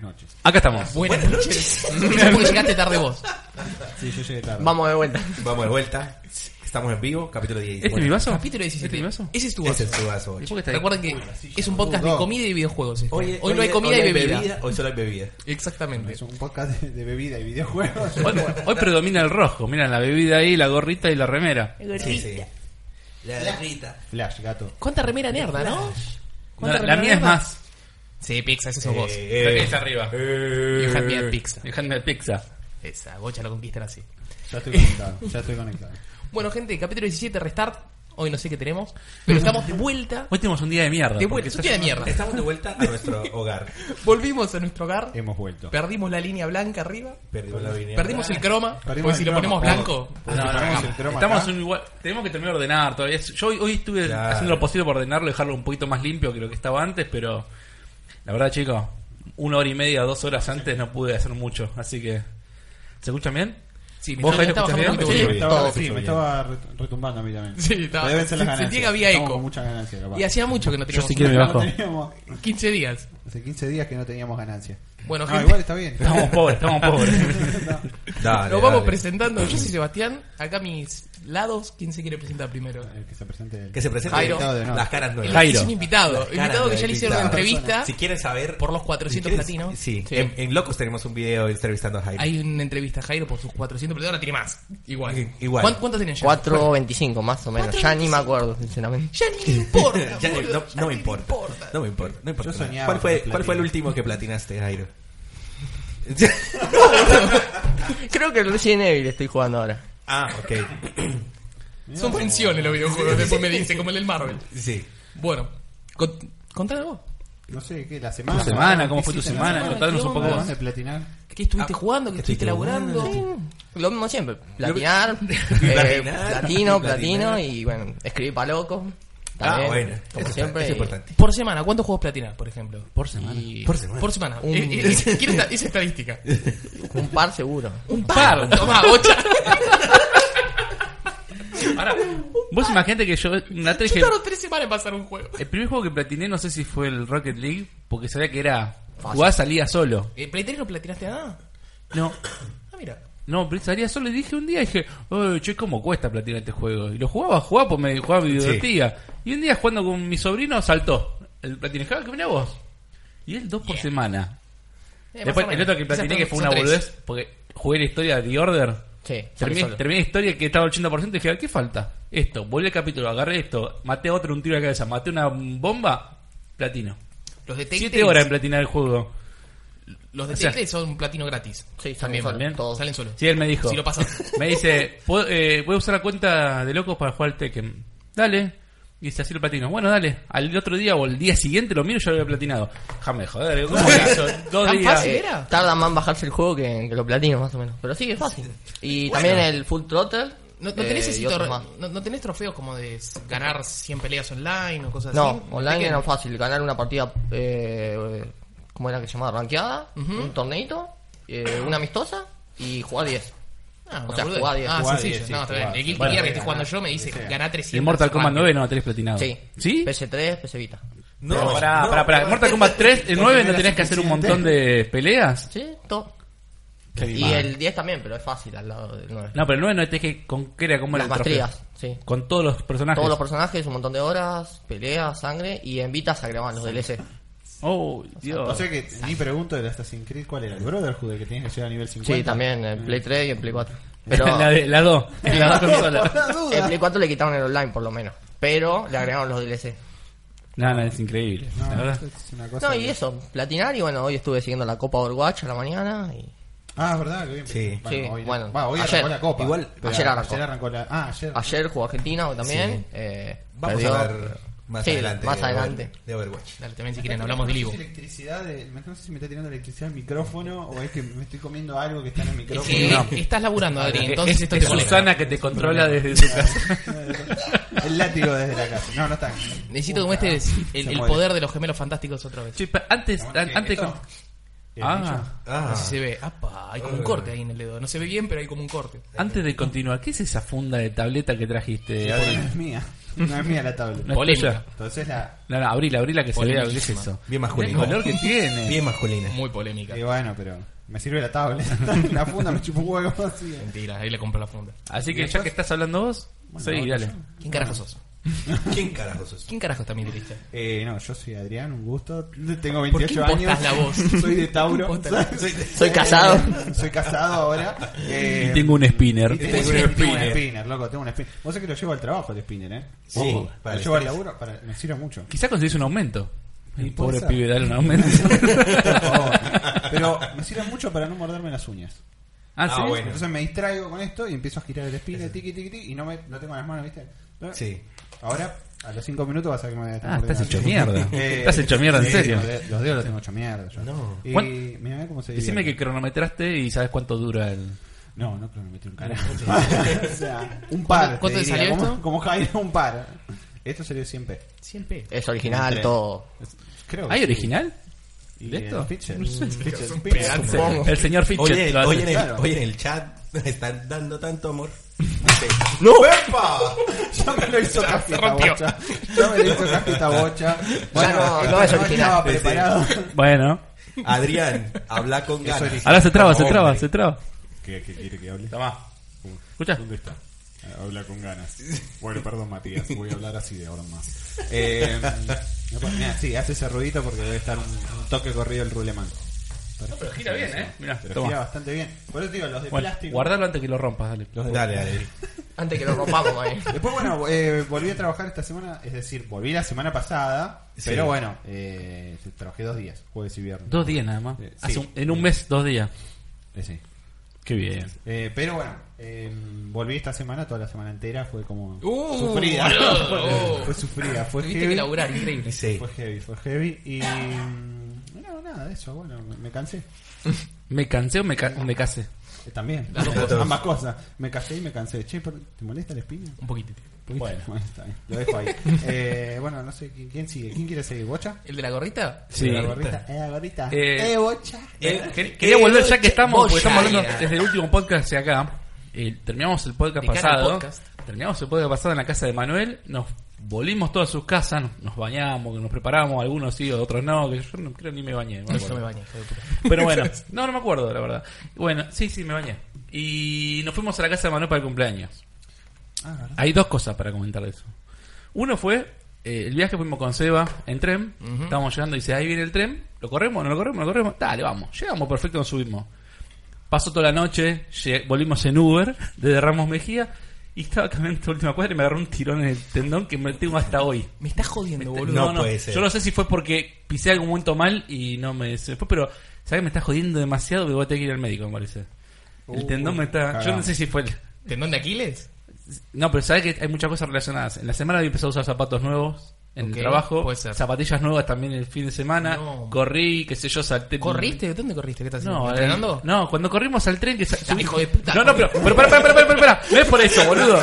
noches. Acá estamos. Buenas, noches. Porque llegaste tarde vos. Sí, yo llegué tarde. Vamos de vuelta. Vamos de vuelta. Estamos en vivo, capítulo 10. ¿Este es mi vaso? Capítulo 17. ¿Este es mi vaso? Ese es tu Ese es vaso. tu vaso. ¿Y por qué está ahí? Recuerden que es un podcast de No. comida y videojuegos. este. Hoy, Oye, no hay oye, comida hoy y hay bebida. Hoy solo hay bebida. Exactamente. Es un podcast de, de bebida y videojuegos. Hoy, hoy predomina el rojo. Miran la bebida ahí, la gorrita y la remera. Sí, sí. La, la grita. Flash, gato. ¿Cuánta remera nerda, no? No, ¿Cuánta la, la remera mía es nerda? más. Sí, Pizza, ese sos vos. Eh, Creo que está arriba. eh, You had me at pizza. Dejando de pizza. Esa, gocha la conquistan así. Ya estoy conectado. Ya estoy conectado. Bueno, gente, capítulo 17, restart. Hoy no sé qué tenemos, pero estamos de vuelta. Hoy tenemos un día de mierda. De porque vuelta, es un está día de mierda. Estamos de vuelta a nuestro hogar. Volvimos a nuestro hogar, Eh. Hemos vuelto. perdimos la línea blanca arriba, Perdimos la línea. perdimos el croma, Perdimos porque el ¿Pues si lo croma, ponemos claro. blanco, No, no, Ponemos no. el croma Estamos acá. en un igual- tenemos que terminar de ordenar todavía. Yo hoy, hoy estuve Claro. haciendo lo posible por ordenarlo, dejarlo un poquito más limpio que lo que estaba antes, pero la verdad, chicos, una hora y media, dos horas antes no pude hacer mucho, así que ¿se escuchan bien? Sí, mi ¿Vos sonido Jairo, está escuchás bajando bien? un Me poquito. estaba, todo sí, escucho me bien. estaba re- retumbando a mí también. Sí, estaba- Pero deben ser las sentía ganancias. que había Estamos eco. con mucha ganancia, capaz. Y hacía mucho que no teníamos si quiero me una- bajo. No teníamos- 15 días. hace 15 días que no teníamos ganancia. Ah, Bueno, No, gente, igual está bien. Estamos pobres, estamos pobres. Dale, nos vamos dale. presentando. Yo soy Sebastián, acá a mis lados, ¿quién se quiere presentar primero? El que se presente. el- Que se presente Jairo. Invitado de honor. las caras El- nuevas. Jairo. Es un invitado, Las invitado caras que ya le hicieron una de entrevista Si quieren saber. por los 400 si quieren- platinos. Sí, Em, En, en Locos tenemos un video entrevistando a Jairo. Hay una entrevista a Jairo por sus 400, pero ahora tiene más. Igual. Sí, igual. ¿Cuán- ¿Cuántas tienen ya? 4.25 más o menos, ya ni me acuerdo, sinceramente. Ya ni me importa. Ya, boludo, no, ya no me ni importa. No me importa. No importa. Yo soñaba ¿Cuál, fue, con los ¿Cuál fue el platinos. último que platinaste, Jairo? Creo que el Resident Evil estoy jugando ahora. ah, ok. Son funciones los videojuegos, después me dice, como el del Marvel. Sí. Bueno, con, contame vos. No sé, ¿qué? ¿La semana? ¿Tu semana? ¿Cómo ¿Qué fue tu hiciste en semana? la Contanos un poco Además más. de platinar. ¿Qué estuviste Ah, jugando? ¿Qué ¿qué estuviste estuviste laburando? Lo mismo siempre, platinar, eh, Platinar, platinar. platino, platino y bueno, escribir para loco. Ah, también, bueno. como Eso está- eso siempre. es y- importante. Por semana, ¿cuántos juegos platinas, por ejemplo? Por semana. Y- Por semana. Por semana. Un- Eh, eh, eh, quiero esta- esa estadística. un par seguro. Un par. Tomá, bocha. Ahora, vos imagínate que yo una tres Yo que- tardo tres semanas en pasar un juego. el primer juego que platiné no sé si fue el Rocket League, porque sabía que era Fácil. jugaba salía solo. ¿El Eh, Play 3 no platinaste nada? No, Ah, mira. No, pero salía solo y dije un día, dije, "Oh, che, ¿cómo cuesta platinar este juego? Y lo jugaba, jugaba, pues me jugaba, me divertía. Y un día jugando con mi sobrino saltó. El platiné, "Ah, que mirá vos. Y él dos por semana. Eh, más Después o el menos. otro que Esas platiné son- que fue son una tres. boludez, porque jugué la historia de The Order. Sí, sale Terminé, solo. terminé la historia que estaba al 80% y dije, "A ver, ¿qué falta? Esto, volví al capítulo, agarré esto, maté a otro un tiro de la cabeza, maté una bomba, platino. Los de Telltale- Siete horas en platinar el juego. Los de O sea- Telltale son platino gratis. Sí, salen También, solo, también. todos. Salen solos. Sí, él me dijo. Si lo pasas. Me dice, "Puedo- eh, voy a usar la cuenta de locos para jugar al Tekken. Dale. Y dice, así lo platino. Bueno, dale. Al otro día o el día siguiente lo miro y ya lo había platinado. Jame, joder. digo, ¿Cómo lo hizo? Dos Ah, ¿Tan días. ¿eh? fácil? ¿Era? tarda más en bajarse el juego que, que lo platino más o menos. Pero sí, es fácil. Y también el Full Throttle. ¿No, no tenés eh, ese y otros tor- más. no, no tenés trofeos como de s- ganar 100 peleas online o cosas así? No, online ¿Qué- era fácil. Ganar una partida, eh, ¿cómo era que se llamaba? Ranqueada, un torneito, eh, una amistosa y jugar 10. Ah, o sea, boludo. jugá 10. Ah, Jugá sencillo. 10, no, sí, está bien. jugá. El Guilty Bueno, Gear que estoy ganá, jugando yo me dice, lo que sea. ganá 300. En Mortal Kombat 9 no lo tenés platinado. Sí. ¿Sí? PS3, PS Vita. No, Pero pará, no, pará, pará. Mortal Kombat 3, el Porque 9 no no era tenés que hacer un montón de peleas. Sí, todo. Qué Y mal. el 10 también, pero es fácil al lado del 9. No, pero el 9 no tenés que con qué era como Las el trofeo. maestrías, sí. Con todos los personajes. Todos los personajes, un montón de horas, peleas, sangre y en Vita se agregaban los DLC. Oh, Dios. O sea que mi pregunta del Assassin's Creed, ¿cuál era? ¿El Brotherhood el que tenías que llegar a nivel 50? Sí, también en Play 3 y en Play 4. Pero la, de- la 2. La 2 consola. La duda. en Play 4 le quitaron el online por lo menos. Pero le agregaron los DLC. No, no, es increíble. No, La verdad. es una cosa No, y que- eso, platinar y bueno, hoy estuve siguiendo la Copa Overwatch a la mañana y... Ah, es verdad, que bien. Sí. bueno, Sí, hoy, bueno, va, hoy ayer. arrancó la copa. Igual, Pero ayer arrancó. Ayer arrancó la. Ah, ayer. Ayer jugó Argentina hoy también. eh, Vamos perdió. a ver más Sí, adelante. Más de Over- adelante. De Overwatch. Dale, también si quieren, hablamos de Livo. Electricidad de- no sé si me está tirando electricidad al micrófono o es que me estoy comiendo algo que está en el Es micrófono. que Eh, estás laburando, Adri, entonces es, esto es te molesta. Susana que te controla desde su casa. el látigo desde la casa. No, no está. Necesito que muestres el, Se el mueve. poder de los gemelos fantásticos otra vez. Che, pa- antes, Bueno, an- ¿qué? antes ¿Esto? con- eh, ¿El anillo? Ah, No Ah, sé si se ve. Apa, hay como un corte ahí en el dedo. No se ve bien, pero hay como un corte. antes de continuar, ¿qué es esa funda de tableta que trajiste? Bueno, Adri? es mía. No es mía la tablet. No. Polémica. Entonces la. No, no, abrila, abrila que se vea qué es Polémicísima. eso. Bien El masculino. color que tiene. Bien masculino. Muy polémica. Y bueno, pero. Me sirve la tablet. la funda me chupa un huevo. Así. Mentira, ahí le compré la funda. Así que ya que estás hablando vos, seguí, ahora dale. ¿Quién carajo sos? ¿Quién carajo sos? ¿Quién carajo está a mi derecha? Eh, no, yo soy Adrián, un gusto. Tengo ¿Por qué 28 impostás años. la voz? Soy de ¿Por Tauro. qué impostás soy, Soy casado. soy casado ahora. Eh, Tengo un spinner. y tengo Tengo un un spinner. spinner. loco, tengo un spinner. Vos sabés que lo llevo al trabajo el spinner, ¿eh? Sí, Ojo, para lo el llevo al estrés. laburo, para, me sirve mucho. Quizás conseguís un aumento. Y El puede pobre ser. pibe, dale un aumento. Por favor. Pero me sirve mucho para no morderme las uñas. ah, ¿sí? Ah, bueno. Entonces me distraigo con esto y empiezo a girar el spinner, tiqui, tiqui, tiqui, y no, me, no tengo las manos, ¿viste? ¿No? Sí. Ahora, a los 5 minutos vas a ver que me voy a estar Ah, estás hecho mordiendo las mierda. uñas. Estás hecho mierda, en sí, serio. Los dedos, los dedos los tengo hecho mierda. yo. No. Y ¿Cuán- mirá cómo se Decime que divierte. cronometraste y sabes cuánto dura el. No, no cronometré un carajo. o sea, un par. ¿Cuánto te diría, salió como, esto? Como Jairo, un par. Esto salió 100 p. 100 p. Es original, Tres. todo. Creo que ¿Hay Ah, sí. original? Y de el esto? Fitcher. No sé. Fitcher. Es un Fitcher. pedazo. Supongo. El señor Fitcher. Oye, lo hace. oye, en el, claro. oye, en el chat están dando tanto amor. ¡No! ¡Epa! Ya me lo hizo casi esta rompió. bocha. Ya me lo hizo casi esta bocha. Bueno, no- esta no es noche original. estaba Sí, sí. preparado. Bueno, Adrián, habla con ganas. ahora se traba, se Hombre. traba, se traba. ¿Qué, qué quiere que hable? Escucha. ¿Dónde está? Eh, Habla con ganas. Bueno, perdón, Matías. Voy a hablar así de ahora en más. Eh, no, pues, mira, sí, hace ese ruidito porque debe estar un, un toque corrido el ruleman. Pero gira bien, eh. Mirá, Pero gira toma. bastante bien. Por eso te digo, los de Bueno, plástico. guardalo antes que lo rompas, dale. los de- Dale, dale. Antes que lo rompamos, ahí. Después, bueno, eh, volví a trabajar esta semana. Es decir, volví la semana pasada. Sí. Pero bueno, eh, trabajé dos días, jueves y viernes. Dos días nada más. Eh, sí. Hace un- en un mes, dos días. Eh, sí. Qué bien. Eh, pero bueno, eh, volví esta semana, toda la semana entera. Fue como. Uh, sufrida. boludo. fue, sufrida, fue Tuviste heavy. que laburar, increíble. Sí. Fue heavy, fue heavy. Y. mm, No, nada de eso, bueno, me, me cansé. ¿Me cansé o me, ca- o me casé? Eh, También, Las dos cosas. ambas cosas. Me casé y me cansé. Che, pero, ¿te molesta la espina? Un poquitito. Bueno. está bien, lo dejo ahí. eh, bueno, no sé, ¿quién, quién sigue? ¿Quién quiere seguir? ¿Bocha? ¿El de la gorrita? Sí. La gorrita, eh, la gorrita. Eh, Eh, bocha. Eh, quer- quería volver ya que estamos, porque Vos ya estamos hablando era. desde el último podcast hacia acá. Eh, terminamos el De podcast cara al pasado. podcast. Terminamos el podcast pasado en la casa de Manuel. Nos volvimos todas a sus casas, nos, nos bañamos, que nos preparamos, algunos sí, otros no, que yo no creo ni me bañé. no me No, yo acuerdo. no me bañé, hijo de puta. Pero bueno, no, no me acuerdo, la verdad. Bueno, sí, sí, me bañé. Y nos fuimos a la casa de Manuel para el cumpleaños. Ah, ¿verdad? Hay dos cosas para comentar de eso. Uno fue eh, el viaje que fuimos con Seba en tren. Estábamos llegando y dice, ahí viene el tren. ¿Lo corremos? ¿No lo corremos? ¿No lo corremos? Dale, vamos. Llegamos, perfecto, nos subimos. Pasó toda la noche, lle- volvimos en Uber desde Ramos Mejía y estaba caminando la última cuadra y me agarró un tirón en el tendón que me tengo hasta hoy. Me estás jodiendo, boludo. Este, No puede ser. Yo no sé si fue porque pisé algún momento mal y no me se fue, pero sabes me está jodiendo demasiado que voy a tener que ir al médico, me parece. El Uh, tendón me está. Yo no cagamos. sé si fue el- ¿Tendón de Aquiles? No, pero sabes que hay muchas cosas relacionadas. En la semana había empezado a usar zapatos nuevos en Ok, el trabajo, puede ser. zapatillas nuevas también el fin de semana. No. Corrí, qué sé yo, salté. ¿Corriste? ¿Dónde corriste? ¿Qué estás haciendo? No, eh, ¿Entrenando? no, cuando corrimos al tren que sa- Ah, hijo de puta. No, no, pero pero pará, pará, pará, pará, pará. No es por eso, boludo.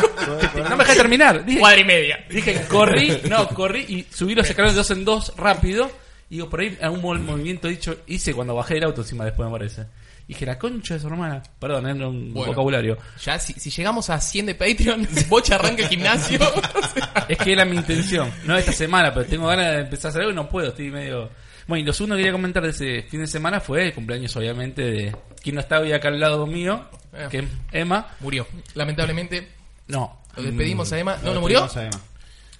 No me dejé terminar. Dije, Cuadra y media. Dije, corrí, no, corrí y subí los escalones de dos en dos rápido. Y digo, por ahí algún mol- movimiento dicho hice cuando bajé del auto encima después me parece. Y dije, la concha de su hermana. Perdón, era un Bueno. vocabulario. Ya, si, si llegamos a 100 de Patreon, Bocha arranca el gimnasio. Es que era mi intención. No esta semana, pero tengo ganas de empezar a hacer algo y no puedo, estoy medio... Bueno, y lo segundo que quería comentar de ese fin de semana fue el cumpleaños, obviamente, de quien no estaba hoy acá al lado mío, Eh. que es Emma. Murió. Lamentablemente, No, lo despedimos a Emma. ¿No, no Lo murió? tenemos además.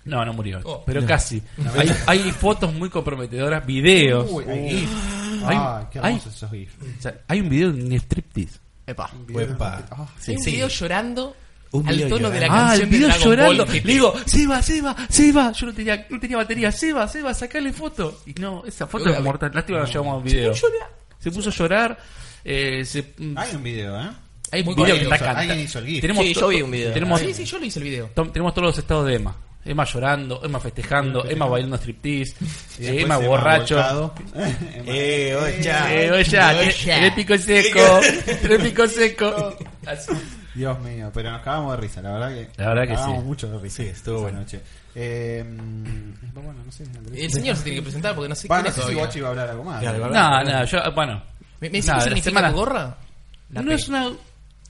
no, no murió. Oh. pero casi. Hay, hay fotos muy comprometedoras, videos. Uy, hay GIF. Ay, Ah, qué ay. hermosos esos GIF. O sea, hay un video de un striptease. Epa. Uepa. Ah, Sí, Hay un sí. video llorando Un al video tono de la Ah, el canción de video Dragon llorando. Ball. Le digo, Seba, Seba, Seba. Yo no tenía, no tenía batería. Seba, Seba, sacale foto. Y no, esa foto Uy, a es ver. mortal. Lástima que no llevamos video. Se puso a llorar. Eh, se, Hay un video, ¿eh? hay muy un video que correcto. está cantando. Alguien hizo el GIF. Tenemos Sí, to- yo vi un video. Tenemos, Ah, Sí, sí, yo lo hice el video. to- tenemos todos los estados de Emma. Emma llorando, Emma festejando, Emma bailando striptease, Y eh, después Emma se va borracho. volcado. Eh, ocha. Eh, olla, Olla. tre- tres picos seco, tres picos seco. Así. Dios mío, pero nos cagamos de risa, la verdad que. La verdad que nos cagamos sí. mucho de risa. Sí, estuvo esa bueno. noche. Eh, mm, bueno, no sé, Andrés. El señor se tiene que presentar porque no sé Va, quién no es sé si todavía. Bochi iba a hablar algo más. Claro, No, no, yo, bueno. ¿Me, me decís Nada, qué de la significa semana- tu gorra? La no P. es una.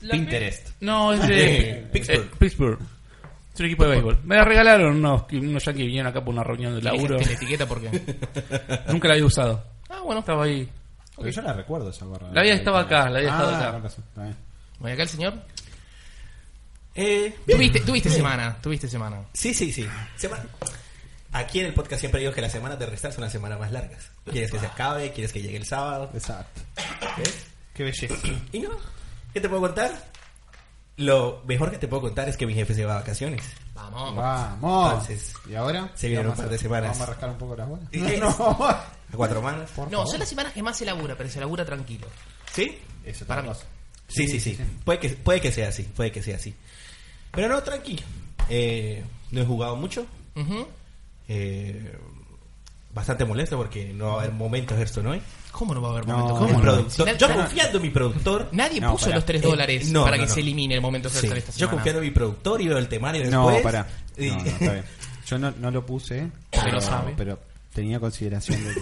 la Pinterest. P- No, es Eh, de. Pittsburgh. eh, Pittsburgh. Es un equipo de béisbol. Me la regalaron unos, unos yankees vinieron acá por una reunión de laburo. la etiqueta porque. Nunca la había usado. Ah, bueno. Estaba ahí. Porque yo la recuerdo esa barra. La había estado acá, la había estado Ah, acá. con razón, está bien. Bueno, acá el señor. Eh, Tuviste, tuviste semana, tuviste semana. sí, sí, sí. Sema- Aquí en el podcast siempre digo que las semanas de restar son las semanas más largas. Quieres que se acabe, quieres que llegue el sábado. Exacto. ¿ves? Qué belleza. Y no, ¿qué te puedo contar? Lo mejor que te puedo contar es que mi jefe se va a vacaciones. Vamos. Vamos. Entonces, ¿Y ahora? se vienen Vamos un par a- de semanas. Vamos a rascar un poco las bolas. Sí. por A cuatro manos. No, favor. son las semanas que más se labura, pero se labura tranquilo. ¿Sí? Eso, para tenés mí. razón. Sí, sí, sí. Puede, que, puede que sea así, puede que sea así. Pero no, tranqui. Eh, no he jugado mucho. Ujú. Eh, bastante molesto porque no va a haber momentos Hearthstone hoy. ¿Cómo no va a haber No, momento? El no? ¿Cómo productor- Si yo na- confiando en mi productor. Nadie No, puso pará. los 3 Eh, dólares no, para no, que no. se elimine el momento Sí. de esta Yo semana. confiando en mi productor y veo el temario después. No, pará. Y- No, no, está bien. Yo no, no lo puse, lo sabe. pero tenía consideración de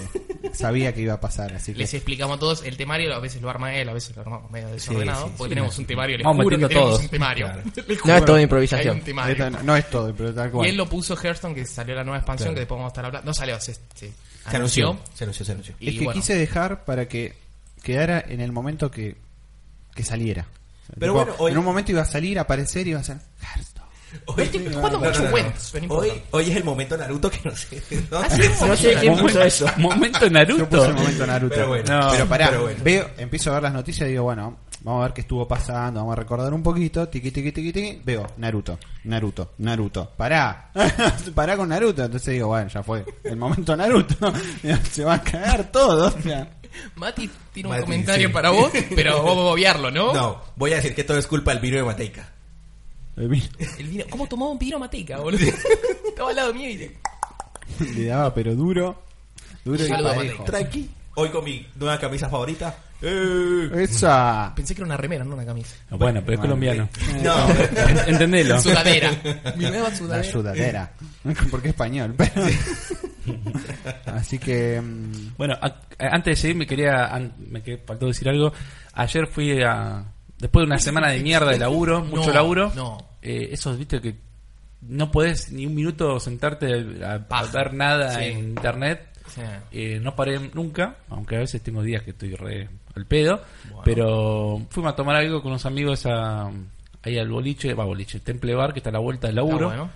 que sabía que iba a pasar, así que Les explicamos a todos el temario, a veces lo arma él, a veces lo armamos medio desordenado, sí, porque tenemos un temario, les Vamos juro que metiendo tenemos todos. un temario. Claro. Les No, es todo juro improvisación. que hay un temario. Esta no- no es todo, pero tal cual. Y él lo puso Hearthstone, que salió la nueva expansión, que después vamos a estar hablando. No salió, se, se Se anunció. anunció. Se anunció, se anunció. Y es que bueno. quise dejar para que quedara en el momento que, que saliera. O sea, Pero bueno, hoy- En un momento iba a salir, a aparecer y iba a ser. "Ah, Hearthstone. Hoy, estoy jugando mucho cuento, eso no importa. hoy, hoy es el momento Naruto que no sé. ¿no? Ah, sí, No sé quién puso eso. Momento Yo puse Naruto. el momento Naruto. Pero bueno, No. Pero pará, pero bueno. veo, empiezo a ver las noticias y digo, bueno, vamos a ver qué estuvo pasando, vamos a recordar un poquito, tiqui, tiqui, tiqui, tiqui, veo, Naruto, Naruto, Naruto, pará, pará con Naruto, entonces digo, bueno, ya fue, el momento Naruto, se va a cagar todo, o sea, Mati tiene un Mati, comentario sí. para vos, pero vos vos obviarlo, ¿no? No, voy a decir que todo es culpa del vino de Mateica. le El vino- ¿Cómo tomó un vino Mateica, boludo? Estaba al lado mío y dice, daba pero duro, duro y Saludo, parejo. Tranqui. Hoy con mi nueva camisa favorita. Eh. Esa, pensé que era una remera, no una camisa. Bueno, pero es colombiano. No, En- Entendelo. Sudadera. Mi nueva la sudadera. sudadera, porque es español, pero... Así que... mm, Bueno, a- eh, antes de seguir me quería, an- me qued- faltó decir algo. Ayer fui a, después de una semana de mierda de laburo, mucho No, laburo. no. Eh, esos, viste, que no podés ni un minuto sentarte a, a Paja. ver nada Sí. en internet. Sí. Eh, no paré nunca, aunque a veces tengo días que estoy re al pedo. Pero fuimos a tomar algo con unos amigos a, ahí al boliche, va boliche, Temple Bar, que está a la vuelta del laburo. Ah, bueno.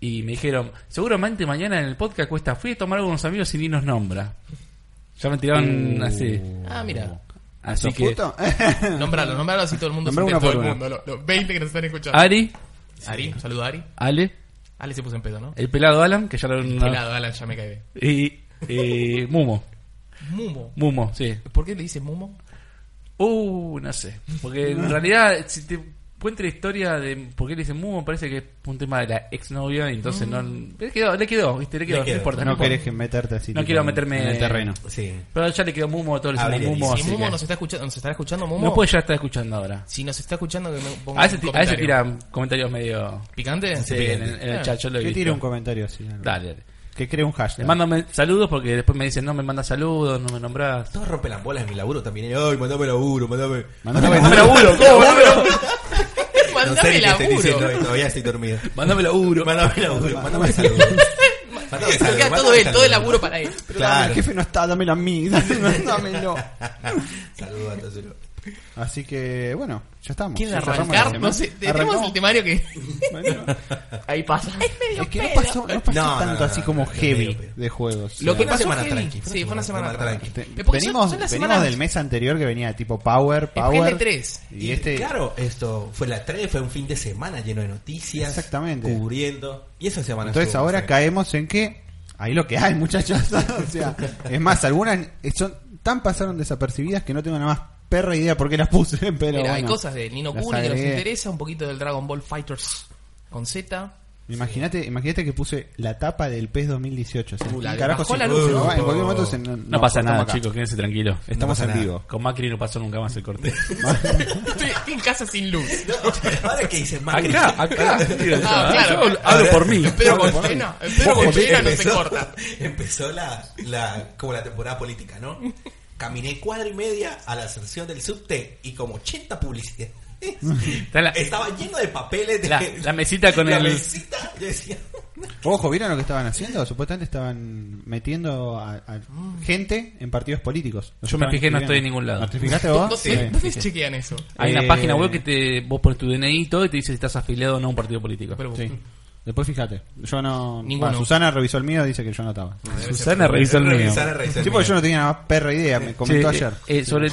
Y me dijeron, seguramente mañana en el podcast cuesta, fui a tomar algo con unos amigos y ni nos nombra. Ya me tiraron así. Ah, mira. Así ¿sos que... puto? Nombralo, nombralo así todo el mundo. Nombrá se- una todo por el una. mundo. Los, los 20 que nos están escuchando. Ari, Ari, un saludo a Ari. Ale, Ale se puso en pedo, ¿no? el pelado Alan, que ya lo... El Pelado, Alan, ya me cae bien. Y eh, Mumo, Mumo. Mumo, sí. ¿Por qué le dices Mumo? Uh, no sé. Porque en realidad, si te cuento la historia de por qué le dicen Mumo, parece que es un tema de la exnovia y entonces Mm. no... Le quedó, le quedó, viste, le quedó, Le quedó. no importa. No importa. querés que meterte así. No tipo, quiero meterme- en el terreno. sí. Pero ya le quedó Mumo, todo le Abrir decimos el Sí, Mumo, Si así Mumo que- nos está escuchando, nos estará escuchando Mumo. No puede ya estar escuchando ahora. Si nos está escuchando, que me ponga A veces, un ti- a veces comentario. tiran comentarios medio... ¿Picante? Sí, en, el- en el chat yo lo he eh, Que visto. tire un comentario así. algo. Dale, dale. Que cree un Le hashtag. mando me- saludos porque después me dicen, no me mandas saludos, no me nombrás. Todos rompen las bolas en mi laburo también. Ay, mandame laburo, mandame. Mandame laburo, ¿cómo? No Mandame sé ni qué estoy diciendo laburo. hoy, todavía estoy dormido. Mándame laburo. Mandame laburo, mandame saludos. Mandame saludos, Acá todo mandame él, todo el saludos. laburo para él. Pero dame, Claro. El jefe no está, dámelo a mí. dámelo, Dámelo. Saludos a todos. Así que, bueno, ya estamos. ¿Quién Ya cerramos la arrancar? semana. No sé. Tenemos Arrancamos. el temario que. Bueno, Ahí pasa. es que no pasó, no pasó No, no, tanto no, así no, como no, heavy no, no, no. de juegos. Lo que Una pasó semana heavy. tranqui, Sí, fue una semana tranqui. Te- Eh, porque son- venimos son venimos las semanas- del mes anterior que venía tipo Power, que es Power. de tres. Y este. Claro, esto fue la 3, fue un fin de semana lleno de noticias. Exactamente. Cubriendo. Y esa semana Entonces estuvo ahora bastante- caemos en que ahí lo que hay, muchachos. o sea, es más, algunas eh, son tan pasaron desapercibidas que no tengo nada más perra idea por qué las puse, pero Mira, hay bueno, cosas de Nino las Kuni que nos agregué. interesa, un poquito del Dragon Ball Fighters con Z. Imagínate, imagínate que puse la tapa del PES 2018, o sea, Uh, la- un carajo bajó sin- la luz, Uh, ¿no? en cualquier momento se- No, pasa nada, estamos acá. chicos, quédense tranquilos. Estamos No en pasa vivo. Con Macri no pasó nunca más el corte. Estoy aquí en casa sin luz. Ahora que dices Macri. acá, acá. tío, Ah, claro. Yo hablo por mí. Pedro Colpena, el Pedro Colpena no se corta. Empezó la, la, como la temporada política, ¿no? Caminé cuadra y media a la ascensión del subte y como 80 publicidades. Está la, Estaba lleno de papeles. De, la- la mesita con la el- mesita. Yo decía, Ojo, ¿vieron lo que estaban haciendo? Supuestamente estaban metiendo a, a Mm. gente en partidos políticos. Los Yo me estaban fijé, no estoy escribiendo. en ningún lado. ¿No te fijaste ¿Dó- vos? ¿Dónde, Ah, Sí. dónde chequean eso? Hay Eh, una página web que te vos pones tu DNI y todo y te dice si estás afiliado o no a un partido político. Pero- Sí. Después fíjate. Yo no. Pues Ninguno. Ah, Susana revisó el mío, dice que yo no estaba. Susana revisó Este el mío. Revisar, revisar. Sí, porque yo no tenía la más perra idea, me comentó Che, ayer. eh, eh, sobre el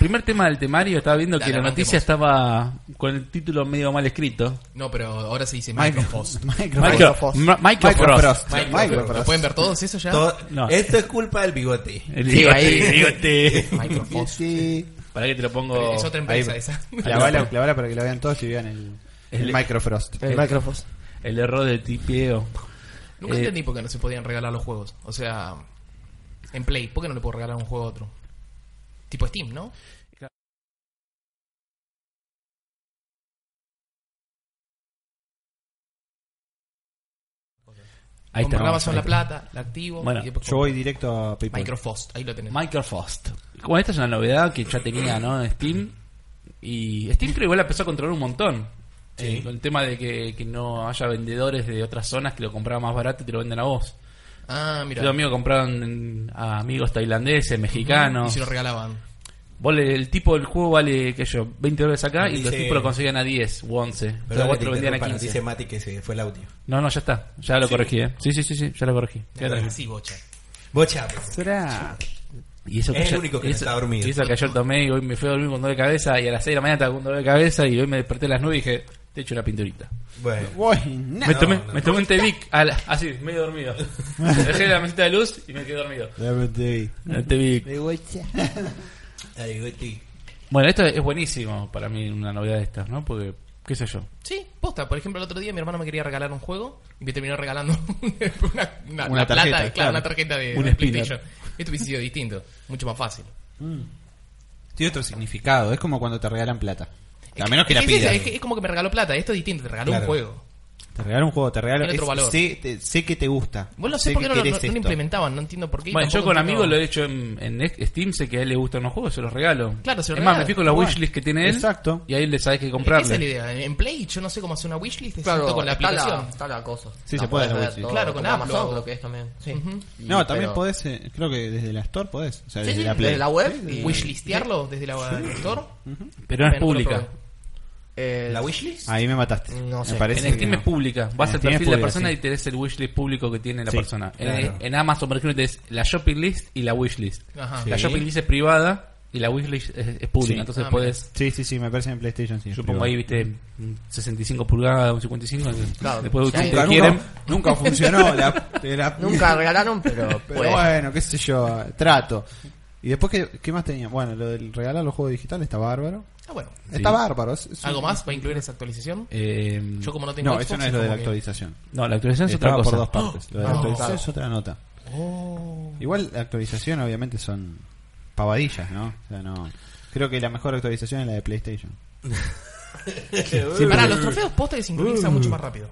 primer tema del temario, estaba viendo Dale, que la noticia estaba con el título medio mal escrito. No, pero ahora se dice Micro- Microsoft. Micro- Michael, Microsoft. Ma- Michael Microsoft. Frost. Microsoft. ¿Lo pueden ver todos eso ya? Todo- No. Esto es culpa del bigote. El Sí, bigote, ahí. el bigote. Microsoft. Sí. Para que te lo pongo. Es otra empresa esa. Clavala, clavala para que lo vean todos y vean el, el, Eh, El- Microfrost. El Microsoft. Eh, El error del tipeo. Nunca Eh, entendí por qué no se podían regalar los juegos. O sea, en Play, ¿por qué no le puedo regalar un juego a otro? Tipo Steam, ¿no? Ahí está. Compro vamos, Amazon ahí la está. plata, la activo Bueno, y después Yo voy directo a PayPal. Microsoft, ahí lo tenés. Michael Frost. Bueno, esta es una novedad que ya tenía, ¿no? Steam. Y Steam creo igual la empezó a controlar un montón. Eh, con el tema de que, que no haya vendedores de otras zonas que lo compraban más barato y te lo venden a vos. ah, Yo mira. amigo compraron en- a amigos tailandeses, mexicanos. Y se lo regalaban. Vos le- el tipo del juego vale, qué sé yo, 20 dólares acá y los Dice- tipos lo conseguían a 10 u 11. Pero Perdón, vos que te te lo vendían a interrumpa, nos 15. Dice Mati que se fue el audio. No, no, ya está. Ya lo corregí, ¿eh? Sí, sí, sí, sí, ya lo corregí. Quédate tranquilo. Sí, bocha. Bocha. pues. Será. Y eso Es yo- el único que y no eso- está dormido. Y eso que ayer tomé y hoy me fui a dormir con dolor de cabeza y a las 6 de la mañana estaba con dolor de cabeza y hoy me desperté a las 9 y dije, te echo una pinturita. Bueno. Buena. me tomé, no. me tomé un Tevic a la- así, medio dormido. Dejé la mesita de luz y me quedé dormido. El Tevic. Ay, Guti. Bueno, esto es buenísimo para mí, una novedad de estas, ¿no? Porque, qué sé yo. Sí, posta. Por ejemplo, el otro día mi hermano me quería regalar un juego y me terminó regalando una, una, Una plata, tarjeta, claro, claro. una tarjeta de, Un de spinner. PlayStation. Esto hubiese sido distinto, mucho más fácil. Tiene otro significado. Es como cuando te regalan plata. A menos que Es la es- pidas. Es, es como que me regaló plata, esto es distinto, te regaló Claro. un juego. Te regalan un juego, te regalan. Tiene otro es- valor. Sé, te- sé que te gusta. Vos no sé, Sé por que qué no, lo- querés no- no lo esto. implementaban, no entiendo por qué. y Bueno, yo tampoco con entiendo- amigos lo he hecho en, en Steam, sé que a él le gustan los juegos, se los regalo. Claro, se los Es más, regalo. me fijo en la Bueno, wishlist que tiene él. exacto. Y ahí le sabes Esa que es la comprarle. idea. En- En Play yo no sé cómo hacer una wishlist Claro, excepto con la está aplicación. la, está la cosa. Sí, La se puede podés la ver wiki. todo, Claro, con como Apple. Amazon creo que es también. Sí. Ujú. Y- No, también pero- podés. eh, creo que desde la Store podés. O sea, Sí, desde sí, la Play. desde la web. y- Wishlistearlo desde la el store. Pero no es Bueno, no lo pública. probé. Eh, ¿La wishlist? Ahí me mataste. No Me sé. parece En que Steam no. es pública. Vas En Steam al es perfil de la pública, persona sí. y te des el wishlist público que tiene la Sí, persona. En- claro. En, Amazon, por ejemplo, te des la shopping list y la wishlist. Ajá. La Sí. shopping list es privada y la wishlist es, es pública. Sí. Entonces Ah, puedes, Sí, sí, sí, me parece en PlayStation. Sí, supongo ahí, viste, un 65 pulgadas, un 55. Claro. Después Sí, si nunca, te quieren. nunca funcionó. la- la- Nunca regalaron, pero, Pero puede. bueno, qué sé yo, trato. ¿Y después qué, qué más tenía? Bueno, lo del regalar los juegos digitales está bárbaro. Ah, bueno. Está bárbaro. es- es un- ¿Algo más va a incluir esa actualización? eh, Yo como no tengo No, Xbox, eso no es lo de como la que- actualización. no, la actualización es otra Estaba cosa. por dos partes. Lo de la Ah, actualización claro. es otra nota. Oh. Igual la actualización obviamente son pavadillas, ¿no? O sea, no. Creo que la mejor actualización es la de PlayStation. Sí, pará, los trofeos posta que sincronizan mucho más rápido.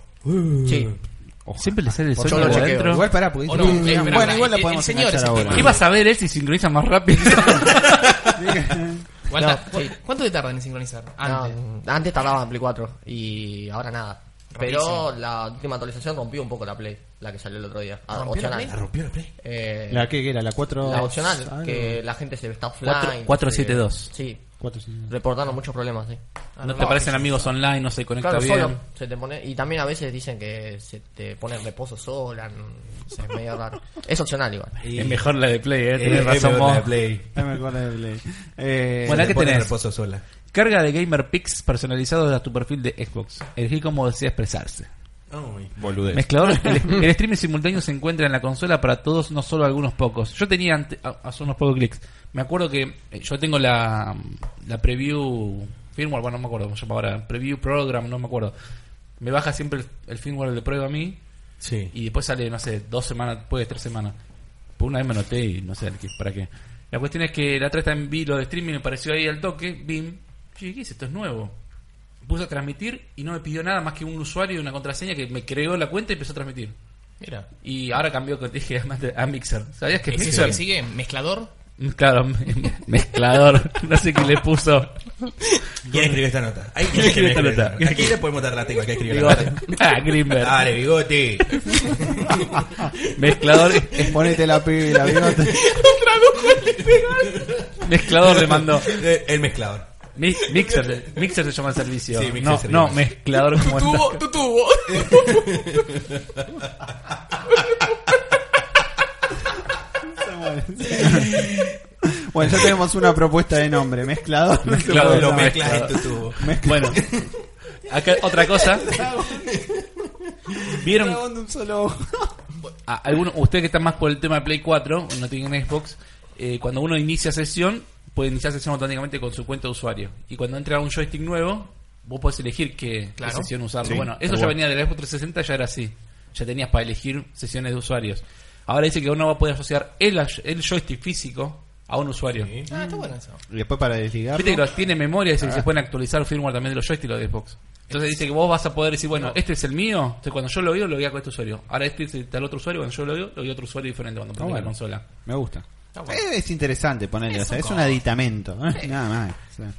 Sí. Oh, Siempre le sale el Por sol yo lo por chequeo. adentro. Igual pará, porque O no, eh, bueno, espera, espera, igual la el- podemos el señor enganchar es el ahora. ¿Qué va a saber él si sincroniza más rápido? Igual No, ta- sí. ¿Cuánto te tardan en sincronizar? Antes. No, antes tardaba en Play 4 y ahora nada. Rapidísimo. Pero la última actualización rompió un poco la Play, la que salió el otro día. Ah, ¿Rompió la opcional. La rompió la play. Eh, ¿La que era? ¿La 4? la opcional, que la gente se está offline. Cuatro- que- 472. Sí, 4, sí. reportando muchos problemas, sí. Ah, No te aparecen amigos online, no se conecta Claro, bien. solo se te pone. Y también a veces dicen que se te pone en reposo sola. no sé, es medio raro. Es opcional igual. Es mejor la de Play, ¿eh? Tenés Eh, razón eh, vos. la play. La mejor de Play. Eh, Bueno, Se ¿qué te pone tenés? reposo sola. Carga de GamerPix personalizados a tu perfil de Xbox. Elegí cómo desea expresarse. Ay. boludez. Mezclador, el, el streaming simultáneo se encuentra en la consola para todos, no solo algunos pocos. Yo tenía ante- a- hace unos pocos clics. Me acuerdo que eh, yo tengo la, la preview firmware, bueno, no me acuerdo cómo se llama ahora. Preview program, no me acuerdo. Me baja siempre el, el firmware de prueba a mí Sí. y después sale, no sé, dos semanas después, tres semanas. Por una vez me anoté y no sé al qué- para qué. La cuestión es que la otra vez también vi lo de streaming, me pareció ahí al toque, BIM. Yo ¿qué es esto? Es nuevo. Puse a transmitir y no me pidió nada más que un usuario y una contraseña que me creó la cuenta y empezó a transmitir. Mira. Y ahora cambió, como te dije, además de- a Mixer. ¿Sabías que ¿Es eso Mixer? que sigue? ¿Mezclador? Claro, me- me- mezclador. No sé qué le puso. ¿Quién escribió esta nota? Hay quien ¿Quién escribió escribió esta esta nota? nota. Aquí le podemos dar la tecla que escribió la Bigote. nota. Ah, Greenberg. Dale, bigote. Mezclador, eh, Ponete la pila, bigote. mezclador le mandó. Eh, El mezclador. Mi- Mixer, mixer se llama el servicio. Sí, Mixer no, se no, llama. mezclador como está. Tubo, tu tubo. Bueno, ya tenemos una propuesta de nombre, mezclador. Mezclador, Lo no, mezclas en mezclador. tu tubo. Bueno, acá otra cosa. ¿Vieron? Dragón de un solo ojo. a- alguno- ustedes que están más por el tema de Play 4, no tienen Xbox, eh, cuando uno inicia sesión, puede iniciar sesión automáticamente con su cuenta de usuario. Y cuando entra un joystick nuevo, vos podés elegir qué, qué Claro. sesión usarlo. Sí, bueno, eso tal ya cual. venía del Xbox 360, ya era así. Ya tenías para elegir sesiones de usuarios. Ahora dice que uno va a poder asociar el, el joystick físico a un usuario. Sí. Ah, está bueno eso. Y después para desligar. Viste que los tiene memoria y se, se pueden actualizar firmware también de los joysticks de Xbox. Entonces dice que vos vas a poder decir, bueno, este es el mío, entonces cuando yo lo veo, lo voy a con este usuario. Ahora este es el tal otro usuario, cuando yo lo veo, lo veo a otro usuario diferente cuando prendo bueno. la consola. Me gusta. Está bueno. Eh, Es interesante ponerle, o sea, es un aditamento. ¿eh? Nada más. o sea.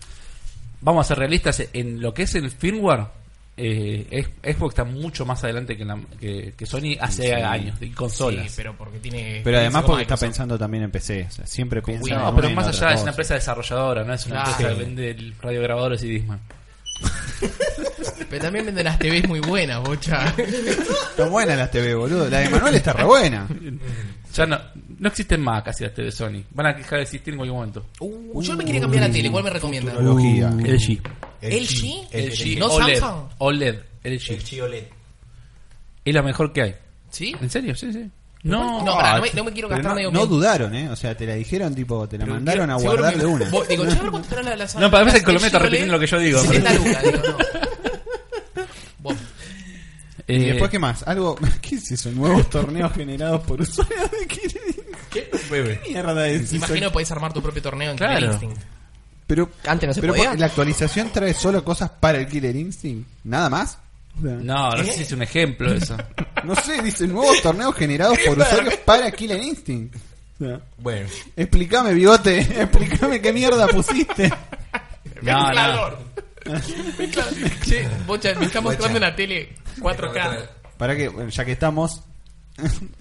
Vamos a ser realistas, en lo que es el firmware, eh, es- Xbox está mucho más adelante que, la- que- que Sony hace años, y consolas. Sí, pero porque tiene. Pero además porque está Microsoft. pensando también en PC. o sea, siempre piensa No, en una pero y en más otra allá es cosa. una empresa desarrolladora, no es una Claro. empresa que vende el- radiograbadores y Disman. Pero también venden las TVs muy buenas, bocha. Están buenas las TV, boludo. La de Manuel está re buena. Ya no, no existen más casi las TV Sony. Van a dejar de existir en cualquier momento. Uh, yo me quería cambiar la tele, igual me recomienda. Tecnología. Uh. LG. ¿LG? LG. ¿No OLED. Samsung? OLED. LG. El Chiolet. Es la mejor que hay. ¿Sí? ¿En serio? Sí, sí. No, No, pará, no me, no me quiero Pero gastar no, medio no tiempo. dudaron, ¿eh? O sea, te la dijeron, tipo, te la Pero mandaron a Seguro guardar que- de una. Vos- Digo, che, a ver cuánto estará la, la Samsung. No, parece que La el colombiano está LG repitiendo lo que yo digo. 70 lucas, digo, no. Vos, Eh, ¿Y después qué más? Algo. ¿Qué es eso? Nuevos torneos generados por usuarios. ¿De qué ¿Qué? Bebé. mierda es eso? imagino que podés armar tu propio torneo en Claro. Killer Instinct. Pero, Antes no se pero podía. ¿la actualización trae solo cosas para el Killer Instinct? ¿Nada más? O sea, No, no sé si es un ejemplo eso. No sé, dice nuevos torneos generados por usuarios para Killer Instinct. O sea, Bueno. explícame, bigote, explícame qué mierda pusiste. No, no. Mezclador. Mezclador. Che, bocha, me está mostrando Bocha. una tele 4K. Para que, bueno, ya que estamos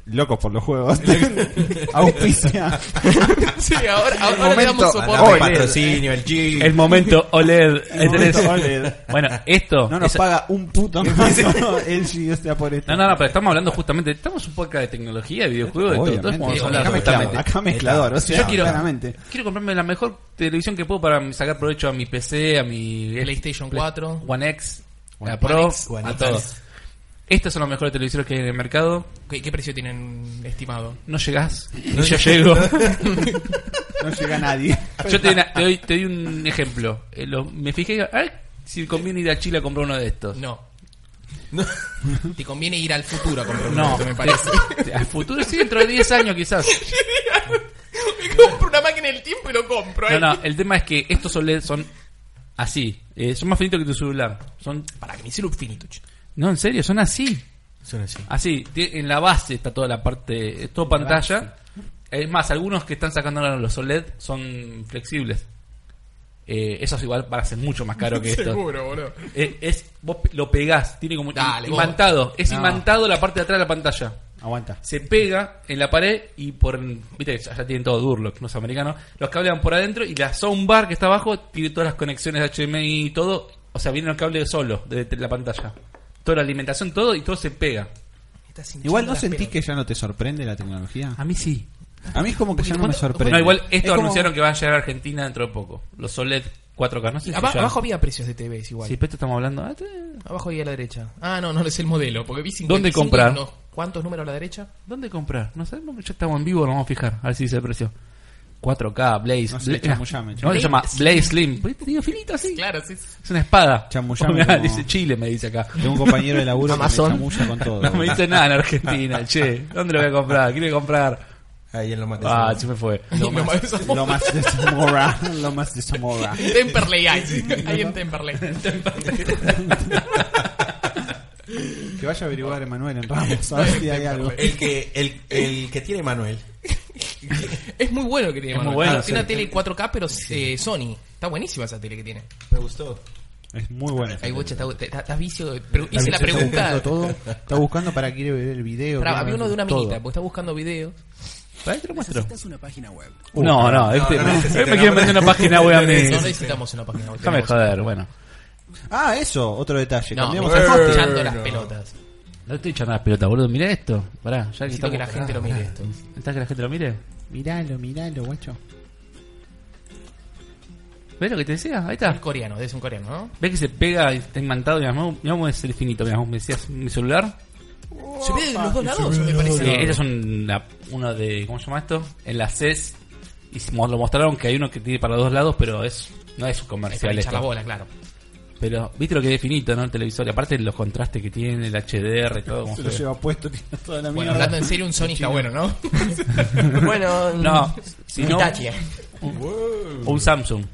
locos por los juegos, auspicia. Sí, ahora, ahora le momento, damos Mandame Oye, soporte. patrocinio, el G. eh, El momento OLED. El momento OLED. Bueno, esto. No nos esa- paga un puto mango el G, o sea, por esto. no, no, no, pero estamos hablando justamente. Estamos un poco de tecnología, de videojuegos, de todo. todo Obviamente, estamos acá hablando mezclador, justamente. Acá mezclador, o sea, Yo quiero, claramente. quiero comprarme la mejor televisión que puedo para sacar provecho a mi PC, a mi PlayStation 4. One X, One- a Pro, One X, One a X. todos. Estos son los mejores televisores que hay en el mercado. ¿Qué, qué precio tienen estimado? No llegás, no yo llego. No llega nadie. yo te doy, una- te doy- te doy un ejemplo. Eh, lo- me fijé, y digo, "Ay, si conviene ir a Chile a comprar uno de estos. No. No. Te conviene ir al futuro a comprar un No, auto, me parece. Al futuro sí, dentro de 10 años quizás. Me compro una máquina del tiempo y lo compro. eh. No, ahí. no, el tema es que estos OLED son así. Eh, son más finitos que tu celular. Son, Para que me hicieron finito, che. no, en serio, son así. Son así. Así, tie- en la base está toda la parte, es todo pantalla. Es más, algunos que están sacando ahora los OLED son flexibles. Eh, esos igual van a ser mucho más caro que esto. Seguro, boludo. Eh, es, vos pe- lo pegás, tiene como Dale, vos. imantado. Es No. imantado la parte de atrás de la pantalla. Aguanta. Se pega en la pared y por. Viste, que allá tienen todo Durlock, los americanos. Los cables van por adentro y la soundbar que está abajo tiene todas las conexiones de HDMI y todo. O sea, viene el cable solo de de la pantalla. Toda la alimentación, todo y todo se pega. Estás hinchando Igual no las sentís pelotas. que ya no te sorprende la tecnología. A mí sí. A mí es como que ya no me sorprende. No, igual Es esto como- anunciaron que van a llegar a Argentina dentro de poco. Los OLED 4K, no sé si Aba- ya- abajo había precios de TVs igual. Sí, pero esto estamos hablando. ah, te- Abajo había a la derecha. Ah, no, no es el modelo. Porque vi 55 ¿Dónde comprar? y unos ¿Cuántos números a la derecha? ¿Dónde comprar? No sabemos, ya estamos en vivo, nos vamos a fijar, a ver si dice el precio. 4K, Blaze. No sé, Bla- chamullame, no, chamullame. se llama Blaze Slim. Pero este tiene filito así. Claro, sí. sí. Es una espada. Chamullame Mirá, como- Dice Chile, me dice acá. Tengo un compañero de laburo Amazon. que me chamulla con todo. No me dice nada en Argentina, che. ¿Dónde lo voy a comprar? ¿Quiere comprar? Ahí en lo más. Ah, se me fue. Lo más- Lo más de Zamora. Lo más de Zamora. Temperley hay. Hay en Temperley. Que vaya a averiguar Emanuel en Ramos. A ver si hay algo. El que, el, el que tiene Manuel. Es muy bueno que tiene. Es muy Manuel. Tiene bueno, sí. una tele 4K, pero eh, Sony. Está buenísima esa tele que tiene. Me gustó. Es muy bueno. Ay, bocha, está- está- estás vicio. de- pero hice la pregunta. Está buscando todo. Está buscando para quiere ver el video. Pará, quiere había ver uno de una todo. amiguita, porque está buscando videos. Para ahí te lo muestro. Necesitas una página web. No, no, este- no necesito, eh, me no. quieren vender una página web a mí. No necesitamos una página web. Déjame tenemos- joder, bueno. Ah, eso, otro detalle. No, me Cambiamos estás el echando Bueno. las pelotas. No estoy echando las pelotas, boludo. Mirá esto. Pará, ya que Necesito estamos- que la gente lo mire esto. ¿Estás que la gente lo mire? Miralo, miralo, guacho. ¿Ves lo que te decía? Ahí El está. coreano, es un coreano, ¿no? ¿Ves que se pega y está imantado? Mirá, mirá cómo es el finito. Mirá, me decías mi celular. Se ve de los dos lados, me Eh, parece. este es un- la- uno de. ¿Cómo se llama esto? En la CES. Y se- mo- lo mostraron que hay uno que tiene para los dos lados, pero es no es Es un para comercial. echar la esto. bola, claro. Pero viste lo que es finito, ¿no? El televisor. Y aparte los contrastes que tiene, el HDR, todo. como Se se lo ve. lleva puesto, tiene toda la mierda. Bueno, hablando en serio, un Sony está bueno, ¿no? Bueno, No, si no, Hitachi. eh. o un Samsung.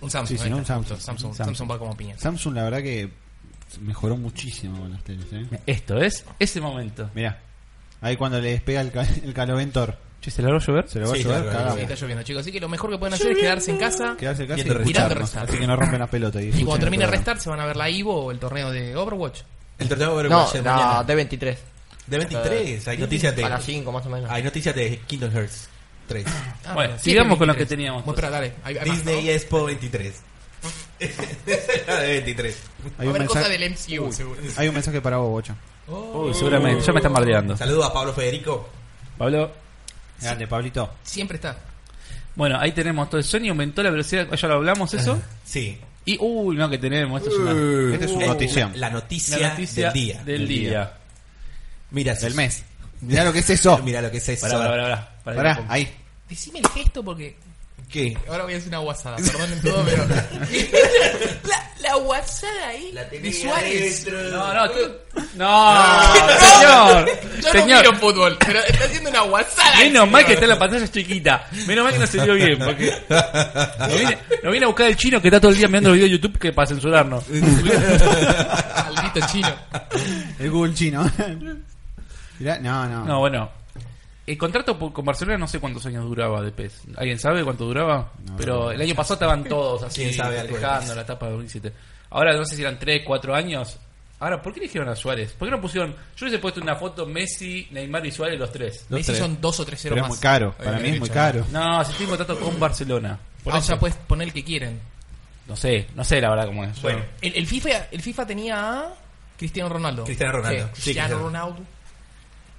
Un Samsung. Sí, sí, ahí no, un está, justo, Samsung, Samsung. un Samsung. Samsung va como piña. Samsung, la verdad que mejoró muchísimo con las teles. ¿eh? Esto es ese momento. Mirá, ahí cuando le despega el, ca- el caloventor. Che, ¿se la va a llover? Se lo va Sí, a llevar, claro, claro, cagamos. Sí, está lloviendo, chicos. Así que lo mejor que pueden hacer es quedarse en casa. Quedarse en casa y Viendo escucharnos, Restart. Así que no rompen las pelotas. Y escuchen cuando el termine programa. Restart se van a ver la Ivo o el torneo de Overwatch. El torneo de No, Overwatch de la mañana. D23. De 23. Hay noticias de. A las 5 más o menos. Hay noticias de Kingdom Hearts 3. Ah, Bueno, sí, sigamos el con lo que 23. teníamos. Bueno, espera, dale. Hay- hay más, Disney ¿no? Expo 23. la de 23. Hay Va a un, haber cosas mensaje, del MCU, seguro. hay un mensaje para vos, bocho. Uy, seguramente. Ya me están bardeando. Saludos a Pablo Federico. Pablo. Grande, Pablito. Siempre está. Bueno, ahí tenemos todo. Sony aumentó la velocidad. Ya lo hablamos eso. Sí. Y, uy, no, que tenemos. Esto es una. Esta es una Eh, notición. La noticia, la noticia del día. Del día. Mira, Del sus- mes. Mirá lo que es eso. Mira lo que es eso. Pará, pará, pará, pará. Pará, Pará, que- ahí. Decime el gesto porque ¿Qué? ahora voy a hacer una guasada. Perdonen todo, pero. la, la guasada ahí de Suárez. No, no, tú- No, señor. Yo señor. no miro fútbol, pero está haciendo una guasada. el Menos mal señor. que está en la pantalla chiquita. Menos mal que no se vio bien. Porque nos viene, nos viene a buscar el chino que está todo el día mirando los videos de YouTube que para censurarnos. Maldito chino. El Google chino. Mirá, no, no. No, bueno. El contrato por- con Barcelona no sé cuántos años duraba de PES. ¿Alguien sabe cuánto duraba? Pero el año pasado estaban todos así, ¿Quién sabe algo de dejando la etapa de 2017. Ahora no sé si eran 3, 4 años. Ahora, ¿por qué eligieron a Suárez? ¿Por qué no pusieron... Yo hubiese puesto una foto Messi, Neymar y Suárez los tres. Los Messi tres. son dos o tres ceros Pero es más. muy caro. Ay, Para me mí he es muy dicho, caro. No, si tengo contrato con Barcelona. Por Ah, eso. ya puedes poner el que quieren. No sé, no sé la verdad cómo es. Bueno. El, el FIFA, el FIFA tenía a Cristiano Ronaldo. Cristiano Sí, Ronaldo. Sí, Cristiano Cristiano. Ronaldo.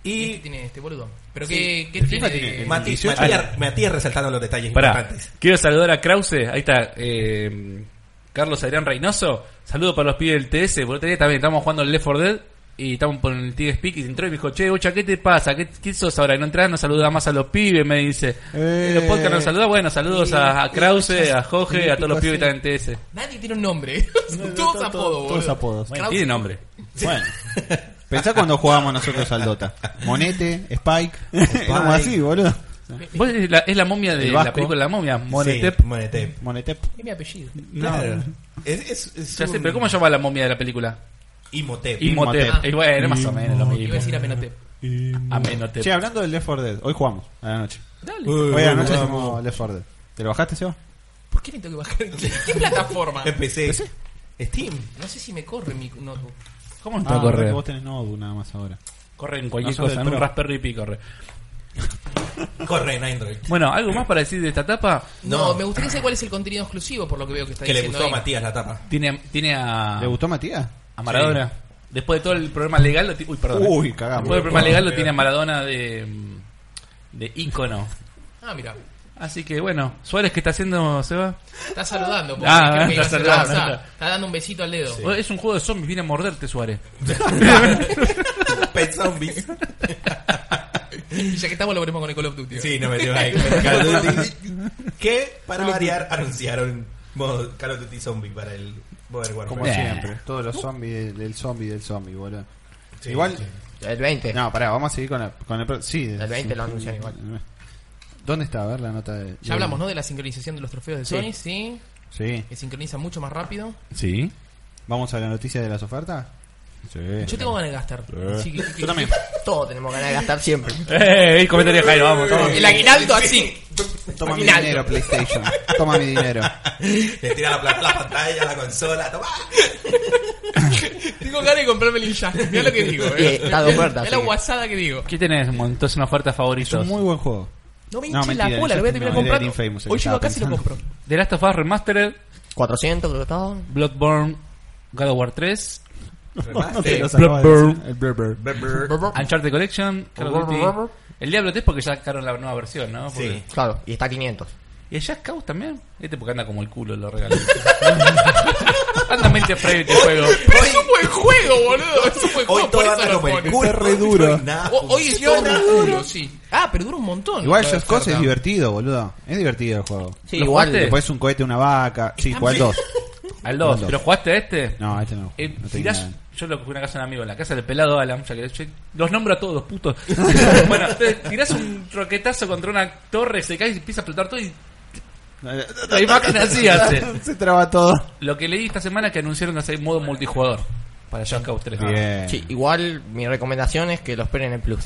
¿Qué Y tiene este boludo? ¿Pero Sí. qué, qué El tiene? FIFA de- tiene- Mati- dieciocho. Matías, Matías resaltando los detalles Pará, importantes. quiero saludar a Krause, ahí está, eh, Carlos Adrián Reynoso, saludo para los pibes del TS, por otro día también estábamos jugando el Left 4 Dead y estamos por el Tigre Speak y entró y me dijo, che, bocha, ¿qué te pasa? ¿Qué, qué sos ahora? No entras, no saludas más a los pibes, me dice. Eh. los podcasts no saludan, bueno, saludos a, a Krause, a Jorge, a todos los pibes que están en TS. Nadie tiene un nombre. Son todos todo- apodos, boludo. todos apodos. Bueno, tiene nombre. Bueno. Pensá cuando jugábamos nosotros al Dota. Monete, Spike. Éramos así, boludo. Vos es la, es la momia de El la Vasco. película La momia, Monetep. Sí, Monetep. Monete. Es mi apellido. Claro. Es, es, es Ya sé, un- pero ¿cómo se llama la momia de la película? Imhotep. Imhotep. Imhotep. Eh, bueno, más o menos lo Iba a mismo. decir Apenotep. Amenhotep. Che, hablando del Left 4 Dead. Hoy jugamos, a la noche. Uy, Hoy a la noche vamos. hacemos Left 4 Dead. ¿Te lo bajaste, Seba? ¿Por qué me tengo que bajar? ¿Qué, qué plataforma? Empecé. Steam. No sé si me corre mi notebook. ¿Cómo no te Ah, corre? que vos tenés Nodu nada más ahora. Corre en cualquier No sos cosa, del en pro. un Raspberry Pi corre. Corre en Android. Bueno, ¿algo más para decir de esta etapa? No, No. me gustaría saber cuál es el contenido exclusivo por lo que veo que está Que le diciendo gustó a ahí. Matías la tapa. Tiene, tiene a, ¿Le gustó Matías? Ah. a Maradona. Después de todo el problema legal, lo ti- uy, perdón. eh. Uy, Después cagamos. del problema legal lo tiene a Maradona de, mm, de ícono. Ah, mira. Así que bueno, Suárez, ¿qué está haciendo, Seba? Está saludando. porque Ah, creo que está iba a hacer la- saludando, está. está, está dando un besito al dedo. Oh, Es un juego de zombies, viene a morderte, Suárez. Pet Zombies. Y ya que estamos, lo ponemos con el Call of Duty. Sí, no me dio ahí. Call of Duty. que, para variar, anunciaron modo Call of Duty Zombie para el Modern Warfare. Como Nah. siempre. Todos los zombies del, del zombie del zombie, boludo. Sí, igual. sí. El 20. No, pará, vamos a seguir con, la- con el. pro- Sí, El 20 lo anuncian igual. ¿Dónde está? A ver la nota de. Ya hablamos, ¿no? De la sincronización de los trofeos de Sony, sí. Sí. Que sincronizan mucho más rápido. Sí. ¿Vamos a la noticia de las ofertas? Sí. Yo tengo ganas de gastar. Así que- Eh. Yo también. Todos tenemos ganas de gastar siempre. ¡Eh! el comentario de Jairo, vamos, vamos. El aguinaldo así. Toma mi Maquinario. dinero, PlayStation. Toma mi dinero. Le tira la plata a la pantalla, a la consola, toma. Tengo ganas de comprarme el Injustice. Mirá lo que digo, eh. Eh, está de oferta, Mirá así la que- guasada que digo. ¿Qué tenés? mon? Entonces una oferta Es favorita. un muy buen juego. No me No, hinches la mentira, bola, lo voy a terminar Injustice no, era comprando. el Infamous, el Hoy que llego estaba acá y lo pensando. compro. The Last of Us Remastered, 400 creo que estaba. Bloodborne, God of War 3, No te lo Blur, sacaba de blur. encima, el blur, blur. Uncharted Collection, Call of Duty. El Diablo 3 porque ya sacaron la nueva versión, ¿no? Porque- Sí. Claro, y está 500. ¿Y el Just Cause también? Este porque anda como el culo, lo regalé. anda mente previa este juego. Pero es un buen juego, boludo. Es un buen Hoy juego. por todo eso anda lo como el ponen. culo. Está re hoy no duro. hay nada, O- Hoy es todo funciona. un culo, sí. Ah, pero dura un montón. Igual Lo Just descartamos. Cause es divertido, boludo. Es divertido el juego. Sí, ¿Lo igual. jugaste? después- Después un cohete, una vaca. Sí, ¿cuál dos? Al 2. Al ¿Pero jugaste a este? No, este no. Eh, no tenía tirás- nada. yo lo cogí en una casa de un amigo, en la casa del pelado Alan, ya que yo- los nombro a todos, putos. bueno, te tirás un roquetazo contra una torre, se cae y empieza a explotar todo y la imagen así hace. Se traba todo. Lo que leí esta semana es que anunciaron hacer modo multijugador para Just Cause 3. Bien. Sí, igual mi recomendación es que lo esperen en Plus.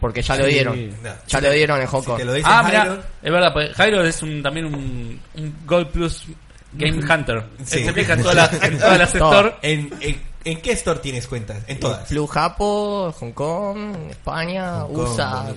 Porque ya lo Sí. dieron. No, Ya lo dieron en Hong si Kong. te lo dice Ah, Jairo, mira, es verdad, pues Jairo es un, también un, un Gold Plus Game Hunter. Sí. Él se fija en todas las, en todas las Todo. store. ¿en, en, en qué store tienes cuentas? En todas. Plus Japo, Hong Kong, España, Hong Kong, USA. boludo.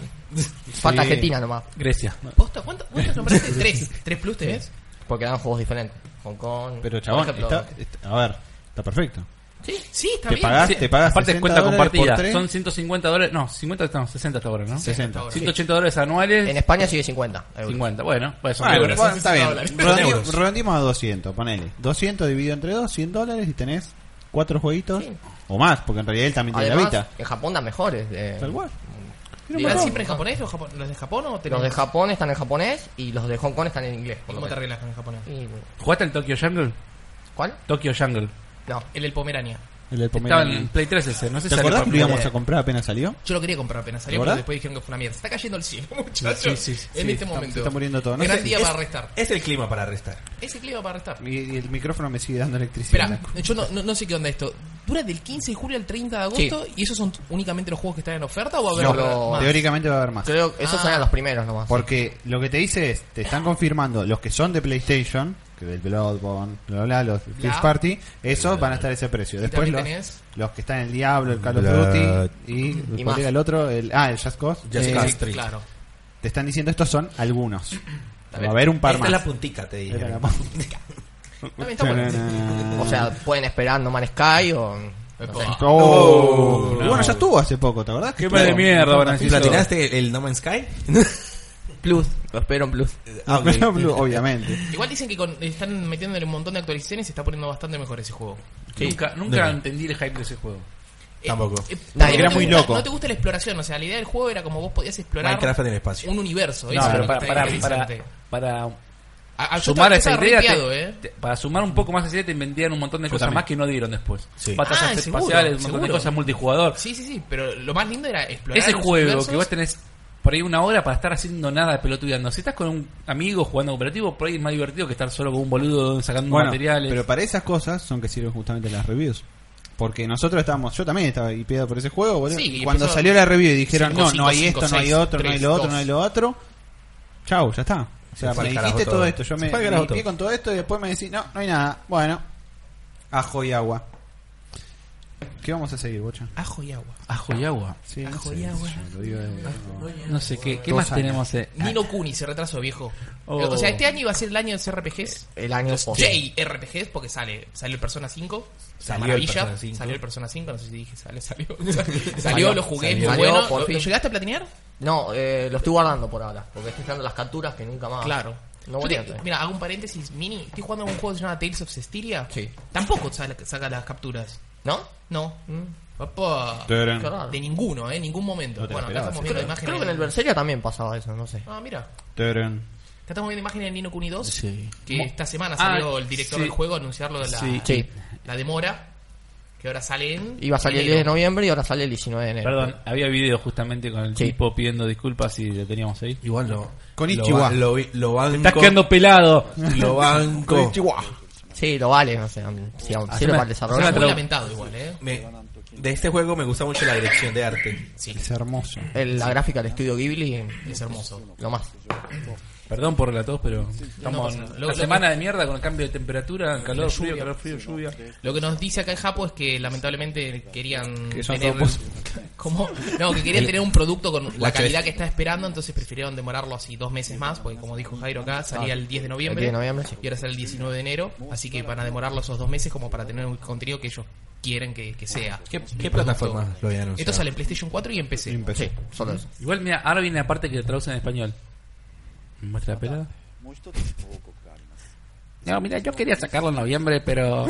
Falta Sí. Argentina nomás. Grecia. Posta, ¿Cuánto, cuánto compraste? Tres. ¿Tres plus tenés? Porque dan juegos diferentes. Hong Kong. Pero por chabón, ejemplo. está, está- a ver, está perfecto. Sí, sí, está Te bien. pagás, Sí, te pagas aparte 60 es cuenta dólares compartida. por tres, Son 150 dólares. No, 50, no, 60 hasta ahora, ¿no? 60. Sí. 180 dólares anuales. En España sigue 50 euros. 50, bueno, pues son Ah, Bueno, euros. bueno, está bien. dólares. Rondi- Son euros. Redondimos a 200, ponele. 200 dividido entre 2, 100 dólares y tenés cuatro jueguitos Sí. o más, porque en realidad él también tiene la Además, vita. en Japón dan mejores. eh. Tal cual. ¿Y van siempre en japonés los, japo- los de Japón o te Los de Japón están en japonés y los de Hong Kong están en inglés. por lo ¿Cómo te menos. arreglas con el japonés? Y- ¿Jugaste al Tokyo Jungle? ¿Cuál? Tokyo Jungle. No. El del Pomerania. El del Estaba Pomerania. en Play 3 ese, no sé ¿Te acordás si salió que para lo Play. íbamos a comprar apenas salió? Yo lo quería comprar apenas salió, ¿Verdad? pero después dijeron que fue una mierda. Se está cayendo el cielo, muchachos. Sí, sí, sí. en Sí, este está- momento. se está muriendo todo. No Gran sé, día Es- para restar. Es el clima para restar. Ese clima para restar. Y, y el micrófono me sigue dando electricidad. Espera, yo no, no, no sé qué onda esto. ¿Dura del 15 de julio al 30 de agosto? ¿Y esos son t- únicamente los juegos que están en oferta o va a haber No, otra- lo- más? Teóricamente va a haber más. Creo que esos Ah. eran los primeros nomás. Porque lo que te dice es, te están confirmando los que son de PlayStation, que del Bloodborne, bla, bla, los First Party, esos van a estar a ese precio. Después también los, tenés- los que están en el Diablo, el Call of Blood. Duty y, ¿cuál más. era el otro, el, ah, el Just Cause. Just Eh, Cause. Claro. Te están diciendo estos son algunos. Va bien. a haber un par Esta es la más. puntica, te dije. Era la- Está bien, está bueno. O sea, pueden esperar No Man's Sky o... no sé. Oh. No. Bueno, ya estuvo hace poco, ¿te acordás? Qué mal de mierda, van a decir. ¿Platinaste el, el No Man's Sky? Plus, lo espero en Plus. Ah, bueno, Blue, obviamente. Igual dicen que con- están metiéndole un montón de actualizaciones y se está poniendo bastante mejor ese juego. Nunca, nunca No. entendí el hype de ese juego. Tampoco. No, Dale, era te muy gusta- loco. eh, No te gusta la exploración, o sea, la idea del juego era como vos podías explorar Minecraft en el espacio. un universo. No, eso pero es para, lo que para, está para, interesante. para A- a- yo sumar a esa estaba- yo idea, estaba te- ripiado, eh. te- para sumar un poco más a esa idea, te inventían un montón de cosas también. más que no dieron después. Sí. Batallas Ah, seguro, espaciales, un montón de seguro. cosas multijugador. Sí, sí, sí, pero lo más lindo era explorar. Ese los juego universos. que vos tenés por ahí una hora para estar haciendo nada pelotudeando. Si estás con un amigo jugando cooperativo, por ahí es más divertido que estar solo con un boludo sacando Bueno, materiales. pero para esas cosas son que sirven justamente las reviews. Porque nosotros estábamos, yo también estaba hipeado por ese juego, boludo. Sí, y y cuando empezó salió la review y dijeron, cinco, no, cinco, no hay cinco, esto, no hay seis, otro, no hay tres, lo otro, dos. no hay lo otro. Chau, ya está. O sea, Se fue me al carajo dijiste todo. todo. esto, yo Se me, fue al me carajo hipié todo. con todo esto y después me decís, no, no hay nada. Bueno, ajo y agua. ¿Qué vamos a seguir, bocha? Ajo y agua. Ajo y agua. Sí, Ajo sí, y agua. yo lo digo de- no. No sé qué, ¿qué Dos más años. tenemos. eh? Nino Kuni se retrasó, viejo. Oh. O sea, este año iba a ser el año de los RPGs. El año Los post. JRPGs, porque sale, sale el Persona 5. la Salió maravilla. el Persona 5. Salió el Persona 5, no sé si dije, sale, salió. salió, lo jugué, muy Salió, bueno. por ¿Lo, fin. lo llegaste a platinear? No, eh, lo estoy guardando por ahora. Porque estoy esperando las capturas que nunca más. Claro. No Yo Ah. voy te- a entrar. mira, hago un paréntesis mini. Estoy jugando a un juego que se llama Tales of Cestiria. Sí. Tampoco sale- saca las capturas. ¿No? No. Mm. Papá. Qué raro. De ninguno, ¿eh? Ningún momento. No te lo bueno, esperabas, acá estamos sí. viendo imágenes. Creo que en el Berseria también pasaba eso, no sé. Ah, mira. Acá Teren. estamos viendo imágenes de Nino Kuni 2. Sí. Que Mo- esta semana Ah, salió el director sí. del juego a anunciarlo de la, Sí. Sí. la demora. Que ahora sale en. Iba a salir el 10 de enero. noviembre y ahora sale el 19 de enero. Perdón, había video justamente con el Sí. tipo pidiendo disculpas y lo teníamos ahí. Igual no. Con Lo Ichiwa. ba- Lo, vi- lo banco. Estás quedando pelado. Lo banco. Oh, Sí, lo vale, no sé. Si, si lo Haceme- vale el desarrollo. haceme Muy Pero- lamentado igual, ¿eh? Me- De este juego me gusta mucho la dirección de arte. Sí, Es hermoso. El- la gráfica del estudio Ghibli, eh, es hermoso. lo más. Perdón por la tos, pero No estamos pasa nada. en Luego- la luego- semana de mierda con el cambio de temperatura, calor, lluvia. frío, calor, frío, lluvia. Lo que nos dice acá el Japo es que lamentablemente querían Que son tener... todos- ¿Cómo? No, que querían tener un producto con la Guacho, calidad es- que está esperando, entonces prefirieron demorarlo así dos meses más, porque como dijo Jairo acá, salía Ah, el 10 de El noviembre, 10 de noviembre, sí. y ahora sale el 19 de enero, así que van a demorarlo esos dos meses como para tener un contenido que ellos quieren que, que sea. ¿Qué, qué plataforma lo habían anunciado? Esto sale en PlayStation 4 y en PC. Sí, solo eso. Igual, mira, ahora viene la parte que traduce en español. ¿Me muestra la pelada? No, mira, yo quería sacarlo en noviembre, pero.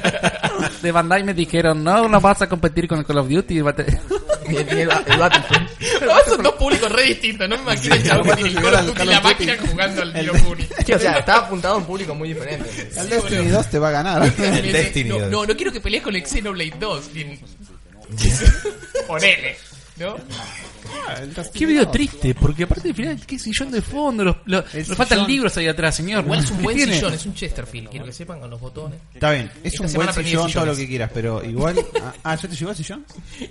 de Bandai me dijeron, no, no vas a competir con el Call of Duty. va a te- Y el, y el- el Battlefield. No, son dos públicos re distintos, no me imagino el chabón que tiene el Call of Duty y la máquina jugando al Nino Kuni. Sí, o sea, está apuntado a un público muy diferente. El Destiny 2 te va a ganar. Me dice, Destiny no, dos. no, no quiero que pelees con el Xenoblade 2. ni- Ponele. ¿No? Qué video triste, porque aparte al final, qué sillón de fondo, los, los- El nos faltan sillón. libros ahí atrás, señor. Igual es un ¿Qué buen tiene? sillón, es un Chesterfield. Quiero que sepan con los botones. Está bien, es Esta un buen semana aprendí de sillón, todo lo sillones. que quieras, pero igual. Ah, ah, ¿ya te llegó el sillón?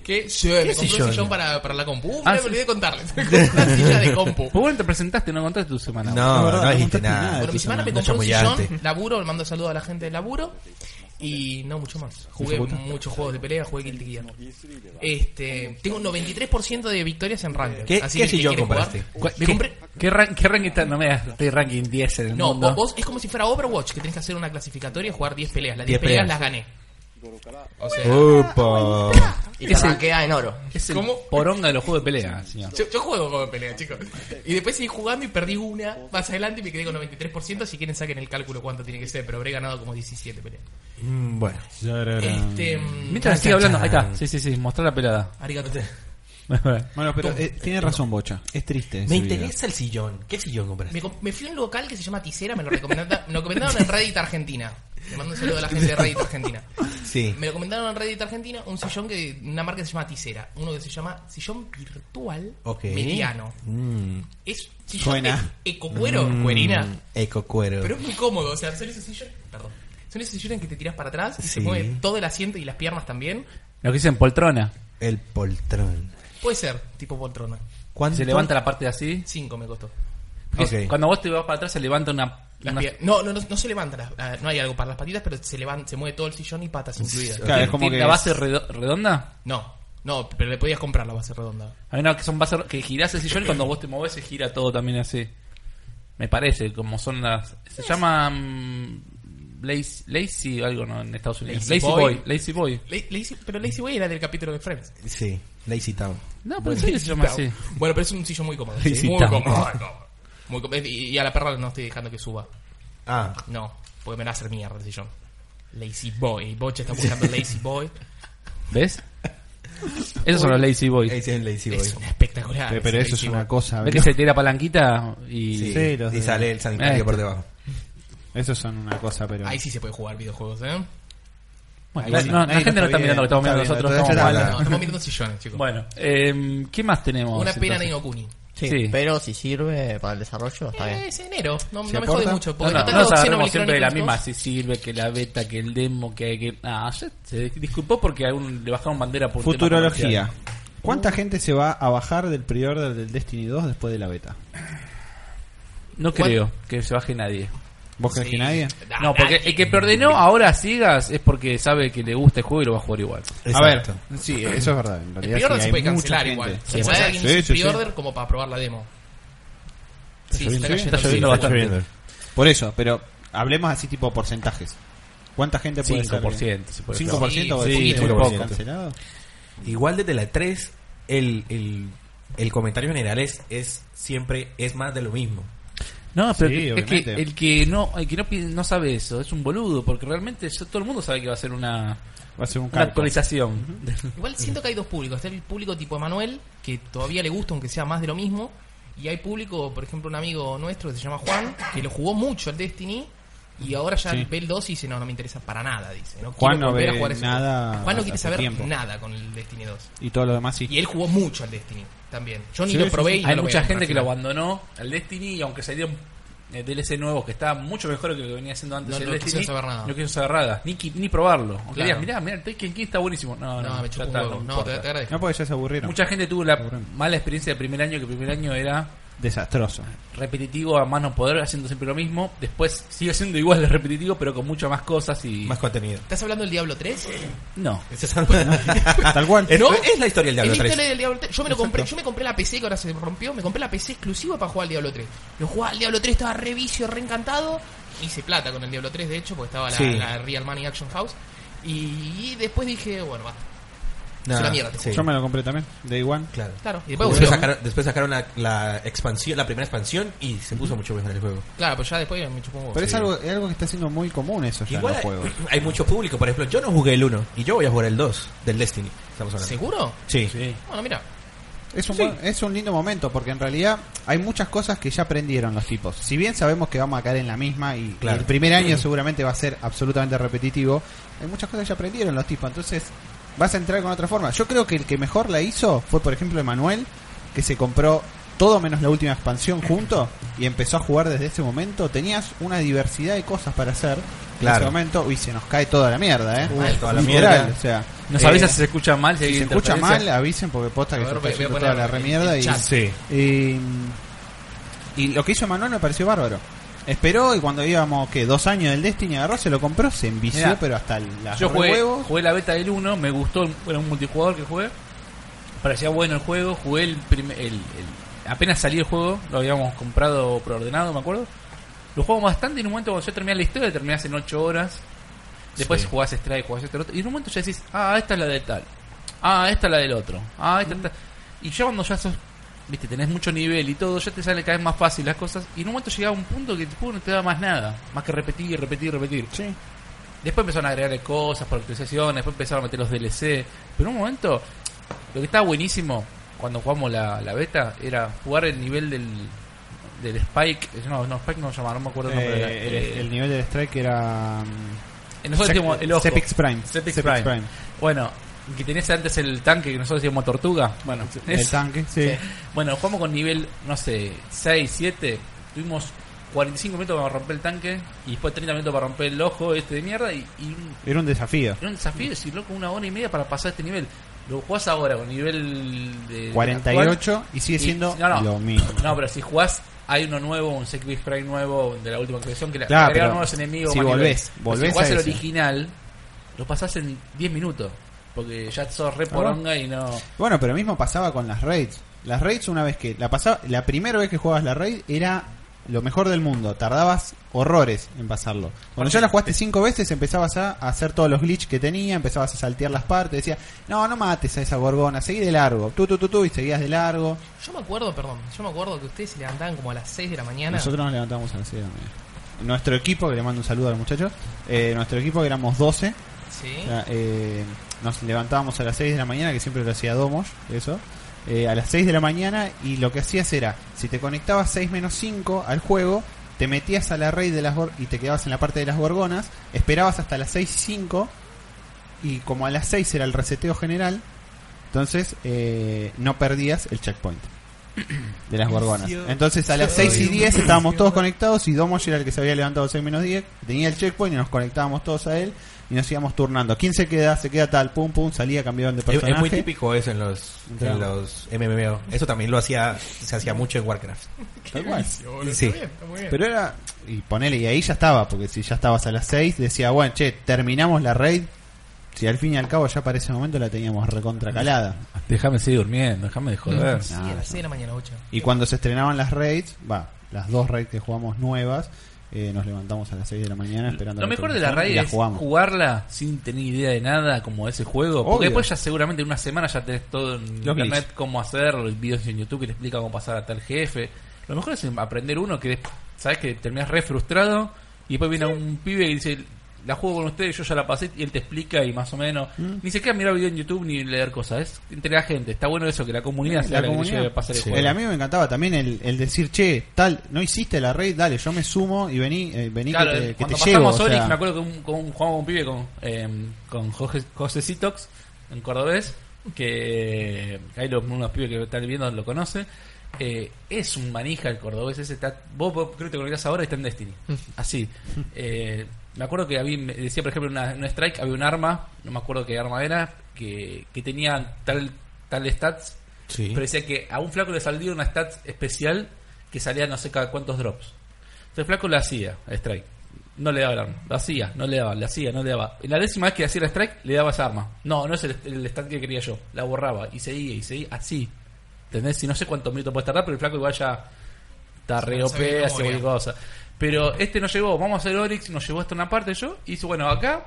¿Qué? Sí, me compré sillón? un sillón para, para la compu. Uh, Ah, me sí. olvidé de contarles. Me compré una silla de compu. Pues bueno, te presentaste, no contaste tu semana. Es No, verdad, no, no dijiste contaste nada. nada. Bueno, Bueno, mi semana me No compré un chamullaste. sillón, laburo, le mando saludos a la gente de laburo y no mucho más. Jugué muchos juegos de pelea, jugué Guilty Gear. Este, tengo un 93% de victorias en ranking. ¿Qué- así qué que, sillón ¿quieren jugar? compraste? ¿Cuál- Me ¿Qué, compré qué, ran- qué ranking está? No me das, estoy ranking 10 en el No, mundo. vos, vos- es como si fuera Overwatch, que tenés que hacer una clasificatoria y jugar 10 peleas. Las 10 10 peleas, peleas. las gané. O sea, Upa. Y te Ese- rankea en oro. es el ¿Cómo? poronga de los juegos de pelea, señor. yo, yo juego como pelea, chicos. Y después seguí jugando y perdí una más adelante y me quedé con 93%. Si quieren saquen el cálculo cuánto tiene que ser, pero habré ganado como 17 peleas. Mm, Bueno. Este, mm, Mientras sigue Chan, chan, hablando, ahí chan. está. Sí, sí, sí, mostrá la pelada. arigato. Bueno, pero eh, tiene razón, Bocha. Es triste. ese Me video. interesa el sillón. ¿Qué sillón Me, compraste? com- me fui a un local que se llama Tisera, me lo recomendaron, me lo recomendaron en Reddit Argentina. Le mando un saludo a la gente de Reddit Argentina. Sí. Me lo comentaron en Reddit Argentina un sillón que una marca que se llama Tisera, uno que se llama sillón virtual Ok. mediano. Mm, Es sillón Suena. de ecocuero, cuerina, Eco cuero. pero es muy cómodo, o sea, son esos sillones, perdón. Son esos sillones que te tiras para atrás y se Sí. mueve todo el asiento y las piernas también. Lo que dicen poltrona. El poltrón. Puede ser tipo poltrona. ¿Cuánto? Se levanta la parte de así. Cinco me costó. Porque Ok. es- Cuando vos te vas para atrás se levanta una... Las una- pier- no, no, no, no se levanta, las- ah, no hay algo para las patitas, pero se levan- se mueve todo el sillón y patas incluidas. Claro, es como ¿Tiene que. la base es- redo- redonda? No, no, pero le podías comprar la base redonda. Hay una que son bases que girás el sillón y cuando vos te movés se gira todo también así. Me parece, como son las... Se llama... mm, Lazy, lazy algo ¿no? en Estados Unidos. Lazy Lazy, Boy. boy. Lazy Boy. Le- Lazy- pero Lazy Boy era del capítulo de Friends. Sí. Lazy Town. No, pero en serio se llama así. Bueno, pero es un sillón muy cómodo. sí, Sí, sí, muy, está. cómodo muy cómodo. Muy cómodo. Y, y a la perra no estoy dejando que suba. Ah. No, porque me la hace mierda el sillón. Lazy Boy. Bocha está buscando Lazy Boy. ¿Ves? Esos son los Lazy Boys. Ahí sí es Lazy Boy. Es una espectacular. Pero ese eso es Lazy una Boy. cosa. ¿Ves que ¿no? se tira palanquita y... Sí. Sí, los y de- sale el sanitario Ahí por está. debajo. Esos son una cosa, pero. Ahí sí se puede jugar videojuegos, ¿eh? Bueno, Nadie- no, la nadie nos gente no está está mirando lo que viendo, estamos mirando está nosotros. viendo, estamos entonces- mal. No, estamos mirando sillones, chicos. Bueno, eh, ¿qué más tenemos? una pena entonces? Nino Kuni. Sí, Sí. pero si sirve para el desarrollo, está bien. Es enero. No, ¿Se no me aporta? jode mucho. No, Porque no, total, no nos los agarremos Xenoblade siempre de la Chronicles misma. 2, Si sirve, que la beta, que el demo, que hay que. Ah, ya se disculpó porque a un le bajaron bandera por. un tema Futurología. comercial. Uh. ¿Cuánta gente se va a bajar del pre-order del Destiny 2 después de la beta? No creo que se baje nadie. ¿Vos crees sí. que nadie? Da- No, porque el que preordenó ahora a ciegas es porque sabe que le gusta el juego y lo va a jugar igual. Exacto. A ver, sí, eso es verdad. En El realidad, pre-order sí, se hay puede mucha cancelar gente. igual. Sí, Si puede alguien hizo sí, un sí, sí. pre-order como para probar la demo. Sí, se lloviendo, sí? cayendo Está el lloviendo cielo. bastante. Por eso, pero hablemos así tipo porcentajes. ¿Cuánta gente puede estar? 5% se puede ¿5% esperar. de Sí, gente muy que poco. fue cancelado? Igual desde la 3, el, el, el comentario general es, es siempre es más de lo mismo. No, pero Sí, que- es que obviamente. el que no el que no, pi- no sabe eso es un boludo, porque realmente ya todo el mundo sabe que va a ser una, Va a ser un una cálculo. actualización. Igual siento que hay dos públicos. Está el público tipo Emanuel, que todavía le gusta, aunque sea más de lo mismo. Y hay público, por ejemplo, un amigo nuestro que se llama Juan, que lo jugó mucho al Destiny. Y ahora ya Sí. ve el 2 y dice, no, no me interesa para nada, dice. No Juan quiero no volver ve a jugar ese nada juego. Juan no quiere hace saber tiempo. nada con el Destiny 2. Y todos los demás sí. Y él jugó mucho al Destiny también. Yo ni Sí, lo sí, probé sí. y no Hay lo voy mucha a gente comprar que lo final. abandonó al Destiny y aunque salieron eh, DLC nuevos que estaban mucho mejor que lo que venía haciendo antes. No- el no Destiny, quiso saber nada. No quiso saber nada, ni, qui- ni probarlo. Aunque Claro. digas, mirá, mirá, el Tekken King está buenísimo. No, no, No, me ya chupo un está, huevo. no No, importa. te, te agradezco. No, porque ya se aburrieron. Mucha gente tuvo la mala experiencia del primer año, que el primer año era Desastroso. repetitivo a más no poder, haciendo siempre lo mismo. Después sigue siendo igual de repetitivo, pero con muchas más cosas y... Más contenido. ¿Estás hablando del Diablo 3? No. Tal cual. Es, Pues, ¿No? es la historia del Diablo es la 3. historia del Diablo 3. Yo me lo compré, yo me compré la PC que ahora se rompió, me compré la PC exclusiva para jugar al Diablo 3. Lo jugaba al Diablo 3, estaba re vicio, re encantado. Hice plata con el Diablo 3, de hecho, porque estaba la, Sí. la Real Money Action House. Y, después dije, bueno, basta. No, Es una mierda, te sí. Yo me lo compré también, de igual. Claro. Claro, y después volvió. Después sacaron, después sacaron la, la expansión, la primera expansión y se puso mucho mejor el juego. Claro, pues ya después me chupó un huevo. Pero es Sí. algo, es algo que está siendo muy común eso ya Igual en los juegos. hay, hay mucho público, por ejemplo, yo no jugué el 1 y yo voy a jugar el 2 del Destiny. Estamos hablando. ¿Seguro? Sí. Sí. Bueno, mira. Es un, buen- es un lindo momento porque en realidad hay muchas cosas que ya aprendieron los tipos. Si bien sabemos que vamos a caer en la misma y, Claro. y el primer año seguramente va a ser absolutamente repetitivo, hay muchas cosas que ya aprendieron los tipos. Entonces vas a entrar con otra forma. Yo creo que el que mejor la hizo fue, por ejemplo, Emanuel, que se compró todo menos la última expansión junto y empezó a jugar desde ese momento. Tenías una diversidad de cosas para hacer en Claro. ese momento y se nos cae toda la mierda, ¿eh? Mal, toda la Literal, mierda. o sea, Nos eh, avisas si se escucha mal, si, si hay se escucha mal, interferencia. avisen porque posta que A ver, se voy está a haciendo poner toda la el- el remierda y, chat. Sí. y y lo que hizo Manuel me pareció bárbaro. Esperó y cuando íbamos que dos años del Destiny agarró, se lo compró, se envició, Mirá, pero hasta la Yo jugué, huevo. jugué la beta del 1, me gustó, era un multijugador que jugué. Parecía bueno el juego, jugué el, prim- el, el- Apenas salí el juego, lo habíamos comprado preordenado, me acuerdo. Lo jugamos bastante y en un momento cuando ya terminé la historia, terminás en 8 horas. Después Sí. jugás Strike, jugás este otro. Y en un momento ya decís, ah, esta es la del tal. Ah, esta es la del otro. Ah, esta, esta. Y ya cuando ya sos, viste, tenés mucho nivel y todo, ya te sale cada vez más fácil las cosas. Y en un momento llegaba un punto que el juego no te da más nada, más que repetir, repetir, repetir. Sí. Después empezaron a agregarle cosas por actualizaciones, después empezaron a meter los DLC. Pero en un momento, lo que estaba buenísimo cuando jugamos la, la beta era jugar el nivel del, del Spike. eh, No, no, Spike no se llama, no me acuerdo el nombre. Eh, el, era, eh, el nivel del Strike era. mm, eh, nosotros decíamos el ojo. Sepix Prime. Sepix Sepix Prime. Bueno, que tenías antes el tanque que nosotros decíamos tortuga. Bueno, El es- tanque, sí. Sí. Bueno, jugamos con nivel, no sé, 6, 7. Tuvimos 45 minutos para romper el tanque y después 30 minutos para romper el ojo este de mierda y- y Era un desafío. era un desafío decir, loco, una hora y media para pasar este nivel. Lo jugás ahora con nivel de. 48 y sigue Y- siendo no, no. lo mismo. actual. No, pero si jugás, hay uno nuevo, un Secret Frame nuevo de la última actualización que le Claro, agregaron pero nuevos enemigos. si más volvés, niveles. volvés Pero Si jugás a el ese. original, lo pasás en 10 minutos. Porque ya sos Ah. re poronga y no. Bueno, pero mismo pasaba con las raids. Las raids una vez que la pasaba, la primera vez que jugabas la raid era lo mejor del mundo, tardabas horrores en pasarlo. Cuando ya la jugaste cinco veces empezabas a hacer todos los glitch que tenía, empezabas a saltear las partes, decía, no, no mates a esa gorgona, seguí de largo, tú, tú, tú, tú, y seguías de largo. Yo me acuerdo, perdón, yo me acuerdo que ustedes se levantaban como a las 6 de la mañana. Nosotros nos levantamos a las seis de la mañana. Nuestro equipo, que le mando un saludo a los muchachos, eh, nuestro equipo que éramos 12, Sí. O sea, eh, nos levantábamos a las 6 de la mañana, que siempre lo hacía Domos, eso. eh, a las 6 de la mañana y lo que hacías era, si te conectabas 6 menos 5 al juego, te metías a la raid de las gor- y te quedabas en la parte de las gorgonas, esperabas hasta las 6 y 5 y como a las 6 era el reseteo general, entonces eh, no perdías el checkpoint. De las gorgonas. Entonces a las 6 y 10 estábamos todos conectados y Domos era el que se había levantado 6 menos 10, tenía el checkpoint y nos conectábamos todos a él y nos íbamos turnando. ¿Quién se queda? Se queda tal, pum, pum, salía, cambiaban de Es, personaje. es muy típico eso en los, Claro. en los MMO. Eso también lo hacía, se hacía mucho en Warcraft. Tal cual. boludo, Sí. está bien, está muy bien. Pero era. Y ponele, y ahí ya estaba, porque si ya estabas a las 6, decía, bueno, che, terminamos la raid. Si al fin y al cabo ya para ese momento la teníamos recontracalada. Déjame seguir durmiendo, déjame de joder. Sí, a las 6 de la mañana, 8. Y cuando se estrenaban las raids, va, las dos raids que jugamos nuevas, eh, nos levantamos a las 6 de la mañana esperando. Lo la mejor de la actualización y raid es jugamos. jugarla sin tener idea de nada, como ese juego. Porque Obvio. después ya seguramente en una semana ya tenés todo en Los internet cómo hacerlo, el videos en YouTube que te explica cómo pasar a tal jefe. Lo mejor es aprender uno que desp- sabes que terminás re frustrado y después viene un pibe y dice, la juego con ustedes, yo ya la pasé y él te explica y más o menos. Mm. Ni se queda mirar video en YouTube ni leer cosas. Es entre la gente. Está bueno eso, que la comunidad sea La la, que comunidad. lleve a pasar el Sí. juego. El amigo me encantaba también el, el decir, che, tal, no hiciste la raid, dale, yo me sumo y vení, eh, vení Claro, que te, que te cuando llevo. pasamos o Sonic, sea. me em, acuerdo que un, con un, jugaba con un pibe con, eh, con Jose, José Sitox, en cordobés, que hay los, unos pibes que están viendo lo conocen. eh, es un manija el cordobés ese. Está, vos, vos creo que te conectás ahora y está en Destiny. Así. Eh, me acuerdo que había, me decía, por ejemplo, en una, en una Strike había un arma, no me acuerdo qué arma era, que, que tenía tal, tal stats. Sí. Pero decía que a un flaco le salía una stat especial que salía no sé cada cuántos drops. Entonces el flaco la hacía a Strike. No le daba el arma. La hacía, no le daba, la hacía, no le daba. Y la décima vez que hacía el Strike, le daba esa arma. No, no es el, el stat que quería yo. La borraba y seguía y seguía así. ¿Entendés? Y no sé cuántos minutos puede tardar, pero el flaco igual ya está re no sabía OP, cómo hace cualquier bien. cosa. Pero este no llegó, vamos a hacer Oryx, nos llegó hasta una parte yo, y dice, bueno, acá,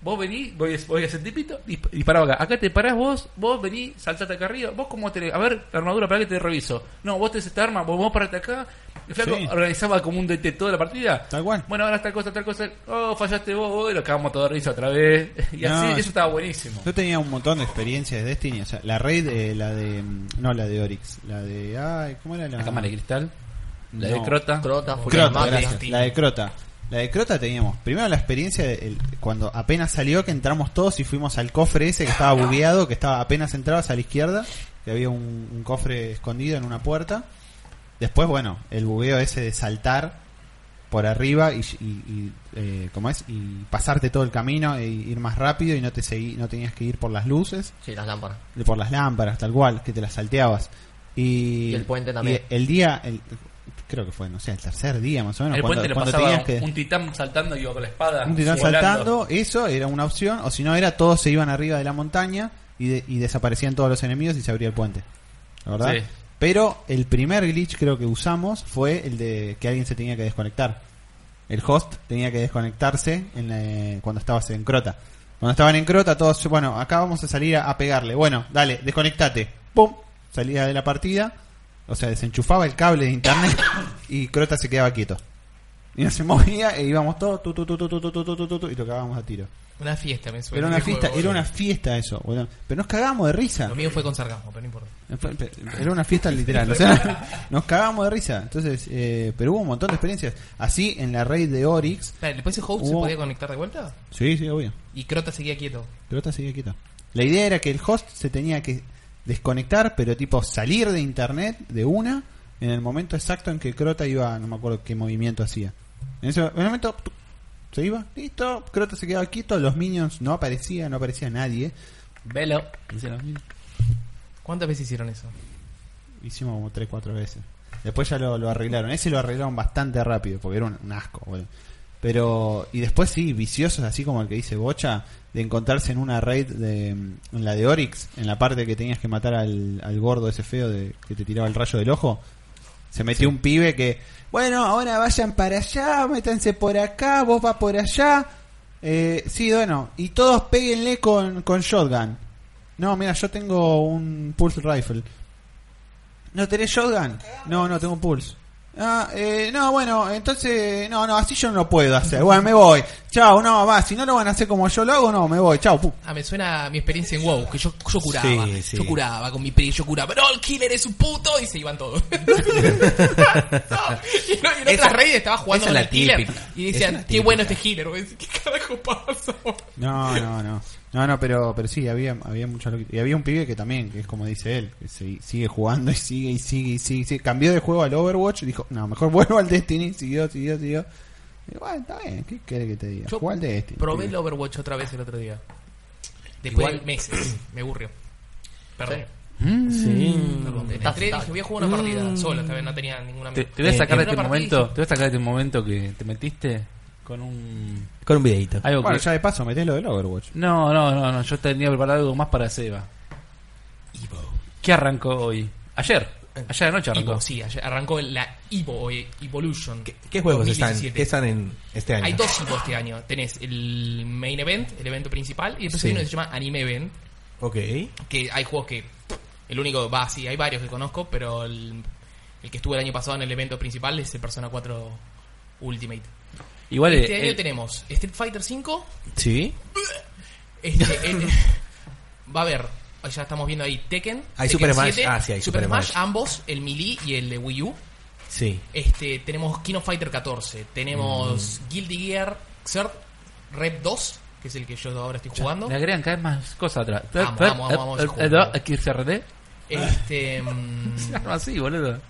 vos venís, voy a, voy a hacer tipito, disp- disparaba acá, acá te parás vos, vos venís, saltate acá arriba, vos cómo tenés, a ver, la armadura para que te reviso. No, vos tenés esta arma, vos, vos parate acá. El flaco Sí. organizaba como un DT toda la partida. Tal cual. Bueno, ahora tal cosa, tal cosa, oh, fallaste vos, vos, y lo acabamos todo de risa otra vez. Y No, así, es- eso estaba buenísimo. Yo tenía un montón de experiencias de Destiny. O sea, la raid, eh, la de. No, la de Oryx. La de. Ay, ¿cómo era la.? La cámara de cristal, la de No. Crota. Crota, Julián Crota, Mate. gracias. La de Crota. La de Crota teníamos. Primero la experiencia de el- cuando apenas salió, que entramos todos y fuimos al cofre ese que estaba bugueado, que estaba apenas entrabas a la izquierda, que había un, un cofre escondido en una puerta. Después, bueno, el bugueo ese de saltar por arriba y, y, y, eh, ¿cómo es? Y pasarte todo el camino e ir más rápido y no te seguí, no tenías que ir por las luces Sí, las lámparas. de por las lámparas, tal cual, que te las salteabas. Y, Y el puente también. y el día, el- creo que fue, no sé, el tercer día más o menos, el cuando, puente lo cuando pasaba tenías que... un titán saltando y iba con la espada. un titán volando. saltando, eso era una opción, o si no era, todos se iban arriba de la montaña y, de- y desaparecían todos los enemigos y se abría el puente. ¿La verdad? Sí. Pero el primer glitch creo que usamos fue el de que alguien se tenía que desconectar. El host tenía que desconectarse en la- cuando estabas en Crota. Cuando estaban en Crota, todos, bueno, acá vamos a salir a, a pegarle. Bueno, dale, desconectate. ¡Pum! Salía de la partida. O sea, desenchufaba el cable de internet y Crota se quedaba quieto. Y no se movía e íbamos todos tu, tu, tu, tu, tu, tu, tu, tu, tu, tu, tu, y lo cagábamos a tiro. Una fiesta, me suena. Era una Qué fiesta, juego, era una boludo. fiesta eso, boludo. Pero nos cagábamos de risa. Lo mío fue con sarcasmo, pero no importa. Fue- pe- Era una fiesta literal, o sea, nos cagábamos de risa. Entonces, eh, pero hubo un montón de experiencias. Así en la raid de Oryx. Espera, ¿Después ese host se Hubo- podía conectar de vuelta? Sí, sí, obvio. Y Crota seguía quieto. Pero esta seguía quieta. La idea era que el host se tenía que desconectar, pero tipo salir de internet de una en el momento exacto en que Crota iba, no me acuerdo qué movimiento hacía. En ese en el momento tuc, se iba, listo, Crota se quedaba quieto, los minions no aparecían, no aparecía nadie. Velo. Dice los mil. ¿Cuántas veces hicieron eso? Hicimos como 3, 4 veces. Después ya lo, lo arreglaron. Ese lo arreglaron bastante rápido, porque era un, un asco, boludo. Pero, y después sí, viciosos, así como el que dice Bocha, de encontrarse en una raid de, en la de Oryx, en la parte que tenías que matar al, al gordo ese feo de, que te tiraba el rayo del ojo. Se metió un pibe que, bueno, ahora vayan para allá, métanse por acá, vos vas por allá. Eh, sí, bueno, y todos péguenle con, con shotgun. No, mira, yo tengo un pulse rifle. ¿No tenés shotgun? No, no, tengo pulse. Ah, eh, no, bueno, entonces, no, no, así yo no lo puedo hacer. Bueno, me voy. Chao, no, va, si no lo van a hacer como yo lo hago, no, me voy. Chao, pu. Ah, me suena a mi experiencia en WoW, que yo, yo curaba. Sí, sí. Yo curaba con mi pri, yo curaba. No, el killer es un puto. Y se iban todos. No, y, no, y en Esa- otras reyes estaba jugando con esa es el la killer. típica. Y Esa es decían, la qué bueno este killer. Vos decís, ¿Qué carajo pasa? No, no, no. No, no, pero, pero sí, había, había mucha loqui- Y había un pibe que también, que es como dice él, que se- sigue jugando y sigue y sigue y sigue, y sigue. Cambió de juego al Overwatch y dijo, no, mejor vuelvo al Destiny. Siguió, siguió, siguió. Y bueno, está bien, ¿qué querés que te diga? Yo Jugá al Destiny. Probé el pibe. Overwatch otra vez el otro día. Después Igual- de meses. Me aburrió. Perdón. Sí. Mm. Perdón. Me Estás- entré y dije, voy a jugar una partida solo. Esta vez no tenía ninguna... Te, te voy Eh, a sacar de entré este una partida y momento, te voy a sacar de este momento que te metiste con un Con un videito. algo Bueno, que- ya de paso, metés lo del Overwatch. No, no, no, no, yo tenía preparado algo más para Seba. ¿Qué arrancó hoy? Ayer, Eh, ayer anoche arrancó. Evo, sí, ayer arrancó la Evo, eh, Evolution. ¿Qué, qué juegos están, 2017. qué están en este año? Hay dos Evo este año. Tenés el Main Event, el evento principal, y después Sí. hay uno que se llama Anime Event, Ok. que hay juegos que... El único, va, sí, hay varios que conozco, pero el, el que estuvo el año pasado en el evento principal es el Persona 4 Ultimate. Igual este eh, año eh, tenemos Street Fighter 5, Sí. este, eh, va a haber, ya estamos viendo ahí Tekken, Hay Tekken Super Smash. Ah, sí, hay Super Super Smash, Smash. ambos, el Melee y el de Wii U. Sí. Este, tenemos Kino Fighter 14, tenemos Guilty Gear Xrd Rep 2, que es el que yo ahora estoy jugando. Le agregan cada vez más cosas atrás. Eh, Vamos, vamos, vamos, vamos, ese juego. Aquí se arredé. Este. mm, Se arma así, boludo.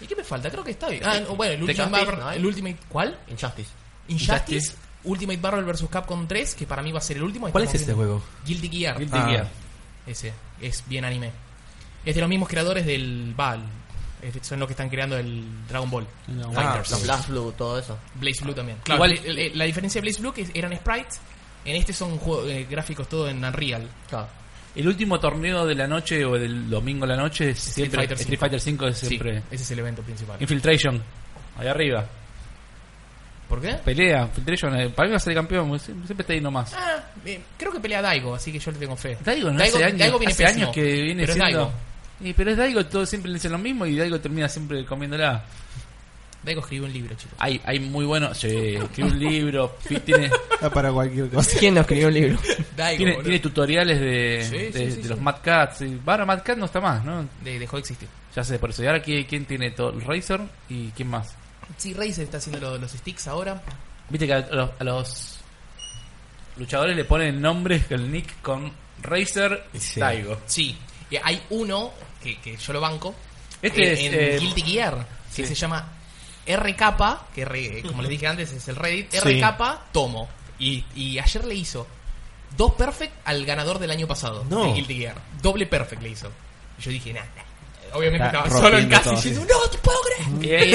¿Y qué me falta? Creo que está bien. Ah, no, bueno, el ¿Te Ultimate, Justice? Barrel- ¿No hay? el Ultimate. ¿Cuál? Injustice. Injustice, Injustice. Ultimate Barrel vs Capcom 3, que para mí va a ser el último. ¿Cuál Estamos es este viendo- juego? Guilty Gear. Guilty Ah. Gear. Ese, es bien anime. Es de los mismos creadores del Val. Son los que están creando el Dragon Ball. Ah, Fighters. Los Blast Blue, todo eso. Blaze Blue también. Claro, Igual- el- el- la diferencia de Blaze Blue que eran sprites. En este son juego- eh, gráficos todo en Unreal. Claro. El último torneo de la noche o del domingo a la noche es siempre Fighter Street Fighter 5 es siempre Sí, ese es el evento principal. Infiltration. Ahí arriba. ¿Por qué? Pelea, Infiltration. eh, Para mí va a ser campeón. Siempre siempre está ahí nomás. Ah, eh, creo que pelea Daigo, así que yo le tengo fe. Daigo no hace años, Daigo viene hace pésimo, años que viene pero es siendo... Daigo. Y, pero es Daigo, todos siempre le dicen lo mismo y Daigo termina siempre comiéndola. Daigo escribió un libro, chicos. Hay, hay muy buenos... Sí, escribe un libro, fi- tiene, Da para cualquier cosa. ¿Quién no escribió el libro? Daigo, tiene, boludo. tiene tutoriales de, Sí, de, sí, sí, de sí. los Mad Cats. y- Bueno, Mad Cat no está más, ¿no? De- dejó de existir. Ya sé, por eso. Y ahora quién, quién tiene todo, Razer y quién más. Sí, Razer está haciendo lo- los sticks ahora. Viste que a los, a los luchadores le ponen nombres el nick con Razer Sí. Daigo. Sí. Y hay uno que, que yo lo banco. Este eh, es, en eh, Guilty Gear, que sí. se llama RK, que re- como les dije antes es el Reddit, Sí. RK Tomo. Y, y ayer le hizo dos perfect al ganador del año pasado No. de Guilty Gear. Doble perfect le hizo. Y yo dije, nada. Obviamente Está estaba solo en rompiendo casa todo, y diciendo, no, te puedo creer. Y ahí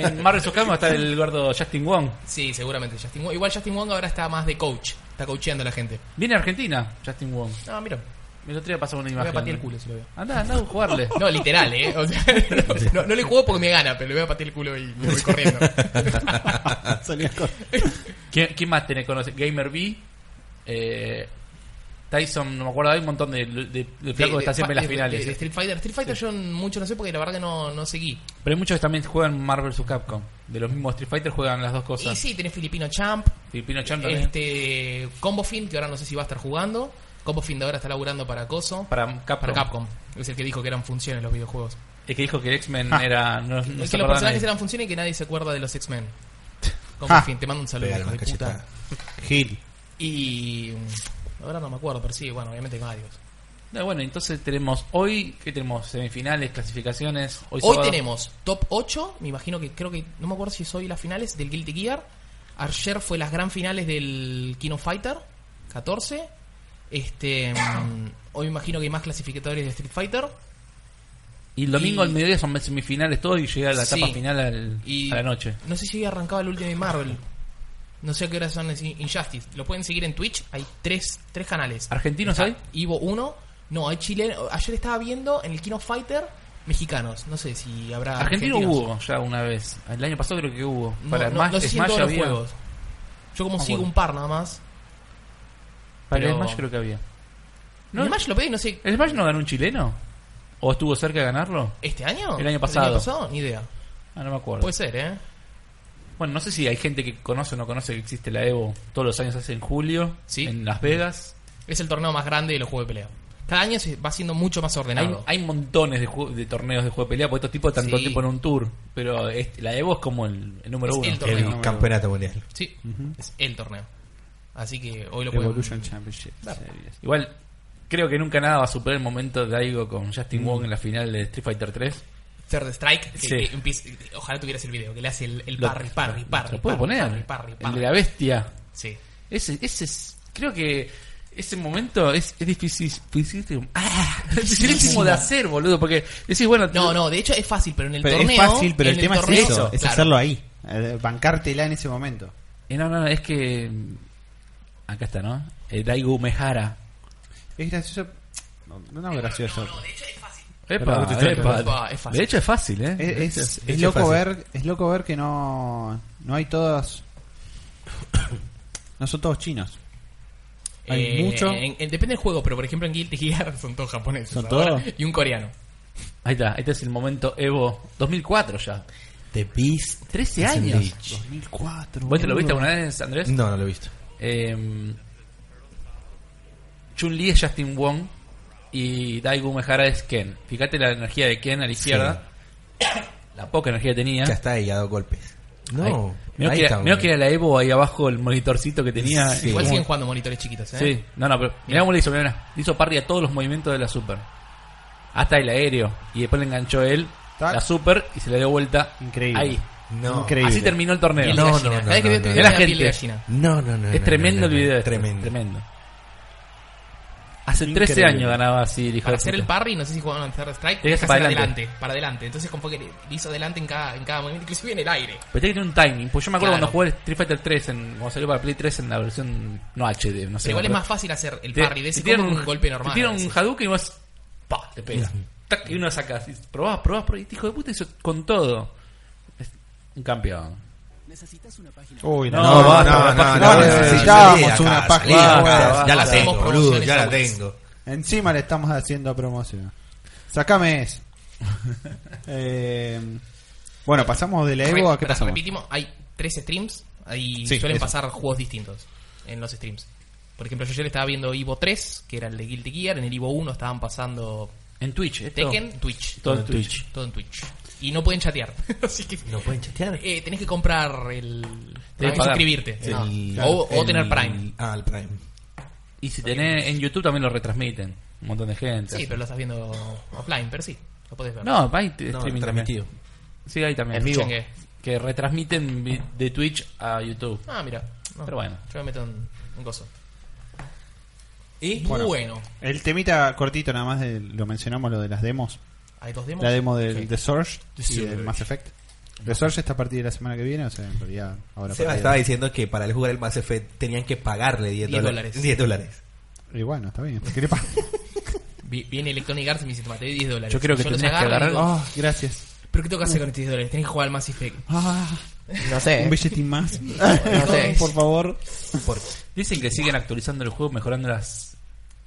en, en Marvel Soccer está el gordo Justin Wong. Sí, seguramente. Justin Wong- Igual Justin Wong ahora está más de coach. Está coacheando a la gente. Viene a Argentina, Justin Wong. No, mira. El otro día pasó una Me voy a imagen. patear el culo si lo veo. Andá, andá a jugarle. No, literal, ¿eh? O sea, no, no- no le juego porque me gana, pero le voy a patear el culo y me voy corriendo. Salía con- ¿Quién, quién más tenés conoce? Gamer B. Eh, Tyson, no me acuerdo, hay un montón de, de, de flacos que están siempre en las de- finales. de- de Street Fighter. Street Fighter yo mucho no sé porque la verdad que no, no seguí. Pero hay muchos que también juegan Marvel vs. Capcom. De los mismos Street Fighter juegan las dos y cosas. sí, tenés Filipino Champ, Filipino Chan también. este Combo Fiend, que ahora no sé si va a estar jugando. Combo Fiend ahora está laburando para Coso. Para Capcom. Para Capcom. Es el que dijo que eran funciones los videojuegos. El que dijo que el X-Men era. No, Ah. no se es que los acordaba personajes nadie. eran funciones y que nadie se acuerda de los X-Men. Ah. Combo Fiend, te mando un saludo, hijo de puta. Gil. Y. mm, Ahora no me acuerdo, pero sí, bueno, obviamente varios. No, Ah, bueno, entonces tenemos hoy. ¿Qué tenemos? Semifinales, clasificaciones. Hoy, Hoy sábado. tenemos top 8, me imagino que creo que, no me acuerdo si es hoy las finales del Guilty Gear. Ayer fue las gran finales del Kino Fighter 14. Este, mm, hoy me imagino que hay más clasificatorios de Street Fighter. Y el domingo y- al mediodía son semifinales todo y llega la Sí. etapa final al- Y a la noche. No sé si hoy arrancaba el último de Marvel. No sé a qué hora son las In- Injustice. Lo pueden seguir en Twitch, hay tres, tres canales. ¿Argentinos hay? Ivo 1. No, hay Chile. Ayer estaba viendo en el Kino Fighter mexicanos. No sé si habrá. Argentino argentinos. hubo ya una vez. El año pasado creo que hubo. No, Para no, Smash, no sé si en Smash todos los había. juegos. Yo como Ah, sigo bueno. un par nada más. Para Pero- Smash creo que había. No, No, Smash lo pedí, no sé. ¿El Smash no ganó un chileno? ¿O estuvo cerca de ganarlo? ¿Este año? El año pasado. Ni idea. Ah, no me acuerdo. Puede ser, ¿eh? bueno, no sé si hay gente que conoce o no conoce que existe la Evo. Todos los años hace en julio, Sí. en Las Vegas. Es el torneo más grande de los juegos de pelea. Cada año se va siendo mucho más Hay, ordenado. hay montones de, jue- de torneos de juego de pelea, porque estos tipos están todo el Sí. tiempo en un tour. Pero este- la Evo es como el, el número Es uno. el torneo. El campeonato mundial. Sí, es el torneo. Así que hoy lo pueden... Evolution Championship. Series. Igual, creo que nunca nada va a superar el momento de Daigo con Justin Mm. Wong en la final de Street Fighter 3. Third Strike, que, Sí. que empieza- ojalá tuvieras el video, que le hace el, el Lo- parry, parry, lo- parry. Lo puedo parry, poner. parry, parry, El parry. de la bestia. Sí. Ese, ese es, creo que ese momento es, es difícil, difícil- ah, es dificilísimo de hacer, boludo, porque decís, bueno, No, no, de hecho es fácil, pero en el Pero torneo... es fácil, pero en el tema torneo- es eso, es claro. hacerlo ahí, eh, bancártela en ese momento. eh, no, no, no, es que mm, acá está, ¿no? Eh, Daigo Mejara. Es gracioso, no, no es gracioso. Epa, Perdón, te estoy- epa. Epa, es fácil. De hecho es fácil, ¿eh? Es, es- es es loco fácil. ver, es loco ver que no, no hay todos, no son todos chinos. Hay Eh, mucho. en- en- depende del juego, pero por ejemplo en Guilty Gear son todos japoneses. ¿Son ahora, todos? Y un coreano. Ahí está, este es el momento Evo 2004 ya. The Beast. 13 is in años. Beach. 2004. ¿Vos te lo boludo. viste alguna vez, Andrés? No, no lo he visto. Eh, Chun Li es Justin Wong y Daigo Mejara es Ken. Fíjate la energía de Ken a la izquierda. La poca energía que tenía. Ya está ahí, ha dado golpes. No. Mirá ahí que, está, era- mirá boludo. que era la Evo ahí abajo, el monitorcito que tenía. Sí. Igual Igual siguen como- jugando monitores chiquitos, ¿eh? Sí, no, no, pero mirá cómo le hizo, mirá, mirá. Le hizo parry a todos los movimientos de la Super. Hasta el aéreo. Y después le enganchó él, Tac. la Super, y se le dio vuelta. Increíble. Ahí. No. Increíble. Así terminó el torneo. Piel de No, gallina. no, no, Cada vez que veo no, este video no. Es me la da piel de gente. gallina. No, no, no. es no, tremendo no, no, el video. no, este, Tremendo. Tremendo. Hace Increíble. 13 años ganaba así el hijo Para de hacer el puta. parry, no sé si jugaban en Third Strike, Tenías tenías que que para hacer adelante. adelante, para adelante. Entonces, como fue que le le hizo adelante en cada, en cada movimiento, inclusive en el aire. Pero tiene que tener un timing. Pues yo me acuerdo Claro. cuando jugué Street Fighter 3, en, cuando salió para Play 3 en la versión no HD, no sé. Pero igual es pero- más fácil hacer el Te- parry de te ese tiran combo que un golpe normal. Te tiran a un veces. Hadouken y vas. ¡Pa! Te pega. Tac, y uno saca. así, Probás, probás, probás. Y este hijo de puta hizo con todo. Es un campeón. Uy, No, No, no, basta, no, no, basta, no, basta. Necesitábamos salí de acá, una salí de página acá, web. Ya la Hacemos tengo, boludo, promociones ya la a bolsa. tengo. Encima le estamos haciendo promoción. Sacame eso. Eh, bueno, pasamos de la Evo a qué Pará, pasamos. Repetimos, hay tres streams ahí Sí, suelen eso. pasar juegos distintos en los streams. Por ejemplo, yo ayer estaba viendo Ivo 3, que era el de Guilty Gear. En el Ivo 1 estaban pasando En Twitch, esto. Tekken, Twitch. Todo en Twitch. Todo en Twitch. Y no pueden chatear. Así que No pueden chatear. eh, tenés que comprar el. que Tenés que pagar. suscribirte. El- No. el- o, o el- tener Prime. Ah, el Prime. Y si tenés en YouTube también lo retransmiten. Un montón de gente. Sí, pero lo estás viendo offline, pero sí, lo podés ver. No, hay t- No, streaming transmitido. también. Sí, hay también. En vivo. Escuchen que- Que retransmiten vi- de Twitch a YouTube. Ah, mira. No, Pero bueno. Yo me meto en un gozo. ¿Y? Bueno. El temita cortito nada más, de- lo mencionamos, lo de las demos. Hay dos demos. La demo del Ok. The Surge y Surge. del Mass Effect. The Surge está a partir de la semana que viene, o sea, en realidad ahora. Seba partida. estaba diciendo que para el jugar el Mass Effect tenían que pagarle 10 10 dólares. dólares. 10 dólares. Y bueno, está bien. ¿Qué le pasa? Vi- Viene Electronic Arts y me dice, tomate 10 dólares. Yo creo que los tenés que agarro y agarrar- digo, Oh, gracias. ¿Pero qué tengo que hacer con estos 10 dólares? Tenés que jugar al Mass Effect. Ah, No sé. un billetín más. Eh. No sé. Por favor. Por Dicen que siguen actualizando el juego, mejorando las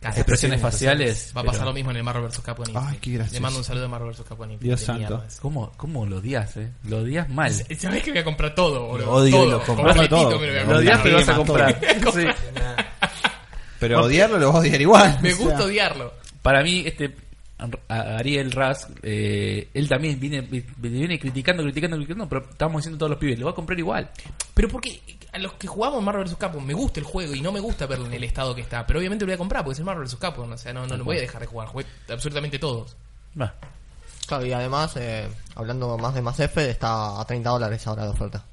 Cada- expresiones faciales. Va a pero- pasar lo mismo en el Marvel vs. Capcom. Infinite. Ay, qué gracioso. Le mando un saludo a Marvel vs. Capcom. Infinite, Dios de santo. mierda ese. ¿Cómo, ¿Cómo lo odias, eh? Lo odias mal. Sabés que voy a comprar todo, boludo. Lo odio y todo. lo compro. Completito Todo. me lo voy a Lo comprar. odias, pero lo vas a Quema todo. comprar. Sí. Pero odiarlo lo vas a odiar igual. Me o sea. gusta odiarlo. Para mí, este a- Ariel Raz, eh, él también viene, vi- viene criticando, criticando, criticando, pero estamos diciendo todos los pibes, lo va a comprar igual. Pero porque a los que jugamos Marvel vs. Capcom me gusta el juego y no me gusta verlo en el estado que está. Pero obviamente lo voy a comprar porque es el Marvel vs. Capcom. O sea, no, no lo voy a dejar de jugar. Jugué absolutamente todos. Va. Claro, y además, eh, hablando más de Mass Effect, está a 30 dólares ahora de oferta.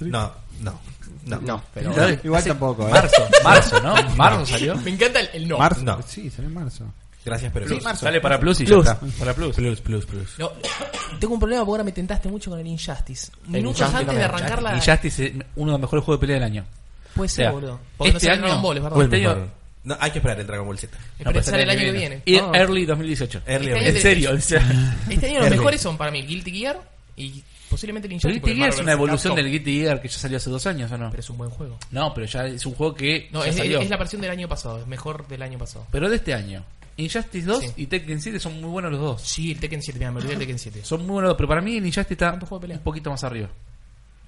No, no, no. No, pero... Igual tampoco, ¿eh? Marzo, marzo, ¿no? Marzo salió. Me encanta el, el no. Marzo. No. Sí, será en marzo. Gracias, pero Plus, Sale para Plus y ya Plus. está. Para Plus. Plus, plus, plus. No, tengo un problema porque ahora me tentaste mucho con el Injustice. Minutos Injustice antes de también, arrancar la. Y Justice es uno de los mejores juegos de pelea del año. Puede ser, O sea, boludo. Porque no este sale año Dragon Ball, es verdad. vuelve Este año- Marvel. No, hay que esperar el Dragon Ball Z. Espera, pero sale el año que viene. Y Ah. Early 2018. Early Este on. año En de- serio, o sea. Este año los Early. mejores son para mí el Guilty Gear y posiblemente el El Injustice. Guilty Gear es una evolución del Gear. Guilty Gear que ya salió hace dos años, ¿o no? Pero es un buen juego. No, pero ya es un juego que No, ya es, salió. es la versión del año pasado, es mejor del año pasado. Pero de este año. Injustice 2 Sí. y Tekken 7 son muy buenos los dos. Sí, el Tekken 7, mira, me olvidé del Tekken 7. Son muy buenos, pero para mí el Injustice está ¿Cuántos juegos de pelea? un poquito más arriba.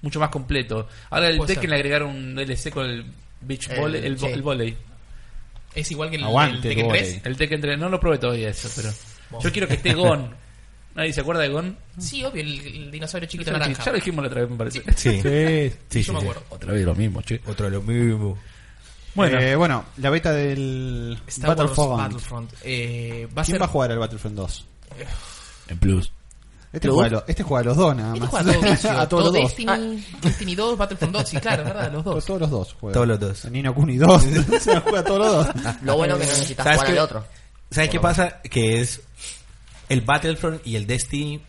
Mucho más completo. Ahora el Puede Tekken ser. le agregaron un DLC con el Beach El- Volley, el, vo- sí. el volley. Es igual que el, Aguante, el Tekken el 3. El Tekken 3, no lo probé todavía eso, pero... Vos. Yo quiero que esté Gon. ¿Nadie se acuerda de Gon? Sí, obvio, el, el dinosaurio chiquito Ya lo dij- naranja. ya lo dijimos la otra vez, me parece. Sí. Sí. Sí, Yo me acuerdo. Otra vez lo mismo, che. Otro de lo mismo. Bueno, Eh, bueno, la beta del Star Wars Battlefront. Battlefront. Eh, va a ¿Quién ser. va a jugar al Battlefront 2? en plus. Este ¿Los juega, a dos? lo- este juega a los dos nada Este más. juega a todos, Lucio. a todos Todo los dos. Destiny, Destiny 2, Battlefront 2, sí, claro, es verdad, los A dos. todos los dos juega. Todos los dos. A Nino Kuni 2. Se los juega a todos los dos. Lo bueno que no necesitas ¿Sabes jugar al qué? otro. ¿Sabes qué pasa? Que es el Battlefront y el Destiny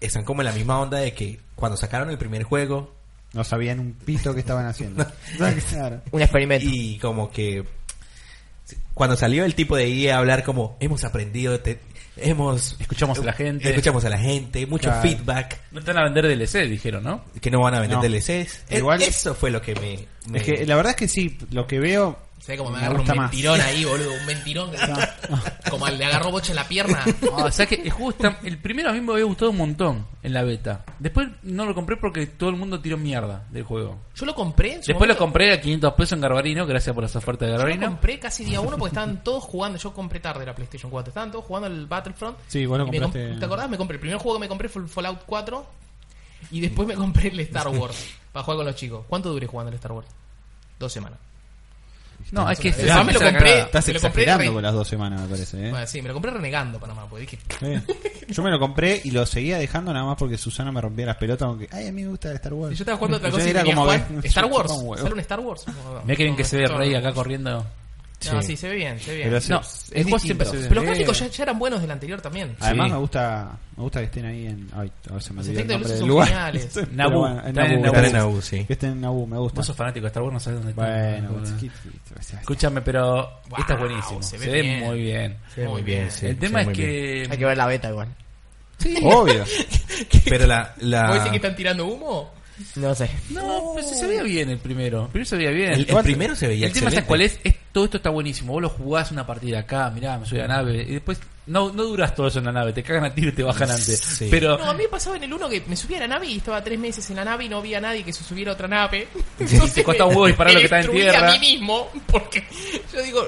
están como en la misma onda de que cuando sacaron el primer juego No sabían un pito que estaban haciendo. Claro. Un experimento. y como que cuando salió el tipo de guía a hablar como hemos aprendido, te- hemos Escuchamos a la gente. escuchamos a la gente, mucho Claro. feedback No están a vender DLC, dijeron, ¿no? que no van a vender No. DLCs. E- Igual- eso fue lo que me, me- Es que la verdad es que sí, lo que veo. ¿Sabés cómo me, Me agarró un gusta más. mentirón ahí, boludo? Un mentirón. Como le agarró bocha en la pierna. Ah, o sea que el juego está- El primero a mí me había gustado un montón en la beta. Después no lo compré porque todo el mundo tiró mierda del juego. Yo lo compré. en su Después lo momento- compré a 500 pesos en Garbarino, gracias por las ofertas de Yo lo Garbarino. compré casi día uno porque estaban todos jugando. Yo compré tarde la PlayStation 4. Estaban todos jugando al Battlefront. Sí, vos lo Y me compraste- comp- ¿Te acordás? Me compré. El primer juego que me compré fue el Fallout 4. Y después me compré el Star Wars para jugar con los chicos. ¿Cuánto duré jugando el Star Wars? Dos semanas. No, es que O sea, esa- me lo esa compré. cagada. Estás me Ah, lo compré exagerando re- con las dos semanas, me parece. ¿eh? Bueno, sí, me lo compré renegando Panamá, porque dije, Sí. Yo me lo compré y lo seguía dejando nada más porque Susana me rompía las pelotas. Aunque, ay, a mí me gusta Star Wars. yo estaba jugando otra Yo cosa y era venía a como jugar que- Star chupa Wars. un huevo. ¿Sale un Star Wars? No, Me quieren no, que no, se ve no, rey no. acá corriendo. No, sí, se ve bien, se ve bien. Pero sí, No, es el juego distinto. siempre se ve. Pero los gráficos ya, ya eran buenos del anterior también. Además Sí. me gusta me gusta que estén ahí en ay, ahora se me Los olvidó Ah, el efectos de nombre luces del son lugar. geniales. Pero Naboo, en están en Naboo, Naboo. gracias. Están en Naboo, sí. Que estén en Naboo, me gusta. Vos sos fanático de Star Wars, no sabes dónde está. Bueno, Escuchame, chiquito, Escúchame, pero esta es buenísimo. se Se ve ve, bien. muy bien. Sí, muy bien, sí. el sí, tema muy es que. Hay que ver la beta igual. Obvio. bien. Pero la. Ah. la- ¿Vos decís que están tirando humo? No sé. No, pero si se veía bien el primero. El primero se veía bien. el, el ¿Cuál? primero se veía El tema es excelente. cuál es, es- todo esto está buenísimo. Vos lo jugás una partida acá, mirá, me subí a la nave. Y después no, no durás todo eso en la nave, te cagan a tiro y te bajan antes. Sí. Pero No, a mí me pasaba en el uno que me subía a la nave y estaba tres meses en la nave y no había nadie que se subiera a otra nave. Entonces te cuesta me- un huevo disparar me lo que está en destruía tierra. a mí mismo porque yo digo,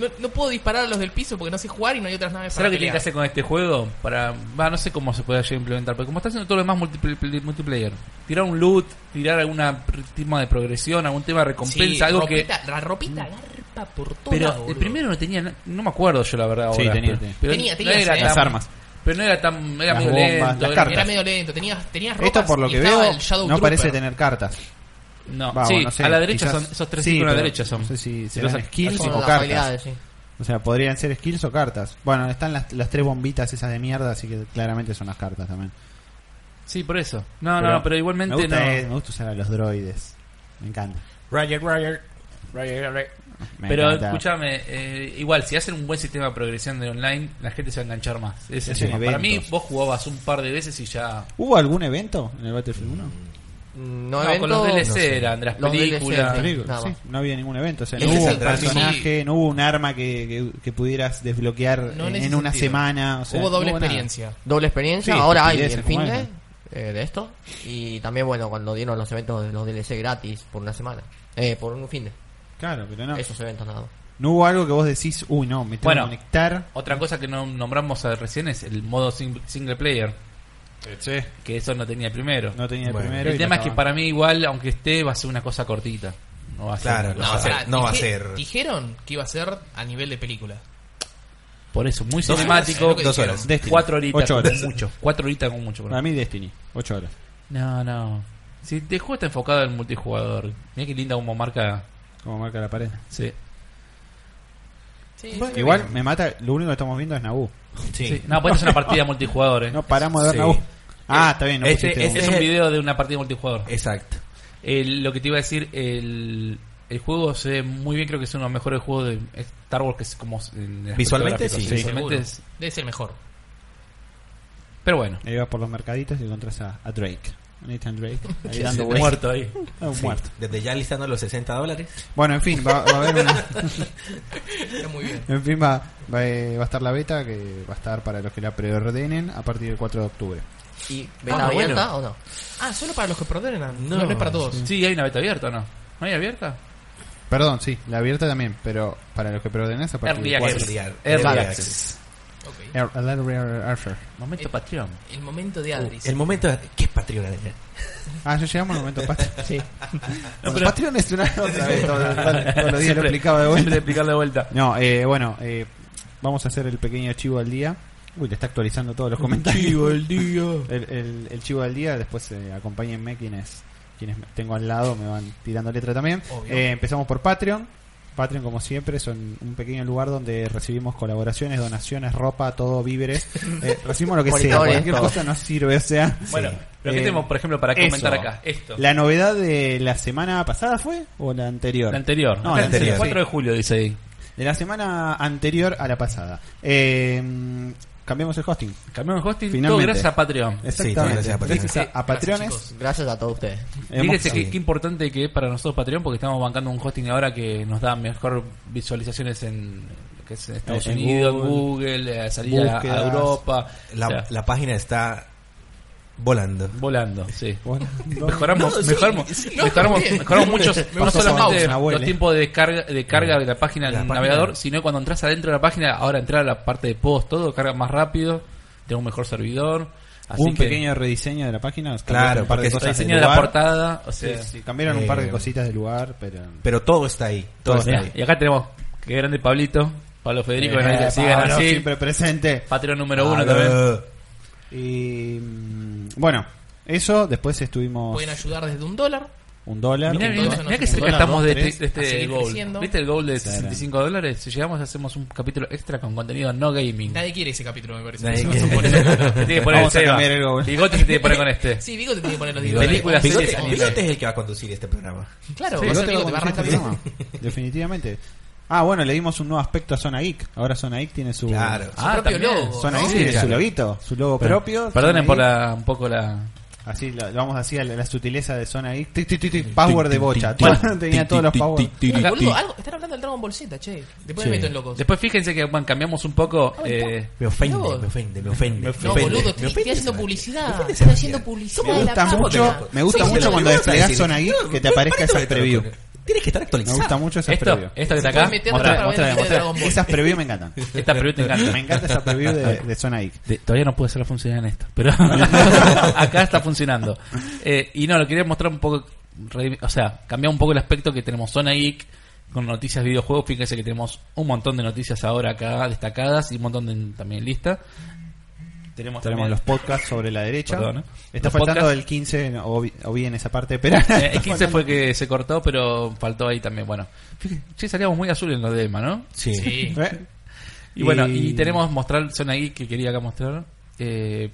no, no puedo disparar a los del piso porque no sé jugar y no hay otras naves para ¿sabes lo que tiene que pelear. hacer con este juego? Para, va, no sé cómo se puede llegar a implementar, pero como está haciendo todo lo demás multiple- multiplayer, tirar un loot, tirar alguna pr- tema de progresión, algún tema de recompensa, Sí, algo que... Mm. ropita, La ropita garpa por todo Pero lado, el boludo. primero no tenía, na- no me acuerdo yo la verdad Sí, ahora, tenía, pero- tenía. pero Tenía, no tenía, era ¿eh? tan- Las armas. Pero no era tan, era Las medio bombas, lento, las era- cartas. Era medio lento, tenías, tenías ropas Esto por lo y que estaba veo el Shadow no Trooper. parece tener cartas. No, Va, sí, o no sé, a la derecha quizás- son, esos tres Sí, círculos a la pero derecha son. No sé si Si los serán skills Son o las cartas. habilidades, sí. O sea, podrían ser skills o cartas. Bueno, están las, las tres bombitas esas de mierda, así que claramente son las cartas también. Sí, por eso. No, no, no, pero igualmente me gusta, no. eh, me gusta usar a los droides. Me encanta. Roger, Roger. Me pero encanta. escúchame, eh, igual, si hacen un buen sistema de progresión de online, la gente se va a enganchar más. Ese es Sí, el tema. Para mí, eventos. vos jugabas un par de veces y ya. ¿Hubo algún evento en el Battlefield 1? Mm, No, No, evento, con los DLC no sé. eran, de las Los DLC, películas. sí. Película, nada sí, no había ningún evento. O sea, Ese no hubo es un el drama. personaje, no hubo un arma que, que, que pudieras desbloquear No en, en ese en una sentido. semana. O sea, Hubo no doble nada. experiencia. Doble experiencia, Sí, ahora hay estupideces el fin como de, esa. eh, de esto. Y también, bueno, cuando dieron los eventos de los DLC gratis por una semana. Eh, por un fin de. Claro, pero Ah. no. Esos eventos nada. más. No hubo algo que vos decís, uy, no, me tengo Bueno. que conectar. Otra cosa que no nombramos eh, recién es el modo sing- single player, que eso no tenía el primero. No tenía el Bueno. primero. el y tema es lo que acaban. para mí, igual, aunque esté, va a ser una cosa cortita. No va a ser- Claro, no va a pará, ser. No va a dije- ser. Dijeron que iba a ser a nivel de película. Por eso, muy horas, cinemático. es lo que Dos dijeron. horas. Destiny. Cuatro horitas Ocho con horas. mucho. Cuatro horitas con mucho. Para mí, Destiny. 8 horas. No, no. Si el juego está enfocado al multijugador. Mira qué linda como marca. Como marca la pared. Sí. Sí, Igual me mata, lo único que estamos viendo es Naboo. Sí. Sí. No, pues esta es una partida multijugador, eh. No paramos de ver Sí. Naboo. Ah, está bien, no Este- pusiste este- es es un el- video de una partida multijugador. Exacto. El- lo que te iba a decir, el, el juego se ve muy bien. Creo que es uno de los mejores juegos de Star Wars que es como. en el aspecto Visualmente, gráfico, sí. Sí. Visualmente es- Debe ser mejor. pero bueno. un- Ahí vas por los mercaditos y encontrás a, a Drake. Nathan Drake. Ahí dando vueltas. Muerto ahí. Ah, un Sí. muerto. Desde ya listando los 60 dólares. Bueno, en fin, va, va a haber una- Está muy bien. En fin, va, va, eh, va a estar la beta que va a estar para los que la preordenen a partir del 4 de octubre. ¿Y beta Ah, bueno. abierta o no? Ah, solo para los que perdonan. No, No, no, es para todos. Sí, hay una beta abierta, ¿o ¿no? ¿No hay abierta? Perdón, sí, la abierta también, pero para los que preordenen es a partir Early del 4. access. Early Early access. access. Ok. Ear- a little ear- earlier. Momento Eh, Patreon. El momento Uh, de Adris. El momento. ¿Qué es Patreon? Adrián? Ah, ya llegamos al momento Patreon. Sí. Bueno, pero- Patreon es una otra vez, todo- todo- todos los días lo Siempre- explicaba de siempre vuelta. explicarlo de vuelta. No, eh, bueno, eh, vamos a hacer el pequeño chivo del día. Uy, le está actualizando todos los comentarios. Chivo del día. El, el- el chivo del día, después eh, acompáñenme quienes quienes me- tengo al lado, me van tirando letra también. Obvio. Eh, empezamos por Patreon. Patreon, como siempre, son un pequeño lugar donde recibimos colaboraciones, donaciones, ropa, todo, víveres. Eh, recibimos lo que sea, Monitores, cualquier todo. cosa nos sirve, o sea. Bueno, Sí. lo que Eh, tenemos, por ejemplo, para comentar eso. acá, esto. La novedad de la semana pasada fue o la anterior? La anterior. No, Acá la dice anterior. El 4 de julio dice ahí. De la semana anterior a la pasada. Eh, cambiamos el hosting. Cambiamos el hosting, Finalmente. todo gracias a Patreon. Exactamente. gracias a Patreon. Gracias a, a Patreones. chicos. Gracias a todos ustedes. hemos- Fíjense qué, qué importante que es para nosotros Patreon porque estamos bancando un hosting ahora que nos da mejor visualizaciones en, que es en Estados En Unidos, Google, Google, eh, salir a- a, búsquedas. Europa, La, o sea, la página está volando. volando, sí. Bueno, Mejoramos, No, sí, mejoramos, sí, no, mejoramos, bien. mejoramos muchos, Me no gusta esa solamente pausa, los abuela. tiempos de carga, de carga de la página La del página. navegador, sino cuando entras adentro de la página, ahora entrar a la parte de post, todo carga más rápido. tenga un mejor servidor. Así Hubo un que- pequeño rediseño de la página. Claro, cambiaron un par de porque cosas está de diseño de la lugar. portada, o sea, Sí, sí, cambiaron un par de Eh, cositas de lugar, pero. Pero todo está ahí. Todo, Pues está mirá, ahí. Pues y acá tenemos que grande Pablito, Pablo Federico, que nos dice, Eh, sigan Pablo, así, siempre presente. Patreon número uno Claro. también. Y mm, bueno, eso. Después estuvimos Pueden ayudar desde un dólar. un dólar. Mirá, un mirá, dólar. mirá que Un cerca dólar, estamos dos, de, tres, de a este seguir goal. creciendo. ¿Viste el goal de Claro. 65 dólares? Si llegamos hacemos un capítulo extra con contenido no gaming. Nadie quiere ese capítulo, me parece. Nadie Eso quiere. se pone- Te tiene que poner Vamos el a Seba. cambiar el goal. Bigote se tiene que poner con este. Sí, Vigo te tiene que poner los Bigote. dólares. Películas, Bigote- series, Bigote, anime. Bigote es el que va a conducir este programa. Claro, Sí, va a no ser te Vigo, te va va a a conducir arrancar este bien. programa, Definitivamente. Ah, bueno, le dimos un nuevo aspecto a Zona Geek. Ahora Zona Geek tiene su. Claro. Su propio logo. Zona ¿no? Geek Ah, Sí, tiene claro. su loguito, su logo propio. Zona Perdonen por Geek. la, un poco la... Así, lo, lo vamos así a la, la sutileza de Zona Geek. Tic, tic, tic, tic, power de bocha. tic, Tenía todos los power. Ay, boludo, algo- están hablando del Dragon Ball Z, che. Después me meto en locos. Después fíjense que bueno, cambiamos un poco... Ah, eh, Me ofende, Mirá vos. me ofende, me ofende. me No, ofende. boludo, Me estoy, ofende estoy haciendo esa publicidad. vaina. Estoy haciendo publicidad. Me de la gusta página. mucho, me gusta Sí, mucho pero cuando ¿qué vas a desplegás decir? Zona Geek que te aparezca Pará, esas preview. Tienes que estar Me actualizado. gusta mucho esas esto, preview. esto que está pueden acá, meter mostrá, otra vez. mostrá, de mostrá. Dragon Ball. Esas preview me encantan. esta preview te encanta. Me encanta esa preview de, de Zona Geek. De- todavía no pude hacerlo funcionar en esto, pero acá está funcionando. Eh, y no, lo quería mostrar un poco, re- o sea, cambiar un poco el aspecto que tenemos Zona Geek con noticias de videojuegos. Fíjense que tenemos un montón de noticias ahora acá destacadas y un montón de también lista. Tenemos, Tenemos también- los podcasts sobre la derecha. Perdón, ¿eh? Está Los faltando podcasts. el 15, no, o vi- o vi en esa parte, pero... Eh, el 15 fue que se cortó, pero faltó ahí también. Bueno, fíjense, sí, salíamos muy azul en los de Emma, ¿no? Sí. Sí. ¿Eh? Y bueno, y, Y- tenemos mostrar Zona Geek que quería acá mostrar. Eh,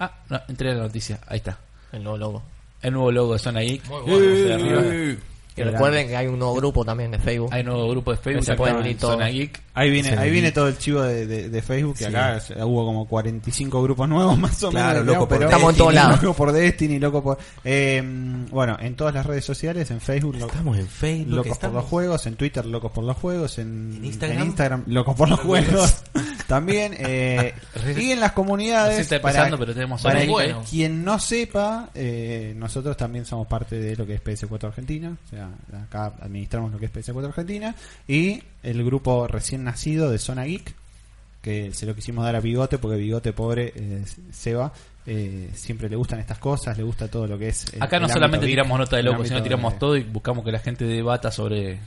ah, no, entré a la noticia, ahí está. El nuevo logo. El nuevo logo de Zona Geek. Muy bueno. De arriba. Que recuerden que hay un nuevo grupo también de Facebook. Hay un nuevo grupo de Facebook, Se pueden unir todos. Zona Geek. Ahí viene, Zona ahí Geek. viene todo el chivo de, de- de Facebook, que acá se- hubo como 45 grupos nuevos más o Claro, menos. loco creo, por pero- Estamos en todos Destiny, lados. Loco por Destiny, loco por... eh, bueno, en todas las redes sociales, en Facebook, lo- Estamos en Facebook. Locos estamos- por los juegos, en Twitter Locos por los juegos, en, En Instagram. en Locos por los juegos también eh, y en las comunidades Recién está para, empezando, pero tenemos para ahora. que- Bueno. quien no sepa eh, nosotros también somos parte de lo que es PS4 Argentina, o sea acá administramos lo que es PS4 Argentina y el grupo recién nacido de Zona Geek que se lo quisimos dar a Bigote porque Bigote pobre eh, Seba eh, siempre le gustan estas cosas, le gusta todo lo que es. el- Acá el no ámbito solamente geek, tiramos nota de el loco, sino ámbito tiramos de- todo y buscamos que la gente debata sobre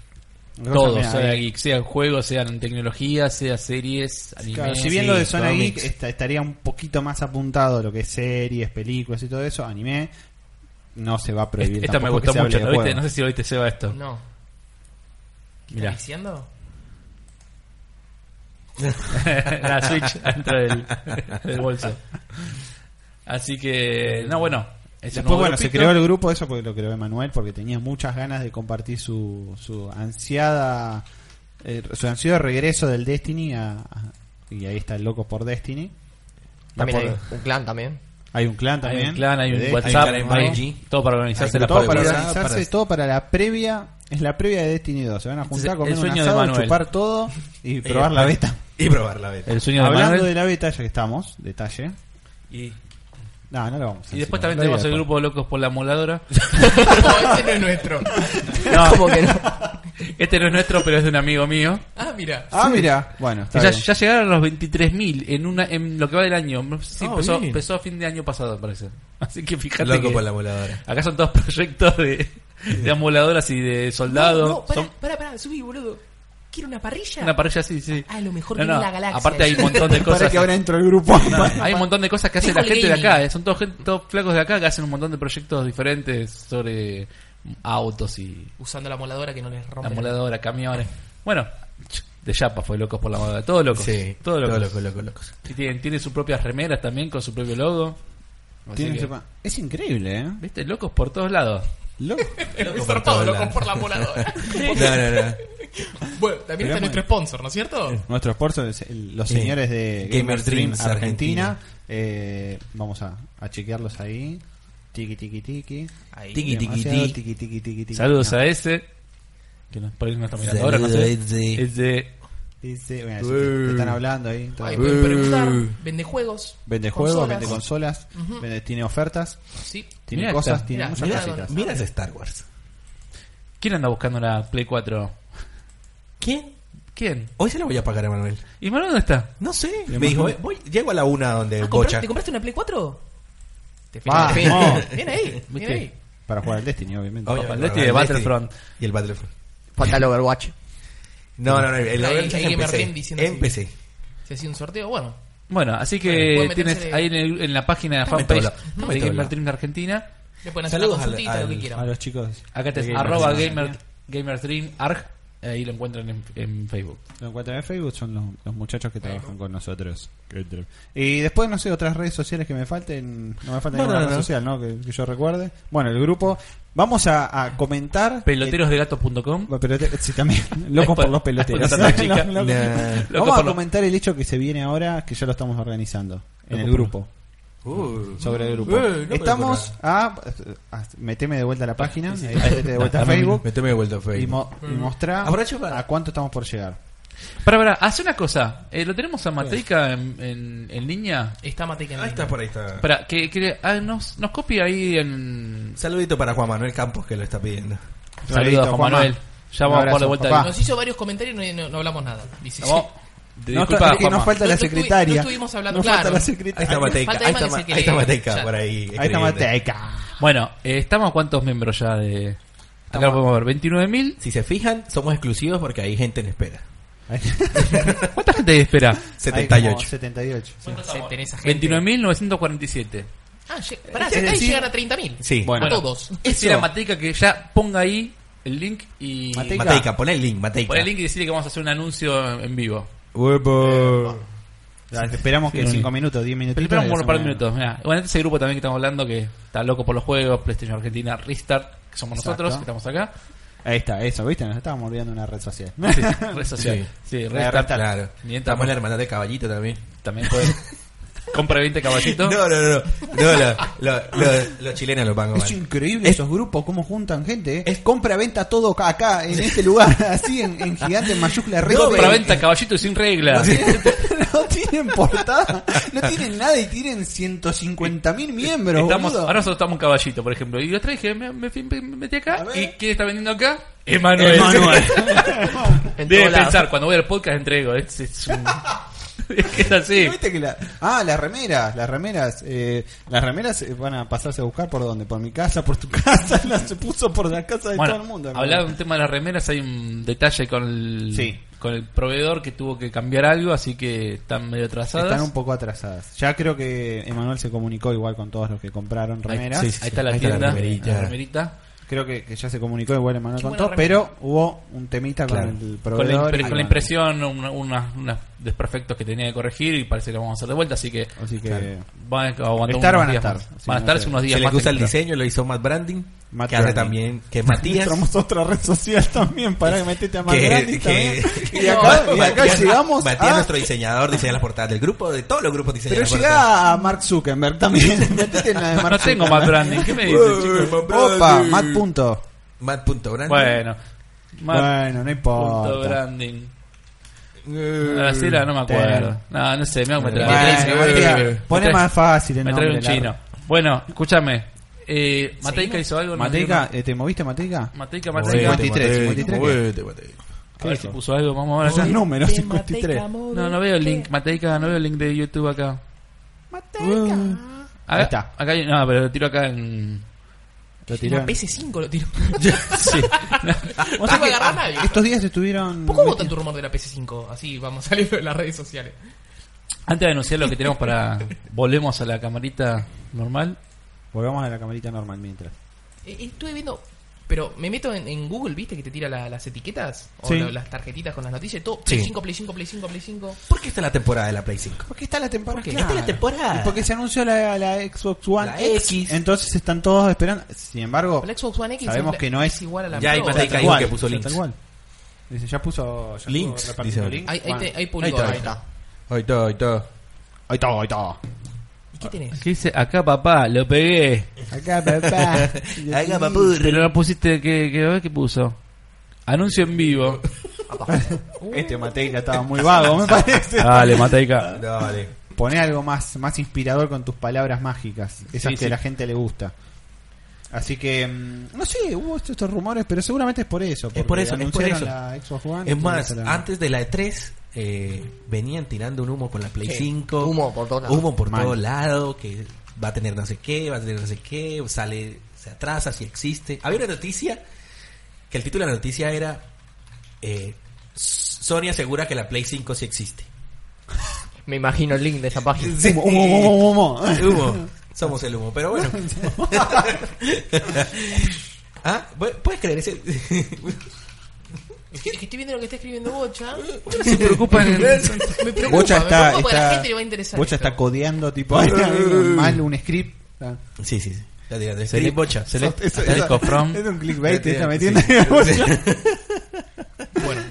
Nosotros todo, también, sea ahí- geek, sea juegos, sean tecnología, sea series, anime. Este Claro, si bien lo de Zona cómics. Geek esta- estaría un poquito más apuntado a lo que es series, películas y todo eso, anime no se va a prohibir. Esta me tampoco que gustó se hable mucho, de ¿lo viste? juego. No sé si lo viste, Seba, esto. No. ¿Qué Mirá. estás diciendo? la Switch dentro del, del bolso. Así que, no, bueno. ese Después, nuevo bueno, se grupito. creó el grupo, eso porque lo creó Emanuel, porque tenía muchas ganas de compartir su, su ansiada, eh, su ansiado regreso del Destiny a- a- y ahí está el loco por Destiny. No También por- hay un clan también. hay un clan Hay también. un clan, hay de un Destiny. WhatsApp, hay un hay IG. todo para Hay organizarse la todo para parrilla. organizarse, para- todo para la previa. Es la previa de Destiny 2. Se van a juntar, el comer un sueño de asado, Manuel. chupar todo y probar la beta. Y probar la beta. El sueño de Hablando Manuel. de la beta, ya que estamos, detalle. Y, No, no lo vamos a y decir, después no, también lo tenemos digo después. el grupo Locos por la Moladora. No, ese no es nuestro. Como que no. Este no es nuestro, pero es de un amigo mío. Ah, mira. Ah, mira. Bueno, está Ya, bien. ya llegaron a los 23.000 en una en lo que va del año. Sí, Ah, empezó, bien. empezó a fin de año pasado, parece. Así que fíjate Loco que por la voladora. acá son todos proyectos de, de amoladoras y de soldados. No, pará, Son pará, pará, subí, boludo. ¿Quiero una parrilla? una parrilla así, sí. Ah, lo mejor que tiene la galaxia. Aparte hay un montón de Para cosas. que ahora entro el grupo. Hay un montón de cosas que hace Dejo la el gente de gaming. acá. eh. Son todos, gente- todos flacos de acá que hacen un montón de proyectos diferentes sobre autos y Usando la moladora que no les la rompe. moladora, camiones. Bueno, de Yapa fue locos por la moda. Todo locos. Sí, todo locos. todo loco, loco, locos. Y tienen, tienen sus propias remeras también con su propio logo. Así Tienen que, que- Es increíble, ¿eh? Viste, locos por todos lados. Loco. Pero es por zarpado, todos loco, lados. por la moladora. No, no, no. bueno, también está nuestro sponsor, ¿no es cierto? Nuestro esfuerzo, es el- los Sí. señores de Gamer Gamer Dreams Dreams Argentina. Argentina. Eh, vamos a, a chequearlos ahí. Tiki, tiki, tiki. Ahí. Tiki, tiki, Demasiado tiki. tiki, tiki, tiki, tiki. Saludos No. a ese. Que no, por ahí no está mirando ahora, no sé. Saludos a ese. Ese. Dice, bueno, sí, te están hablando ahí. todo. Ahí pueden preguntar. Vende juegos. Vende juegos, consolas. Ah, vende consolas, vende- tiene ofertas, Sí. tiene Mirá cosas, esta. tiene Mirá, muchas mirá, cositas. Mira ese Star Wars. ¿Quién anda buscando una Play 4? ¿Quién? ¿Quién? Hoy se lo voy a pagar a Manuel. ¿Y Manuel dónde está? No sé. Me dijo, eh, voy, llego a la una donde Ah, bocha. ¿compraste- ¿Te compraste una Play 4? Te Vamos. felicito. Bien ahí, bien Ah, ¿Viste? ahí. Para jugar al Destiny, obviamente. Obvio, Papá, el no, Destiny de el Destiny. Battlefront. Y el Battlefront. Falta el Overwatch. No, no, no. El Ahí- Overwatch ahí Gamer Game empecé. diciendo así. Empecé. Se hacía un sorteo, bueno. Bueno, así que Bueno, pueden tienes meterse- ahí en, el- en la página Estamos en fanpage todo lado. Estamos de en todo Gamer lado. Dream de Argentina. Le pueden hacer una Saludos al- consultita, lo que al- A quieran. los chicos. Acá de tenés Gamer arroba Dream. gamer, gamer Dream arg. Ahí lo encuentran en, en Facebook. Lo encuentran en Facebook, son los, los muchachos que trabajan con nosotros. Y después, no sé, otras redes sociales que me falten. No me falta No, ninguna no, red no. social, ¿no? Que, que yo recuerde. Bueno, el grupo. Vamos a, a comentar. Peloterosdegato.com. Bueno, pero te- sí, también. Locos por los peloteros. Las pelotas chicas. Los- los- Nah. Locos Vamos por a los- comentar el hecho que se viene ahora, que ya lo estamos organizando. En el Locos por grupo. Uh. Sobre el grupo. Eh, no me Estamos a, a- Meteme de vuelta a la página. ahí, metete de vuelta a Dame, Facebook. Meteme de vuelta a Y, Facebook. mo- y mostrá Aprovecho para- a cuánto estamos por llegar. Para, para, hace una cosa. Eh, lo tenemos a Mateica en, en, en línea. Está Mateica en Ahí el- está, por ahí está. Para, que, que ah, nos, nos copia ahí en. Saludito para Juan Manuel Campos que lo está pidiendo. Saludos a Juan Juanma. Manuel. Ya Un vamos a jugar de abrazo, vuelta. papá. Nos hizo varios comentarios y no, no- no hablamos nada. Dice, Vamos. sí. Te No, Oh, disculpa, está- y nos Juanma. falta la No estuvi- secretaria. no estuvimos hablando, Nos claro. falta la Ahí secretaria. está Mateica. falta Ahí Emma está, que Ma- se ahí está quede. Mateica Ya. por ahí. Ahí está escribiendo. Mateca. Bueno, eh, estamos a cuántos miembros ya de. Acá lo podemos ver. 29.000. Si se fijan, somos exclusivos porque hay gente en espera. ¿Cuánta gente espera? Hay como 78. 78. sí. Se- tenés a gente. 29.947. Ah, lle- pará, Es se está decir- llegar a 30.000. Sí. Bueno. A todos. Es la Mateica que ya ponga ahí el link y. Mateica. Mateica, pon el link, Mateica. Pon el link y decirle que vamos a hacer un anuncio en vivo. Uepo. Ah, Esperamos que Sí, 5 minutos, 10 minutos. Pero esperamos por un par de minutos. mirá. Bueno, este es el grupo también que estamos hablando que está loco por los juegos, PlayStation Argentina, Restart, que somos Exacto. nosotros, que estamos acá. Ahí está, eso, ¿viste? Nos estábamos olvidando de una red social. Sí, red social. Sí, Restart. Restart. Claro. Ni entramos. Estamos en la hermandad de caballito también. También puede. Compra 20 No, caballitos. no, no. no. no lo- lo- lo- los chilenos lo pagan. Es increíble esos grupos, cómo juntan gente. ¿eh? Es compra-venta todo acá- acá, en este lugar, así en, en gigante, en mayúscula, re Compra grande. venta caballitos sin regla. No tienen portada, no tienen nada y tienen 150 mil miembros. Estamos- boludo. ahora nosotros estamos un caballito, por ejemplo. Y los traje, me, me, fui- me metí acá. A ver. ¿Y quién está vendiendo acá? Emanuel. En Debe todos lados. pensar, cuando voy al podcast entrego. Es, es un- es que es así. ¿No viste que la- Ah, las remeras, las remeras. eh, las remeras eh, van a pasarse a buscar por dónde, por mi casa, por tu casa. Las se puso por la casa de Bueno, todo el mundo. hablaba de un tema de las remeras, hay un detalle con el, Sí. con el proveedor que tuvo que cambiar algo, así que están medio atrasadas. Están un poco atrasadas. Ya creo que Emanuel se comunicó igual con todos los que compraron ahí, remeras. sí, sí, ahí está la ahí está la tienda, la remerita. remerita. Creo que, que ya se comunicó igual Emanuel Qué con buena todos, remera. pero hubo un temita Claro. con el Con la, proveedor. impre- y con la bueno, impresión, una- unas- unos desperfectos que tenía que corregir y parece que lo vamos a hacer de vuelta, así que Así que van a aguantar Estar unos van a días estar, más. sí, van a no estar sé. unos días Se le más. gusta el tranquilos. diseño, lo hizo Matt Branding. Matt que hace Branding. también. Que Matías. Mostramos otra red social también para que metete a más grande que, también. que- Y acá, y acá Matías- llegamos Matías, a- nuestro diseñador, diseña las portadas del grupo, de todos los grupos diseña Pero las portadas. llega a Mark Zuckerberg también. Metete en la de Mark No tengo más branding, ¿qué me dices, chicos? Opa, Matt punto. Matt.branding. Bueno, más Bueno, no punto importa. branding. Eh, Graciela, no me acuerdo. No, no sé, me hago que me Bueno, trabe. Matías, Matías, pone Matías. más fácil el Me trae nombre. un chino. Bueno, escúchame. Eh, Mateica hizo algo. largo. ¿no? Mateica, eh, ¿te moviste Mateica? Mateica, Movete, Mateica. 53, Mateo, 53. movete, Mateo. A ver si puso algo. Vamos a ver Son allá. números, 53. No, no veo el link. Mateica, no veo el link de YouTube acá. Uh, Acá, Ahí está. Acá hay, no, pero lo tiro acá en. Lo tiró. Una PC5 lo tiró. Sí. Ah, No se puede agarrar nadie. Estos días estuvieron. ¿Por qué hubo tanto rumor de la PC5? Así vamos a salir de las redes sociales. Antes de anunciar lo que tenemos para. Volvemos a la camarita normal. Volvamos a la camarita normal mientras. Eh, Estuve viendo, pero me meto en, en Google, ¿viste? Que te tira la- las etiquetas o Sí. la- las tarjetitas con las noticias y todo. Play Sí. 5, Play 5, Play 5, Play 5. ¿Por qué está la temporada de la Play 5? Porque está la temporada. Porque está la temporada. Y porque se anunció la, la Xbox One La X. X. Entonces están todos esperando. Sin embargo, La Xbox One X Sabemos es, que no es- igual a la Ya hay Pro. más de- tal Caigo cual, que puso ya links. tal cual. Dice, ya puso. ya Links, estuvo repartiendo dice links. ahora. Ahí, ahí, te- Bueno. ahí publicó. Ahí está, ahí está. ahí Ahí está, ahí está. Ahí está, ahí está. ¿Y qué tenés? ¿Qué dice? Acá, papá, lo pegué. Acá, papá. Haga papurri. Pero no pusiste. ¿Qué, qué, a ver qué puso? Anuncio en vivo. este Mateica estaba muy vago, me parece. Dale, Mateica. Dale. Poné algo más, más inspirador con tus palabras mágicas. Esas Sí, que sí. a la gente le gusta. Así que, mm, no sé, hubo estos, estos rumores, pero seguramente es por eso. por porque eso, es por anunciaron eso. la Xbox One, Es más, entonces la- antes de la E3 eh, venían tirando un humo con la Play Sí, 5. humo por todos lados. Humo por Mal. todo lado, que va a tener no sé qué, va a tener no sé qué, sale, se atrasa si existe. Había una noticia que el título de la noticia era eh, Sony asegura que la Play 5 sí existe. Me imagino el link de esa página. Sí. Humo, humo, humo, humo, humo. Humo. Somos el humo, pero bueno. ah, bu- ¿puedes creer ese? Es que, es que estoy viendo lo que está escribiendo Bocha. Se preocupan en- Me preocupa, Bocha me está, preocupa está- porque a la gente le va a interesar. Bocha esto. está codeando tipo mal un script. Ah. sí, sí, sí. Ya te digo, te- Select- bocha. select- Eso- asterisco eso- from. Es un clickbait, Sí, te está sí. metiendo en la bolsa. Bueno,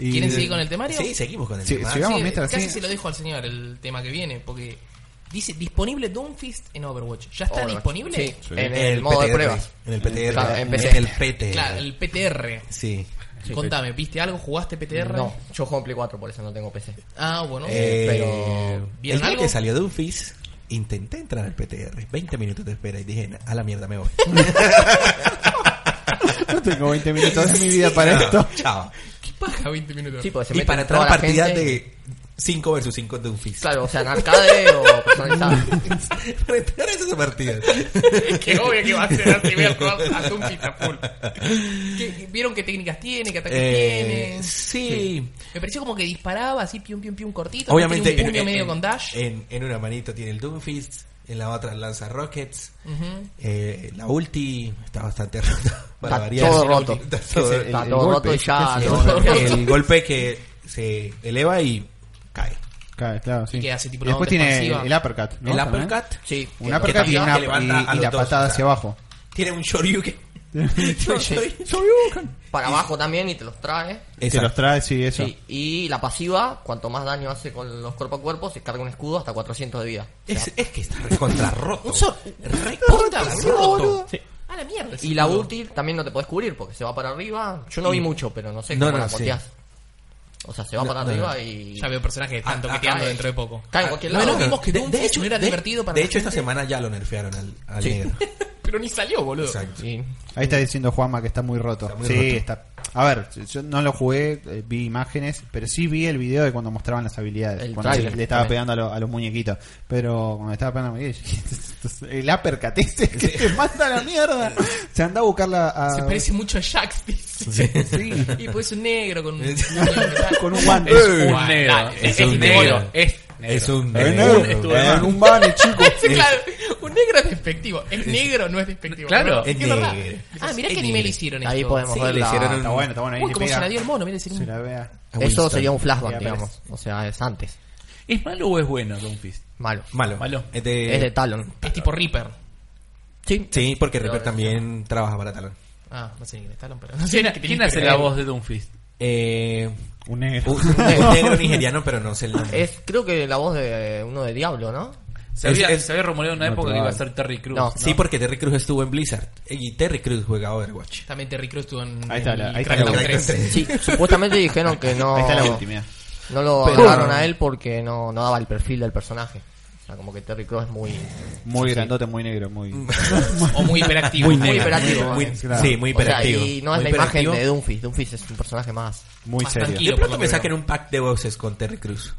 Y- ¿quieren seguir con el temario? Sí, seguimos con el Sí, tema. sigamos. Vamos, Sí, mientras casi sí. se lo dejo al señor el tema que viene, porque dice disponible Doomfist en Overwatch. ¿Ya está Overwatch. disponible? Sí, Sí. en el, modo de PTR, pruebas. En el PTR. Claro, en en PC. el PTR. Eh, Claro, el PTR. Sí. Contame, ¿viste algo? ¿Jugaste PTR? No, yo juego en Play 4, por eso no tengo PC. Ah, bueno. Eh, pero, el ¿vieron día algo? que salió Doomfist, intenté entrar al PTR. 20 minutos de espera y dije, a la mierda me voy. No tengo 20 minutos de mi vida para No, esto. Chao. ¿Qué paja 20 minutos? Sí, pues se Y meten para entrar a toda la partidas gente. de 5 versus 5 Doomfist. Claro, o sea, en arcade o personalizado. para entrar a esas partidas. Es que obvio que va a ser así, voy a jugar a Doomfist a full. ¿Qué- ¿Vieron qué técnicas tiene, qué ataques Eh, tiene? sí. Me pareció como que disparaba así, pium, pium, pium, cortito. Obviamente, tiene un eh, puño medio con dash. En, en una manito tiene el Doomfist, en la otra lanza Rockets. Ujú. Eh, la ulti está bastante rota. para Está variar. todo roto. Está todo- Eh, Es el- Está el todo golpe, roto y sí, ya. sí, lo- sí. lo- el golpe que se eleva y cae. Claro, claro, sí. que hace tipo Y una después onda tiene expansiva. el uppercut. ¿no? el También. uppercut Sí, Un que- uppercut y, también una, que levanta y- a y los la dos, patada o sea. hacia abajo. tiene un Shoryuken. Tiene un Shoryuken. para abajo también y te los trae. Y te los trae, sí, eso. Sí, y la pasiva, cuanto más daño hace con los cuerpo a cuerpo, se carga un escudo hasta 400 de vida. O sea, Es, es que está recontra roto. Puta, Recontra boludo. roto. A la mierda. ese y la juego. ulti también no te podés cubrir porque se va para arriba. Yo no Y- vi mucho, pero no sé No, cómo no, la sí. coteás. O sea, se va No, para no, arriba no. y. Ya veo personajes que están Ah, toqueteando ah, dentro de poco. Cae en cualquier Ah, lado. bueno, vimos que de, Doomfist de hecho, no era de- divertido para de la hecho esta gente. semana ya lo nerfearon al, al Sí. negro. eh. Pero ni salió, boludo. Exacto. Sí. Ahí está diciendo Juanma que está muy roto. Está muy sí, roto. está. A ver, yo no lo jugué, eh, vi imágenes, pero sí vi el video de cuando mostraban las habilidades. El cuando tráiler, le estaba también. pegando a, lo- a los muñequitos. Pero cuando estaba pegando a Miguel, el uppercut ese que te manda a la mierda. Se anda a buscarla a. Se parece mucho a Jax, dice. Sí. Y pues es un negro con un... con un guante. Es Eh, un negro. Es un negro. Es Es un eh, negro. negro, eh, un vale, chico. Sí, claro, un negro es despectivo. Es negro, no es despectivo. Claro. Es Es que es verdad. negro. Ah, mirá Es qué anime negro. le hicieron Ahí esto. podemos Sí, ver le la- hicieron Está bueno, está bueno. Ahí Uy, le cómo pega, se la dio el mono, mirá, se la le vea. A Eso Winston. sería un flashback, Ya, digamos. O sea, es antes. ¿Es malo o es bueno Doomfist? Malo. Malo. Malo. Es de- es de Talon. Es tipo Reaper. Sí. Sí, porque Pero Reaper es- también trabaja para Talon. Ah, no sé ni quién es Talon, pero... No sé ¿Quién, ni qué quién tiene hace que la ver. voz de Doomfist? Eh, Un negro. un, un negro nigeriano, pero no sé el nombre. Es, creo que la voz de uno de Diablo, ¿no? Se Es- había, es- se había rumoreado en una No, época que claro. iba a ser Terry Crews. No, Sí, porque Terry Crews estuvo en Blizzard. Y Terry Crews juega Overwatch. También Terry Crews estuvo en... Ahí está la- en ahí está Crackdown la- 3. Sí, supuestamente dijeron que no. Ahí está la última. No lo Pero- agarraron a él porque no, no daba el perfil del personaje. O sea, como que Terry Crews es muy. Muy grandote, muy negro, muy. O muy hiperactivo. Muy negro, hiperactivo, muy- ¿no? muy- sí, muy o sea, hiperactivo. y no es Muy la imagen hiperactivo. de Doomfist. Doomfist es un personaje más. Muy Más serio. tranquilo. De pronto por lo me que saquen veo. un pack de voces con Terry Crews.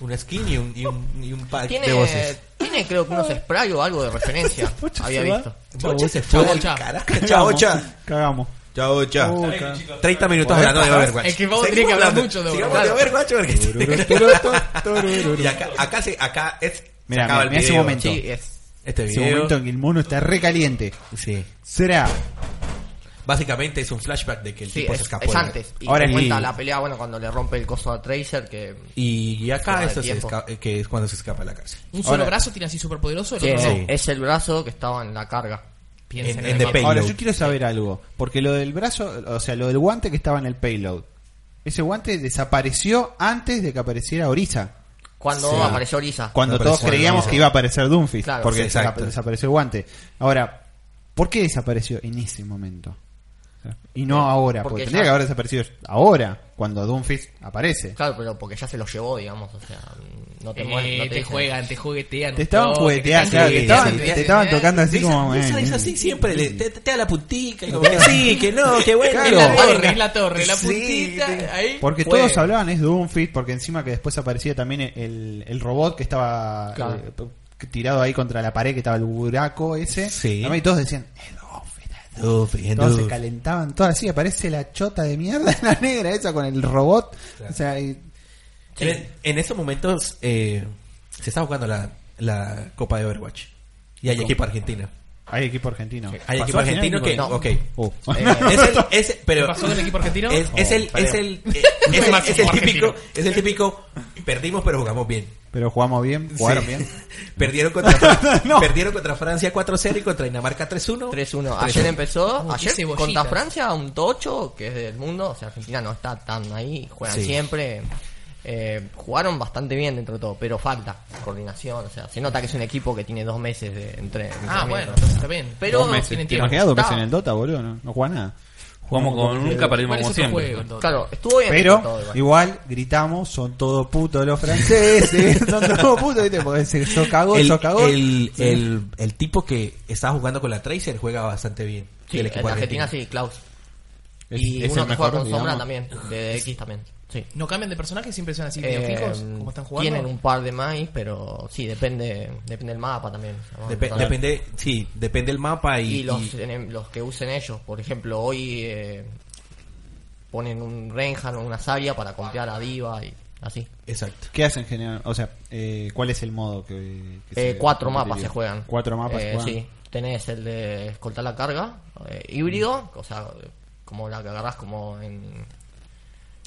Una skin y un, y un, y un pack de Tiene, voces. tiene creo que unos spray o algo de referencia. Había se va. visto. Bocha se Chao, fue al Bocha. carajo. Chao, Bocha. Cagamos. Chao, chao. Oh, ca- 30 minutos hablando de Overwatch. Es que vamos a tener que hablar mucho de Overwatch. Overwatch. de Overwatch porque... y acá, acá, se, acá es, se Mirá, mirá, acaba el mirá ese video. momento. Sí, es. Este Ese video. momento en que el mono está recaliente. Sí. Será. Básicamente es un flashback de que el Sí, tipo es, se escapó. eh. es de- antes. Y Ahora Ahora es cuenta Lee. la pelea, bueno, cuando le rompe el coso a Tracer, que Y, y acá Fuera de eso se tiempo. esca- que es cuando se escapa de la cárcel. Un solo Ahora- brazo tiene así superpoderoso, el que otro no. Sí. es el brazo que estaba en la carga. Piensa En- en, en el The mapa. Pale. Ahora, Payload. yo quiero saber algo. Porque lo del brazo, o sea, lo del guante que estaba en el payload. Ese guante desapareció antes de que apareciera Orisa. Cuando Sí. apareció Orisa. Cuando No todos apareció creíamos Orisa. que iba a aparecer Doomfist. Claro, porque sí, exacto. desapa- desapareció el guante. Ahora, ¿por qué desapareció en ese momento? O Y no ahora, Eh, porque, Porque tendría ya- que haber desaparecido ahora, cuando Doomfist aparece. Claro, pero porque ya se los llevó, digamos. O sea, no te, Eh, mueven, no te, te dicen- juegan, te juguetean. Te estaban un toque, jugueteando, te están claro, te jugueteando, estaban, te- te estaban tocando así Esa- como... esa- eh, es así siempre, le- te, te da la puntica, y como que sí, que no, que bueno. Es y la la gorra. torre, es la torre, la Sí, puntita, te- ahí. Porque Fue- todos hablaban es de Doomfist, porque encima que después aparecía también el, el robot que estaba Claro. eh, p- tirado ahí contra la pared, que estaba el buraco ese. Sí. También Y todos decían, es Doomfist. es Doomfist". Dufi, Todos se dufi. calentaban, todas así, aparece la chota de mierda, la negra esa con el robot. O sea, y- En, en esos momentos eh, se está jugando la, la Copa de Overwatch. Y hay equipo argentino. hay equipo argentino. Hay ¿Pasó equipo al final argentino el que. No. Ok. Uh. Es el, es- pero ¿Qué pasó con el equipo argentino? es, es el, es el, eh, es el- es el típico, es el típico, perdimos pero jugamos bien. Pero jugamos bien, jugaron Sí. bien. perdieron contra No. perdieron contra Francia 4-0 y contra Dinamarca 3-1. 3-1. Ayer empezó, Uy, qué ayer cebollitas. contra Francia, un tocho que es del mundo. O sea, Argentina no está tan ahí, juegan Sí. siempre. Eh, jugaron bastante bien dentro de todo, pero falta coordinación. O sea, se nota que es un equipo que tiene dos meses de entre. Ah, entrenamiento. bueno, entonces está bien. Pero- Dos meses. tienen ¿Te tiempo. imaginas dos veces en Está. el Dota, boludo? No, no juega nada. Jugamos como nunca, Igual perdimos es como otro siempre. juego, entonces. Claro, estuvo bien Pero dentro de todo, igual. igual gritamos, son todos putos los franceses, son todos putos, ¿viste? Porque decir, sos cagón, el, sos cagón. el, el, el tipo que estaba jugando con la Tracer juega bastante bien. Sí, del en equipo Argentina, argentino. sí, Klaus. Es- y es uno el que mejor, juega con Sombra digamos. también, de X también. Sí. ¿No cambian de personaje? ¿Siempre son así Eh, medio fijos? ¿Cómo están jugando? Tienen un par de más, pero sí, depende, depende del mapa también. O sea, vamos a Depe- empezar- depende, sí, depende el mapa y, y los, y- enem- los que usen ellos. Por ejemplo, hoy eh, ponen un Renhan o una Saria para contear a Diva y así. exacto. ¿Qué hacen general? O sea, eh, ¿cuál es el modo que, que Eh, se- cuatro competitivo? mapas se juegan. Cuatro mapas se Eh, juegan. Sí, tenés el de escoltar la carga, eh, híbrido, Mm. o sea, como la que agarrás como en...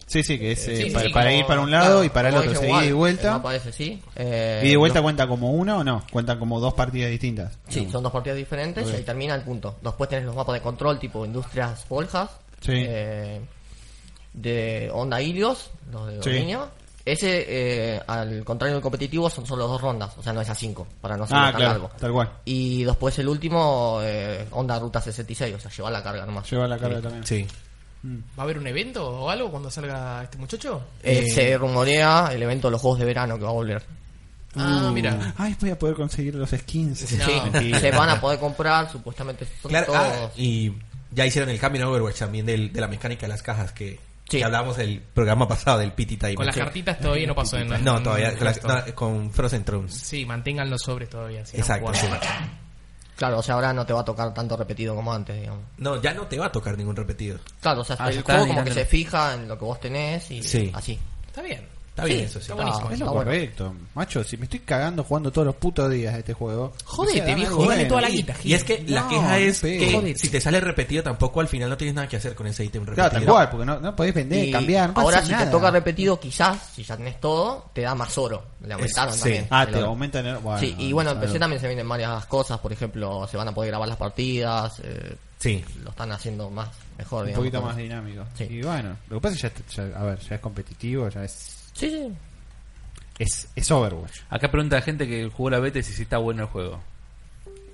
Sí, sí, que es eh, sí, sí, para, sí, para como- ir para un lado claro, y para el como otro. dije, Seguir igual, y el vuelta. mapa ese sí. Eh, ¿Y de vuelta los- cuenta como uno o no? Cuentan como dos partidas distintas. Sí, son dos partidas diferentes Ok. y ahí termina el punto. Después tenés los mapas de control tipo Industrias Foljas, Sí. eh, de Onda Ilios, los de Sí. Dominio. Ese, eh, al contrario del competitivo, son solo dos rondas, o sea, no es a cinco, para no ser Ah, tan claro, largo. tal cual. Y después el último, eh, Onda Ruta 66, o sea, llevar la carga nomás. Lleva la carga también. Sí. ¿Va a haber un evento o algo cuando salga este muchacho? Eh, Eh, se rumorea el evento de los Juegos de Verano que va a volver. Ah, mira. Uh. Ay, voy a poder conseguir los skins. No. Sí, se van a poder comprar, supuestamente son Claro, todos... ah, y ya hicieron el cambio en Overwatch también del- de la mecánica de las cajas que, Sí. que hablábamos el programa pasado del Pity Time. Con las Sí. cartitas todavía no pasó en Eh, No, Mm, todavía con, las- en- no, con Frozen Thrones. Sí, mantengan los sobres todavía. si no Exacto. juegan. sí. Claro, o sea, ahora no te va a tocar tanto repetido como antes, digamos. No, ya no te va a tocar ningún repetido. Claro, o sea, Ah, el ya está, juego ya como que está. se fija en lo que vos tenés y Sí. así. Está bien. Está bien eso, sí. está buenísimo. Ah, Es Está lo bueno. correcto, macho. Si me estoy cagando jugando todos los putos días de este juego. Jódete, O sea, viejo, dame dale bueno. toda la guita. Y es que la No, queja es sí. que Joder. si te sale repetido tampoco al final no tienes nada que hacer con ese ítem repetido. Claro, tal cual, porque no, no podés vender, Y cambiar. No ahora pasa si nada. te toca repetido, quizás, si ya tenés todo, te da más oro. Le aumentaron sí. también. Ah, el te oro. aumentan el. Bueno, sí, y bueno, en claro. PC también se vienen varias cosas, por ejemplo, se van a poder grabar las partidas, eh, Sí. lo están haciendo más, mejor, Un digamos. poquito todo. más dinámico. Sí. Y bueno, lo que pasa es que ya, ya- a ver, ya es competitivo, ya es. Sí, sí. Es, es Overwatch. Acá pregunta la gente que jugó la beta y si sí está bueno el juego.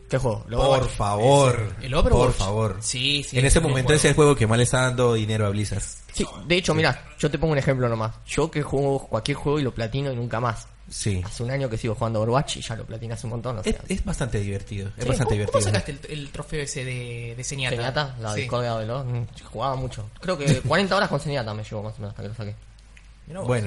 ¿Qué juego? Lo Por veo. favor. ¿El Overwatch? Por favor. Sí, sí. en ese buen momento juego. es el juego que más le está dando dinero a Blizzard. Sí, de hecho, mira, yo te pongo un ejemplo nomás. Yo que juego cualquier juego y lo platino y nunca más. Sí. Hace un año que sigo jugando Overwatch y ya lo platinas un montón, o sea. Es, es bastante divertido. Es Sí, bastante ¿Cómo, divertido. cómo sacaste el, el trofeo ese de, de Señata? Zenyatta, la Sí. discordia de los. mm, Jugaba mucho. Creo que 40 horas con Zenyatta me llevó más o menos hasta que lo saqué. Mirá vos.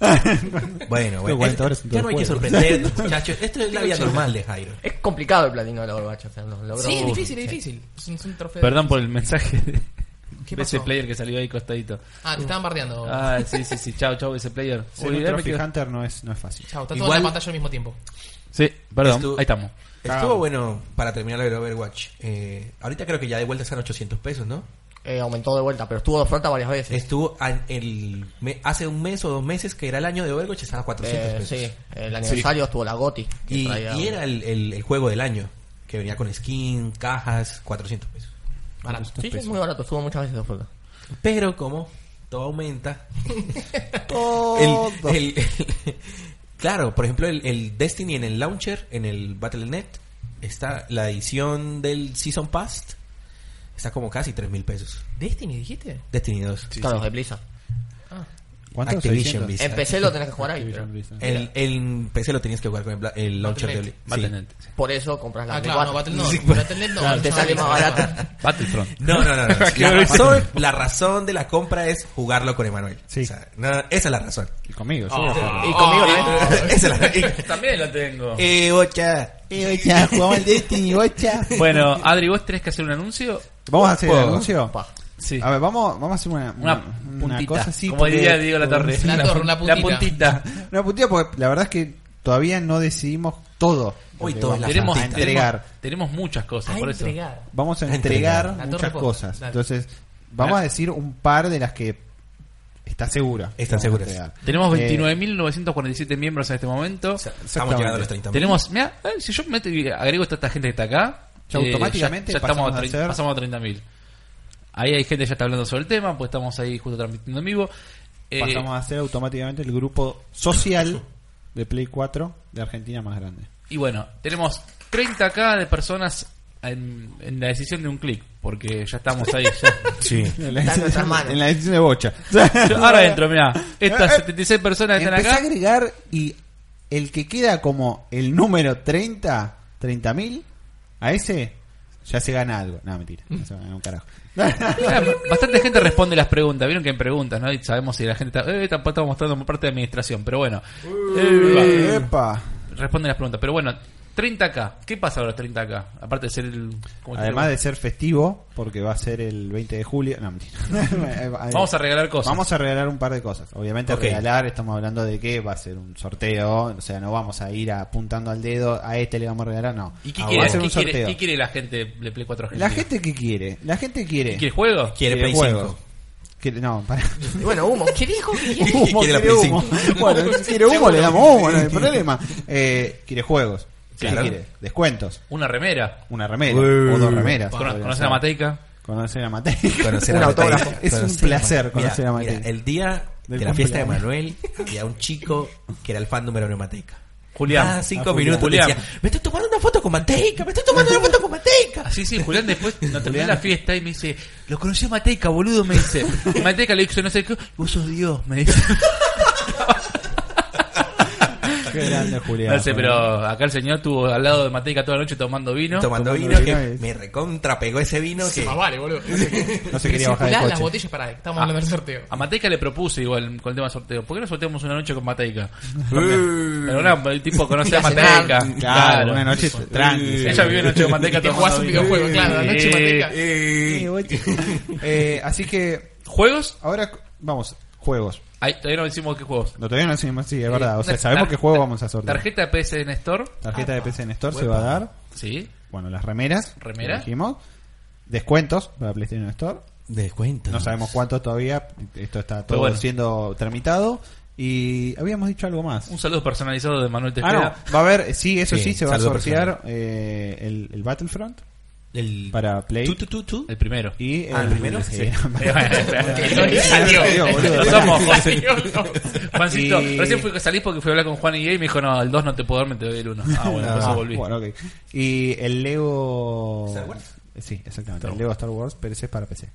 Bueno. bueno, bueno. Pero 40 Esto- horas en todo ya el no hay que juego. sorprendernos, muchachos. Esto es la vida normal de Jairo. Es complicado el platino de los Overwatch, o sea, lo logró. Sí, es uno, difícil, es sí. difícil. Es un, es un trofeo. Perdón por el mensaje de, ¿Qué de ese pasó? player que salió ahí costadito. Ah, te estaban bardeando. Ah, sí, sí, sí. Chao, chao, ese player. Ser Uy, un ya me Trophy quedo- Hunter no es, no es fácil. Chao, está todo Igual- en la pantalla al mismo tiempo. Sí, perdón. Estu- Ahí estamos. Estuvo bueno para terminar el Overwatch. Eh, ahorita creo que ya de vuelta están 800 pesos, ¿no? Eh, aumentó de vuelta, pero estuvo de oferta varias veces. Estuvo an- el, me- hace un mes o dos meses que era el año de Overwatch, estaba a 400 Eh, pesos. sí, el aniversario estuvo la GOTI. que Y, traía- y era el, el- el juego del año, que venía con skin, cajas, 400 pesos. Barato. Sí, sí, muy barato, estuvo muchas veces de oferta. Pero como todo aumenta, Todo. el, el- claro, por ejemplo, el, el Destiny en el launcher, en el Battle.net, está la edición del Season Pass Está como casi 3 mil pesos. ¿Destiny dijiste? Destiny 2. Claro, los de Blizzard. Ah. ¿Cuánto? 600. Activision Blizzard. En PC lo tenés que jugar ahí. Activision pero- Blizzard. El, el PC lo tenías que jugar con el, bla- el launcher de Battle.net. Bli- sí. Battle.net. Por eso compras la Ah, Play claro, no, 4. Battle.net no. Sí, Battle.net no. Claro, te no, sale no, más no, barata. Battlefront. No, no, no. no. Qué La, horror. razón, la razón de la compra es jugarlo con Emanuel. Sí. O sea, no, esa es la razón. Y conmigo, yo voy a jugar. Ah, Y conmigo Eh, la esa es la También lo tengo. Eh, bocha. Eh, bocha, jugamos al Destiny, bocha. Bueno, Adri, ¿vos tenés que hacer un anuncio? ¿Vamos a hacer el Juego. anuncio? Sí. A ver, vamos, vamos a hacer una, una, Una una puntita. cosa así. Como porque- diría Diego La Torre. La torre, la La puntita. puntita. Una puntita porque la verdad es que todavía no decidimos todo. Uy, Porque todo vamos la Tenemos, a entregar. Tenemos, tenemos muchas cosas, A por eso. entregar. Vamos a A entregar. entregar La muchas torre posta. cosas. Dale. Entonces, vamos a decir un par de las que está segura. Están Vamos a seguras. entregar. Tenemos Eh, 29.947 miembros en este momento. O sea, estamos llegando a los 30 tenemos, mira, si yo meto y agrego toda esta gente que está acá, eh, Ya automáticamente ya, ya estamos pasamos a a trein- ser- pasamos a 30.000. Ahí hay gente que ya está hablando sobre el tema, pues estamos ahí justo transmitiendo en vivo. Eh, Pasamos a ser automáticamente el grupo social de Play 4 de Argentina más grande. Y bueno, tenemos 30k de personas en, en la decisión de un clic, porque ya estamos ahí. ya. Sí. En la, Está edición, en nuestras manos. en la edición de Bocha. Yo- ahora entro, mira, estas Eh, eh. 76 personas que están Empecé a acá. agregar y el que queda como el número 30, 30.000, a ese ya se gana algo. No, mentira, Mm. no se gana un carajo. Mirá, Bastante gente responde las preguntas, vieron que en preguntas, ¿no? Y sabemos si la gente está, eh, tampoco estamos mostrando por parte de administración, pero bueno. Eh, Epa. responde las preguntas, pero bueno, 30k, ¿qué pasa ahora 30k? Aparte de ser el ¿cómo te Además digo? de ser festivo, porque va a ser el 20 de julio. No, mentira. Eh, Vamos a regalar cosas. Vamos a regalar un par de cosas. Obviamente Ok. regalar, estamos hablando de que va a ser un sorteo, o sea, no vamos a ir apuntando al dedo, a este le vamos a regalar, no. ¿Y qué Ah, quiere, va a ser qué un quiere- sorteo. qué quiere la gente de Play 4 La Argentina? gente que quiere, la gente quiere. ¿Quiere juego? Quiere Play juegos. 5. Eh, Quiere- no, para. Y bueno, humo. ¿Qué dijo? Quiere humo, la quiere Play humo. Bueno, si quiere humo, le damos humo, no hay problema. Eh, quiere juegos. ¿Qué Claro. quiere? Descuentos. Una remera. Una remera. Uy. o dos remeras. Cono- podría ¿Conoces ser. a Mateica? Conocer a Matei. Conocer Un a autógrafo. Matei. Es un Conocer placer a Matei. conocer a Mira, Matei. mira, el día Del de la fiesta de cumpleaños. Manuel había un chico que era el fan número uno de Mateica. Julián. Cada cinco Ah, Julián. minutos Julián. decía, me estoy tomando una foto con Mateica, me estoy tomando una foto con Mateica. Así Ah, sí, Julián después nos terminó la fiesta y me dice, lo conocí a Mateica, boludo, me dice. Y Mateica le dice, no sé qué, vos sos Dios, me dice. Qué grande, Julián. No sé, pero acá el señor estuvo al lado de Mateica toda la noche tomando vino. Tomando Tomando vino, que vino y- me recontra pegó ese vino que... Más vale, boludo. No se quería bajar del Recirculás las coche. botellas para estamos Ah. hablando del sorteo. A Mateica le propuse igual con el tema de sorteo. ¿Por qué no sorteamos una noche con Mateica? Uh, Pero no, el tipo conoce a Y a Mateica. cenar. Claro, una noche tranqui. Ella vive una noche con Mateica Y te jugás tomando un vino. videojuego, claro, la noche Eh, mateca. eh, Eh, así que ¿Juegos? ahora vamos, juegos. Ay, todavía no decimos qué juegos. No, todavía no decimos, sí, Eh, es verdad. O sea, Una sabemos tar- qué juego vamos a sortear. Tarjeta PSN Store. Tarjeta Ah, de PC en Store se va a dar. Sí. Bueno, las remeras. Remera. lo Dijimos. Descuentos para PlayStation Store. Descuento. No sabemos cuánto todavía. Esto está todo bueno. siendo tramitado. Y habíamos dicho algo más. Un saludo personalizado de Manuel Ah, Tejeda. no. Va a haber, sí, eso sí, Sí, se va a saludo sortear eh, el, el Battlefront El... para Play. Tú, tú, tú, tú. El primero. Y Ah, el primero. sí. Ah, Salió. boludo. Somos José. Salió, no. Juancito, Y- recién fui, salí porque fui a hablar con Juan y él y me dijo, no, el 2 no te puedo dar, me te doy el 1. Ah, bueno, Ah, entonces volví. bueno, ok. Y el Lego. Star Wars. Sí, exactamente. Star El Lego Star Wars, pero ese es para PC.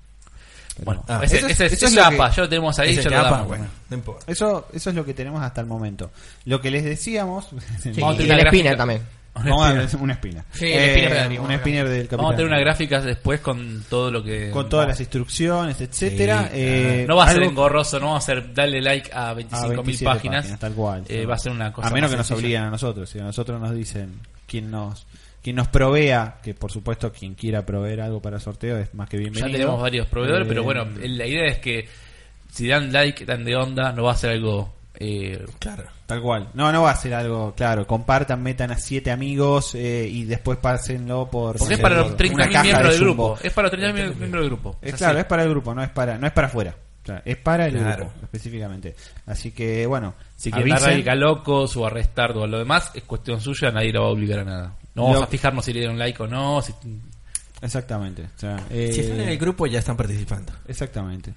Pero Bueno, Ah, ese, eso es- ese es, eso es la lo que- APA, ya lo tenemos ahí, Ese ya lo capa, damos. bueno, no importa. Eso, eso es lo que tenemos hasta el momento. Lo que les decíamos. Vamos a Y tener el una Spinner gráfica. también. Vamos a ver una espina. Sí, el spinner de Darío, un vamos a spinner del capitán. Vamos a tener una gráfica después con todo lo que... Ah, Con todas las instrucciones, etcétera. Sí, Eh, No va a ser algo- engorroso, no va a ser darle like a a 25.000 27 páginas. Tal cual. Eh, tal va a cual. ser una cosa A menos más que nos sencilla. obliguen a nosotros. Si a nosotros nos dicen quién nos. Quien nos provea, que por supuesto quien quiera proveer algo para sorteo es más que bienvenido. Ya tenemos varios proveedores, Eh, pero bueno, la idea es que si dan like, dan de onda, no va a ser algo... eh, Claro. Tal cual. No, no va a ser algo, claro. Compartan, metan a siete amigos eh, y después pásenlo por. porque es por- para los por 30.000 Pues una caja miembros de del Jumbo. grupo. Es para los 30.000 miembros del grupo. Es Es claro, así. es para el grupo, no es para, no es para afuera. O sea, es para el Claro. grupo, específicamente. Así que, bueno, Si quieren dar like a locos o a restart o a lo demás, es cuestión suya, nadie lo va a obligar a nada. No vamos Lo- a fijarnos si le dieron like o no. si- Exactamente. o sea, eh, Si están en el grupo ya están participando. Exactamente.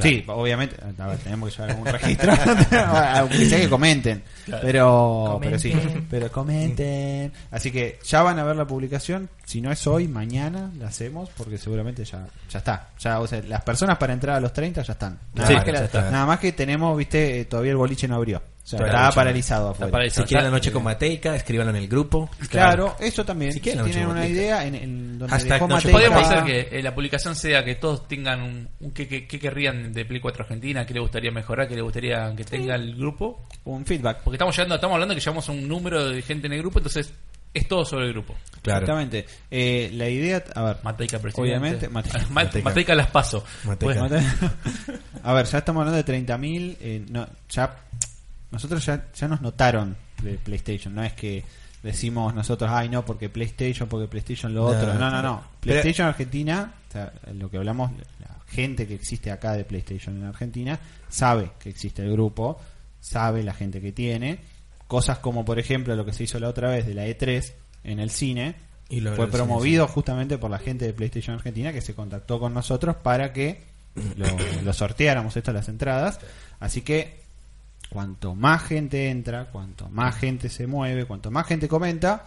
Sí, obviamente. A ver, tenemos que llevar algún registro. Aunque sea que comenten. Pero, pero sí. Comenten. Pero comenten. Así que ya van a ver la publicación. Si no es hoy, mañana la hacemos. Porque seguramente ya, ya está. Ya, o sea, las personas para entrar a los 30 ya están. Nada, Sí, más, que ya la- está. nada más que tenemos, viste, eh, todavía el boliche no abrió. O sea, Todavía estaba el boliche no- paralizado afuera. Si quieren la noche con Mateica, escríbanlo en el grupo. Claro, eso también. Si Si, quieren la tienen noche una bonita. idea, en, en donde Hashtag dejó noche Matei bonita. Podríamos estaba- hacer que eh, la publicación sea que todos tengan un, un qué, qué- qué querrían de Play 4 Argentina, qué le gustaría mejorar, qué le gustaría que tenga el grupo. un feedback. Porque estamos llegando, estamos hablando que llevamos un número de gente en el grupo, entonces es todo sobre el grupo. Claro. Exactamente. Eh, la idea, a ver, Mateica presidente. obviamente, Matei- Ma- Mateica. Mateica. las paso. Mateica. Bueno, a ver, ya estamos hablando de 30.000, eh, no, ya nosotros ya, ya nos notaron de PlayStation, no es que decimos nosotros, ay no, porque PlayStation, porque PlayStation lo No, otro, no, no, claro. no, PlayStation Argentina, o sea, lo que hablamos, la gente que existe acá de PlayStation en Argentina, sabe que existe el grupo, sabe la gente que tiene, cosas como por ejemplo lo que se hizo la otra vez de la E3 en el cine, Y lo- fue lo- sí, promovido justamente por la gente de PlayStation Argentina que se contactó con nosotros para que lo, lo sorteáramos esto las entradas. Así que cuanto más gente entra, cuanto más gente se mueve, cuanto más gente comenta,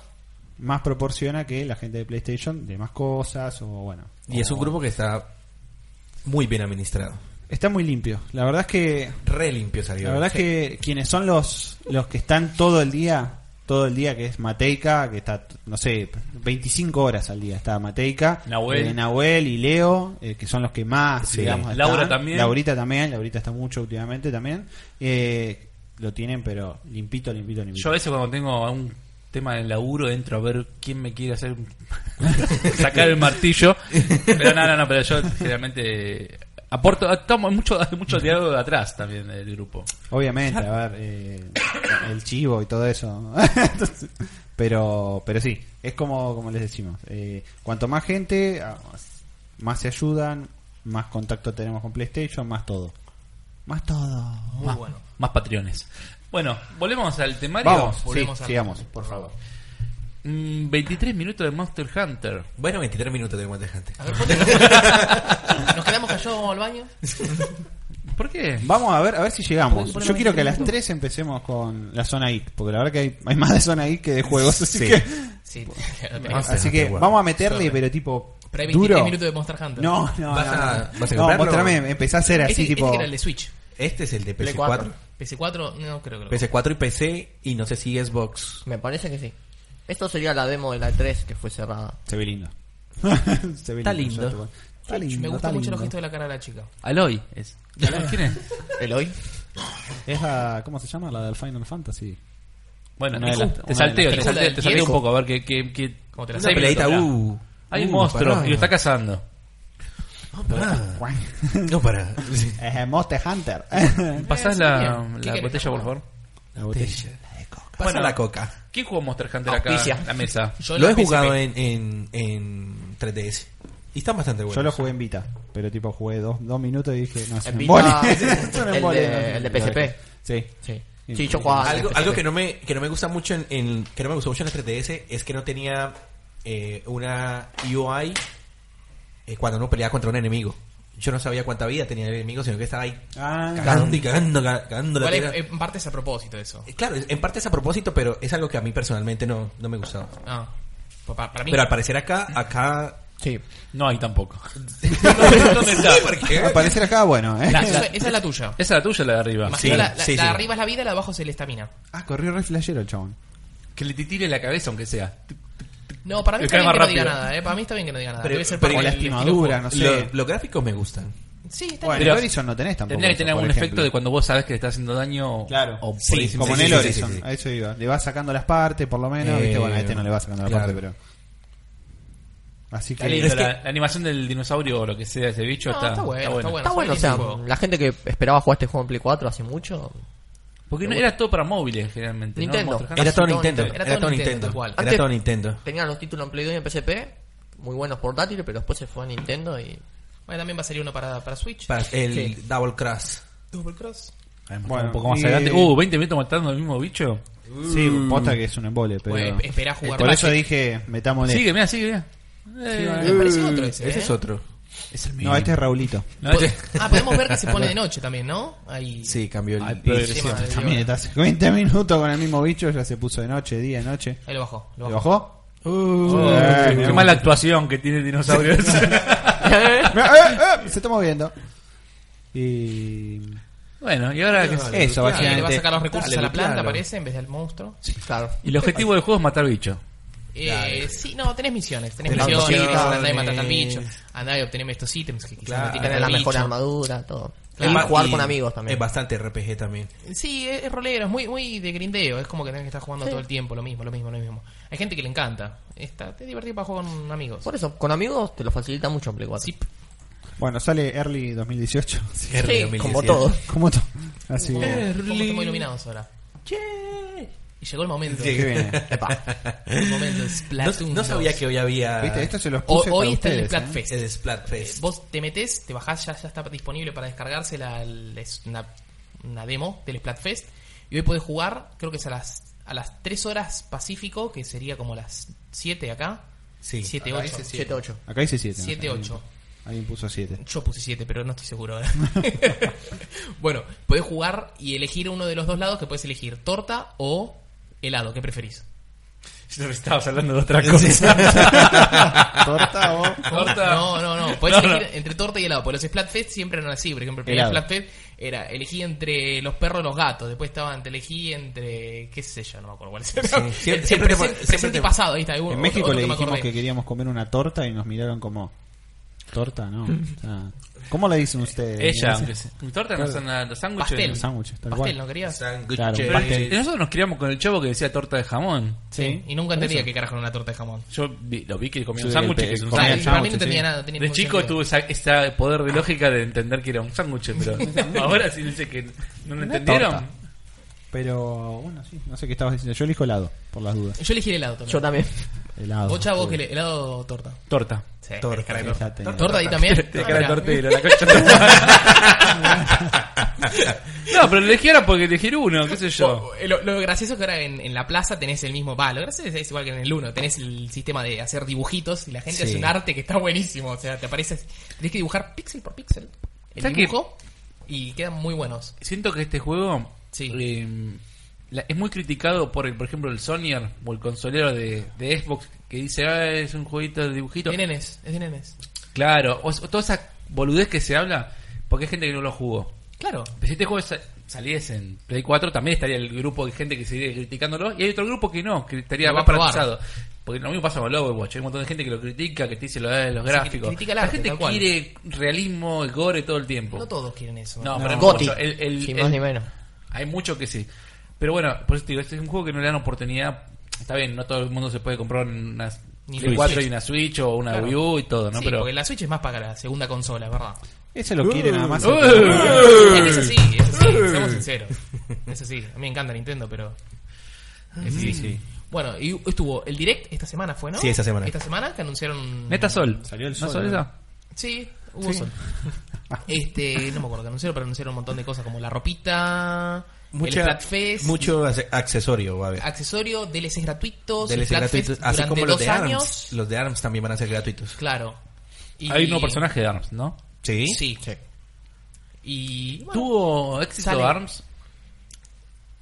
más proporciona que la gente de PlayStation de más cosas o bueno. Y es o- un grupo que está muy bien administrado. está muy limpio. La verdad es que Re limpio salió. La verdad Sí. es que quienes son los, los que están todo el día, todo el día, que es Mateica, que está, no sé, 25 horas al día está Mateica, Nahuel. eh, Nahuel y Leo, eh, que son los que más, Sí. digamos, están. Laura también. Laurita también, Laurita está mucho últimamente también. Eh, lo tienen, pero limpito, limpito, limpito. yo a veces cuando tengo un tema del laburo entro a ver quién me quiere hacer sacar el martillo. Pero no, no, no, pero yo generalmente aporto, estamos mucho, mucho diálogo de atrás también del grupo. Obviamente, a ver, eh, el chivo y todo eso. Entonces, pero, pero sí, es como, como les decimos. eh, cuanto más gente, ah, más se ayudan, más contacto tenemos con PlayStation, más todo. Más todo. Muy más, bueno. más patriones. Bueno, volvemos al temario. Vamos, volvemos sí, a- sigamos, por favor. Mm, 23 minutos de Monster Hunter. Bueno, 23 minutos tenemos de gente. A ver, ponte- Nos quedamos callados vamos al baño. ¿Por qué? Vamos a ver, a ver si llegamos. Yo Ponle- ponle quiero que a las minutos. 3 empecemos con la zona geek, porque la verdad que hay, hay más de zona geek que de juegos, así Sí. que Sí. Vas a- así que Bueno. vamos a meterle, pero tipo Pero hay 23 duro. minutos de Monster Hunter. No, no, ¿Vas no, a- no. vas a No, comprarlo? mostrame, empecé a hacer así Este- este tipo que era el de Switch. Este es el de Play PS4. PC4, no creo que lo PS4 y PC y no sé si Xbox. Me parece que sí. Esto sería la demo de la 3 que fue cerrada. Se ve lindo. Se ve Está lindo. lindo. Está lindo, Me está gustan mucho lindo. los gestos de la cara de la chica. Aloy es. ¿Aloy quién es? ¿Eloy? Es la, ¿Cómo se llama? La del Final Fantasy. Bueno, Una de las- una te de salteo, las te tres. salteo, te salteo un poco a ver qué. qué, qué Como te la Una Una Seis peleadita, minutos, uh. Hay un Uh, monstruo pará. y lo está cazando. No, pará. No, pará. Sí. Es el Monster Hunter. ¿Pasás sí, la, bien. ¿Qué la querés, botella, por favor? la botella. Pasa la coca. ¿Quién jugó Monster Hunter acá Auspicia. en la mesa? Yo lo la he jugado PSP. en, en, en 3DS. Y está bastante bueno. Yo lo jugué en Vita, pero tipo jugué dos, dos minutos y dije, no, es En un Vita, embole. el de- Es un embole. el de PSP. Sí. Sí. Sí. Sí, yo jugaba. algo, en algo PSP. que no me que no me gusta mucho en, en- que no me gustó mucho en el 3DS es que no tenía eh, una UI eh, cuando uno peleaba contra un enemigo yo no sabía cuánta vida tenía el enemigo sino que estaba ahí Ah, cagando y cagando ca- cagando la Igual tira. es- em- en parte es a propósito eso. Eh, claro en parte es a propósito pero es algo que a mí personalmente no, no me gustaba Ah, pa- pa- para mí. pero al parecer acá acá Sí. No hay tampoco. ¿Dónde está? Aparecer acá, bueno. ¿eh? Esa- esa es la tuya. Esa es la tuya, la de arriba. Imagino Sí, la, la- sí, la sí. de arriba es la vida, la de abajo es el estamina. Ah, corrió re flashero el chabón. Que le titile la cabeza, aunque sea. No, para mí Que está bien caiga que no diga rápido. nada, eh. Para mí está bien que no diga nada. Pero- Debe ser pero por O el- el lastimadura, no Lo- sé. los gráficos me gustan estilo. Sí, está Bueno, bien. en Horizon no tenés tampoco. Tendría que eso, tener por algún ejemplo. efecto de cuando vos sabes que le estás haciendo daño. Claro. O por Sí, encima- Como en Sí, el sí, sí, Horizon, sí, sí. a eso iba. Le va sacando las partes, por lo menos. Eh, ¿viste? Bueno, a este no le va sacando las claro. partes, pero. Así Está que. lindo, Es que- la, la animación del dinosaurio o lo que sea ese bicho No, está, está bueno, está bueno. Está bueno, o sea, Buenísimo. la gente que esperaba jugar este juego en Play 4 hace mucho. Porque no, era todo para móviles generalmente. ¿no? Nintendo. Monster Hunter. era todo sí, Nintendo todo era todo Nintendo tal cual. era Antes- todo Nintendo Tenían los títulos en Play 2 y en PSP, muy buenos portátiles, pero después se fue a Nintendo y. Bueno, también va a salir uno para, para Switch. Para el Sí. Double Cross Double Cross. un poco más y- adelante. Uh, 20 minutos matando al mismo bicho. Sí, posta que es un embole, pero. Bueno, esperá jugar Por más. eso dije, metámosle. Sigue, mira, Eh, sigue, mira. Me parece otro ese. Mm, ese eh. es otro Es el mismo. No, este es Raulito. No, este- Ah, podemos ver que se pone de noche también, ¿no? Ahí. Sí, cambió el. Ay, y- progresivo. encima del- También está hace 20 minutos con el mismo bicho, ya se puso de noche, día, noche. Ahí lo bajó. Lo ¿Lo bajó. bajó? Oh, qué mala actuación que tiene el dinosaurio. Mirá, eh, eh, se está moviendo. Y. bueno, y ahora. que- Eso, Claro, que le va a básicamente. sacar los recursos Dale, a la planta, claro. parece, en vez del monstruo. Claro. Y el objetivo del juego es matar bicho. Eh, sí, no, tenés misiones. Tenés, Tenés misiones, misiones. andá y matás al bicho. Andá y obteneme estos ítems que quizás Claro. no tienen Tener la mejor armadura, todo. Es y ba- jugar y con amigos también. Es bastante RPG también. Sí, es, es rolero, es muy, muy de grindeo. Es como que tenés que estar jugando todo el tiempo, lo mismo, lo mismo, lo mismo. Hay gente que le encanta. Está, es divertido para jugar con amigos. Por eso, con amigos te lo facilita mucho en Play 4. Sí. Bueno, sale Early 2018. Early Sí, 2018. como todo. ¿Cómo to- Así. Como- que- como estamos iluminados ahora. Y llegó el momento. Sí, que viene. El momento. No, Splatoon no sabía 2. que hoy había. Ah, ¿Viste? Esto se los O- puse hoy para está el ustedes, ¿eh? Splatfest. El Splatfest. Vos te metés, te bajás, ya, ya está disponible para descargarse la, el- es una, una demo del Splatfest. Y hoy podés jugar, creo que es a las, a las 3 horas Pacífico, que sería como las 7 acá. Sí. 7, Acá 8. dice siete, ocho. Acá dice 7. 7, 8. Alguien puso 7. Yo puse 7, pero no estoy seguro. ahora. bueno, podés jugar y elegir uno de los dos lados, que puedes elegir torta o helado, ¿qué preferís? Yo estabas hablando de otra cosa. Torta o. Torta. No, no, no. Podés No, no. elegir entre torta y helado. Porque los Splatfest siempre eran así. Por ejemplo, el primer Helado. Splatfest era elegí entre los perros y los gatos. Después estaban, te elegí entre. qué sé yo, no me acuerdo cuál era. Sí, El- siempre- el siempre presente- te pon- siempre presente te- y pasado. Ahí está. hay uno- En otro- México otro le que me dijimos acordé. que queríamos comer una torta y nos miraron como. Torta, no. O sea, ¿Cómo le dicen ustedes? Ella, ¿No? aunque sea. Mi torta no son la- los Pastel. sándwiches. sándwiches, tal Pastel, cual. ¿no querías? Sándwiches. Claro, un Y pastel. nosotros nos criamos con el chavo que decía torta de jamón. Sí. Y nunca entendía que carajo era una torta de jamón. Yo vi- lo vi que comía Sí, un sándwich, el pe- que es un comía Ah, el sándwich. y para mí no sándwich, entendía sí. nada. no tenía De ningún chico sentido. tuve esa, esa poder de lógica de entender que era un sándwich, pero ahora sí dice que no lo entendieron. torta. Pero bueno, sí, no sé qué estabas diciendo. Yo elijo helado, por las dudas. Yo elegí el helado también. Yo también. Helado. Vos, chavo, que le- helado o torta. Torta. Sí. Torta. Ya tenía. ¿Torta ahí también? Este Te cara de Ah, mirá. tortero, la concha de tu madre. No, pero elegí ahora porque elegir uno, qué sé yo. O- eh, Lo, lo gracioso es que ahora en, en la plaza tenés el mismo. Va, lo gracioso es igual que en el 1. Tenés el sistema de hacer dibujitos y la gente Sí. hace un arte que está buenísimo. O sea, te aparece. Tenés que dibujar píxel por píxel el ¿Sabes dibujo y quedan muy buenos. Siento que este juego Sí. eh, la- es muy criticado por, el, por ejemplo, el Sonyer o el consolero de, de Xbox que dice, ah, es un jueguito de dibujito. De nenes, es de nenes. Claro, o, o toda esa boludez que se habla porque hay gente que no lo jugó. Claro. Pero si este juego sa- saliese en Play 4, también estaría el grupo de gente que seguiría criticándolo. Y hay otro grupo que no, que estaría Lo va más a probar. paralizado. Porque lo mismo pasa con el Overwatch. Hay un montón de gente que lo critica, que te dice lo de los Sí, gráficos. critica el La arte, gente tal cual. quiere realismo, el gore todo el tiempo. No todos quieren eso. No, No. pero hay Goti. mucho. El- el- Sin el- más ni menos. hay mucho que sí. Pero bueno, por eso te digo, este es un juego que no le dan oportunidad. Está bien, no todo el mundo se puede comprar una Ni Switch. Play 4 y una Switch o una Claro. Wii U y todo, ¿no? Sí, pero porque la Switch es más para la segunda consola, es verdad. Ese lo quiere nada más. Uh. Eso sí, eso sí, seamos sinceros. Eso sí, a mí me encanta Nintendo, pero. sí, sí. Bueno, y estuvo el direct esta semana, ¿fue, no? Sí, esta semana. Esta semana que anunciaron. Neta Sol. Salió el ¿No Sol, Sol ¿no? esa? Sí, hubo sol. Este, no me acuerdo que anunciaron, pero anunciaron un montón de cosas como la ropita, Mucha- el Flatfest, Mucho ace- accesorio va a haber. accesorio, DLCs gratuitos, el DLCs Splatfest gratuitos, así durante como los dos de años. ARMS. Los de ARMS también van a ser gratuitos. Claro. Y- Hay un nuevo personaje de ARMS, ¿no? Sí. Sí. Y bueno, ¿Tuvo éxito sale. ARMS?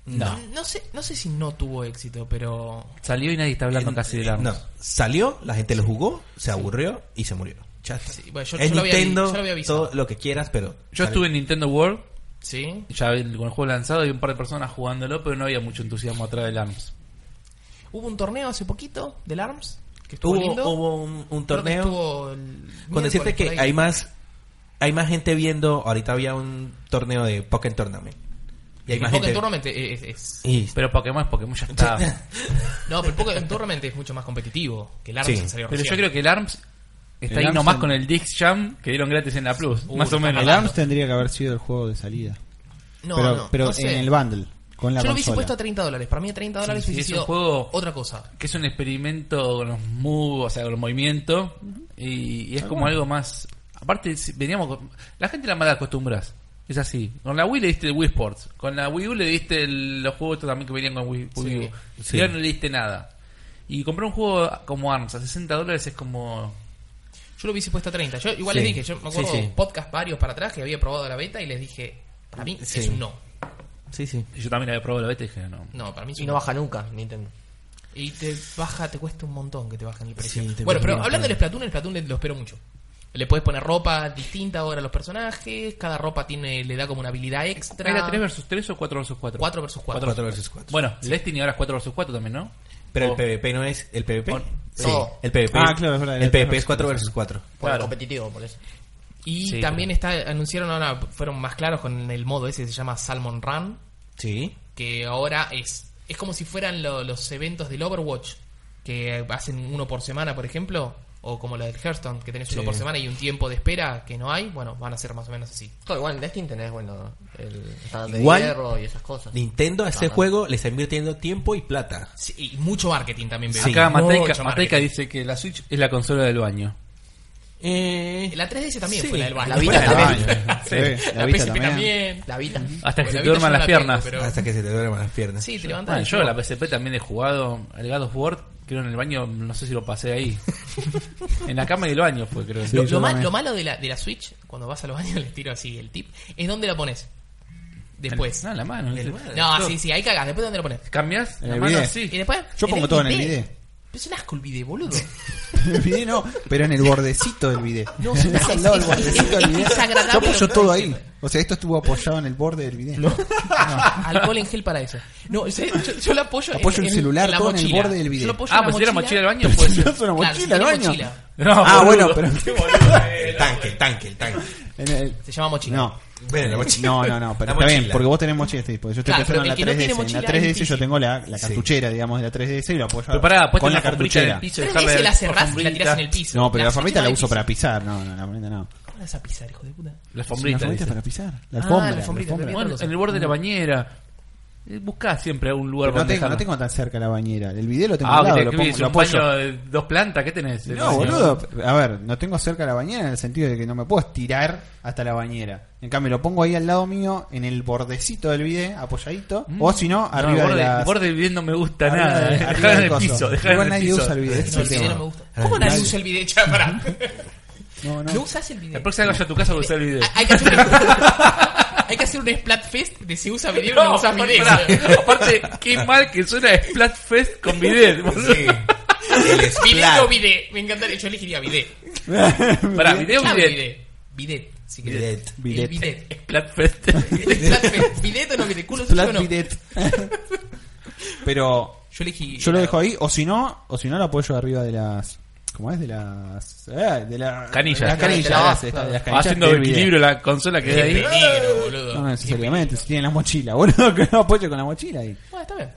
no. sé, no sé si no tuvo éxito, pero Salió y nadie está hablando casi del ARMS. No, salió, la gente lo jugó, se aburrió y se murió. Ya está. Sí, bueno, yo- es yo lo había- Nintendo, yo lo había avisado. todo lo que quieras, pero... Yo sale- estuve en Nintendo World, sí. ya el- con el juego lanzado, y un par de personas jugándolo, pero no había mucho entusiasmo atrás del ARMS. Hubo un torneo hace poquito del ARMS que estuvo lindo. Hubo, hubo un, un Creo que torneo. estuvo el Con miércoles decirte que por ahí. hay más hay más gente viendo, ahorita había un torneo de Pokémon Tournament. Y hay El más Pokémon gente. Tournament es- es- Y- Pero Pokémon es Pokémon, ya está. No, pero el Pokémon Tournament es mucho más competitivo que el ARMS Sí, que salió pero yo recién. creo que el ARMS está El ahí ARMS nomás en- con el Dix Jam que dieron gratis en la Plus, Uh, más o está menos. El hablando. ARMS tendría que haber sido el juego de salida. No, pero no, pero no sé. en el bundle, con la Yo lo hubiese consola. puesto a 30 dólares. Para mí, a 30 dólares Sí, hubiese sí, es sido un juego- otra cosa. Que es un experimento con los moves, o sea, con los movimientos. Y, y Ah, es como algo más. Aparte, si veníamos con- La gente la mal acostumbras. Es así. Con la Wii le diste el Wii Sports. Con la Wii U le diste el- los juegos estos también que venían con Wii, Wii U. Sí. Y ahora no le diste nada. Y comprar un juego como ARMS a 60 dólares es como. Yo Yo lo hubiese puesto a 30. Yo igual Sí. les dije, yo me acuerdo Sí, sí. podcast varios para atrás que había probado la beta y les dije, para mí Sí. es un no. Sí, sí. Y yo también había probado la beta y dije, no. No, para mí es Y un no baja nunca Nintendo. Y te baja, te cuesta un montón que te bajen el precio. Sí, te bueno, pero imagino. hablando del Splatoon, el Splatoon le- lo espero mucho. Le puedes poner ropa distinta ahora a los personajes, cada ropa tiene le da como una habilidad extra. ¿Era 3 versus 3 o 4 versus 4? 4 versus 4. 4 versus 4. Bueno, Destiny ahora es 4 versus 4 también, ¿no? Pero O- el PvP no es. ¿El PvP? O- sí. no. El PvP. Ah, es- claro, es verdad, El el PvP es versus 4 versus 4. Por el Claro. competitivo, por eso. Y Sí, también está anunciaron ahora, fueron más claros con el modo ese que se llama Salmon Run, Sí. que ahora es es como si fueran lo- los eventos del Overwatch, que hacen uno por semana, por ejemplo, o como la del Hearthstone, que tenés uno Sí. por semana y un tiempo de espera que no hay, bueno, van a ser más o menos así. Todo igual en Destiny tenés, bueno, el estándar de Igual, hierro y esas cosas. Nintendo a este Ajá. juego le está invirtiendo tiempo y plata. Sí, y mucho marketing también veo. Acá Mucho Mateika, Mateika marketing. dice que la Switch es la consola del baño. Eh, La 3DS también Sí. fue la del baño. La Vita Fue también. Sí, la La vista PSP también. también. La Vita. Hasta Bueno, que se la Vita te yo no duerman las la tengo, piernas. pero- Hasta que se te duerman las piernas. Sí, te levantas. Bueno, y- yo la PSP también he jugado al God of War, creo en el baño, no sé si lo pasé ahí. en la cama y el baño fue, creo. yo Lo, lo mal- también. lo malo de la, de la Switch, cuando vas a los baños, les tiro así el tip, es dónde la pones. Después. No, Ah, en Ah, la mano. En el ¿viste? No, Yo- sí, sí, ahí cagás. Después, ¿dónde la pones? ¿Cambias? En La el mano bidet. así. Y después, Yo pongo todo en el bidet. video. Pero es un asco el bidet, boludo. El video no, pero en el bordecito del video. No, es- Al lado del es- bordecito es- del es video. desagradable Yo lo que apoyo estoy todo ahí. O sea, esto estuvo apoyado en el borde del video. Alcohol en gel para eso. No, yo, yo- yo la apoyo. en- Apoyo el en- celular en la todo en el mochila. borde del bidet. Yo lo apoyo en Ah, la pues si era mochila del baño, Pero pues. si no es una Claro, mochila al tiene baño. mochila. Ah, bueno, pero. eh, El tanque, el tanque, el tanque. en el- Se llama mochila. No. Bueno, la mochila. No, no, no, pero La está bien, mochila. porque vos tenés mochila este tipo. Yo estoy Claro, pensando en pero la el que no 3DS. tiene en mochila la es 3DS yo difícil. tengo la, la Sí. cartuchera, digamos, de la 3DS y la apoyo Pero pará, puesta con la la formita en cartuchera. el piso. Tres dejarla veces la cerrás cerrás y la tirás en el piso. No, pero la, formita formita la uso para pisar. No, no, la formita no. ¿Cómo la vas a pisar, hijo de puta? La La fombrita. formita dice. para pisar. La alfombra. Ah, la la alfombrita, alfombra. también. Bueno, en el borde de la bañera. eh, Buscá siempre algún lugar Pero No donde tengo, no dejarla. tengo tan cerca la bañera. El video lo tengo Ah, al lado, que te lo, que pongo, es lo un apoyo. baño de dos plantas, ¿qué tenés? No, boludo. A ver, no tengo cerca la bañera en el sentido de que no me puedo estirar hasta la bañera. En cambio, lo pongo ahí al lado mío, en el bordecito del bidet, apoyadito. O si no, el arriba Mm. borde, de la. el borde viviendo me gusta arriba nada. de- eh. arriba Dejala del en el coso. piso. dejala Igual en el nadie piso. usa el bidet. No, ese el es el bidet no me tema. gusta. ¿Cómo nadie Nadie. usa el bidet, che, pará? No, No no. usás el bidet. La próxima vez que vaya a tu casa voy a usar el bidet. Hay que hacer un, hay que hacer un Splatfest de si usa video o no usa aparte, video. pará. aparte, qué mal que suena Splatfest con bidet. boludo. Sí. El Bidet o Splat. bidet. Me encantaría. Yo elegiría bidet. Pará, video o Claro, bidet. bidet. Bidet. Si querés. Bidet. El bidet. Splatfest. El Splatfest. ¿Bidet o no? Que te culo suyo o Flat no. bidet. Pero Yo elegí. yo lo dejo ahí, o si no, o si no lo apoyo arriba de las. ¿Cómo es? De las. eh, de la- Canillas. de las canillas, De la- gracias, está, de las canillas Haciendo del bidet. equilibrio la consola que Qué hay ahí. peligro, boludo. No, no necesariamente, si tienen la mochila, boludo, que no apoyo con la mochila ahí. Bueno, está bien.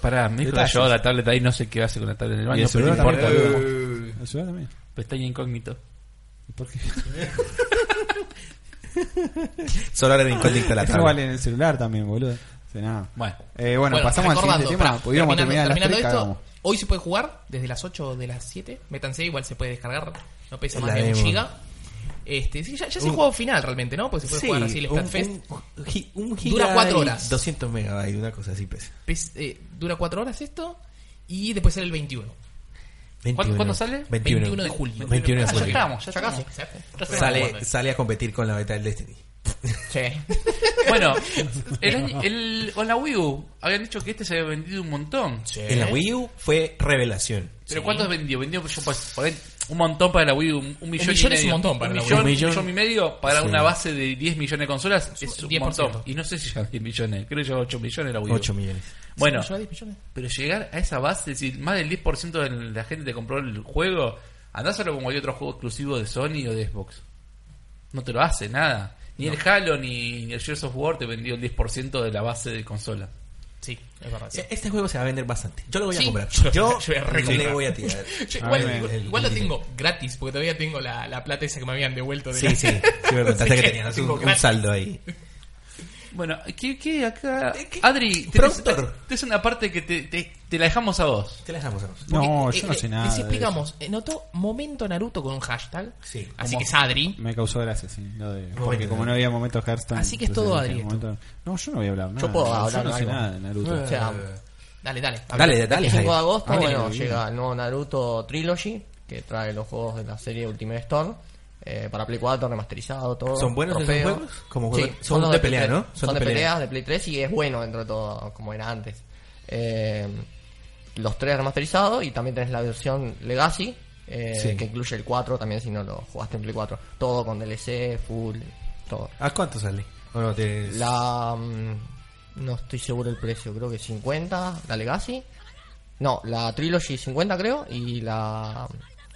Pará, mi hijo la Detalles. llevó la tablet ahí, no sé qué hace con la tablet en el Y baño, el pero no celular importa. también. Pero Uh, ¿El celular también? Pestaña incógnito. ¿Por qué? Solo ahora en incógnito la Eso tabla. vale en el celular también, boludo. O sea, nada. Bueno. Eh, bueno, Bueno, pasamos al siguiente recordando, tema. pará, Podríamos terminar a terminando- las tres, terminando cagamos. esto, Hoy se puede jugar desde las 8 o de las 7. Métanse, igual se puede descargar. No pesa La más de un demo. giga. Este, sí, ya, ya es el Un- juego final realmente, ¿no? Pues se puede jugar así el un- Splatfest. un gi- un Dura giga cuatro y horas. 200 megabytes, una cosa así pues. pesa. Pes- eh, dura 4 horas esto. Y después sale el 21. 21. cuándo sale? 21, 21 de julio. 21 de Ah, ya julio. estamos, ya Ya casi. estamos. Sale, sale a competir con la beta del Destiny. Sí. Bueno, el eh, año- el- con la Wii U habían dicho que este se había vendido un montón. En la Wii U fue revelación. ¿Pero cuántos vendió? Vendió yo, pues, por ahí, un montón para la Wii U, un, un millón y millón medio. es un montón para un la millón, Wii U. un millón y medio para Sí. una base de 10 millones de consolas es un 10%. montón. Y no sé si ya 10 millones, creo que ya 8 millones la Wii U. 8 millones. Bueno, ¿Lleva 10 millones? Pero llegar a esa base, si más del 10% de la gente te compró el juego, andáselo como cualquier otro juego exclusivo de Sony o de Xbox. No te lo hace nada. Ni el Halo ni ni el Gears of War te vendió el 10% de la base de consola. Sí, es verdad. sí. E- Este juego se va a vender bastante. Yo lo voy a Sí, comprar. yo- Yo, yo voy a recomprar. le voy a tirar. Che, A igual ver, igual- el- igual lo el- tengo gratis, porque todavía tengo la, la plata esa que me habían devuelto. De Sí, la- sí. Sí me Así contaste que tenías un, tengo un gratis. saldo ahí. Bueno, ¿qué, Eh, qué acá? ¿Qué? Adri, Proctor. es una parte que te, te- te la dejamos a vos. Te la dejamos a vos. Porque, No, eh, yo no eh, sé nada. Les de explicamos. eh, Notó momento Naruto con un hashtag. Sí, Así como- que es Adri. eso. Me causó gracia, sí. lo de- porque Momento. como no había momentos Hearthstone. Así que es entonces todo dije, Adri esto. momento- No, yo no voy a hablar nada. puedo Yo hablar no sé algo. nada de Naruto. O sea, Dale, dale. habla. Dale, dale. 5 de Jaime. agosto, Ah, bueno, bien. llega el nuevo Naruto Trilogy. que trae los juegos de la serie Ultimate Storm. eh, para Play 4, remasterizado, todo. ¿Son buenos esos trofeo. juegos? Como juegos- son los de Play pelea, 3. ¿no? Son, de peleas, de Play 3 y es bueno dentro de todo, como era antes. Eh, los tres remasterizados y también tenés la versión Legacy, eh, Sí. que incluye el 4 también si no lo jugaste en Play 4. Todo con DLC, full, todo. ¿A cuánto sale? Bueno, te- La. mm, No estoy seguro el precio, creo que 50, la Legacy. No, la Trilogy 50 creo y la,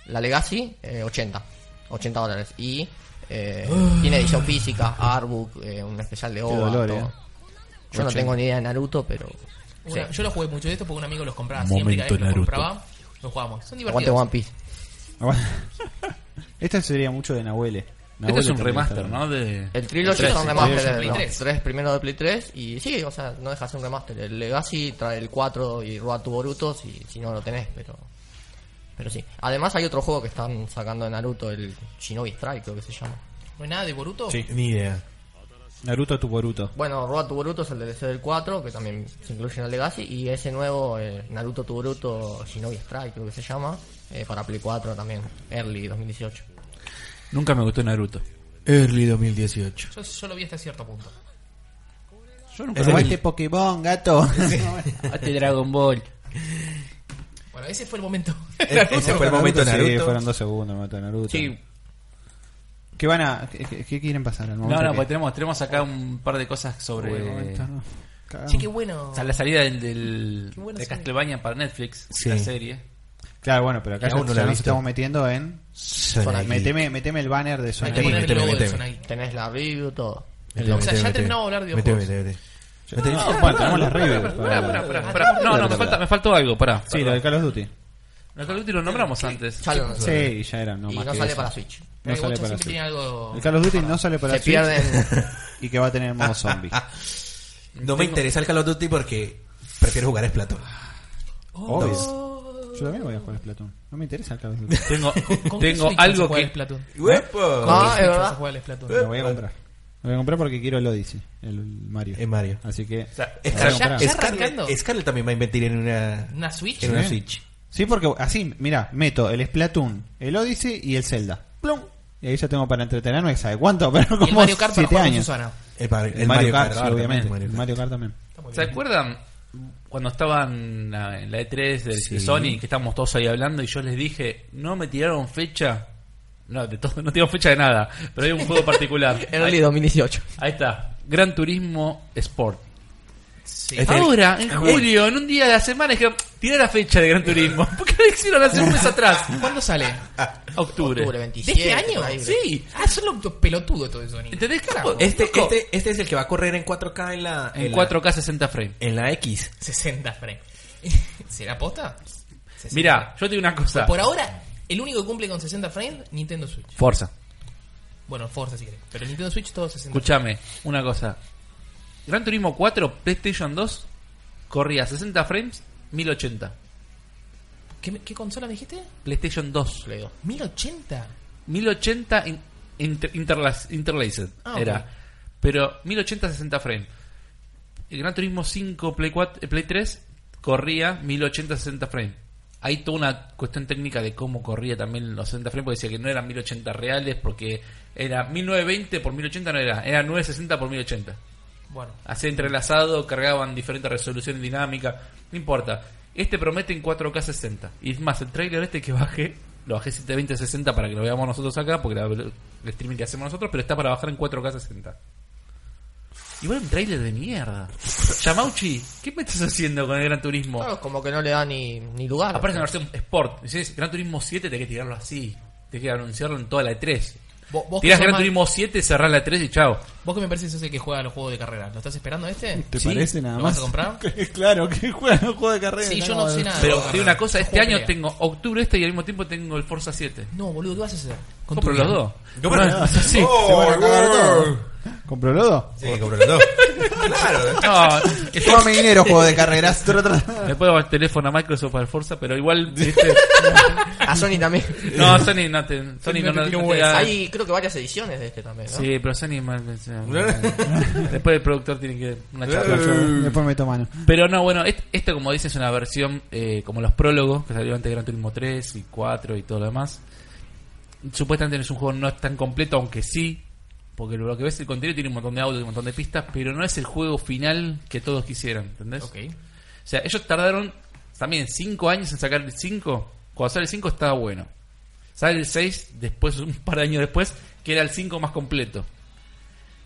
la Legacy eh, 80. 80 dólares. Y eh, tiene edición física, artbook, eh, un especial de OVA. Ah. dolor, todo. eh. Yo no tengo ni idea de Naruto, pero... Sí. Una- Yo lo jugué mucho de esto porque un amigo los compraba siempre. y Cada vez que los compraba, los jugábamos. Son Aguante divertidos. One Piece. Este Esta sería mucho de Nahuele. Este Nahuele es un también está remaster, bueno. ¿no? De... El Trilogy El son tres, remaster sí, de sí, Play no, 3. tres primero de Play 3 y sí, o sea, no deja de ser un remaster. El Legacy trae el 4 y roba tu Boruto si, si no lo tenés, pero pero sí. Además hay otro juego que están sacando de Naruto, el Shinobi Strike creo que se llama. ¿No hay nada de Boruto? Sí, ni idea. Naruto tu Boruto. Bueno, roba tu Boruto es el DLC del 4, que también se incluye en el Legacy, y ese nuevo, eh, Naruto tu Boruto, Shinobi Strike creo que se llama, eh, para Play 4 también, Early 2018. Nunca me gustó Naruto. Early 2018. Yo, yo lo vi hasta cierto punto. Yo nunca Es lo vi. este Pokémon, gato. A este Dragon Ball. Bueno, ese fue el momento. Ese fue el momento de Sí, Naruto. fueron dos segundos el momento de Naruto. Sí. ¿Qué van a. ¿Qué, qué- qué quieren pasar al No, momento? no, que- pues tenemos, tenemos acá un par de cosas sobre... Uy, el momento, no. Cagamos. Che, qué bueno. O sea, la salida del, del- Qué buena de serie. Castlevania para Netflix, Sí. la serie. Claro, bueno, pero acá Que ya, aún no la ya he nos visto. estamos metiendo en. Sonic. Meteme, meteme el banner de Hay Sonic. que poner el Meteme, logo meteme. de Sonai. Tenés la review, todo. Meteme, O sea, ya meteme, terminamos de hablar de meteme, videojuegos. meteme, meteme. Meteme. No, bueno, tenemos las reviews. Pará, para- pará, pará, pará. No, no, me, falta, me faltó algo, pará. Sí, lo del Call of Duty. Lo que lo nombramos antes. Ya lo- Sí, y ya era, no y más no que sale eso. para Switch. No Pero sale Bocha para siempre Switch. tiene algo. El Call of Duty no sale para Se Switch pierden... y que va a tener modo zombie. No me interesa el Call of Duty porque prefiero jugar a Splatoon. Obvio. Yo también voy a jugar a Splatoon. No me interesa el Call of Duty. Tengo, ¿Con qué tengo Switch vas a algo jugar al que... Splatoon? ¡Uepo! Ah, es Switch vas a verdad. jugar al Splatoon? Lo voy a comprar. Lo voy a comprar porque quiero el Odyssey, el Mario. El Mario. Así que. eh, lo voy a Scar- comprar. ya arrancando. Scarlett, Scarlett también va a invertir en una, ¿Una Switch? en una Sí. Switch. Sí, porque así, mira, meto el Splatoon, el Odyssey y el Zelda. ¡Plum! Y ahí ya tengo para entretenerme, que sabe cuánto, pero Y como el Mario Kart para siete jugar con años. Susana. El, pa- el El Mario Kart, sí, también, obviamente. Mario El Kart. Mario Kart también. ¿Se acuerdan cuando estaban la- en la E3 de, de Sí. Sony, que estábamos todos ahí hablando y yo les dije, no me tiraron fecha? No, de todo, no tiraron fecha de nada, pero hay un juego particular. Early ahí, 2018. ahí está, Gran Turismo Sport. Sí. Este- Ahora, en julio, en un día de la semana, es que tiré eh, la fecha de Gran Turismo. ¿Por qué lo hicieron hace un mes atrás? ¿Cuándo sale? Octubre. Octubre ¿De 27. este año? por ahí. Sí. Ah, son los pelotudos todo eso. ¿Entendés? Carajo. Este, Loco. este, este es el que va a correr en 4K en la... En la- 4K 60 frames. En la X. 60 frames. ¿Será posta? 60. Mirá, yo te digo una cosa. Por ahora, el único que cumple con 60 frames, Nintendo Switch. Forza. Bueno, Forza si querés. Pero Nintendo Switch todo 60 Escúchame, una cosa. Gran Turismo 4, PlayStation 2, corría 60 frames, 1080. ¿Qué, ¿Qué consola me dijiste? PlayStation 2, Play dos. 1080. 1080 in- inter- interlac- interlaced Ah, era. ok. Pero 1080 60 frames. El Gran Turismo 5 Play, 4, eh, Play 3 corría 1080 60 frames. Hay toda una cuestión técnica de cómo corría también los 60 frames, porque decía que no eran 1080 reales, porque era 1920 por 1080 no era, era 960 por 1080. Bueno, Hacía entrelazado, cargaban diferentes resoluciones dinámicas, no importa. Este promete en 4K 60. Y es más, el trailer este que bajé, lo bajé 720 60 para que lo veamos nosotros acá, porque era el streaming que hacemos nosotros, pero está para bajar en 4K 60. Igual un trailer de mierda. Yamauchi, ¿qué me estás haciendo con el Gran Turismo? Oh, Claro, como que no le da ni, ni lugar. Aparece una versión Sport. Dices, Gran Turismo 7, tenés que tirarlo así. Tenés que anunciarlo en toda la E3. vos, vos que Tirás sos Gran más- Turismo 7, cerrás la E3 y chao. vos que me parece que sos el que juega los juegos de carrera. ¿Lo estás esperando este? ¿Te Sí, parece nada ¿Lo más? vas a comprar? claro, que juega un juego de carrera. Sí, yo Ah, no sé nada. Pero de te digo una carrera. cosa, Yo este juego pelea. año tengo octubre este y al mismo tiempo tengo el Forza 7. No, boludo, ¿qué vas a hacer? Con Compro tu vida. los dos. Compro No, los dos. sí. Oh, Se van a cagar wow. todos. ¿Compró Lodo? Sí, compró los dos. claro. eh. No, Toma mi dinero, juego de carreras. le puedo dar el teléfono a Microsoft para el Forza, pero igual, viste, A Sony también. este, No, Sony no te. Sony no, no- no te da- Hay creo que varias ediciones de este también, ¿no? Sí, pero Sony. mal- Después el productor tiene que. Una charla. Después meto mano. Pero no, bueno, est- esto como dices es una versión eh, como los prólogos que salió antes de Gran Turismo 3 y 4 y todo lo demás. Supuestamente es un juego no es tan completo, aunque sí, porque lo que ves el contenido tiene un montón de autos y un montón de pistas, pero no es el juego final que todos quisieran, ¿entendés? Ok. O sea, ellos tardaron también 5 años en sacar el 5. Cuando sale el 5 estaba bueno. Sale el 6 después, un par de años después, que era el 5 más completo.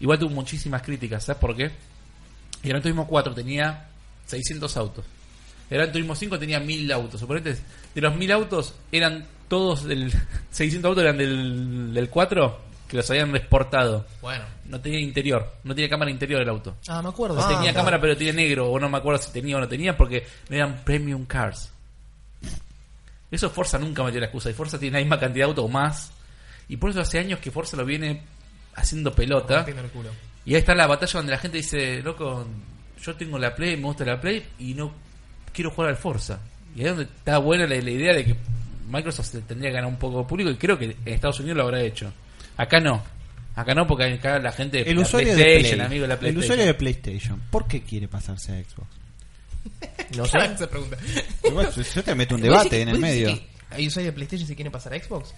Igual tuvo muchísimas críticas, ¿sabes por qué? El Gran Turismo 4 tenía 600 autos. El Gran Turismo 5 tenía 1000 autos. Suponete, de los 1000 autos eran todos del 600 autos eran del, del 4 que los habían exportado. Bueno. No tenía interior, no tenía cámara interior el auto. Ah, me acuerdo. Ah, sí. Tenía claro. cámara, pero tenía negro, o no me acuerdo si tenía o no tenía, porque no eran premium cars. Eso Forza nunca metió la excusa, y Forza tiene la misma cantidad de autos o más. Y por eso hace años que Forza lo viene haciendo pelota. Rompiendo el culo. Y ahí está la batalla donde la gente dice, loco, yo tengo la Play, me gusta la Play, y no quiero jugar al Forza. Y ahí es donde está buena la, la idea de que Microsoft se tendría que ganar un poco de público, y creo que en Estados Unidos lo habrá hecho. Acá no. Acá no, porque acá la gente... El la usuario, de PlayStation, Play. amigo de la el PlayStation. usuario de PlayStation, ¿por qué quiere pasarse a Xbox? No Claro, sé. esa pregunta. Igual, yo- yo te meto un ¿Vos decís debate que- en vos el decís medio. que Hay usuarios de PlayStation que se quieren pasar a Xbox.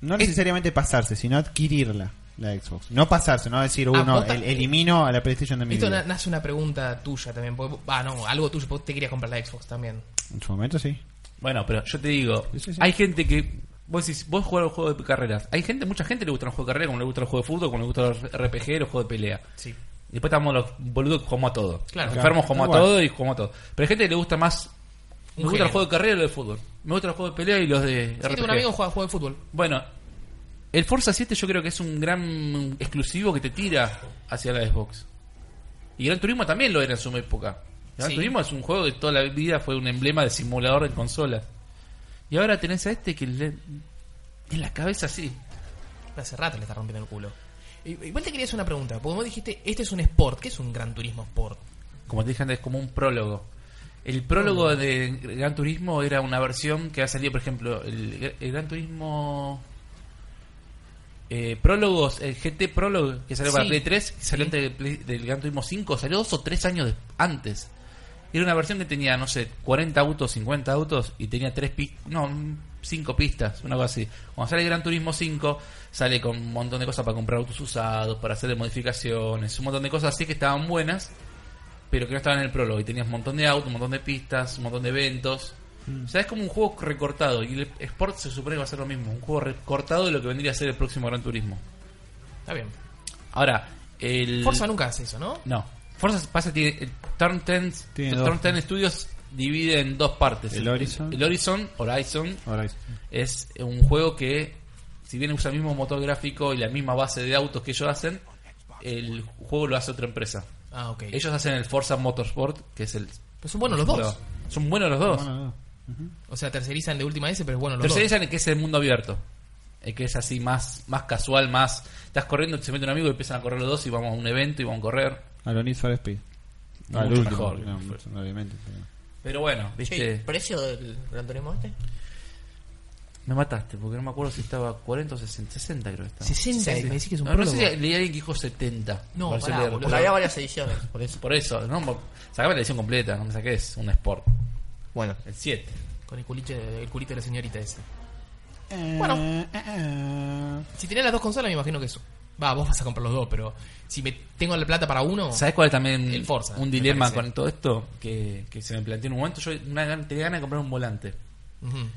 No necesariamente pasarse, sino adquirirla, la Xbox. No pasarse, no decir, uno, Ah, vos ta- elimino a la PlayStation de mi Esto vida. na- nace una pregunta tuya también. porque vos- Ah, no, algo tuyo. porque Vos te querías comprar la Xbox también. En su momento sí. Bueno, pero yo te digo, Sí, sí, sí. hay gente que. Vos decís, vos jugás a los juegos de carreras. Hay gente, mucha gente le gustan los juegos de carreras, como le gustan los juegos de fútbol, como le gustan los RPG, los juegos de pelea. Sí. Después estamos los boludos que jugamos a todo. Claro. Los enfermos jugamos a Igual. todo y jugamos a todo. Pero hay gente que le gusta más. Me Un gusta género. el juego de carrera y lo de fútbol. Me gusta los juegos de pelea y los de Sí, RPG. tengo un amigo que juega juego de fútbol. Bueno, el Forza 7 yo creo que es un gran exclusivo que te tira hacia la Xbox. Y Gran Turismo también lo era en su época. Gran Sí. Turismo es un juego que toda la vida fue un emblema de simulador en consolas. Y ahora tenés a este que le... en la cabeza así. Hace rato le está rompiendo el culo. I- Igual te quería hacer una pregunta. Porque vos dijiste, este es un sport. ¿Qué es un gran turismo sport? Como te dije antes, es como un prólogo. El prólogo de Gran Turismo era una versión que ha salido, por ejemplo, el, el Gran Turismo... eh, prólogos, el GT Prólogo que salió para Sí. Play 3, que salió antes del, Play- del Gran Turismo 5, salió dos o tres años de- antes. Era una versión que tenía, no sé, 40 autos, 50 autos y tenía tres pistas, no, mm, cinco pistas, una cosa así. Cuando sale Gran Turismo 5, sale con un montón de cosas para comprar autos usados, para hacerle modificaciones, un montón de cosas así que estaban buenas, pero que no estaban en el prólogo. Y tenías un montón de autos, un montón de pistas, un montón de eventos. Mm. O sea, es como un juego recortado. Y el Sport se supone que va a ser lo mismo. Un juego recortado de lo que vendría a ser el próximo Gran Turismo. Está bien. Ahora, el. Forza nunca hace eso, ¿no? No. Forza pasa tiene. El Turn 10, Tiene el dos. Turn 10 Studios divide en dos partes. El Horizon. El, Horizon, Horizon, Ahora es- es un juego que, si bien usa el mismo motor gráfico y la misma base de autos que ellos hacen, el juego lo hace otra empresa. Ah, ok. Ellos hacen el Forza Motorsport, que es el. Pero son buenos los dos. lo- Son buenos los dos. Bueno, no. O sea, tercerizan de última ese, pero es bueno los Tercera dos. es el que es el mundo abierto. El que es así más, más casual, más... Estás corriendo, se mete un amigo y empiezan a correr los dos y vamos a un evento y vamos a correr. A lo Need for Speed. Mucho Al último, mejor. no, mucho- obviamente. pero- Pero bueno, Che, viste... ¿Precio del Gran Turismo este? Me mataste porque no me acuerdo si estaba 40 o 60. 60 creo que estaba. 60, me decís que es un no, no prólogo. sé si leí a alguien que dijo 70. No, Parece pará, leer, boludo. Porque pero- había varias ediciones, por eso. Por eso, no, mo- sacame la edición completa, no me saques un Sport. Bueno, El 7. Con el culito, el culito de la señorita ese. Bueno. Eh, eh, Si tenés las dos consolas, me imagino que eso. Va, vos vas a comprar los dos, pero si me tengo la plata para uno. ¿Sabes cuál es también El Forza, un me dilema parece. con todo esto? Que, que se me planteó en un momento. Yo una, gan- tenía ganas de comprar un volante. Ujú.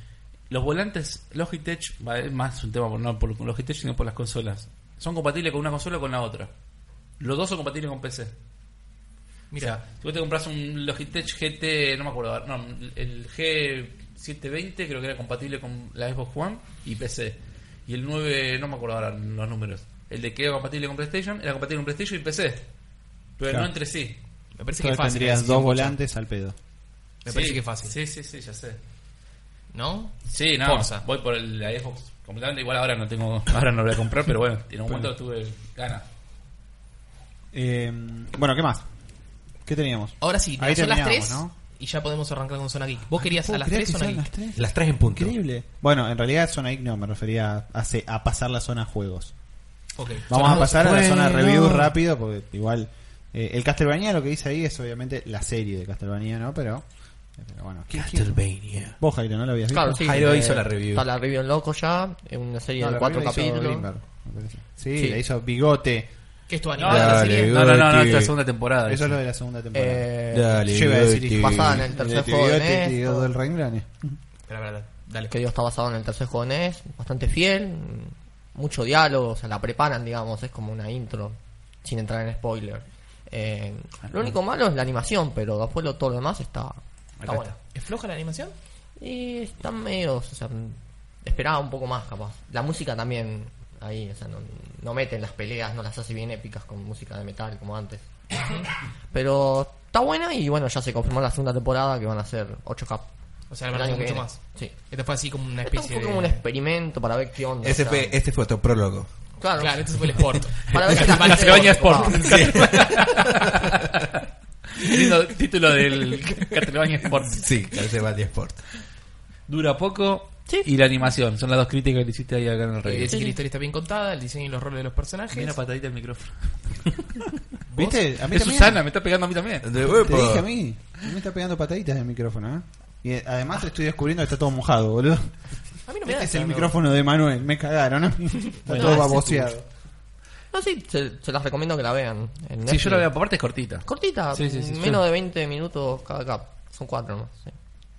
Los volantes Logitech, va, es más un tema por, no por Logitech, sino por las consolas. Son compatibles con una consola o con la otra. Los dos son compatibles con PC. Mira, O sea, si vos te compras un Logitech GT, no me acuerdo, ahora, no, el G720 creo que era compatible con la Xbox One y PC. Y el 9, no me acuerdo ahora los números. El de que era compatible con PlayStation, era compatible con PlayStation y PC. Pero Claro. no entre sí. me parece que es entonces fácil. tendrías es dos mucho. volantes al pedo. Me Sí, parece que es fácil. Sí, sí, sí, ya sé. ¿No? Sí, no, Forza. voy por el, la Xbox completamente. Igual ahora no tengo, ahora no lo voy a comprar, pero bueno, en un momento tuve ganas. Eh, bueno, ¿qué más? ¿Qué teníamos? Ahora sí, Ahí son las terminamos, tres. ¿no? y ya podemos arrancar con Zona Geek. ¿Vos querías a ¿Puedo las creer 3 Uh, que sean Zona Geek? las tres? Las tres en punto. Increíble. Bueno, en realidad zona Geek no, me refería a, hace- a pasar la zona juegos. Ok. Vamos a pasar a la zona juegos. review rápido, porque igual eh, el Castlevania lo que dice ahí es obviamente la serie de Castlevania, ¿no? Pero, pero bueno, ¿quién- quién- Castlevania. vos Jairo no lo habías visto. Claro, sí. Jairo eh, hizo la review. Está la review en loco ya, en una serie No, de la cuatro hizo capítulos. Greenberg, me parece. sí, Sí. la hizo Bigote. ¿Qué es tu anime? No, ¿La Dale, serie? No, no, no, no, Bigote. esta es la segunda temporada. Eso es esa. lo de la segunda temporada. Eh, Yo iba a decir Bigote. basada en el tercer juego de Bigote, NES, tío, todo. del Rengrane. Espera, espera, dale. que digo, está basado en el tercer juego NES, bastante fiel, mm, mucho diálogo, o sea, la preparan, digamos, es como una intro, sin entrar en spoiler. Eh, lo único malo es la animación, pero después lo, todo lo demás está, está bueno. ¿Es floja la animación? Y están medio, o sea, mm, esperaba un poco más, capaz. La música también, ahí, o sea, no, no meten las peleas, no las hace bien épicas con música de metal como antes. pero está buena y bueno, ya se confirmó la segunda temporada que van a ser 8 cap. O sea, la el verdad año que que mucho viene. más. Sí. Esto fue así como una Esto especie fue de... como un experimento para ver qué onda. Ese o sea, fue, este fue otro prólogo. Claro, Claro, esto fue el sport. Para ver si la gente Castlevania lo Sport. ocupaba. Lindo título del Castlevania Sport. Sí, Castlevania Sport. Dura poco. Y la animación. Son las dos críticas que le hiciste ahí acá en el Eh, review. dice que la historia está bien contada, el diseño y los roles de los Me personajes. da una patadita el micrófono. ¿Viste? A mí Es también. Susana, me está pegando a mí también. De Te dije a mí. Me está pegando pataditas en el micrófono, ¿eh? Y eh, además estoy descubriendo que está todo mojado, boludo. a mí no me da Este es el esa, no. micrófono de Manuel, me cagaron, ¿no? Está Bueno, todo ese baboseado. No, sí, se, se las recomiendo que la vean. en Si yo la Netflix. veo aparte es cortita. Cortita, Sí, sí, sí, menos sí. de 20 minutos cada cap. Son cuatro nomás. sí.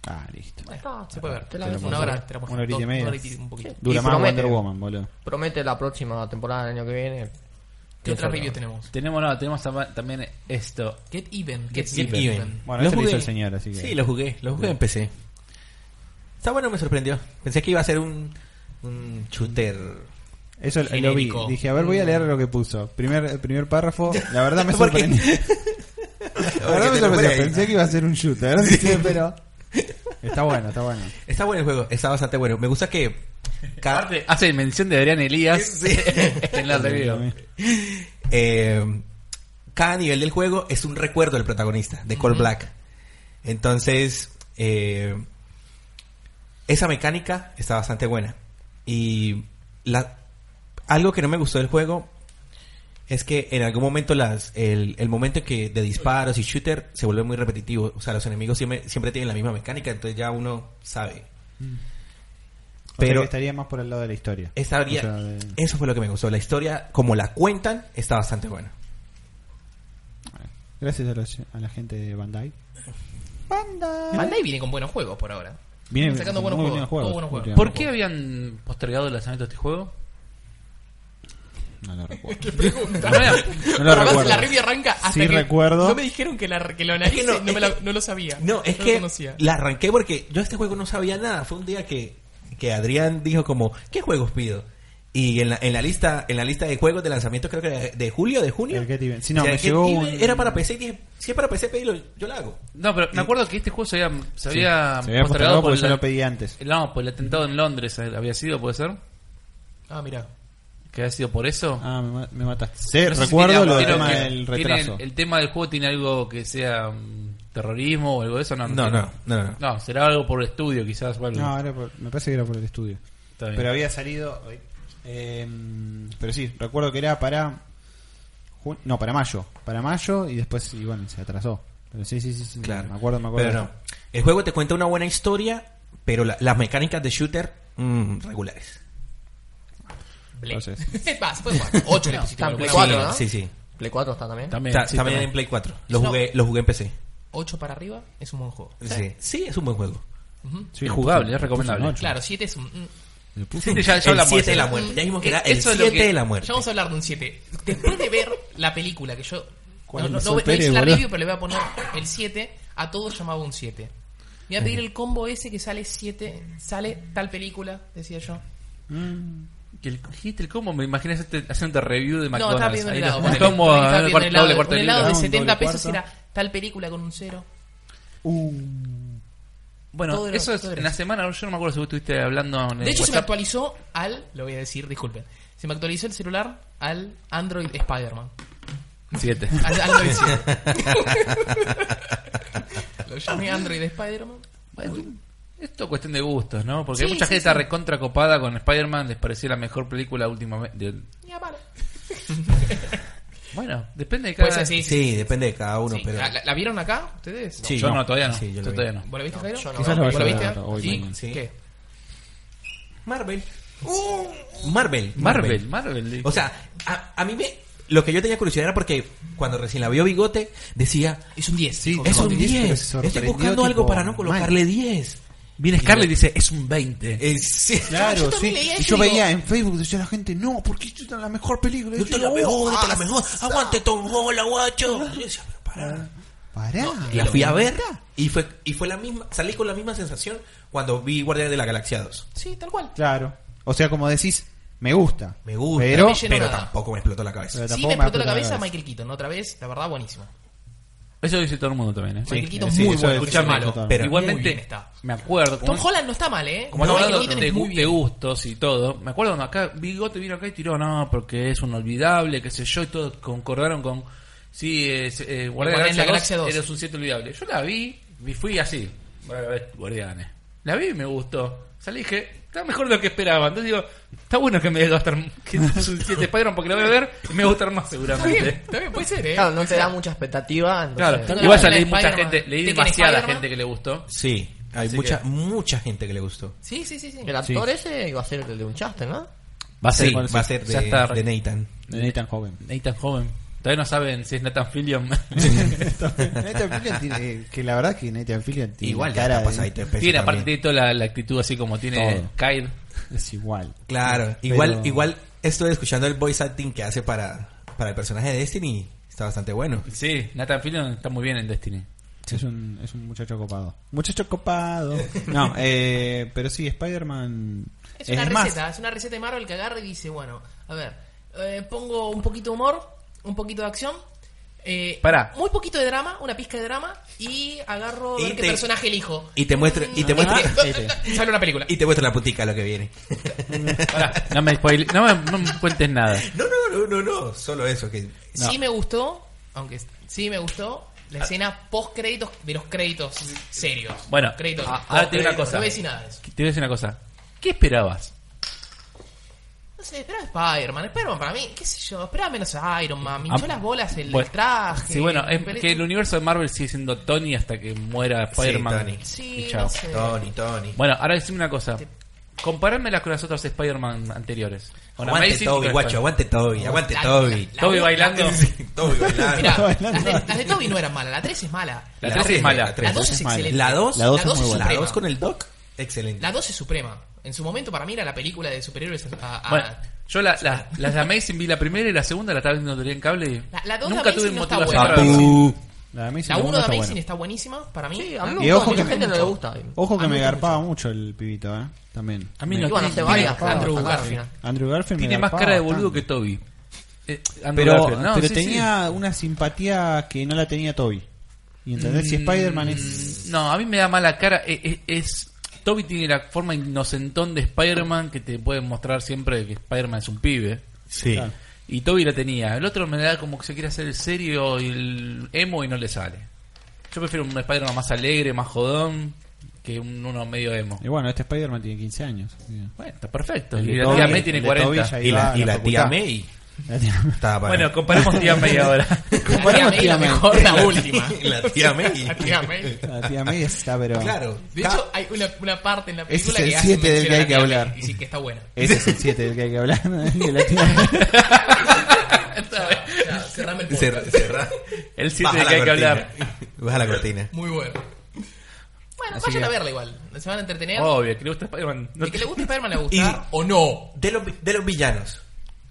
Ah, listo. Ahí está, se puede ver. Te la Una ves hora, una hora. te la muestro. Una horita y Dos- media. una horita y un poquito. Sí. Dura Y más promete, Wonder Woman, boludo. Promete la próxima temporada del año que viene. ¿Qué otra Eso, review no. tenemos? Tenemos, no, tenemos tam- también esto. Get Even. Get Even. Bueno, Lo eso lo hizo jugué. el señor, así que. Sí, lo jugué, lo jugué en PC. Está bueno, me sorprendió. Pensé que iba a ser un, un shooter. Eso eh, lo- lo vi. Genérico. Dije, a ver, voy a leer lo que puso. Primer, el primer párrafo, la verdad me ¿Por qué? sorprendió. La verdad me Porque te lo sorprendió. pone ahí. Pensé que iba a ser un shooter, sí, pero. Está bueno, está bueno. Está bueno el juego, está bastante bueno. Me gusta que cada, Aparte, hace mención de Adrián Elías Sí. en la review. eh, cada nivel del juego es un recuerdo del protagonista, de Cole Black. Entonces, eh, esa mecánica está bastante buena. Y la, algo que no me gustó del juego es que en algún momento las, el, el momento que de disparos y shooter se vuelve muy repetitivo. O sea, los enemigos siempre, siempre tienen la misma mecánica, entonces ya uno sabe. Pero Pero- estaría más por el lado de la historia. Estaría- O sea, de- Eso fue lo que me gustó. La historia, como la cuentan, está bastante buena. Gracias a, los- a la gente de Bandai. Bandai viene con buenos juegos por ahora. Vienen sacando buenos muy juegos. Todo buenos juegos. últimamente. ¿Por qué habían postergado el lanzamiento de este juego? No lo recuerdo. Pregunta. No lo Capaz recuerdo. La review arranca hasta Sí que recuerdo. No me dijeron que, la, que lo analice, no, no, es me la- no lo sabía. No, es lo que conocía. la arranqué porque yo este juego no sabía nada. Fue un día que, que Adrián dijo como, ¿qué juegos pido? Y en la, en la lista en la lista de juegos de lanzamiento creo que era de, de julio, de junio. El Get Even. Sí, no, O sea, me Get llegó Even un- Era para PC y dije, si es para PC, pedilo, yo lo hago. No, pero me acuerdo que este juego se había, se había Se había postergado porque yo la- lo pedí antes. No, por el atentado en Londres eh, había sido, puede ser. Ah, mira. Que había sido por eso. Ah, me, ma- me mataste. Sí, No sé si recuerdo tiene lo algo- del creo tema que del tiene- retraso. El tema del juego tiene algo que sea mm, terrorismo o algo de eso. No, No, tiene. no, no, no. No, será algo por el estudio, quizás. Bueno, No, era por- me parece que era por el estudio. está bien. Pero había salido. eh, pero sí, recuerdo que era para. ju- No, para mayo. Para mayo y después, y bueno, se atrasó. Pero sí, sí, sí. sí, Claro. Me acuerdo, me acuerdo. Pero no. El juego te cuenta una buena historia, pero la- las mecánicas de shooter, mm, regulares. Bleh. Entonces- Va, se puede jugar. Ocho le pusiste. Está en alguna Play vez. 4, ¿no? Sí, sí. Play 4 está también. O También, sea, sí, también también. en Play 4. Lo No. jugué, lo jugué en PC. Ocho para arriba es un buen juego. Sí, sí es un buen juego. Ujú. Sí, es le jugable, puse- es le puse un recomendable. ocho. Claro, siete es un... mm, Le puse Sí, sí, ya, ya el hablamos 7 de la eso. muerte. Ya dijimos que Eh, era el eso es lo 7 que- de la muerte. Ya vamos a hablar de un 7. Después de ver la película que yo. ¿Cuál? Me No, no, no, no hice sorprende, la boludo. review, pero le voy a poner el 7. A todos llamaba un 7. Me voy a pedir el combo ese que sale 7. Sale tal película, decía yo. Que el, dijiste el combo, me imaginé hacerte- haciendo review de no, estaba McDonald's. pidiendo un Ahí helado. los- ponele. combo, Estaba doble pidiendo un cuarto- helado, doble de- cuarto un de helado libra. de un 70 Ah, doble pesos cuarto. era tal película con un 0. Uh, Bueno, Todo era- eso es todo era en la eso. semana. Yo no me acuerdo si vos estuviste hablando Eh, en el De hecho, se me WhatsApp. actualizó al. Lo voy a decir, disculpen. Se me actualizó el celular al Android Spider-Man. Siete. Al- al Android 7. Lo llamé Android de Spider-Man. Bueno, esto es cuestión de gustos, ¿no? Porque hay Sí, mucha sí, gente está recontra copada con Spider-Man, les pareció la mejor película últimamente. de- Ya, vale. Bueno, depende de cada... Puede ser, sí, sí. Sí, depende de cada uno, Sí. pero. ¿La, la, la vieron acá ustedes? Sí, yo no, todavía no. Sí, yo yo lo vi. todavía no. ¿Vos la viste, Jairo? yo no. Quizás lo ¿Vos vaya la a viste? ver hoy ¿Y mañana. Sí. ¿Qué? Marvel. Marvel. Marvel, Marvel. dijo. O sea, a, a mí me. Lo que yo tenía curiosidad era porque cuando recién la vio Bigote, decía. Es un 10. Sí, Es como un que me 10. sorprendió, Estoy buscando algo tipo, para no colocarle 10. viene Scarlett y dice, es un 20. Eh, sí. Claro, Yo también sí. leía Y eso yo y digo- veía en Facebook, decía la gente, no, porque esto es la ¡Oh! mejor película. Yo te la mejor, yo te la mejor. Aguante Tom Holland, guacho. Y yo decía, pero pará. Pará. La fui a ver y fue, y fue la misma, salí con la misma sensación cuando vi Guardianes de la Galaxia 2. Sí, tal cual. Claro. O sea, como decís, me gusta. Me gusta, Pero- pero, No me llenó nada. tampoco me explotó la cabeza. Pero Sí, me tampoco me explotó la explotó la cabeza cabeza. Michael Keaton, otra vez, la verdad, buenísimo. Eso dice todo el mundo también, ¿eh? Michael Keaton sí, muy eso bueno, es- escuchá eso es malo. total. Pero muy bien Igualmente, está. me acuerdo. como Tom Holland no está mal, ¿eh? Como No, estamos Michael hablando Keaton de, es muy gu- de bien. gustos y todo, me acuerdo cuando acá Bigote vino acá y tiró, no, porque es un olvidable, qué sé yo, y todos concordaron con, sí, es, eh, Guardianes de la Galaxia 2, eres un 7 olvidable. Yo la vi y fui así, bueno, a ver, Guardianes. La vi y me gustó. Salí y dije, está mejor de lo que esperaba. Entonces digo, está bueno que me dé gastar que es un 7 Spider-Man porque la voy a ver y me va a gustar más Está bien, seguramente. está bien, puede ser, ¿eh? Claro, no te da mucha expectativa. Claro, entonces- Tengo igual la ya leí película de mucha Spider-Man. gente, leí Tekken demasiada Spider-Man. gente que le gustó. Sí, hay Así mucha, que- mucha gente que le gustó. Sí, sí, sí. sí. El actor ese iba a ser el de un chaste, ¿no? Va a ser Sí, con- va a ser de, Ya está. de Nathan. de Nathan Joven. Nathan Joven. Todavía no saben si es Nathan Fillion. Nathan Fillion tiene, que la verdad que Nathan Fillion tiene Igual ya cara está de- pasadito de peso Tiene aparte también. tiene toda la, la actitud así como tiene Todo. Kyle. es igual. Claro, Pero- igual, igual estoy escuchando el voice acting que hace para, para el personaje de Destiny. Está bastante bueno. Sí, Nathan Fillion está muy bien en Destiny. Es un, es un muchacho copado. Muchacho copado. No, eh, pero sí, Spider-Man. Es una más, receta, es una receta de Marvel que agarra y dice, bueno, a ver, eh, pongo un poquito de humor, un poquito de acción, eh, Pará. muy poquito de drama, una pizca de drama, y agarro Y ver qué te- personaje elijo. Y te muestra, y te muestra, Y sale una película. y te muestra la putica lo que viene. Pará, no, me spoil- no, me, no me cuentes nada. No, no, no, no, no. Solo eso que. Sí me gustó, aunque sí me gustó, la Ah. escena post créditos de los créditos serios. Bueno, créditos. a- ahora te digo una cosa. No voy a decir nada de eso. Te voy a decir una cosa. ¿Qué esperabas? No sé, esperaba Spider-Man. Spider-Man para mí, qué sé yo, esperaba menos Iron Man. Me Ah, hinchó las bolas el bueno, traje. Sí, bueno, es Pero- que el universo de Marvel sigue siendo Tony hasta que muera Spider-Man. Tony. Sí, Y chao. no sé. Tony, Tony. Bueno, ahora decime una cosa. Comparámelas con las otras Spider-Man anteriores. Con Aguante Amazing y Toby, con guacho, Spider- aguante Toby, aguante La- Toby. la- Toby la- bailando. Toby bailando. Mirá, las de, las de Toby no eran malas, la 3 es mala. La tres es mala. La La 3 2 es es mala. excelente. La 2 La dos es muy buena. La suprema. 2 con el Doc. Excelente. La 2 es suprema. En su momento para mí era la película de superhéroes. A, a- Bueno, yo la, la- las de Amazing vi la primera y la segunda la estaba viendo todavía en cable. y La- la dos de Nunca Amazing tuve no está motivación buena. para Papu. verla. La de Amazing la 1 Mundo de está Amazing bueno. está buenísima para mí. Sí, a mí Y me gustó, ojo a mucha que- gente no le gusta. Ojo que A mí me me gusta garpaba mucho el pibito, ¿eh? También. A mí Me- no Iban a hacer varias. Andrew hasta Garfield. acá, al final. Andrew Garfield me Tiene más garpaba cara de boludo que bastante. Toby. Eh, Andrew Pero, Garfield, no, pero sí, tenía una simpatía que no la tenía Toby. Y entendés, si Spider-Man es. sí. Mm, No, a mí me da mala cara. eh, eh, es Toby tiene la forma inocentón de Spider-Man que te puede mostrar siempre que Spider-Man es un pibe. Sí. Claro. Y Toby la tenía. El otro me da como que se quiere hacer el serio y el emo y no le sale. Yo prefiero un Spider-Man más alegre, más jodón, que un- uno medio emo. Y bueno, este Spider-Man tiene 15 años. Sí. Bueno, está perfecto. El de Y la Toby- tía el May de tiene Toby 40. ya Y la, iba y a la tía facultad. May La tía- estaba para- Bueno, comparemos tía May ahora. Comparemos La tía May, la tía May. mejor, la última. la tía May. La tía May. La tía May está, pero. Claro. De hecho, hay una, una parte en la Ese película es el que hace siete del mención que a la hay que tía May, hablar. Y sí, que está buena. Ese es el 7 del que hay que hablar. de la tía May. Ya, ya, cerrame el podcast. Cer- cerra. El Baja 7 la que hay que cortina. hablar. Baja la cortina. Muy bueno. Bueno, Así vayan que- Oh. a verla igual. Se van a entretener. Obvio, que le gusta Spider-Man. No y que te- le guste Spider-Man le va a gustar. ¿O no? De los, vi- de los villanos.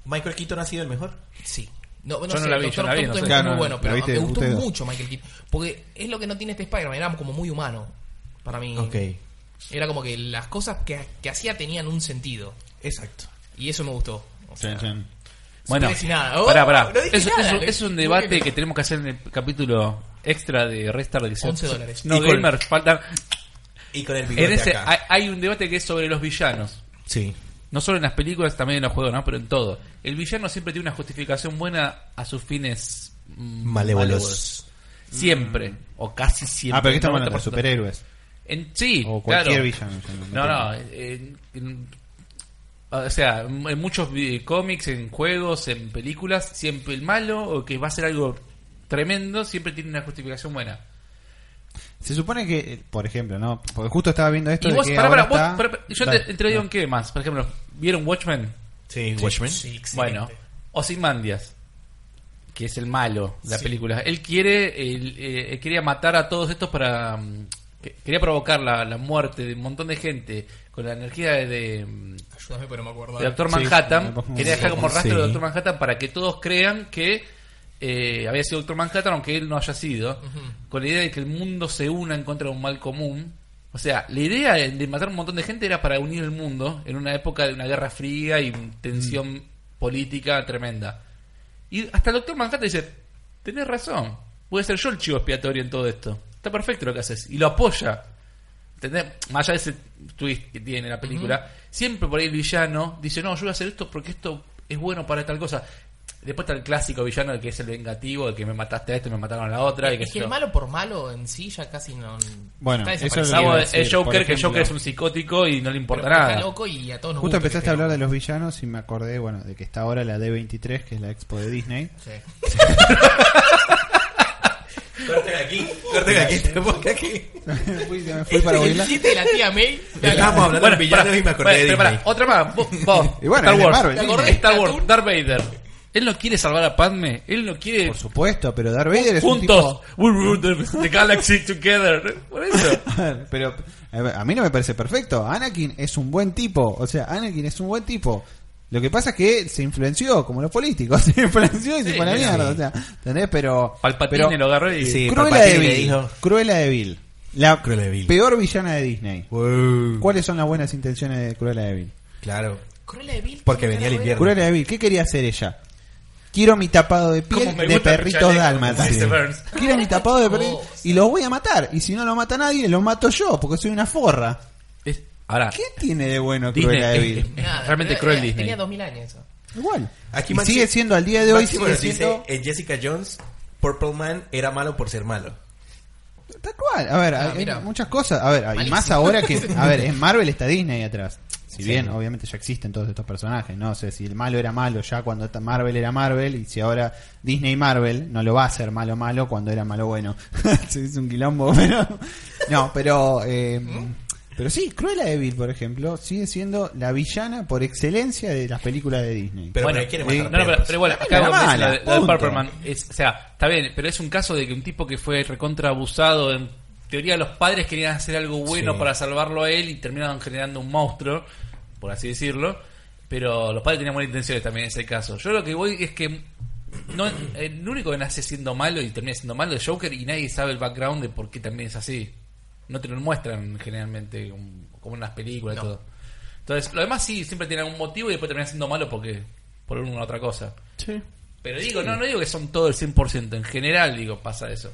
¿Michael Keaton ha sido el mejor? Sí. No, no Yo no sé, la vi, Doctor yo la vi, Octopus no sé. es Claro, muy no, bueno, la pero viste me gustó ustedes dos. mucho Michael Keaton. Porque es lo que no tiene este Spider-Man, era como muy humano. Para mí. Ok. Era como que las cosas que, que hacía tenían un sentido. Exacto. Y eso me gustó. O sea, Chan, chan. Bueno, No dije nada. Oh, pará, pará. no dije Eso- nada. eso- eso es un Muy debate bien. que tenemos que hacer en el capítulo extra de Restart de 11 dólares. No, Y con- gamer, faltan. Y con el En bigote ese, acá. hay, hay un debate que es sobre los villanos. Sí. No solo en las películas, también en los juegos, ¿no? Pero en todo. El villano siempre tiene una justificación buena a sus fines mm, Malévolos. Siempre. O casi siempre. Ah, pero aquí estamos hablando 90%. de superhéroes. En, sí, O cualquier claro. villano. No, no. en- en- o sea, en muchos vi- cómics, en juegos, en películas, siempre el malo o que va a ser algo tremendo, siempre tiene una justificación buena. Se supone que, eh, por ejemplo, ¿no? Porque justo estaba viendo esto Y de vos, que pará, ahora pará, vos, está- pará, pará, yo Dale. te, te lo digo en qué más. Por ejemplo, ¿vieron Watchmen? Sí, Watchmen. Bueno, Ozymandias, que es el malo de la película. Él quiere, él, eh, él quería matar a todos estos para... mm, que- Quería provocar la, la muerte de un montón de gente con la energía de, de, mm, Ayúdame, pero no me acuerdo. de Doctor Sí, Manhattan. sí. Quería dejar como rastro Sí. de Doctor Manhattan para que todos crean que eh, había sido Doctor Manhattan, aunque él no haya sido. Con la idea de que el mundo se una en contra de un mal común. O sea, la idea de- de matar un montón de gente era para unir el mundo en una época de una guerra fría y tensión Mm. política tremenda. Y hasta el Doctor Manhattan dice: Tenés razón, puede ser yo el chivo expiatorio en todo esto. Está perfecto lo que haces. Y lo apoya. ¿Entendés? Más allá de ese twist que tiene la película, siempre por ahí el villano dice, no, yo voy a hacer esto porque esto es bueno para tal cosa. Después está el clásico villano, el que es el vengativo, el que me mataste a esto, me mataron a la otra. y qué Es sé que el yo. malo por malo en sí ya casi no. Bueno, está eso es desaparecido. lo que Salvo iba a el decir, el Joker, por que ejemplo. Joker es un psicótico y no le Pero importa porque está nada. loco y a todos Justo nos gusta que empezaste a esté hablar de los villanos y me acordé, bueno, de que está ahora la D23, que es la expo de Disney. loco. Sí. Corte de aquí, corte de aquí, este podcast aquí. Fui- me Este fui para El bailar. chiste de la tía May. Estábamos hablando Bueno, de villanos pará, y me acordé pará, de pero Disney. pará, otra más. Vos, vos, Y bueno, es Star de Wars. Marvel, ¿Te Disney. acordás? Star Wars, ¿Tú? Darth Vader. Él no quiere salvar a Padme, él no quiere Por supuesto, pero Darth Vader es un tipo... juntos. We rule the, the galaxy together. Por eso. pero a ver, a mí no me parece perfecto. Anakin es un buen tipo. O sea, Anakin es un buen tipo. Lo que pasa es que se influenció, como los políticos. Se influenció y se Sí, fue a la sí. mierda. O sea, ¿entendés? Pero... Palpatine pero- lo agarró y... Sí. Cruella de Palpatine le Vil. dijo. Cruella de Vil. La Cruella de Vil. peor villana de Disney. Wow. ¿Cuáles son las buenas intenciones de Cruella de Vil? Claro. Cruella de Vil. Porque ¿cómo venía el carajo era? invierno. Cruella de Vil, ¿qué quería hacer ella? Quiero mi tapado de Como piel me de gusta el perritos chaleco, dálmatas. como dice Burns. Quiero mi tapado de perritos Oh, y los voy a matar. Y si no lo mata nadie, lo mato yo porque soy una forra. Es- Ah. ahora, ¿Qué tiene de bueno Disney Cruella eh, de es- Vil? es- Nada, realmente pero cruel tenía- Disney. Tenía 2000 años eso. Igual. Aquí Y Maxi- sigue siendo al día de hoy Máximo sigue nos dice, siendo- eh, Jessica Jones, Purple Man era malo por ser malo. Tal cual. A ver, hay- hay mira. muchas cosas. A ver, hay Malísimo. más ahora que. A ver, en Marvel está Disney atrás. Si bien, obviamente, ya existen todos estos personajes. No sé si el malo era malo ya cuando esta- Marvel era Marvel. Y si ahora Disney Marvel no lo va a hacer malo malo cuando era malo bueno. Sí, es un quilombo, pero. No, pero. eh, pero sí, Cruella de Vil, por ejemplo, sigue siendo la villana por excelencia de las películas de Disney. Pero bueno, me quiere eh, matar. no, no, pero, pero igual, Dame acá la vos me decís mala, la, de- la de punto. Purperman. Es, o sea, está bien, pero es un caso de que un tipo que fue recontra abusado, en teoría los padres querían hacer algo bueno Sí. para salvarlo a él y terminaron generando un monstruo, por así decirlo. Pero los padres tenían buenas intenciones también en ese caso. Yo lo que voy es que no, eh, el único que nace siendo malo y termina siendo malo es Joker y nadie sabe el background de por qué también es así. No te lo muestran generalmente como como en las películas y todo. Entonces, lo demás sí, siempre tiene algún motivo y después termina siendo malo porque por una u otra cosa. Pero digo, no, no digo que son todo el 100%, en general digo, pasa eso.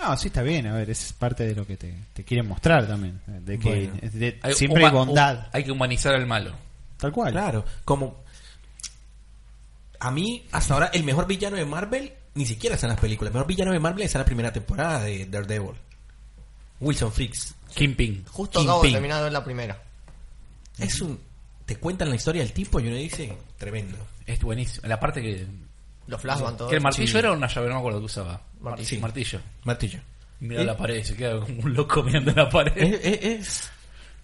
No, sí está bien, a ver, es parte de lo que te, te quieren mostrar también. De que Bueno. es de- Hay siempre hay huma- bondad, hu- Hay que humanizar al malo. tal cual. Claro, como a mí hasta ahora el mejor villano de Marvel ni siquiera está en las películas. El mejor villano de Marvel está en la primera temporada de Daredevil. Wilson Freaks. Kingpin. Justo acabo de Kingpin. terminar de ver la primera. Es un te cuentan la historia del tipo y uno dice, tremendo. Es buenísimo. La parte que... Los flash van todos. que el martillo sí. era una llave, no me acuerdo que usaba. Martillo. Sí, Martillo. Martillo. ¿Eh? Mira la pared, se queda como un loco mirando la Es, pared. es- es-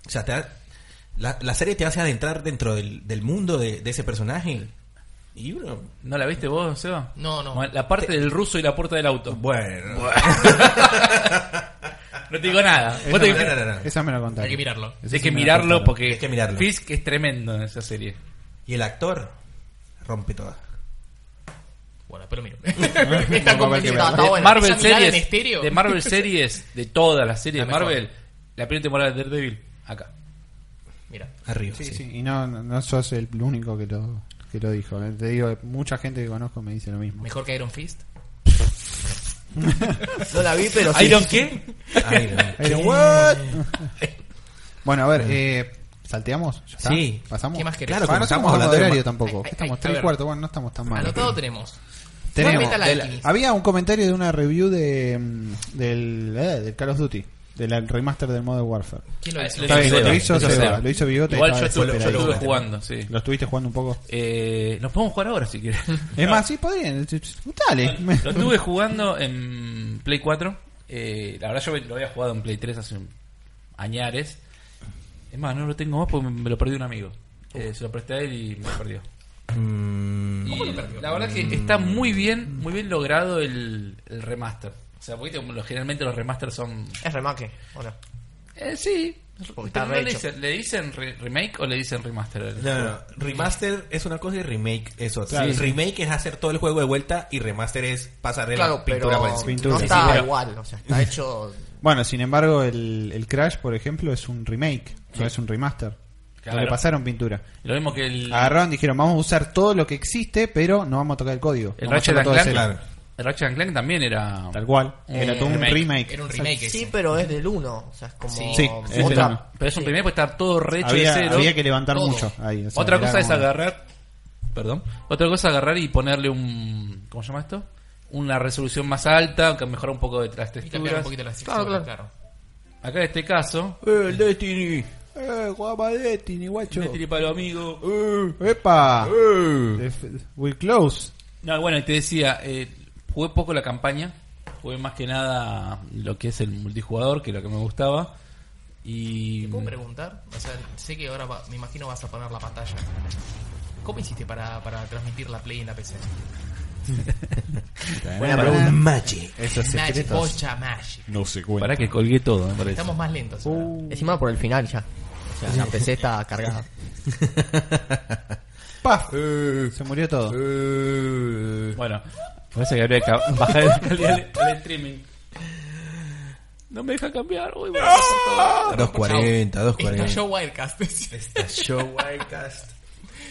o sea, te ha- la, la serie te hace adentrar dentro del, del mundo de, de ese personaje. Y uno, ¿No la viste vos, Seba? No, no. Bueno, La parte del ruso y la puerta del auto. bueno. No te digo nada. Vos te- No, no, no, no. Esa me la contaron. Hay que mirarlo. Esa Hay sí que me la mirarlo contaron. porque Hay que mirarlo. Fisk es tremendo en esa serie. Y el actor rompe todas. Bueno, pero mira. Esta Está- competencia. está buena. Marvel Esa mirada series en estéreo. de Marvel series de todas las series La de mejor. Marvel la primera temporada de Daredevil acá Mira. Arriba. Sí, sí. sí, y no, no- no sos el único que lo, que lo dijo. eh. Te digo, mucha gente que conozco me dice lo mismo. Mejor que Iron Fist. No la vi, pero sí. Iron qué Ay, no. Pero, ¿what? bueno, a ver, eh, ¿salteamos? ¿Ya está? Sí. ¿Pasamos? ¿Qué más querés? Claro, Ah, no como estamos estamos hablando de hablando horario de ma- tampoco. Ay, ay, estamos a 3 ver. cuartos, bueno, no estamos tan mal. Anotado tenemos. Tenemos, Metal del- Alchemist. había un comentario de una review de, mm, del, eh, del Call of Duty, del remaster del Modern Warfare. ¿Quién lo Ah, hizo? lo Está bien, Seba, lo hizo lo hizo Seba, Seba. lo hizo Bigote. Igual yo estaba estuve, yo desesperado. estuve jugando, sí. ¿Lo estuviste jugando un poco? Eh, Nos podemos jugar ahora si quieres. Es más, sí, podrían. Dale. Lo estuve jugando en Play 4. Eh, la verdad, yo lo había jugado en Play 3 hace un- añares. Es más, no lo tengo más porque me lo perdió un amigo. Eh, se lo presté a él y me lo perdió. Mm. Y La verdad que está muy bien, muy bien logrado el, el remaster. O sea, porque como lo- generalmente los remasters son. Es remake, ¿o no? Eh, sí. Porque Pero está no le, rehecho. dicen, ¿le dicen re- remake o le dicen remaster? No, no, no. Remaster es una cosa y remake es otra. Claro. Sí. Remake es hacer todo el juego de vuelta y remaster es pasar de Claro, la pero pintura por encima. Pintura. no Sí, está pero- igual, o sea, está hecho... Bueno, sin embargo, el, el Crash, por ejemplo, es un remake, no es un remaster. Claro. Le pasaron pintura. Lo mismo que el, Agarraron, dijeron, vamos a usar todo lo que existe, pero no vamos a tocar el código. el Vamos a hacerlo Ratchet and todo de Clank. cero. Claro. El Ratchet and Clank también era. Tal cual. Era todo un remake. remake. Era un remake. Sí, ese. pero es del 1, o sea, es como Sí, sí, es del uno. otra... Pero es un primer, pues estar todo rehecho había, de cero. había que levantar Todo. mucho ahí. o sea, Otra era cosa es como- agarrar. Perdón. Otra cosa es agarrar y ponerle un. ¿Cómo se llama esto? Una resolución más alta, que mejora un poco de las Y cambiaron un texturas. poquito las Claro, texturas, claro. Acá en este caso. El Destiny. Eh, guapa Destiny, guacho. Destiny para los amigos. Eh, epa. Uh. Eh, We're close. No, bueno, y te decía, eh, jugué poco la campaña, jugué más que nada lo que es el multijugador, que es lo que me gustaba. Y ¿Te puedo preguntar? O sea, sé que ahora va- me imagino vas a poner la pantalla. ¿Cómo hiciste para, para transmitir la Play en la PC? Buena pregunta. Magic. Esos Magic, secretos. bocha, magic. No se para que colgué todo, me parece. Estamos más lentos. ahora. Uh, Encima por el final ya. O sea, la PC está cargada. Paf. Uh. Se murió todo. Bueno, parece que habría que bajar el calidad del- del streaming. No me deja cambiar. Uy, bueno, por favor. 240, Estalló 240. Wildcast. Este, Show Wildcast.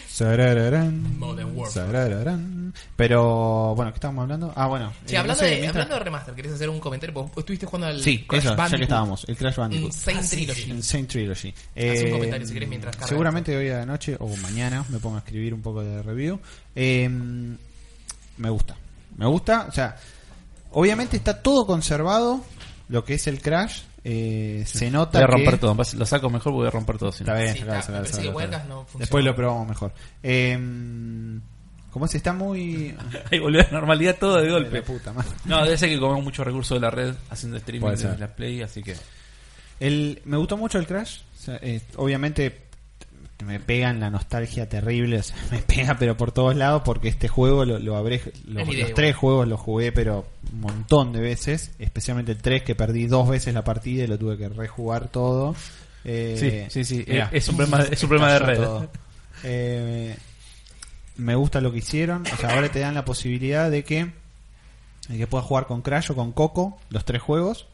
Sarararán, Modern Warfare. sarararán. Pero bueno, ¿qué estábamos hablando? Ah, bueno. Che, eh, hablando, no sé, de, mientras- hablando de remaster, ¿querés hacer un comentario? Vos estuviste jugando al Sí, Crash eso, ya Bandicoot, que estábamos, el Crash un Bandicoot. Saint Trilogy. Insane Trilogy. Haz un Eh, comentario, si querés, mientras carga Seguramente hoy a la noche o mañana me pongo a escribir un poco de review. Eh, me gusta. Me gusta. O sea, obviamente está todo conservado. Lo que es el Crash. eh, se nota. Voy a romper que- todo. Vas- Lo saco mejor, voy a romper todo. si no. Está bien, Sí, sacala, está, sacala, me parece sacala, que sacala. huelgas no funciona. Después lo probamos mejor. Eh, ¿Cómo se está muy. Ahí volvió la normalidad todo de de golpe. la puta madre. No, debe ser que comemos muchos recursos de la red haciendo streaming Puede de ser. la Play, así que. El, me gustó mucho el Crash. O sea, eh, obviamente t- me pegan la nostalgia terrible. o sea, me pega, pero por todos lados, porque este juego lo, lo habré. lo- Es mi idea los igual. tres juegos los jugué, pero un montón de veces. Especialmente el 3, que perdí dos veces la partida y lo tuve que rejugar todo. Eh, sí, sí. mirá, es, un problema, es un problema de red. estalló todo. Eh, me gusta lo que hicieron. O sea, ahora te dan la posibilidad de que, de que puedas jugar con Crash o con Coco, los tres juegos.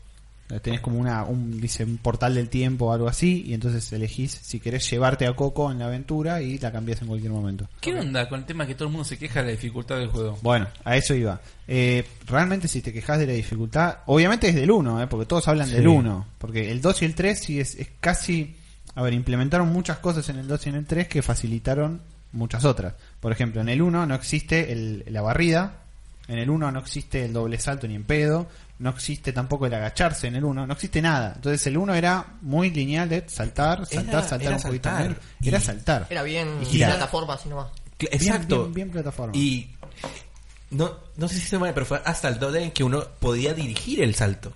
Eh, Tenés como una, un, dice, un portal del tiempo o algo así, y entonces elegís si querés llevarte a Coco en la aventura y la cambias en cualquier momento. ¿Qué onda con el tema que todo el mundo se queja de la dificultad del juego? Bueno, a eso iba. Eh, realmente si te quejas de la dificultad, obviamente es del 1, eh, porque todos hablan del 1, porque el 2 y el 3 sí es, es casi... A ver, implementaron muchas cosas en el 2 y en el 3 que facilitaron muchas otras. Por ejemplo, en el 1 no existe el- la barrida, en el 1 no existe el doble salto ni en pedo, no existe tampoco el agacharse en el 1, no existe nada. Entonces el 1 era muy lineal de saltar, saltar, Era- saltar era un poquito. saltar. menos. Era Y- saltar. Era bien Y girar. plataforma así nomás. Bien, Exacto. bien- bien plataforma. Y no, no sé si se me pero fue hasta el 2 en que uno podía dirigir el salto.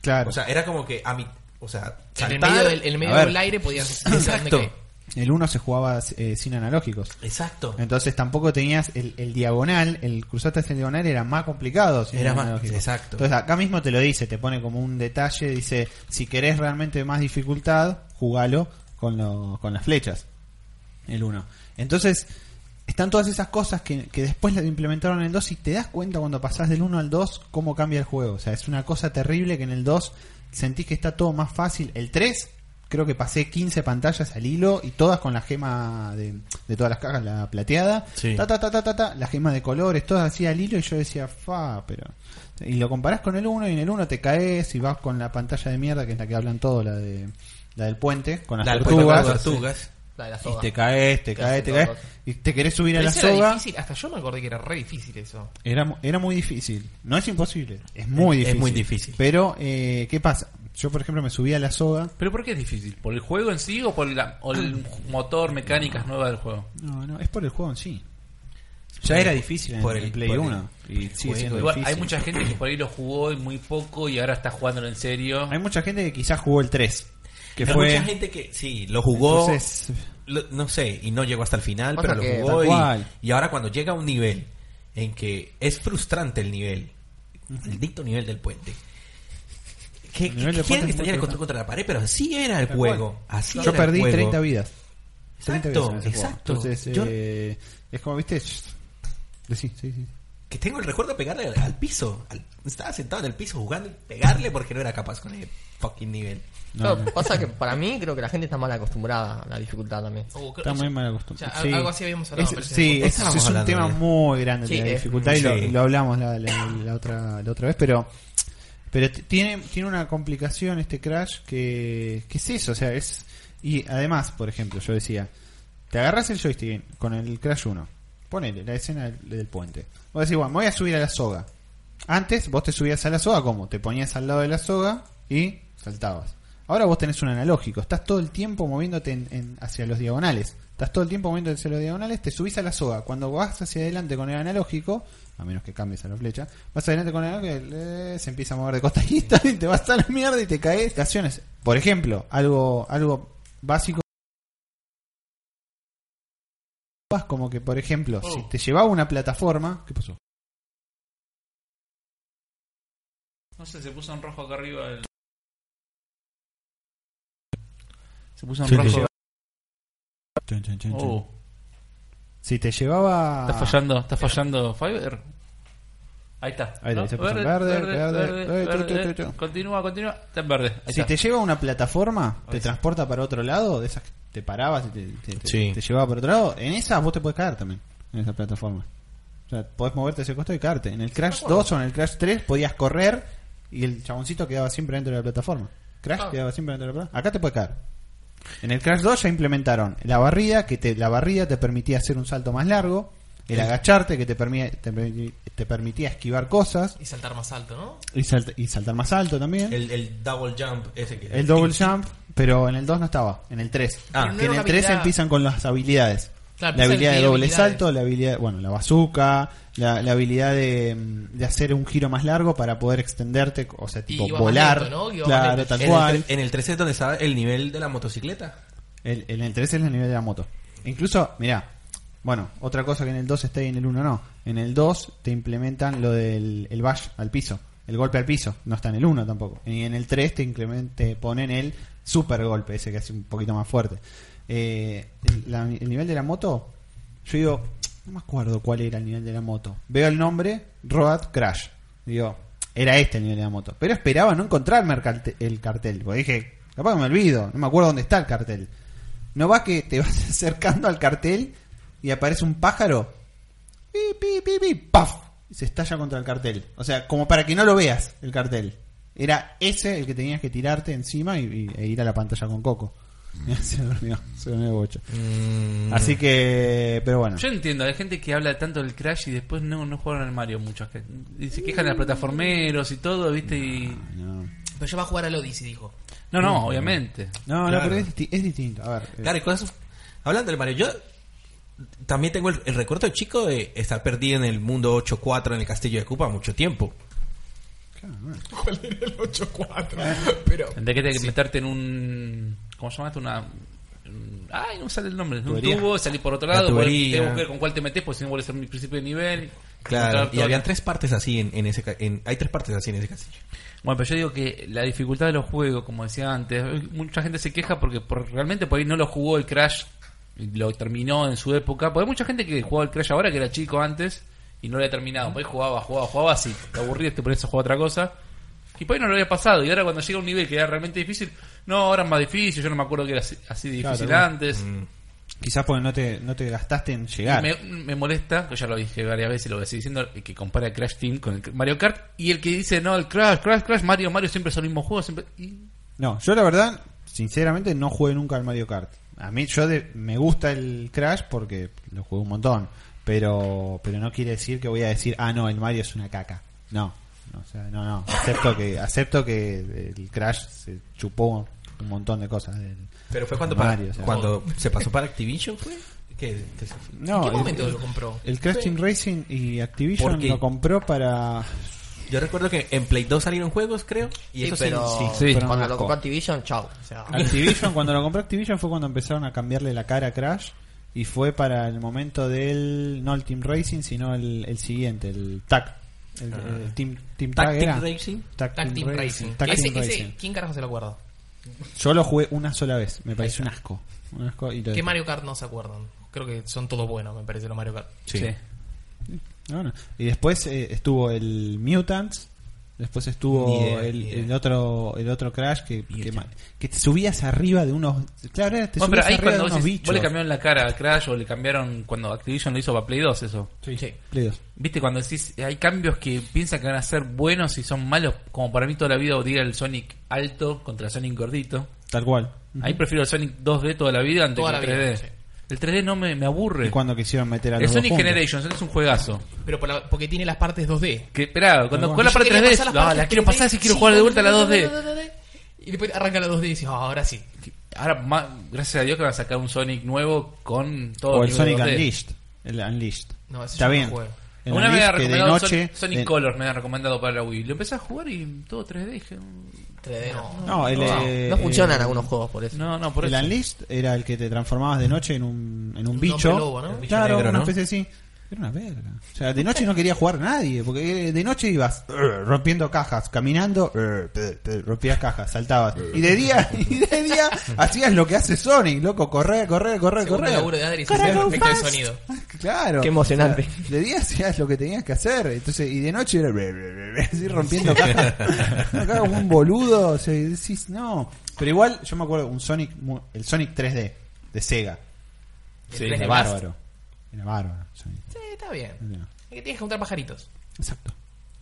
claro. O sea, era como que a mi. O sea, En el saltar. medio del, en el medio A ver. del aire podías... Exacto. El 1 se jugaba eh, sin analógicos. Exacto. Entonces tampoco tenías el, el diagonal, el cruzate hacia el diagonal era más complicado. sin Era el más- analógico. exacto. Entonces acá mismo te lo dice, te pone como un detalle, dice, si querés realmente más dificultad, jugalo con, lo- con las flechas, el 1. Entonces están todas esas cosas que, que después las implementaron en el 2 y te das cuenta cuando pasás del 1 al 2 cómo cambia el juego. O sea, es una cosa terrible que en el 2 sentís que está todo más fácil. El 3... Creo que pasé 15 pantallas al hilo y todas con la gema de, de todas las cajas, la plateada. Sí. Ta, ta, ta, ta, ta, ta, las gemas de colores, todas así al hilo, y yo decía, fa, pero. Y lo comparás con el 1, y en el 1 te caes y vas con la pantalla de mierda, que es la que hablan todos, la de la del puente, con las La- tortugas. tortugas. La de la Y soga. te caes, te Que caes, hacen te todos caes. Y te querés subir a la Pero eso era soga. difícil. Hasta yo me acordé que era re difícil eso. Era, mu- era muy difícil. No es imposible. Es muy Es- es difícil. muy difícil. Pero, eh, ¿qué pasa? Yo, por ejemplo, me subí a la soga. ¿Pero por qué es difícil? ¿Por el juego en sí o por la- o el motor, mecánicas nuevas del juego? No, no, es por el juego en sí. Ya era difícil en por el el- Play por el- 1. y sigue siendo Igual, difícil. hay mucha gente que por ahí lo jugó y muy poco y ahora está jugándolo en serio. Hay mucha gente que quizás jugó el 3. Que Hay fue. mucha gente que sí, lo jugó, Entonces- lo- no sé, y no llegó hasta el final, Pasa pero que, lo jugó tal y- cual. y, ahora cuando llega a un nivel en que es frustrante el nivel, el dicto nivel del puente. Que, El nivel que del quieren puente que es muy estrellar el control contra la pared, pero así era el Tal juego. cual. Así Yo era el perdí juego. 30 vidas. 30 Exacto, vidas en ese juego. exacto. Entonces, Yo- eh, es como, viste. shh, Decí, sí, sí. Que tengo el recuerdo de pegarle al, al piso. al- estaba sentado en el piso jugando y pegarle porque no era capaz con el fucking nivel. No, Claro, Pasa que para mí creo que la gente está mal acostumbrada a la dificultad también. Oh, creo- Está eso- muy mal o sea, acostumbrado. algo así habíamos hablado, Es- me parece, sí, en el es, podcast. es un Estábamos tema hablando muy grande Sí, la es- dificultad y lo, sí. lo hablamos la, la- la otra, la otra vez, pero pero t- tiene tiene una complicación este crash que, que es eso, o sea, es y además, por ejemplo, yo decía, te agarras el joystick con el crash 1, ponele la escena del, del puente. Vos decís, bueno, me voy a subir a la soga. Antes vos te subías a la soga, ¿cómo? Te ponías al lado de la soga y saltabas. Ahora vos tenés un analógico, estás todo el tiempo moviéndote en- en- hacia los diagonales. Estás todo el tiempo moviéndote hacia los diagonales, te subís a la soga. Cuando vas hacia adelante con el analógico, a menos que cambies a la flecha, vas adelante con el analógico, eh, se empieza a mover de costadita y te vas a la mierda y te caes. Ocasiones. Por ejemplo, algo, algo básico. Como que, por ejemplo, si te llevaba una plataforma, ¿qué pasó? No sé, se puso en rojo acá arriba. el- Se puso en Sí, te rojo. lleva- Chun, chun, chun, chun. Oh, Si te llevaba. Está fallando, está fallando Fiverr. Ahí está. Ahí está, se puso en verde, verde, verde, tu, tu, tu, tu. Continúa, continúa. Está en verde. Ahí Si está. te lleva una plataforma, te Ahí está. transporta para otro lado, de esas que te parabas y te, te- te- Sí. te llevaba para otro lado, en esas vos te puedes caer también, en esa plataforma. O sea, podés moverte hacia el costado y caerte. En el Crash 2 o en el Crash 3 podías correr y el chaboncito quedaba siempre dentro de la plataforma. Crash Ah. quedaba siempre dentro de la plataforma. Acá te puedes caer. En el Crash 2 ya implementaron la barrida, que te, la barrida te permitía hacer un salto más largo, el agacharte, que te, permi- te, permi- te permitía esquivar cosas Y saltar más alto, ¿no? y, salt- y saltar más alto también. El, el double jump ese que... El double jump, pero en el 2 no estaba, en el 3. Ah. que en el 3 empiezan con las habilidades. Claro, la empiezan habilidad a de pedir doble habilidades. salto, la habilidad, bueno, la bazooka, la, la habilidad de, mm, de hacer un giro más largo para poder extenderte, o sea, tipo iba más volar. lento, ¿no? Iba más Claro, lento. tal en cual. El, tre- en el 13 es donde estaba el nivel de la motocicleta. El- en el 3 es el nivel de la moto. Incluso, mirá, bueno, otra cosa que en el 2 está y en el 1 no. En el 2 te implementan lo del el bash al piso, el golpe al piso. No está en el 1 tampoco. Y en el 3 te, incremen- te ponen el super golpe, ese que hace un poquito más fuerte. Eh, el, la- el nivel de la moto, yo digo, no me acuerdo cuál era el nivel de la moto. Veo el nombre, Road Crash. Digo, era este el nivel de la moto. Pero esperaba no encontrarme el cartel. El cartel porque dije, capaz que me olvido, no me acuerdo dónde está el cartel. No va que te vas acercando al cartel y aparece un pájaro. Pi, pi, pi, pi, ¡Paf! Y se estalla contra el cartel. O sea, como para que no lo veas el cartel. Era ese el que tenías que tirarte encima y, y- e ir a la pantalla con Coco. se durmió, se durmió de bocha. Mm, Así que, pero bueno. Yo entiendo, hay gente que habla tanto del Crash y después no, no juegan al Mario muchas que- Y se quejan de los plataformeros y todo, ¿viste? Y... No, Pero yo va a jugar al Odyssey, dijo. No, Mm. no, obviamente. no, no, Claro. pero es, disti- es distinto. A ver, eh, Claro, y cosas... Hablando del Mario, yo también tengo el, el recuerdo chico de estar perdido en el mundo 8-4 en el castillo de Cupa mucho tiempo. claro, bueno. ¿Cuál era el 8-4? Pero. Tendré que te- meterte en un. ¿Cómo se llama esto? Una. un- Ay, no me sale el nombre. Un Tubería. tubo, salir por otro lado. volver- tubería. Tengo que ver con cuál te metes, porque si no vuelves a mi principio de nivel. Claro, Encontrar y todo- habían tres partes así en, en ese... ca- En, hay tres partes así en ese castillo. Bueno, pero yo digo que la dificultad de los juegos, como decía antes, mucha gente se queja porque por- realmente por ahí no lo jugó el Crash, y lo terminó en su época. Porque hay mucha gente que jugaba el Crash ahora, que era chico antes, y no lo había terminado. Por ahí jugaba, jugaba, jugaba así, te aburrías, te ponías a jugar otra cosa. Y por ahí no lo había pasado. Y ahora cuando llega a un nivel que era realmente difícil, no, ahora es más difícil, yo no me acuerdo que era así, así de Claro, difícil bueno. Mm, antes. Quizás porque no te, no te gastaste en llegar. Me, me molesta, que ya lo dije varias veces y lo voy a seguir diciendo, el que compara el Crash Team con el Mario Kart. Y el que dice, no, el Crash, Crash, Crash, Mario, Mario siempre son los mismos juegos. Siempre... Y No, yo la verdad, sinceramente, no jugué nunca al Mario Kart. A mí yo de- me gusta el Crash porque lo jugué un montón, pero pero no quiere decir que voy a decir, ah, no, el Mario es una caca. No, no, o sea, no, no. Acepto que acepto que el Crash se chupó un montón de cosas. del- Pero fue cuando, Mario, pa- o sea. cuando se pasó para Activision, ¿fue? Que- que se- No, ¿En el- qué momento el- lo compró? El Crash Team Racing y Activision Porque- lo compró para. Yo recuerdo que en Play 2 salieron juegos, creo. Y Sí, eso sí, pero sí. sí. Pero cuando un lo asco. compró Activision, chao. O sea, Activision, cuando lo compró Activision fue cuando empezaron a cambiarle la cara a Crash. Y fue para el momento del. No el Team Racing, sino el, el siguiente, el TAC. El, Ah. el Team, team Tag Tactic era. Racing. Tag Tag Team Ra- Racing. Tag Que ese- Team ese- Racing. ¿Quién carajo se lo acuerda? Yo lo jugué una sola vez. Me pareció un asco. Un asco y lo Que dejé. Mario Kart no se acuerdan. Creo que son todos buenos, me parece, los Mario Kart. Sí. Ah, bueno. Y después eh, estuvo el Mutants. Después estuvo Ni idea, el, ni idea. el otro el otro Crash que, que, Mutant. ma- que te subías arriba de unos. Claro, era- te Bueno, pero subías arriba ahí de cuando vos, unos decís, bichos. vos le cambiaron la cara a Crash o le cambiaron cuando Activision lo hizo para Play 2 eso. Sí. Play dos. Viste, cuando decís, hay cambios que piensan que van a ser buenos y son malos, como para mí toda la vida odié el Sonic alto contra el Sonic gordito. Tal cual. Ahí prefiero el Sonic 2D toda la vida antes Toda que el la 3D. vida, sí. El 3D no me, me aburre. Y cuando quisieron meter a El los dos Sonic juntos. Generations es un juegazo. Pero por la- porque tiene las partes 2D. Que, esperá, cuando Yo con la parte Yo quería 3D, pasar las no, partes la quiero pasar 3D. si quiero Sí, jugar de vuelta a la 2D. 2D. Y después arranca la 2D y dices, "Ah, ahora sí. Ahora, más- gracias a Dios que van a sacar un Sonic nuevo con todo O el nivel Sonic 2D. Unleashed. El Unleashed. No, ese Está yo no bien. juego. El Una vez Unleashed me había que de recomendado noche. Sonic, Sonic de- Colors, me habían recomendado para la Wii. Lo empecé a jugar y todo 3D. Dije, "Mm, 3D no. No, el, eh, no funcionan eh, algunos juegos por eso. no, no, por El eso. Unleashed era el que te transformabas de noche en un, en un, Un bicho. hombre lobo, ¿no? Un bicho Claro, negro, una ¿no? especie así. Era una verga. O sea, de noche no quería jugar nadie, porque eh, de noche ibas eh, rompiendo cajas, caminando, eh, pe- pe- rompías cajas, saltabas. Y de día, y de día hacías lo que hace Sonic, loco, correr, correr, correr, Segundo correr. laburo de Adri es hacer Corre, go efecto de fast. sonido. Claro. Qué emocionante. O sea, de día hacías lo que tenías que hacer. Entonces, y de noche era re, re, re, re, así rompiendo cajas. Acá como un boludo. O sea, y decís, no. Pero igual, yo me acuerdo un Sonic, mu- el Sonic 3D de Sega. Sí, Era ¿3D más? bárbaro. Era bárbaro. Sonic. Sí, está bien. No, Y que tienes que juntar pajaritos. Exacto.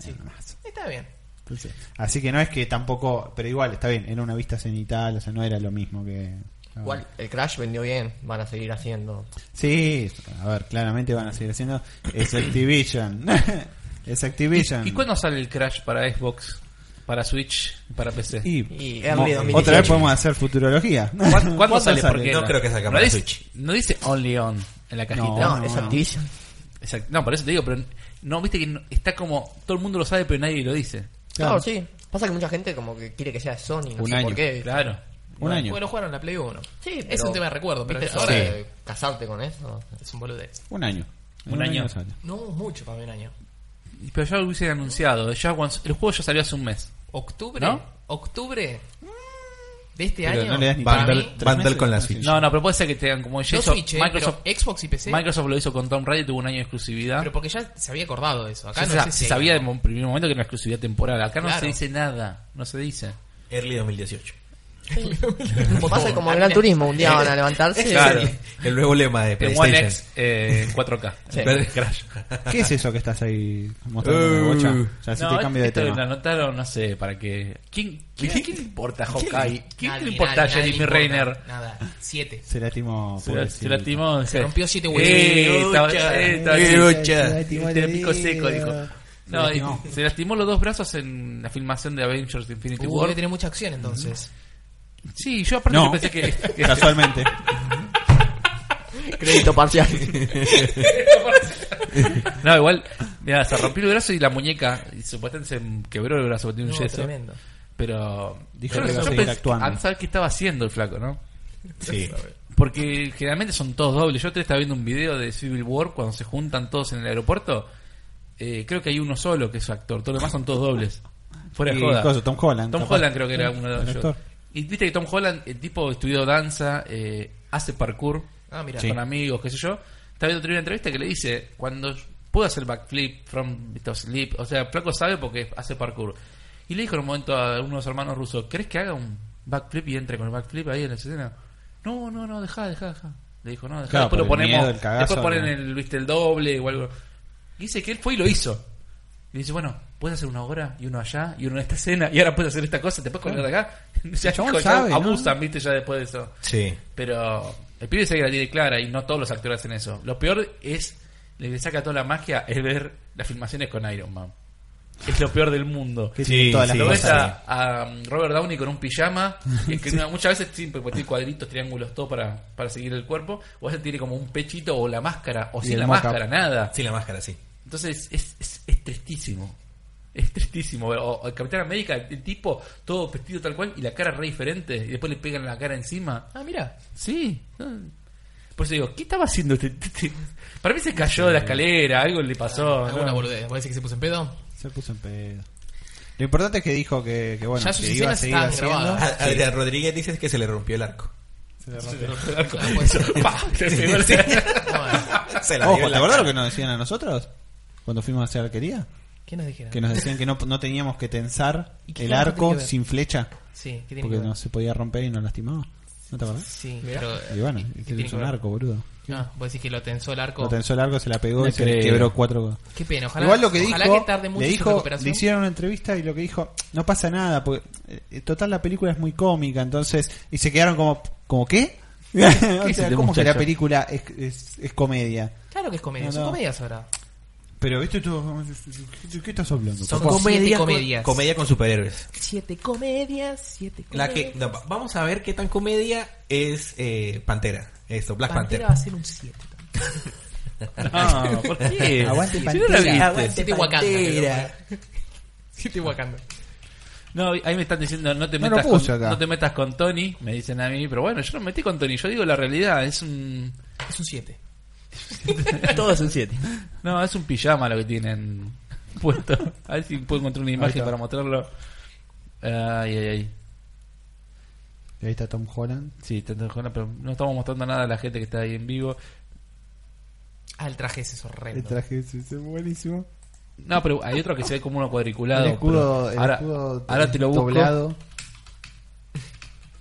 Era más. Está bien. Entonces, así que no es que tampoco. Pero igual, está bien. Era una vista cenital. O sea, no era lo mismo que. Igual, el Crash vendió bien, van a seguir haciendo. Sí, a ver, claramente van a seguir haciendo. Es Activision. es Activision. ¿Y cuándo sale el Crash para Xbox, para Switch, para PC? Y, Y early mo- 2018. otra vez podemos hacer futurología. ¿Cuán- ¿Cuándo, sale? Porque No creo que salga no para dice- Switch. No dice Only On en la cajita. No, No, no, es Ah. no. Activision. Exacto. No, por eso te digo, pero no, viste que no- está como, todo el mundo lo sabe, pero nadie lo dice. Claro. Claro. sí. Pasa que mucha gente como que quiere que sea Sony, no Un sé año. por qué. Claro. Un año. Porque lo jugaron en la Play 1. Sí, es pero- un tema de recuerdo, pero ¿Viste? ahora Ahora, eh, casarte con eso. es un boludez. Un año. En Un año. sale. No mucho para mí un año. Pero ya lo hubiesen anunciado. Ya cuando- el juego ya salió hace un mes. Octubre, ¿No? octubre de este Pero año. no le das ni para bundle- mí, tres Bundle meses, con la no sé. Switch. No, no, pero puede ser que tengan como ya no hizo Switch, eh, Microsoft. pero Xbox y PC. Microsoft lo hizo con Tomb Raider, tuvo un año de exclusividad. Pero porque ya se había acordado de eso. Acá Ya no sé se, se si hay- sabía de un primer momento que era una exclusividad temporal. Acá no Claro. se dice nada, no se dice. Early 2018. Pasa como en Gran Turismo, un día van a levantarse. Claro. y- El nuevo lema de En One PlayStation. X eh, 4K. Sí. El Crash. ¿Qué es eso que estás ahí mostrando? Uh. bocha? O sea, si No, te cambio de esto tema. lo anotaron, no sé, para que... ¿Quién, quién, quién le importa a Hawkeye? ¿Quién Nadie, le importa a nadie, nadie Jeremy le importa. Renner? Nada, siete. Se lastimó. Se, la- pobrecito. se lastimó. Se rompió siete huevos. Eh, estaba- Lucha. eh, estaba- Eh, eh, lucha. Te pico seco, dijo. No, Se lastimó. y- se lastimó los dos brazos en la filmación de Avengers Infinity Tuvo que War. tener mucha acción entonces. Sí, yo aparte No. que pensé que... que- Casualmente. Crédito parcial. no, igual, mirá, se rompió el brazo y la muñeca. Y supuestamente se quebró el brazo, tiene un No, yeso. tremendo. Pero Dijo yo que no- iba a yo seguir pensé- actuando. a saber qué estaba haciendo el flaco, ¿no? Sí. Porque generalmente son todos dobles. Yo te estaba viendo un video de Civil War cuando se juntan todos en el aeropuerto. Eh, creo que hay uno solo que es actor, todos los demás son todos dobles. Fuera de Y joda. coso, Tom Holland, Tom capaz. Holland creo que era uno de El los actor. Y viste que Tom Holland, el tipo estudió danza, eh, hace parkour Ah, mira. con amigos, qué sé yo. Estaba viendo otra entrevista que le dice, cuando puedo hacer backflip from to sleep, o sea, Flaco sabe porque hace parkour. Y le dijo en un momento a uno de los hermanos rusos, ¿crees que haga un backflip y entre con el backflip ahí en la escena? No, no, no, dejá, dejá, dejá. Le dijo, no, dejá. Claro, después lo por el ponemos, miedo, el cagazo, después ponen ¿no? el, viste, el doble o algo. Y dice que él fue y lo hizo. Y dice, bueno, puedes hacer uno ahora y uno allá y uno en esta escena y ahora puedes hacer esta cosa, te puedes colgar de acá. ya, chabón ya sabe, ¿no? abusan, viste, ya después de eso. Sí. Pero el pibe se la tiene clara y no todos los actores hacen eso. Lo peor es, le que saca toda la magia, es ver las filmaciones con Iron Man. Es lo peor del mundo. Que Sí, tiene todas las sí, Lo ves cosas. a, a Robert Downey con un pijama, que, que una- muchas veces sí, porque tiene cuadritos, triángulos, todo para, para seguir el cuerpo. O a veces tiene como un pechito o la máscara, o Y sin el la mock-up. máscara, nada. Sin la máscara, sí. Entonces es, es, es tristísimo. Es tristísimo. O, o el Capitán América, el, el tipo todo vestido tal cual y la cara re diferente. Y después le pegan la cara encima. Ah, mira. Sí. Ah. Por eso digo, ¿qué estaba haciendo este, este- este? Para mí se cayó de la escalera, algo le pasó. Ah, Alguna ¿no? boludez. ¿Parece que se puso en pedo? Se puso en pedo. Lo importante es que dijo que, que bueno, Ya sus que iba a escenas seguir estaban haciendo. grabadas. A- Ah, Adrián Rodríguez dice que se le rompió el arco. No puede ser. Pa, se pegó el- No, Se la dio Ojo, en ¿te la acordás lo cara. que nos decían a nosotros? Cuando fuimos a hacer arquería. ¿Qué nos dijeron? Que nos decían que no, no teníamos que tensar ¿Y qué el tanto tiene arco que ver? sin flecha. Sí, ¿qué tiene Porque que ver? no se podía romper y nos lastimaba. ¿No te acordás? Sí, pero... eh, Y bueno, ¿qué- qué este tiene es que un ver? arco, boludo. No, vos decís que lo tensó el arco. Lo tensó el arco, se la pegó No y se creo. le quebró cuatro. Qué pena, ojalá, Igual lo que ojalá dijo, que tarde mucho le, su dijo recuperación. le hicieron una entrevista y lo que dijo, no pasa nada, porque eh, total la película es muy cómica, entonces, y se quedaron como, ¿como qué? o es sea, este ¿cómo que muchacho? la película es, es- es comedia? Claro que es comedia, No, son no. comedias ahora. Pero viste tú, ¿qué estás hablando? Son papá? comedias. Comedia con- comedias. Comedia con superhéroes. Siete comedias, siete La que, no, va- vamos a ver qué tan comedia es eh, Pantera. Esto, Black Panther. Pantera va a ser un siete. también. No, ¿por qué? Aguante, Si no la Pantera. viste. Siete Wakanda. creo. Siete Wakanda. No, ahí me están diciendo, no te, No metas lo puse con, acá. no te metas con Tony, me dicen a mí, pero bueno, yo no me metí con Tony, yo digo la realidad, es un... Es un siete. Todos son siete. No, es un pijama lo que tienen puesto. A ver si puedo encontrar una imagen está. para mostrarlo. Ay, ay, ay. Ahí está Tom Holland. Sí, está en Tijuana, pero no estamos mostrando nada a la gente que está ahí en vivo. Ah, el traje ese es El horrendo. traje ese es buenísimo. No, pero hay otro que se ve como uno cuadriculado. el escudo, pero el ahora, escudo ahora te lo busco. doblado.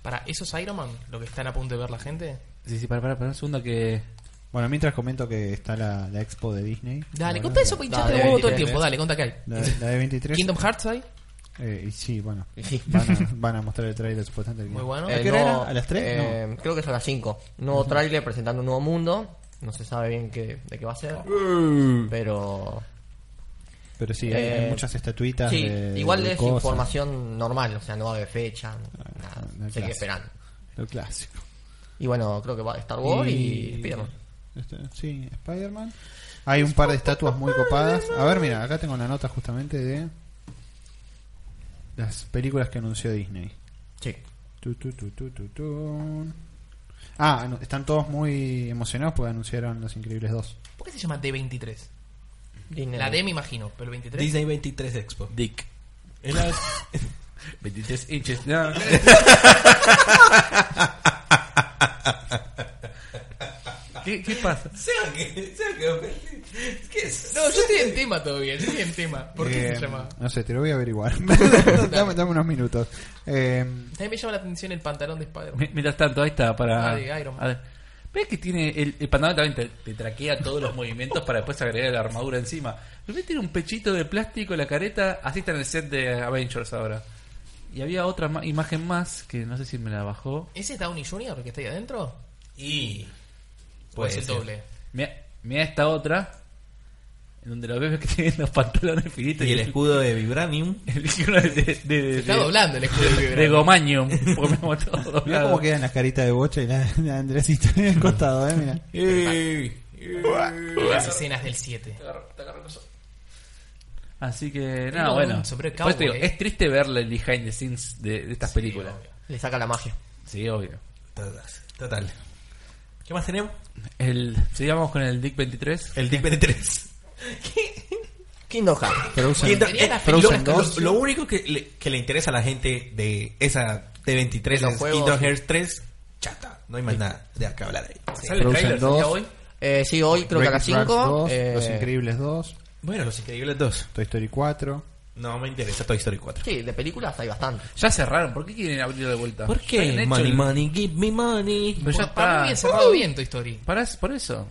Para esos Iron Man, lo que están a punto de ver la gente. Sí, sí, para, para, para un segundo que... Bueno, mientras comento que está la, la expo de Disney. Dale, Bueno, contá eso, pinchaste Dale, el huevo todo el 23, tiempo. ¿eh? Dale, contá que hay. La, la de 23. Kingdom Hearts hay. Eh, y sí, bueno. Sí. Van a, van a mostrar el trailer supuestamente. del Muy Kingdom. bueno. Eh, qué hora era? ¿A las tres? eh, Creo que son las 5. Nuevo tráiler presentando un nuevo mundo. No se sabe bien qué, de qué va a ser. Pero. Pero sí, hay, hay Eh, muchas estatuitas. sí, de- igual de es cosas. Ah, información normal, o sea, no va a haber fecha. Nada, no hay seguí clase. esperando. Lo clásico. Y bueno, creo que va Star Wars y, Spider-Man. Este, sí, Spider-Man. Hay un par de estatuas muy copadas. A ver, mira, acá tengo la nota justamente de las películas que anunció Disney. Sí. Tu, tu, tu, tu, tu, tu. Ah, anu- están todos muy emocionados porque anunciaron Los Increíbles 2. ¿Por qué se llama D23? Disney. La D me imagino, pero el 23. Disney 23 Expo. Dick. 23 inches. No. ¿Qué, ¿Qué pasa? Seba que- Seba que- ¿Qué es? No, yo estoy en tema todavía, yo estoy en tema. ¿Por qué Eh, se llama? No sé, te lo voy a averiguar. dame, dame unos minutos. Eh, También me llama la atención el pantalón de Spider-Man. Mi- Mientras tanto, ahí está para. Ah, de Iron Man. A ver. ¿Ves que tiene el, el pantalón también te, te traquea todos los movimientos para después agregar la armadura encima? Pero ves, tiene un pechito de plástico, la careta, así está en el set de Avengers ahora. Y había otra ma- imagen más que no sé si me la bajó. ¿Ese es Downey Jr. que está ahí adentro? Y. ¿O Pues es el doble? Mira esta otra, en donde lo ves que tiene los pantalones finitos Y el escudo de Vibranium. el escudo de, de, de- Se está de- doblando el escudo de de Vibranium. Gomaño. Porque me hemos todo mirá doblado. cómo quedan las caritas de Bocha y la la de Andresito en el costado, eh, mirá. Las escenas del 7. Así que, Tengo no, un bueno. sombrero de Por eso te digo, cowboy, eh. es triste verle el behind the scenes de, de estas películas. Le saca la magia. Sí, obvio. Todas. Total. ¿Qué más tenemos? El, sigamos con el Dick 23. El Dick 23. Kingdom Hearts. Y entonces, Tenía eh, la lo, Frozen lo- 2. lo único que le, que le interesa a la gente de esa de 23 Los es juegos. Kingdom Hearts 3, chata. No hay más nada de que hablar ahí. ¿Sale el Frozen trailer? ¿Sale 2. hoy? Eh, sí, hoy creo que a las eh, Wreck-It Ralph 5. 2, Los Increíbles 2, Bueno, Los Increíbles 2. Toy Story 4. No me interesa Toy Story 4. Sí, de películas hay bastante. Ya cerraron, ¿por qué quieren abrirlo de vuelta? ¿Por Ya habían qué? hecho Money, el- money, give me money. Pero ya Para mí está. Uh. cerrado bien tu historia. Para, por eso.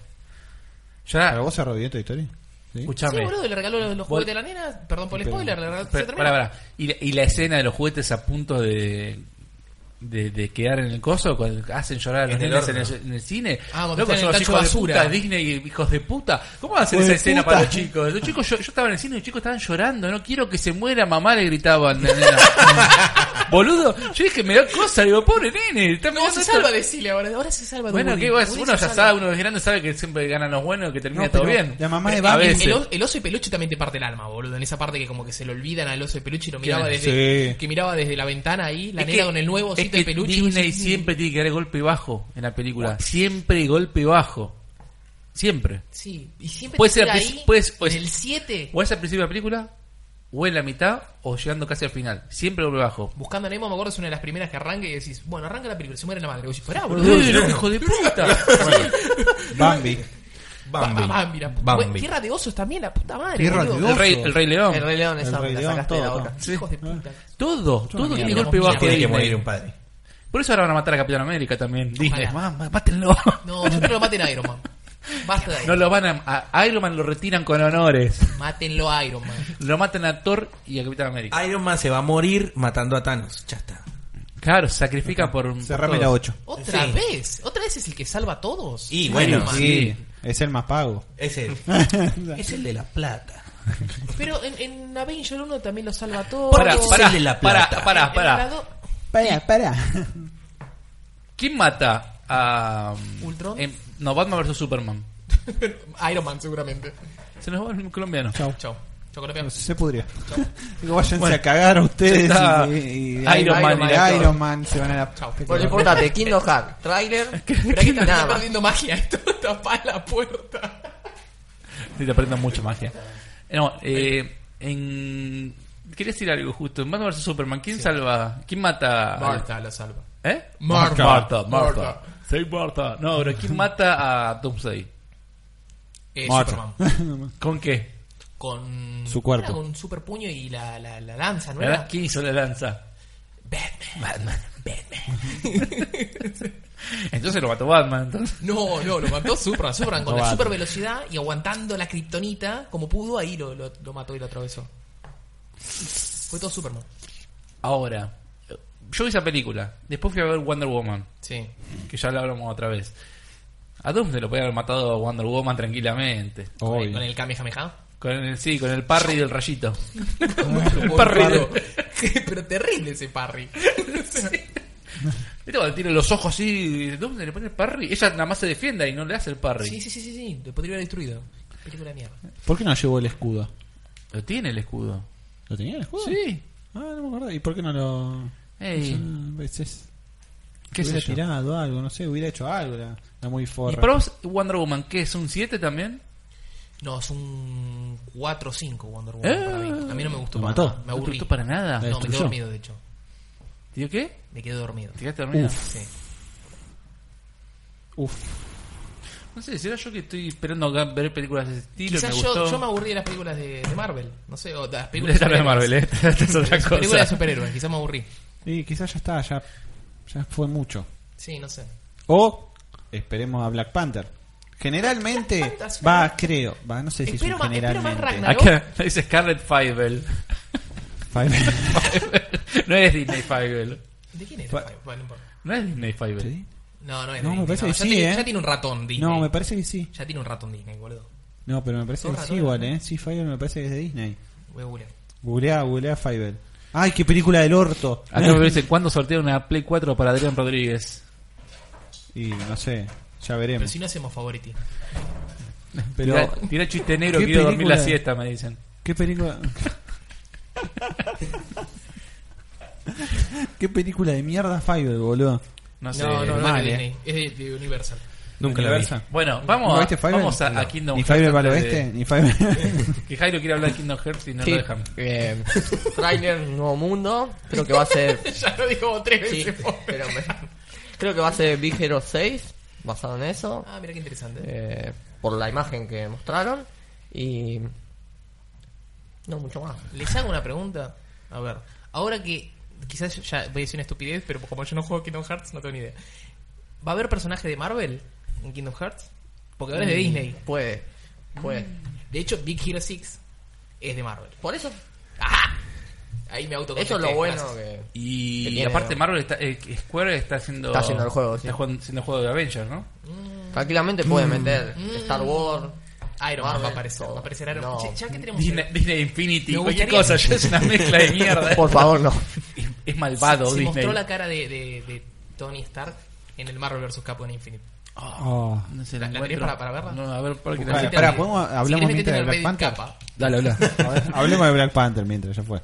Ya, Ah. ¿Para vos se arrodilló Toy Story? Escuchame. Sí, boludo, le regaló los, los Vol- juguetes a la nena. Perdón por el Pero- spoiler. le regaló- se Pero, termina. pará, pará. ¿Y, la, y la escena de los juguetes a punto de, de, de quedar en el coso, cuando hacen llorar a los En el nenes en horno. el, en el cine. Ah, cuando Loco, están en son el los tacho hijos basura. de puta, Disney, hijos de puta. ¿Cómo hacen Hijo esa de escena puta. para los chicos? Los chicos, yo, yo estaba en el cine y los chicos estaban llorando. No quiero que se muera, mamá le gritaban. nena. Boludo, yo dije, me da cosa. Digo, pobre nene, está No, se mirando salva esto. de Chile ahora. Ahora se salva de Bueno, Woody. que bueno, Woody uno se ya salva. sabe, uno es grande sabe que siempre ganan los buenos, que termina No, todo pero bien. la mamá de A Bambi- veces. El, o- el oso de peluche también te parte el alma, boludo. En esa parte que como que se lo olvidan al oso de peluche y lo miraba Claro, desde sí. que miraba desde la ventana ahí, la Es nena que- con el nuevo es osito que de peluche. y vos Disney decís, siempre tiene que dar el golpe bajo en la película. Siempre golpe bajo. Siempre. "Mm, Sí, y siempre Puede te ser tira al ahí principio- puede ser- puede en ser- el 7 O es al principio de la película, o en la mitad, o llegando casi al final. Siempre golpe bajo. buscando a Nemo, me acuerdo es una de las primeras que arranca y decís, bueno, arranca la película, se muere la madre. Y vos decís, pará, boludo. ¡Eh, no, hijo de puta! Bambi. Bambi. Ah, Bambi, la pu- Bambi. Bueno, Tierra de osos también, la puta madre. Tierra boludo. de el, rey, el Rey León. El Rey León, esa Rey me la León, sacaste de la todo, boca. Sí. Hijos de puta. Todo, todo tiene mierda. golpe Mira, bajo. Tiene que Disney. morir un padre. Por eso ahora van a matar a Capitán América también. Disney. Ojalá. Mamá, mátenlo. No, yo quiero lo maten a Iron Man. Basta de ahí. No lo van a, a Iron Man lo retiran con honores. Mátenlo a Iron Man. Lo matan a Thor y a Capitán América. Iron Man se va a morir matando a Thanos. Ya está. Claro, se sacrifica por. por Cerrame todos. la 8. ¿Otra Sí. vez? ¿Otra vez es el que salva a todos? Y bueno, Iron Man. Sí, es el más pago. es el, es el de la plata. Pero en, en Avenger 1 también lo salva a todos. Pará, Porque es pará, el de la pará, plata. pará, En la pará. do- Para, para. ¿Quién mata a. ¿Ultron? em, no, Batman versus Superman. Iron Man, seguramente. Se nos va el colombiano. Chau. Chau. Chau, colombiano. Se pudrió. Digo, váyanse a cagar a ustedes. está. y- y- y- Iron Man y y la- Iron Man se van a la. Chau. Bueno, importante, Kingdom Hearts, trailer, Pero que nada está más. perdiendo magia. Esto tapa la puerta. Sí, te aprenden mucha magia. No, eh, en. Quería decir algo justo. En Batman vs Superman, ¿quién salva? ¿Quién mata? al- Marta lo salva. ¿Eh? Marta. Marta, Marta. Marta. Soy Marta. No, pero ¿quién mata a Doomsday? Eh, Marta. Superman. ¿Con qué? Con. Su cuerpo. era Con super puño y la, la, la lanza, ¿no? ¿Verdad? Era? ¿Quién hizo la lanza? Batman. Batman. Entonces lo mató Batman. Entonces. No, no, lo mató Superman. Superman con No la vale. super velocidad y aguantando la kriptonita como pudo, ahí lo, lo, lo mató y lo atravesó. Fue todo Superman. Ahora, yo vi esa película. Después fui a ver Wonder Woman, Sí. que ya la hablamos otra vez. A Doom se lo podía haber matado a Wonder Woman tranquilamente. Con el, Obvio. con el Kamehameha. Con el, sí, con el parry del rayito. el parry. Pero terrible ese parry. ¿Viste cuando tiene los ojos así? Doom se le pone el parry. Ella nada más se defienda y no le hace el parry. Sí, sí, sí, sí, sí. Lo podría haber destruido. Película de mierda. ¿Por qué no llevó el escudo? Lo tiene el escudo. ¿Lo tenía el escudo? Sí. Ah, no me acuerdo. ¿Y por qué no lo.? Ey, Ah, pues es- ¿Qué sé hubiera yo? tirado algo, no sé, hubiera hecho algo la, la muy ¿Y forra. para vos Wonder Woman qué es? ¿Un 7 también? No, es un 4 o 5 Wonder Woman Eh. para mí. A mí no me gustó. Lo para mató. nada. Me No te aburrí. gustó para nada. La No, me quedé destruyó. dormido, de hecho. ¿Tío qué? Me quedé dormido. ¿Te quedaste dormido? Sí. Uf, No sé, será yo que estoy esperando acá ver películas de ese estilo. y Quizás me yo, gustó. yo me aburrí de las películas de, de Marvel. No sé, o de las películas Esta no es Marvel, ¿eh? Esta es otra Las películas de cosa. superhéroes, quizás me aburrí. y quizás ya está, ya, ya fue mucho. Sí, no sé. O esperemos a Black Panther. Generalmente Black Panther, va, creo, va, no sé si es Espero un más- espero más generalmente. Ragnar. Acá dice Scarlett Fievel. Five- no es Disney Fievel. ¿De quién era? Fa- Five? Bueno, no importa. no es Disney Fievel. ¿Sí? No, no es No, me Disney, parece que ya, sí, tiene, ¿eh? ya tiene un ratón Disney. No, me parece que sí. Ya tiene un ratón Disney, boludo. No, pero me parece que Torra, sí torra. igual, ¿eh? Sí, Fiverr me parece que es de Disney. Voy a googlear. Googleá, googleá Fiverr. ¡Ay, qué película del orto! Acá me dicen, ¿cuándo sortearon una Play 4 para Adrián Rodríguez? Y no sé, ya Pero veremos. si no hacemos favoriti. Pero, Tira, tira chiste negro, ¿Qué quiero dormir la película? siesta, me dicen. ¿qué película...? ¿Qué película de mierda Fiverr, boludo? No sé. no, no, no es mal, de eh. Disney. Es de, de Universal. Nunca la vi. Universal. Bueno, ¿No vamos, viste a, Fievel? vamos a, a No. Kingdom Ni Hearts. Fiverr para el antes de- oeste, ni Fiverr... Que Jairo quiere hablar de Kingdom Hearts y no Sí, lo dejan. eh, trailer Nuevo Mundo, creo que va a ser... ya lo dijo como tres sí, veces. pobre. pero me- creo que va a ser Big Hero 6, basado en eso. Ah, mira qué interesante. eh, por la imagen que mostraron y no mucho más Les hago una pregunta. A ver, ahora que quizás yo ya voy a decir una estupidez, pero como yo no juego a Kingdom Hearts, no tengo ni idea. ¿Va a haber personaje de Marvel en Kingdom Hearts? Porque ahora es de Disney. Mm, Mm. puede puede De hecho, Big Hero 6 es de Marvel. Por eso. ¡Ajá! Ahí me auto Eso es lo bueno que. Y, Tenía- aparte Marvel está, eh, Square está haciendo Está haciendo el juego, sí. está jugando- haciendo el juego de Avengers, ¿no? Tranquilamente puede meter Star Wars. Iron Man va a Marvel, aparecer. todo. Va a aparecer Iron Man. No. Che, ya que tenemos. Disney, Disney Infinity, Me cualquier cosa, gustaría- ya es una mezcla de mierda. Por favor, no. Es, se es malvado se Disney. mostró la cara de, de- de Tony Stark en el Marvel vs. Capcom Infinite. No sé, ¿La- la encuentro. tenés para- para verla? No, a ver, para que Buscala. la- pará, ¿podemos- hablamos si mientras querés de metete en Black el Reddit Panther? capa. Dale, habla. Hablemos de Black Panther mientras ya fue.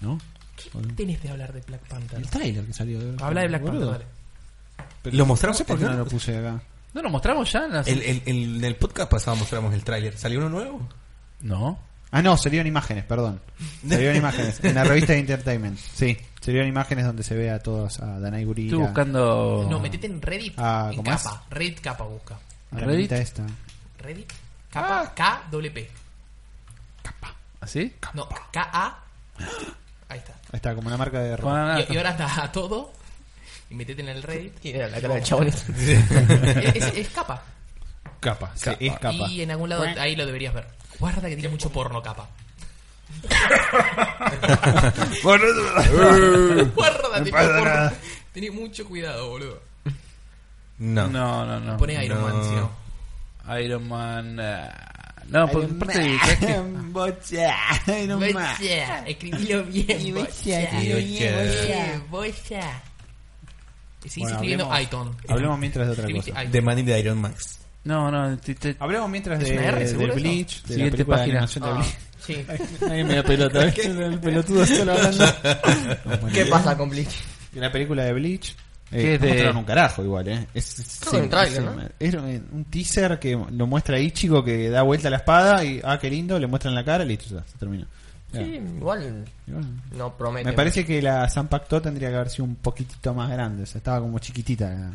¿No? ¿Qué tenés de hablar de Black Panther? El trailer que salió. de Habla de Black Panther, boludo. dale. ¿Lo mostraron? No sé por qué no lo puse acá. ¿No lo mostramos ya? en las- El- el- el- en el podcast pasado mostramos el tráiler. ¿Salió uno nuevo? No. Ah, no, salieron imágenes, perdón. Salieron imágenes. En la revista de Entertainment. Sí, salieron imágenes donde se ve a todos, a Danai Gurira. Estoy buscando. No, metete en Reddit. Oh. Ah, en ¿cómo es? capa. Reddit capa busca. A la Reddit. minita esta. Reddit Ah. capa K-W-P. ¿Así? No, K-A. Ahí está. Ahí está, como una marca de ropa. Ah, Y, y ahora anda a todo. Y metete en el Reddit. Tiene la cara de chabón. es, es capa. Capa, sí, es capa. Y en algún lado ahí lo deberías ver. Guarda que tiene mucho porno capa. Guarda, tiene pasa porno. Mm. nada. Tenés mucho cuidado, boludo. No. No, no, no. Pone Iron Man, No. si no. Iron Man. ah, No, porque aparte. ¿sabes qué? Bocha, Iron Man. Bocha, escribilo bien. Y Bocha, oye, Eh, bocha. Y sigues Bueno, escribiendo hablemos- Iton. Hablemos mientras de otra Escribiste cosa. Iton. The Man in the Iron Max. No, no. te- te- Hablemos mientras ¿Es de, una R, de seguro eso? Bleach, de la Siguiente película página. de animación de Ah, Bleach. sí. Ahí me da pelota, ¿ves? El pelotudo solo hablando. ¿Qué pasa con Bleach? De la película de Bleach. Eh, ¿Qué es no de- mostraron un carajo igual, ¿eh? Es, es- Creo que un tráiler, ¿no? es un un teaser que lo muestra ahí, chico, que da vuelta la espada y, ah, qué lindo, le muestran la cara, listo, ya, se terminó. Ya. Sí, igual Y bueno, no promete. me parece que la Zanpakuto tendría que haber sido un poquitito más grande, o sea, estaba como chiquitita la,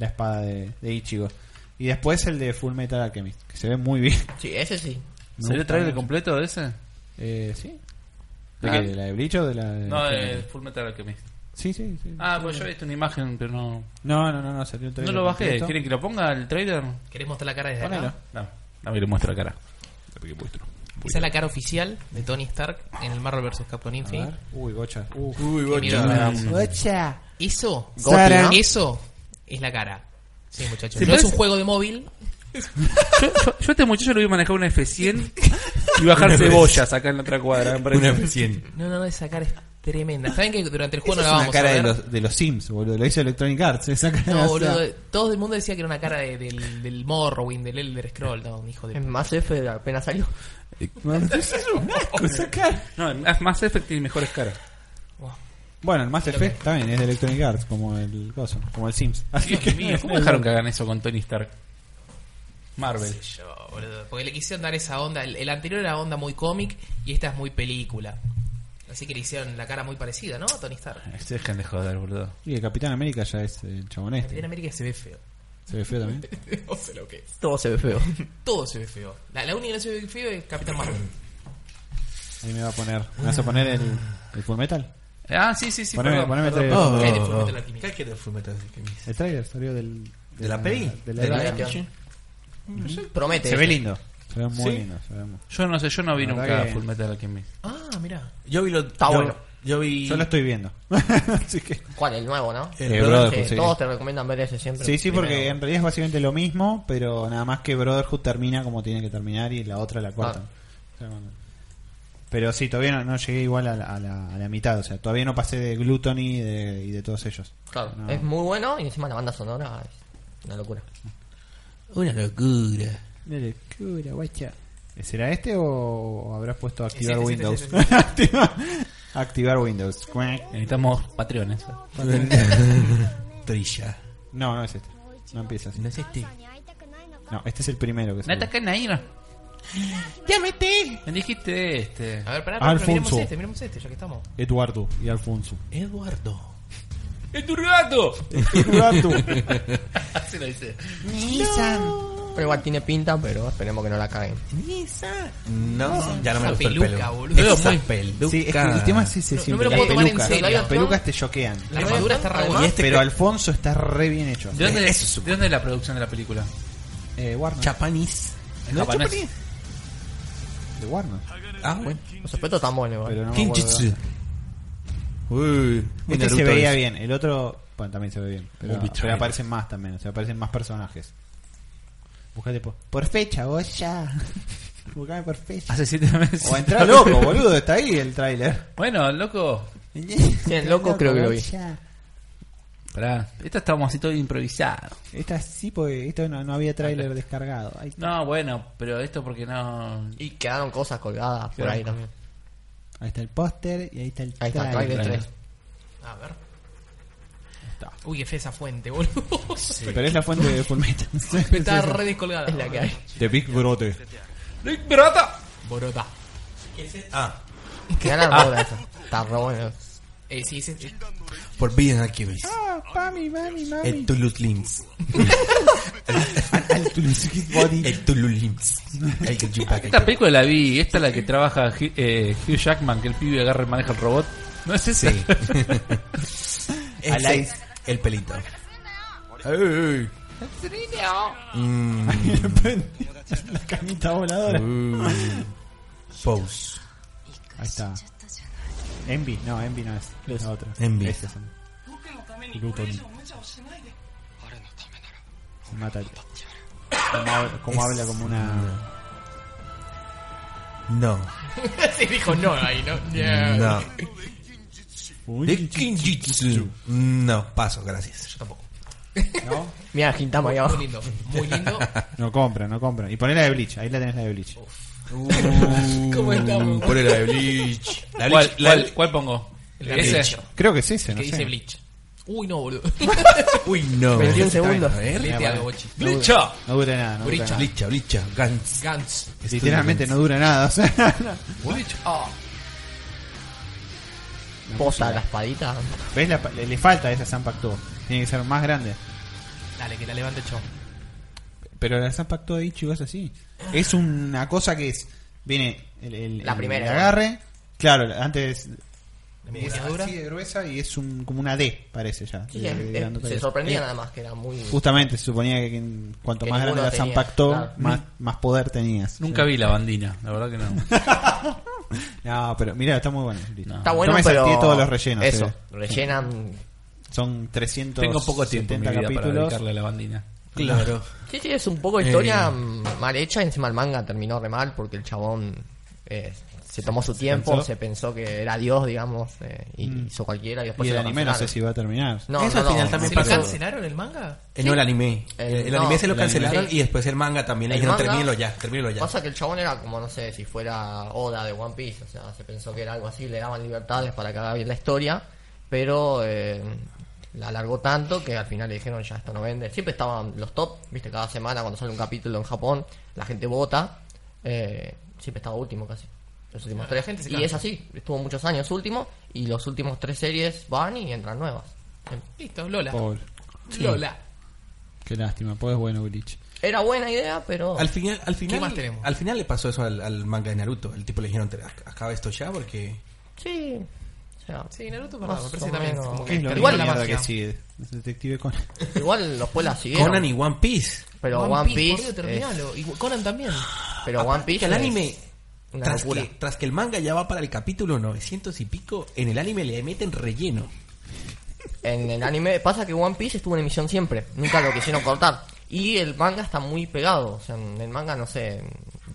la espada de, de Ichigo. Y después el de Full Metal Alchemist, que se ve muy bien. Sí, ese sí. Me ¿Salió gusta el trailer mucho. completo de ese? Eh, ¿Sí? ¿De, Ah. qué? ¿De la de Bleach o de la de.? No, Full de Metal? Full Metal Alchemist. Sí, sí, sí. Ah, pues yo he visto una imagen, pero no. No, no, no, no, salió el No trailer lo bajé. completo. ¿Quieren que lo ponga el trailer? ¿Querés mostrar la cara desde Ponelo. acá? No, no me lo muestro la cara. Esa es la cara oficial de Tony Stark en el Marvel vs. Capcom A Infinite. ver. Uy, gocha. Uf. Uy, Que mira, Eso, Sara. eso es la cara. Sí, muchachos. Sí, no pero es un es- juego de móvil. Yo, yo, yo a este muchacho lo voy a manejar una F100 y bajar cebollas acá en la otra cuadra. me parece. Una vez cien. No, no, no, esa cara es tremenda. ¿Saben que durante el juego Esa no es la una vamos cara a de ver? los, de los Sims, boludo. Lo hizo Electronic Arts. Esa cara No, o sea, boludo, todo el mundo decía que era una cara de- del, del Morrowind, del Elder Scroll, no, un hijo de... En Mass F apenas salió. No, es más Effect tiene mejores caras. Wow. Bueno, el Mass Effect está bien, es de Electronic Arts, como el coso, como el Sims. Así que Dios mío, ¿cómo dejaron que hagan eso con Tony Stark? Marvel. Qué sé yo, boludo, Porque le quisieron dar esa onda, el, el anterior era onda muy cómic y esta es muy película. Así que le hicieron la cara muy parecida, ¿no? a Tony Stark. Se dejan de joder, boludo. Y el Capitán América ya es el chabón En este. América se ve feo. Se ve feo también. no sé lo que es. Todo se ve feo. Todo se ve feo. La, la única que no se ve feo es Capitán Marvel. Ahí me va a poner. ¿Me vas a poner el, el Full Metal? Ah, sí, sí, sí. Poneme- perdón, poneme perdón. el Oh, ¿Qué hay de oh, Full Metal oh. Alchemist? ¿Qué hay de Full Metal Alchemist? El trailer salió del. ¿De la peli? De la, ¿De la live peli? action. Promete. Se ve ese. lindo. Se ve muy Sí. lindo. Se ve muy... Yo no sé, yo no vi La nunca verdad que- Full Metal Alchemist. Ah, mira. Yo vi lo. Está yo, bueno. Yo vi. Yo lo estoy viendo. Así que. ¿Cuál? El nuevo, ¿no? El Eh, Brotherhood. Brotherhood, Sí, sí. Todos te recomiendan ver ese siempre. Sí, sí, porque Primero. en realidad es básicamente lo mismo, pero nada más que Brotherhood termina como tiene que terminar y la otra la cortan. O Ah. sea, bueno. Pero sí, todavía no, no llegué igual a la, a la- a la mitad, o sea, todavía no pasé de Gluttony y de, y de todos ellos. Claro, No. es muy bueno y encima la banda sonora es una locura. Una locura. ¿Será este o, o habrás puesto activar Ese, ese, Windows? ese, Activa- activar Windows. Cuac. Necesitamos Patreones. Trilla. No, no es este. No empieza así. No es este. No, este es el primero que se atacan ahí, no. ¡Ya metí! Me dijiste este. A ver, pará, pará, pero Alfonso. miremos este, miremos este, ya que estamos. Eduardo y Alfonso. Eduardo. ¡Es tu gato! Eduardo. Así lo dice. Pero igual tiene pinta, pero esperemos que no la caguen. No, ya no me Esa gustó el peluca, pelo. boludo. Esa Muy- peluca. Sí, es que el tema es ese No, no siempre. me lo las puedo tomar en pelucas. serio. Las pelucas te choquean. La ¿Qué armadura más? está re Además- buena. Y este Pero que- Alfonso está re bien hecho. ¿De dónde, Eso es- ¿De dónde es la producción de la película? Eh, Warner. Chapanís. ¿En japonés? de Warner. Ah, bueno. Los efectos están buenos, igual. Pero no me acuerdo. Kinjutsu. Uy, muy Este se Naruto veía es. bien, el otro bueno, también se ve bien. Pero, Movie pero trailer. aparecen más también, o sea, aparecen más personajes. Buscate por, por fecha, vos ya. Buscame por fecha. Hace siete meses. O entra loco, boludo, está ahí el tráiler. Bueno, loco. el loco creo que lo vi. vos ya. Pará. Esta estábamos así todo improvisado. Esta sí, porque esto no, no había tráiler descargado. Ahí está. No, bueno, pero esto porque no. Y quedaron cosas colgadas por Quedaron ahí también. Ahí está el póster y ahí está el Ahí está, tráiler. trailer 3. A ver. Uy, qué fe esa fuente, boludo. Pero es la fuente de Fullmetal. Está re descolgada. Es la que hay. De Big Brote. ¡Rick Brota! Borota. Ah, Queda la rola esa. Está re bueno. Eh, sí, ese- Forbidden Activities. Ah, mami, mami, mami. El Toulouse Limbs. El Tulumsuki Body. El Toulouse Limbs. El que chupa, que Esta chupa. película la vi. Esta es la que trabaja Hugh- eh, Hugh Jackman, que el pibe agarra y maneja el robot. ¿No es ese? Sí. Ese Alive. el pelito. Ey. Mm, la camita voladora. uh. Pose. Ahí está. Envy, no, Envy no es. Es otra. Envy. Este es Envy. Luton. Se mata el- Como, hab- como Es- habla como una. No. sí dijo no ahí, ¿no? eh, Yeah. No. De Kinjutsu. No, paso, gracias. Yo tampoco. ¿No? Mira, Gintama ahí abajo. Muy lindo, muy lindo. No compra, no compra. Y poné la de Bleach, ahí la tenés la de Bleach. Mm, ¿Cómo estamos? Ponle la de Bleach. La ¿Cuál, Bleach- la- cuál, cuál pongo? La ¿Ese? Bleach. Creo que es ese, Que no dice sé. Bleach. Uy, no, boludo. Uy, no. 21 segundos. A ver. Lete bueno. algo, bochi. ah. Bleacha. No dura nada, no dura Bleach. nada. Bleacha, bleacha. Gans. Gantz. Literalmente no dura nada, o sea. Bleach. ah. Posa la espadita. ¿Ves? La pa- le, le falta esa Zampa Actúa. Tiene que ser más grande. Dale, que la levante el chabón. Pero la Zampa Actúa de Ichigo es así. Es una cosa que es. Viene el, el- La el- primera. el agarre. Claro, antes. La era empuñadura. Así de gruesa y es un, como una D, parece ya. Sí, de- es- de es- grandota que se es. sorprendía Eh, nada más que era muy. Justamente, se suponía que quien- cuanto Que más grande ninguno la tenía, Zampa Actúa, claro. más, más poder tenías. Nunca vi la bandina, la verdad que no. No, pero mira, está muy bueno. Listo. No. Está bueno, Yo me pero. salteé todos los rellenos. Eso, eh. rellenan. Son 300 Tengo poco tiempo en mi vida para dedicarle a la bandina. Claro. Sí, sí, es un poco de historia Eh. mm, mal hecha. Encima el manga terminó re mal porque el chabón eh, se tomó su tiempo, pensó. Mm. se pensó que era Dios, digamos, eh, y hizo cualquiera. Y después Y el se lo anime no sé cancelaron. si va a terminar. No, Eso no, al final no, también ¿Se sí, lo pasó. pero- cancelaron el manga? Eh, No, el anime. El, El- el no, anime se lo el anime. cancelaron Sí. y después el manga también le El dijeron, manga- termínelo ya, termínelo ya. Pasa que el chabón era como, no sé, si fuera Oda de One Piece, o sea, se pensó que era algo así, le daban libertades para que haga bien la historia, pero eh, la alargó tanto que al final le dijeron, ya esto no vende. Siempre estaban los top, viste, cada semana cuando sale un capítulo en Japón, la gente vota, eh, siempre estaba último casi. Los últimos tres. gente se y cansa. es así, estuvo muchos años último, y los últimos tres series van y entran nuevas. Listo, Lola. Pobre. Lola. Qué lástima, pues bueno, Glitch. Era buena idea, pero... Al final, al final, más tenemos? al final le pasó eso al, al manga de Naruto. El tipo le dijeron, "Te- ac- acaba esto ya porque Sí. O sea, Sí, Naruto, perdón, Más me parece o que también menos. como ¿Qué que es lo terminó que la mierda magia. que sigue. Es Detective Conan. igual los pueblos siguieron. Conan y One Piece. Pero One, Piece, boludo, es- terminalo. Y Conan también. Pero One Piece. Que el es anime, una tras locura. que, tras que el manga ya va para el capítulo 900 y pico, en el anime le meten relleno. En el anime pasa que One Piece estuvo en emisión siempre. Nunca lo quisieron cortar. Y el manga está muy pegado. O sea, en el manga, no sé,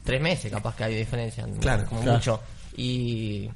tres meses capaz que hay diferencia. Claro, como claro. mucho. Y.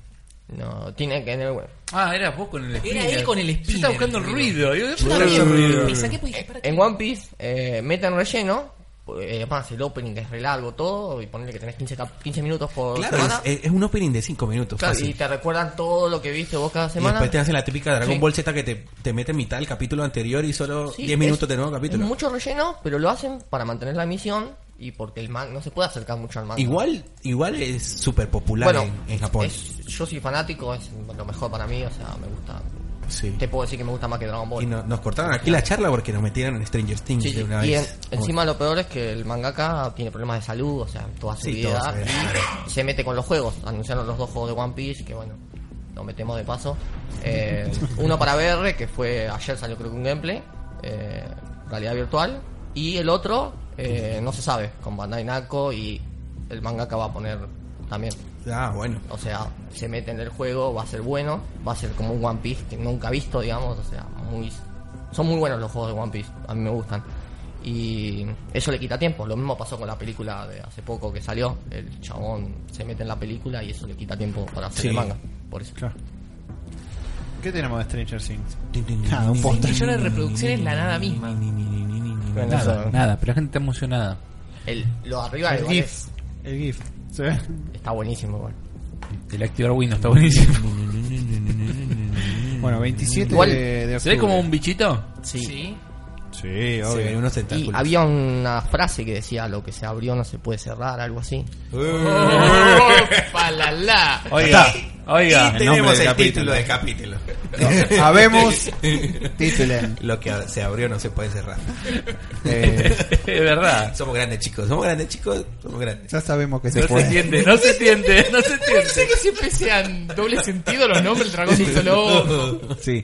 No, tiene que. en el- Ah, era vos con el spinner. él con el Yo estaba spinner, buscando el boludo. ruido. Yo, Yo ¿dónde está el ruido? Me saqué porque dije, ¿para qué? En One Piece eh, meten relleno. Eh, más el opening es re largo todo. Y ponerle que tenés 15, cap- 15 minutos por Claro, semana. es, es un opening de 5 minutos. Claro, fácil. y te recuerdan todo lo que viste vos cada Y semana. después te hacen la típica Dragon Sí. Ball Z que te, te mete en mitad del capítulo anterior y solo Sí, 10 minutos es- de nuevo capítulo. es mucho relleno, pero lo hacen para mantener la misión y porque el manga no se puede acercar mucho al manga. Igual, igual es súper popular bueno, en, en Japón. es- yo soy fanático, es lo mejor para mí, o sea, me gusta. Sí. Te puedo decir que me gusta más que Dragon Ball. Y no- nos cortaron aquí la charla porque nos metieron en Stranger Things Sí, sí. de una Y en- vez. encima lo peor es que el mangaka tiene problemas de salud, o sea, toda su Sí, vida toda su vida, y se mete con los juegos. Anunciaron los dos juegos de One Piece, que bueno, lo metemos de paso. Eh, uno para VR, que fue ayer salió creo que un gameplay, eh, realidad virtual, y el otro eh, no se sabe, con Bandai Namco y el mangaka va a poner también. Ah, bueno. O sea, se mete en el juego, va a ser bueno, va a ser como un One Piece que nunca he visto, digamos, o sea, muy son muy buenos los juegos de One Piece, a mí me gustan. Y eso le quita tiempo, lo mismo pasó con la película de hace poco que salió, el chabón se mete en la película y eso le quita tiempo para hacer Sí. el manga, por eso. Claro. ¿Qué tenemos de Stranger Things? Nada, un póster. Millones de reproducciones, la nada misma. Bueno, Nada, eso- nada, pero la gente está emocionada. el, lo de arriba el Ah, igual GIF. es- El GIF. ¿Se ve? está buenísimo igual. El activar Windows está buenísimo. Bueno, 27 Igual, de, de octubre. ¿Se ve como un bichito? Sí. Sí. Sí, Se ven obvio. unos Y tentáculos. había una frase que decía lo que se abrió no se puede cerrar, algo así. ¡Oh, Palala. Oiga, Y oiga. El nombre tenemos del el capítulo. título de capítulo. Habemos Titulen. Lo que se abrió no se puede cerrar. Eh, Es verdad. Somos grandes chicos, somos grandes chicos, somos grandes. ya sabemos que se No se puede. entiende, no se entiende, no se Sé entiende. que siempre sean doble sentido los nombres, el dragón hizo lobo. Sí.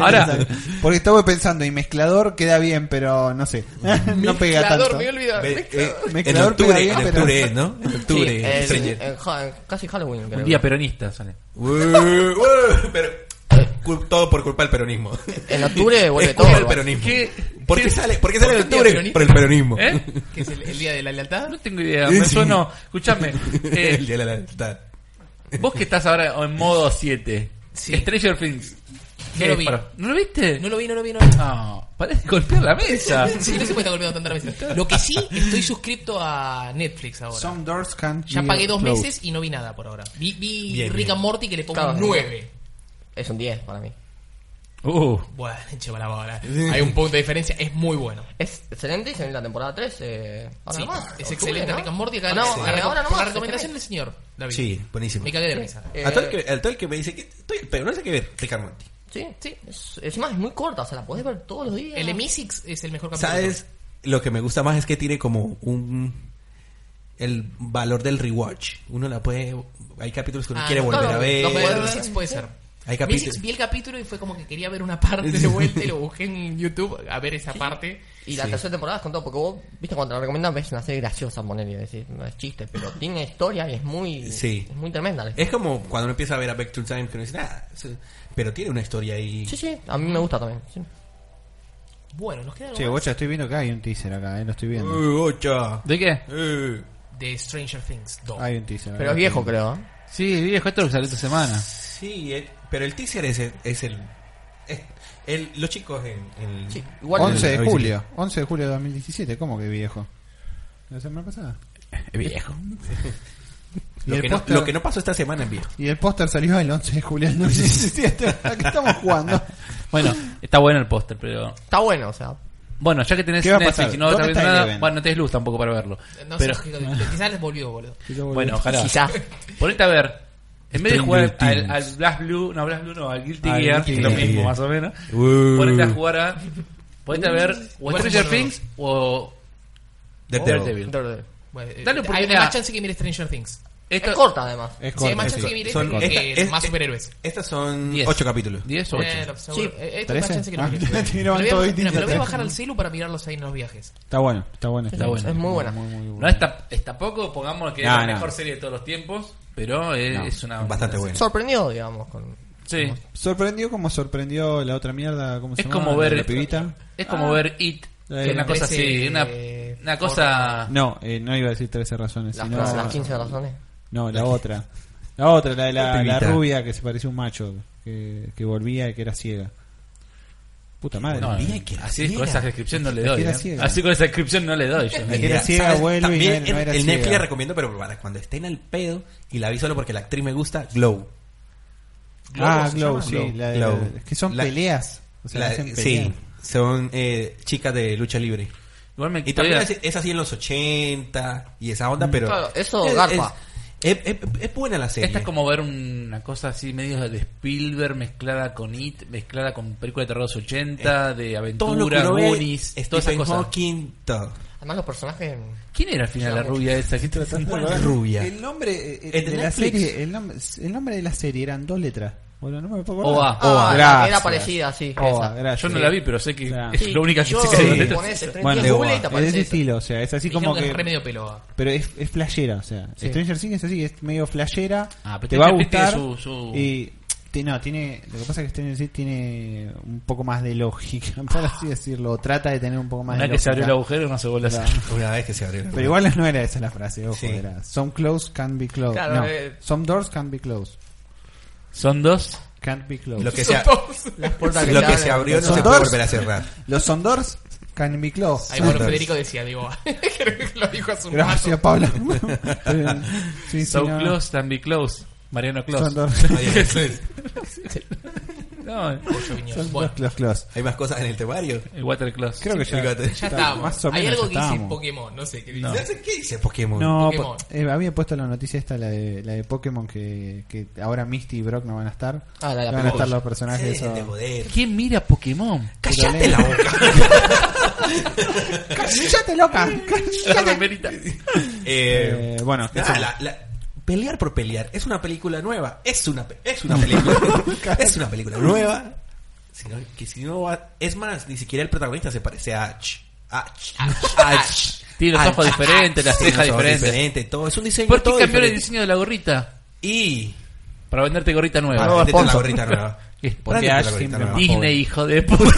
Ahora, Porque estaba pensando, y mezclador queda bien, pero no sé. no pega Mezclador, tanto. me olvidaba. Ve- eh, en Mezclador pega octubre, bien, en pero- octubre es, ¿no? En octubre, Sí, en el- Stranger. en ja- casi Halloween, creo. un día peronista sale. Ué, ué, pero cul- todo por culpa del peronismo. En octubre vuelve Es culpa todo, del igual. peronismo. ¿Qué? ¿Por qué sale? ¿Por qué sale en ¿Por qué octubre? el día Por el peronismo. ¿Eh? Que es el, el día de la lealtad. Ah, No tengo idea, me Sí. sueno. Escuchame, El eh, día de la libertad. vos que estás ahora en modo 7, Sí. Stranger Things. No ¿Qué lo es vi. para- ¿No lo viste? No lo vi, no lo vi, no lo vi. No, pará de golpear la mesa. Ah, Sí, no se puede estar golpeando tantas veces. Lo que sí, estoy suscripto a Netflix ahora. Some doors can't ya be pagué dos closed. meses y no vi nada por ahora. Vi, vi Bien, Rick bien. and Morty que le pongo Claro. un 9. Es un 10 para mí. Uh, Bueno, chaval, ahora. Hay un punto de diferencia, es muy bueno. Es excelente y se viene la temporada 3. Eh, ahora Sí, nomás, es octubre, excelente. ¿no? Rick and Morty acá. Ah, no, sí. ahora, ahora Por nomás. La recomendación del señor, David. Sí, buenísimo. Me cagué de risa. Eh, A todo el que, a todo el que me dice que estoy, pero no sé qué ver, Rick and Morty. Sí, sí. Es, es más, es muy corta, o sea, la podés ver todos los días. El Emisix es el mejor capítulo. ¿Sabes? Lo que me gusta más es que tiene como un el valor del rewatch. Uno la puede hay capítulos que uno Ah, quiere no, volver claro, a no ver. No, pero Eh, Misix puede ser. Hay capítulos. Misix vi el capítulo y fue como que quería ver una parte de vuelta y lo busqué en YouTube a ver esa parte. Y la tercera temporada es con todo, porque vos, viste, cuando la recomiendan, ves una serie graciosa, ponerle, decir, no es chiste, pero tiene historia y es muy, Sí. es muy tremenda. la historia. Es como cuando uno empieza a ver a Back to Time que uno dice, "Ah, eso-". pero tiene una historia ahí. Sí, sí, a mí me gusta también. sí. Bueno, nos queda algo Che, más bocha, estoy viendo que hay un teaser acá, eh, lo estoy viendo. Eh, ocha. ¿De qué? Eh. de Stranger Things 2. Hay un teaser. Pero es viejo, creo. ¿eh? Sí, viejo, esto lo que salió esta semana. Sí, el- pero el teaser es el, es el, es- el- los chicos en, en- Sí, igual. 11 de Hoy sí. julio. 11 de julio de 2017. ¿Cómo que viejo? ¿La semana pasada? Viejo. Y lo, el que no, póster- lo que no pasó esta semana en viejo. Y el póster salió el 11 de julio del 2017. ¿A qué estamos jugando? Bueno, está bueno el póster, pero. Está bueno, o sea. Bueno, ya que tenés ¿Qué va a Netflix pasar? y no estás ¿Dónde viendo está nada, Eleven? bueno, no tenés luz tampoco para verlo. No pero, sé, qué- quizás les volvió, boludo. bueno, ojalá. Quizás. Ponete a ver. En vez de Stranger jugar al, Things. al Blast Blue, no, Blast Blue no, al Guilty Al Gear, Guilty que es lo Gear. mismo más o menos. Uh. Ponete a jugar a. Ponete a ver o Bueno, Stranger bueno, Things o. Del o Este Devil. Daredevil. Bueno, eh, Dale hay oportunidad. más chance que mire Stranger Things. Es Esto, corta, además. Es Sí, hay corto, más sí. chance que mire Son- este porque esta- es- más superhéroes. Estas son Diez. 8 capítulos. 10 o Eh, 8. lo- seguro. Sí. Eh, esto es más ¿Trece? chance que Ah, lo mire. te Me lo tiraban voy a- todo mira, distinto, me lo voy a trece. bajar al celu para mirarlos ahí en los viajes. Está bueno, está bueno. Está bueno. Es muy buena. No está, está poco, pongamos que es No, la no. mejor serie de todos los tiempos, pero es, No, es una. Bastante Ah, bueno. Sorprendió, digamos, con. Sí. Sorprendió como sorprendió la otra mierda. ¿cómo se Es llama? como ver. La pibita. Es Ah. como ver It. La que de una cosa así. 13, Una, eh, una cosa. No, eh, no iba a decir 13 razones. Las, sino- las 15 razones. No, la otra. La otra, la de la, La la pibita. rubia que se parecía a un macho. Que, que volvía y que era ciega. Puta madre. No, Bien, que la así ciega. con esa descripción no le doy. era ¿eh? ciega. Así con esa descripción no le doy yo. que era ciega, ¿Sabes? vuelve y no También era- no en- era el ciega. Netflix la recomiendo, pero para cuando estén al pedo y la vi solo porque la actriz me gusta, Glow. ah, ¿se Glow, llama? sí. Glow. la de- Glow. Es que son La- peleas. O sea, La- hacen sí, peleas. son eh, chicas de lucha libre. Igual me Y también todavía- es, es así en los 80 y esa onda, pero. Claro, eso es, garpa. Es, es- es- es buena la serie. Esta es como ver una cosa así medio de Spielberg mezclada con It, mezclada con películas de terror de los 80, de todo lo que aventura, uno ve, Goonies, todas esas Stephen cosas. Hawking, todo. Además, los personajes. ¿Quién era al final la rubia esa? ¿Qué tratando Rubia. El nombre eh, eh, Es de de, la Netflix. serie, el, nom- el nombre de la serie eran dos letras. Bueno, no me puedo Oa. acordar. Ah, era- Oh, gracias. Oh, era parecida, sí. Oa, esa. gracias. Yo no la vi, pero sé que Claro. es lo única que yo- sé que sí. hay detrás. Ponés el tren, Bueno, tiene Google y te es de aparece ese esa. estilo, o sea, es así Dijeron como que que es remedio peloa. pero es, es flashera, o sea, Sí. Stranger Things es así, es medio flashera, Ah, pero te va a Stranger gustar Things tiene su- su- y ti- no, tiene, lo que pasa es que Stranger Things tiene un poco más de lógica, por así decirlo, o trata de tener un poco más Una de que se lógica. abrió el agujero no se vuelve a hacer. Una vez que se abrió. Pero igual no era esa la frase, ojo, Sí. era some close can be closed. Claro, no, eh. some doors can be closed. Son dos. Can't be closed. lo Los, que, se, a- Las puertas lo que se se abrió no Son se puede doors. volver a cerrar. some doors can be closed. Ahí bueno, Entonces- Federico decía, digo, creo que lo dijo hace un Gracias, rato. Pablo. sí, So señor. close, can be close. Mariano Some Close. doors. Oye, Jesús, No, Pollo Viñoso. Some Bueno, doors closed, closed. ¿Hay más cosas en el temario? el water close. Creo que ya, Fíjate. ya estábamos. Más o Hay menos algo ya que dice estábamos. Pokémon, no sé qué dice. ¿Qué dice Pokémon? No, Pokémon. po- eh, había puesto la noticia esta, la de, la de Pokémon, que, que ahora Misty y Brock no van a estar. Ah, la de la Que van a pelota. estar los Se personajes. dejen de esos. joder. ¿Quién mira Pokémon? ¡Cállate la boca! ¡Cállate, loca! La remerita. Eh, Eh, bueno, nada, eso. la- la- pelear por pelear. Es una película nueva. Es una, pe- es una película. es una película nueva. Si no- que si no va- es más, ni siquiera el protagonista se parece a Ash. Ash. Ash. Tiene los Ash. ojos diferentes, las Tiene cejas los ojos diferentes. diferentes, todo. Es un diseño ¿Por qué todo cambiaron el diferente. diseño de la gorrita? Y... Para venderte gorrita nueva. Ah, vendete la gorrita nueva. ¿Qué? Vendete Porque la Ash gorrita siempre nueva. más- Disney, hijo de puta.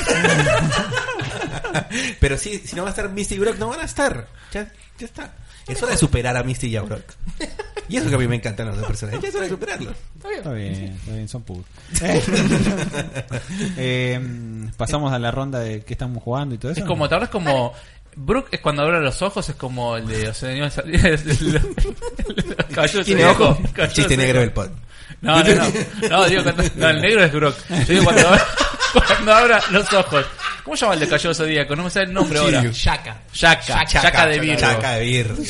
Pero sí, si no va a estar Misty y Brock, no van a estar. Ya, ya está. Es hora de superar a Misty y a Brock. Y eso que a mí me encantan los dos personajes. Ya es hora de superarlos. Está bien, está bien, son putos. Eh, pasamos a la ronda de qué estamos jugando y todo eso. Es como, ¿te hablas como... Brook es cuando abre los ojos, es como el de Oceanía. Tiene ojo. Chiste negro del pod. No, no, no. No, digo, cuando, no, el negro es Brock. Yo digo cuando abra, cuando abra los ojos. ¿Cómo se llama el de Cayo Zodíaco? No me sale el nombre ahora. Shaka. Yaka, Yaka de Virgo. Chaca de Virgo.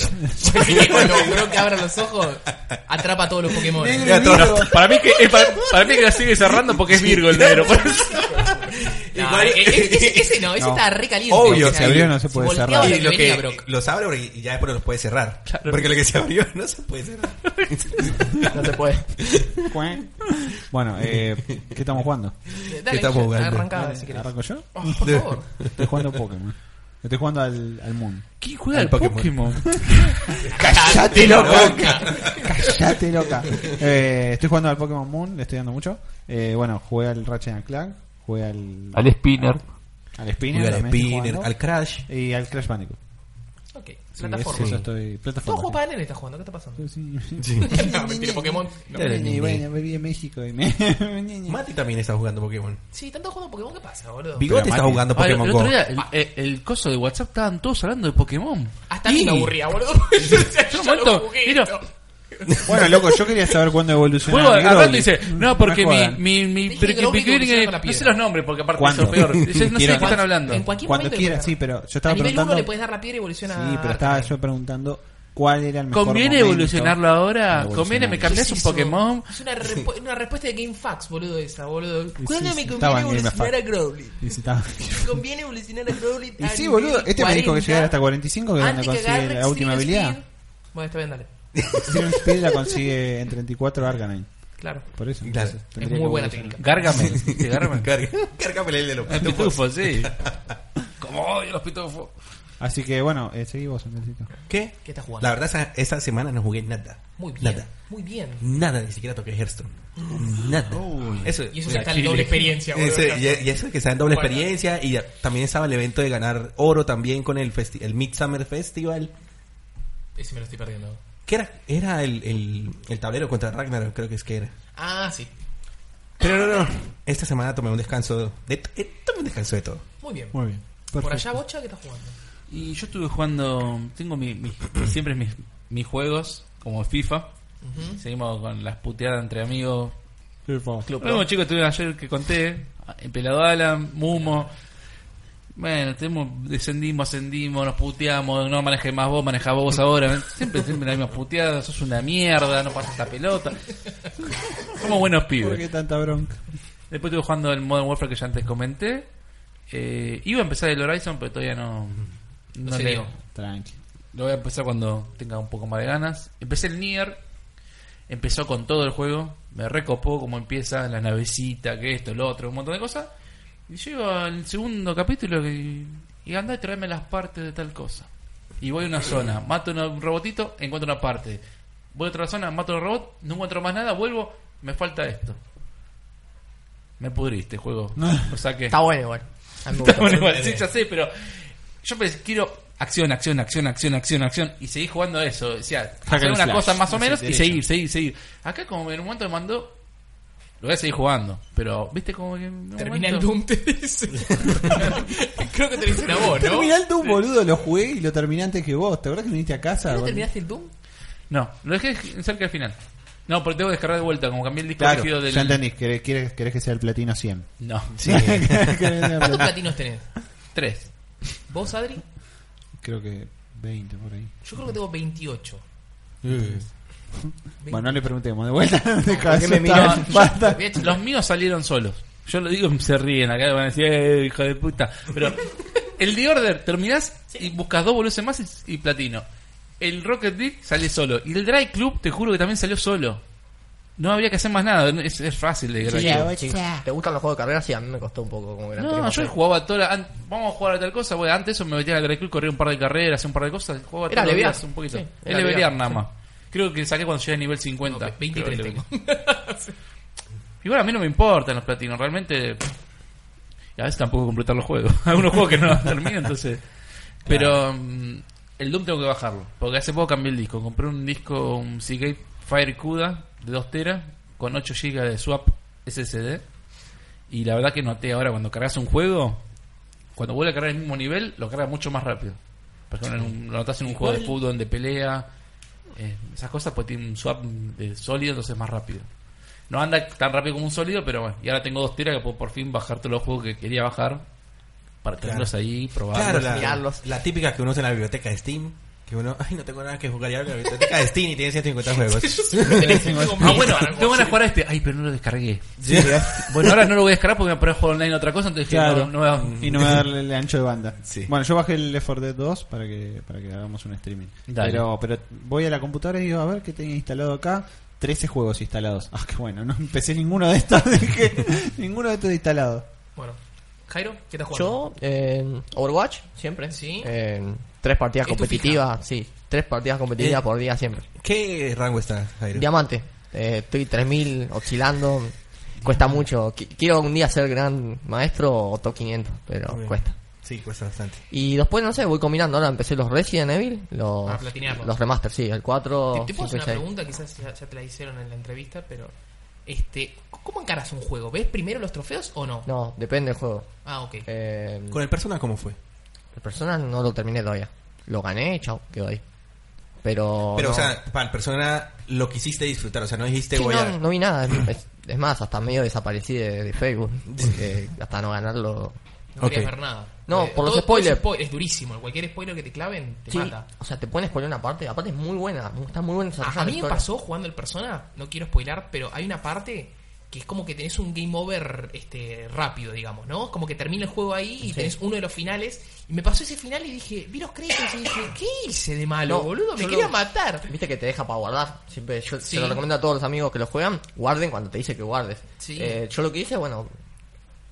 Porque cuando creo que abra los ojos, atrapa a todos los Pokémon. Ya todo- No, para mí que eh, para, para mí que la sigue cerrando porque es Virgo el negro. por eso. No, Igual- e- e- ese, ese no, ese No. está re caliente. Obvio, O sea, se abrió, no se puede volteaba cerrar. lo Y que lo venía, que Brock. los abre porque- y ya después no los puede cerrar. Claro. Porque lo que se abrió no se puede cerrar. No se puede. Bueno, eh, ¿qué estamos jugando? Dale, estamos ya, jugando? arrancá, si querés. ¿Arranco yo? Oh, por favor. Estoy jugando a Pokémon. Estoy jugando al, al Moon. ¿Quién juega Al al Pokémon. Pokémon? ¡Cállate, loca! Cállate, loca. Eh, estoy jugando al Pokémon Moon, le estoy dando mucho. Eh, bueno, jugué al Ratchet and Clank, jugué al, Ah, Spinner. al Spinner, Al también estoy Spinner, jugando, al Crash. y al Crash Bandicoot. Ok, Sí, plataforma. es- eso estoy, Todo plataforma. juego para nene está jugando, ¿qué está pasando? Sí. No, mentira, Pokémon. no. Claro, y bueno, viví en México y me... Mati también está jugando Pokémon. Sí, tanto jugando Pokémon, ¿qué pasa, boludo? Bigote Mati- está jugando Pokémon Ah, el Go. otro día, el, el- el coso de WhatsApp estaban todos hablando de Pokémon. Hasta a mí me aburría, boludo. Yo decía, Yo yo un ya lo momento, jugué. miro, no. bueno, loco, yo quería saber cuándo evolucionó. Juego mi hablando Growlithe. y dice, no, porque mi, jodan. mi, mi, Dije que lo único que funciona con la no sé piedra. los nombres, porque aparte ¿Cuándo? eso es peor. Dice, no sé de qué Quiero- están hablando. En cualquier Cuando momento le quiera, puedes sí, dar. pero yo estaba a nivel preguntando- uno le puedes dar la piedra y evoluciona. Sí, pero a estaba Arcanine. yo preguntando cuál era el mejor ¿Conviene momento. evolucionarlo ahora? Evolucionar. ¿Conviene? ¿Me ¿Qué cambias un eso? Pokémon? Es una, respu- una respuesta de GameFAQs, boludo, esa, boludo. sí, ¿Cuándo sí, me estaba conviene en evolucionar a GameFAQs. Growlithe? Y si estaba- ¿Me conviene evolucionar a Growlithe? Y a sí, nivel boludo, este me dijo que 40? llegara hasta 45, que Antes donde consigue agarre la última Xtreme habilidad. Speed. Bueno, está bien, dale. Steven Speed la consigue en 34 Arcanine. Claro. Por eso. Claro. entonces, Es tendría muy que buena evolucionar. técnica. Gárgame. Sí, gárgame. Carga- Cárgamele el de los El pitufos. pitufo, sí. Como odio los pitufos. Así que bueno, eh, seguí vos, Andresito. ¿Qué? ¿Qué estás jugando? La verdad, esa, esa semana no jugué nada. Muy bien. Nada. Muy bien. Nada, ni siquiera toqué Hearthstone. Nada. Eso, Y eso mira, ya está en doble experiencia, boludo. Ese- y, y eso que está en doble Bueno. experiencia y ya- también estaba el evento de ganar oro también con el, festi- el Midsummer Festival. Ese me lo estoy perdiendo. Que era, era el, el- el tablero contra Ragnarok, creo que es que era. Ah, sí. Pero no, no. Esta semana tomé un descanso de, de- tomé un descanso de todo. Muy bien. Muy bien. Por perfecto. allá, Bocha, ¿qué estás jugando? Y yo estuve jugando, tengo mi, mi- siempre mis, mis juegos, como FIFA. Seguimos con las puteadas entre amigos. Perfecto. Los mismos chicos estuvieron ayer que conté, en Pelado Alan, Mumo. Bueno, tenemos, descendimos, ascendimos, nos puteamos, no manejes más vos, manejás vos ahora. ¿eh? Siempre, siempre las mismas puteadas, sos una mierda, no pasas la pelota. Somos buenos ¿Por pibes. qué tanta bronca? Después estuve jugando el Modern Warfare que ya antes comenté. Eh, iba a empezar el Horizon, pero todavía no, no, se le, dio. Tranqui. Lo voy a empezar cuando tenga un poco más de ganas. Empecé el Nier. Empezó con todo el juego. Me recopó como empieza la navecita, que esto, lo otro, un montón de cosas. Y llego al segundo capítulo y, y anda y tráeme las partes de tal cosa. Y voy a una zona, mato a un robotito, encuentro una parte. Voy a otra zona, mato a un robot, no encuentro más nada, vuelvo, me falta esto. Me pudriste, juego. O sea que... Está bueno igual. A mí Está me gustó. bueno, igual, sí, ya sé, pero yo pues quiero acción, acción, acción, acción, acción, acción y seguir jugando a eso. O sea, hacer and una slash, cosa más o así, menos y derecho. seguir, seguir, seguir. Acá como en un momento me mandó, lo voy a seguir jugando, pero viste como que... en un Termina el momento- Doom, te dice. Creo que te lo dicen a vos, ¿no? Terminé el Doom, boludo, lo jugué y lo terminé antes que vos. ¿Te acuerdas que viniste a casa? ¿No boludo? terminaste el Doom? No, lo dejé cerca del final. No, porque tengo que descargar de vuelta, como cambié el disco Claro, rígido del... ya entendís, querés, querés, querés que sea el platino Eh, 100. No, ¿Cuántos platinos tenés? tres. ¿Vos, Adri? Creo que 20 por ahí. Yo creo que tengo 28. Bueno, no le preguntemos de vuelta. Deja, ¿Por qué me eso está- miras? basta. Voy a checar. Los míos salieron solos. Yo lo digo, se ríen. Acá van a decir, "Eh, hijo de puta. Pero el The Order terminás y buscas dos boludeces más y, y platino. El Rocket League sale solo. Y el Dry Club, te juro que también salió solo. No habría que hacer más nada. no- Es, es fácil de Sí, Dry sí, Club. sí. ¿Te gustan los juegos de carreras? Sí, a mí me costó un poco. Como que la tenía No, más yo fe. jugaba toda la, an- Vamos a jugar a tal cosa. Bueno, antes eso me metía al Dry Club, corría un par de carreras, hacía un par de cosas. Jugaba Era todos los levear. días un poquito. Sí, era era levelear levear, nada sí. más. Creo que saqué cuando llegué a nivel 50. No, 23 creo que tengo. Igual a mí no me importan los platinos, realmente. Y a veces tampoco completar los juegos. Algunos juegos que no los termino, entonces. Pero mm, el Doom tengo que bajarlo. Porque hace poco cambié el disco. Compré un disco, un Seagate Fire CUDA de 2 teras con 8 GB de swap SSD. Y la verdad que noté ahora cuando cargas un juego, cuando vuelve a cargar el mismo nivel, lo carga mucho más rápido. Porque en un- lo notas en un juego de fútbol donde pelea. eh, esas cosas, pues tiene un swap de sólido, entonces es más rápido. No anda tan rápido como un sólido, pero bueno. Y ahora tengo dos tiras que puedo por fin bajar todos los juegos que quería bajar. Para tenerlos ahí, probarlos. Claro, la, mirarlos. la típica que uno usa en la biblioteca de Steam. Que uno, ay, no tengo nada que jugar. Y ahora la biblioteca de Steam y tiene 150 juegos. Ah, bueno, tengo ganas de jugar a este. Ay, pero no lo descargué. Sí. Bueno, ahora no lo voy a descargar porque me poner a jugar online a otra cosa, entonces dije, Claro. no, no voy Y no me va a darle el ancho de banda. Sí. Bueno, yo bajé el Left 4 Dead 2 para que, para que hagamos un streaming. Dale. Pero, pero voy a la computadora y digo, a ver qué tenía instalado acá. 13 juegos instalados. Ah, qué bueno, no empecé ninguno de estos. dije, ninguno de estos instalados. Bueno, Jairo, ¿qué estás jugando? Yo, eh, Overwatch, siempre. Sí. Eh, tres partidas ¿Es tu competitivas, sí. Tres partidas competitivas Eh. por día, siempre. ¿Qué rango está, Jairo? Diamante. Eh, estoy 3000 oscilando. Cuesta mucho. Qui- Quiero un día ser gran maestro o top 500, pero Bien. cuesta. Sí, cuesta bastante. Y después, no sé, voy combinando. Ahora empecé los Resident Evil, los, Ah, platinearlos. los remaster, sí, el 4. Te, te puedo hacer 5 y una 6. pregunta, quizás ya, ya te la hicieron en la entrevista, pero este, ¿cómo encaras un juego? ¿Ves primero los trofeos o no? No, depende del juego. Ah, ok. Eh, ¿Con el Persona cómo fue? el Persona no lo terminé todavía. Lo gané, chao, quedó ahí. Pero. Pero, no. o sea, para el Persona lo quisiste disfrutar. O sea, no dijiste Sí, voy no, a... no vi nada. Es, es- es más, hasta medio desaparecí de, de Facebook. porque hasta no ganarlo. No querías ok. ver nada. No, Eh, por los todo- todo es spoilers. spoil- es durísimo. Cualquier spoiler que te claven te Sí, mata. Ah, o sea, te pones por una parte. Aparte, es muy buena. Está muy buena esa A, a mí me pasó jugando el Persona, no quiero spoilar, pero hay una parte que es como que tenés un game over este rápido, digamos, ¿no? Es como que termina el juego ahí y tenés uno de los finales. Y me pasó ese final y dije, vi los créditos y dije, ¿qué hice de malo, No, boludo? Me yo quería lo- matar. Viste que te deja para guardar. Siempre yo Sí. se lo recomiendo a todos los amigos que lo juegan. Guarden cuando te dice que guardes. Sí. Eh, yo lo que hice, bueno,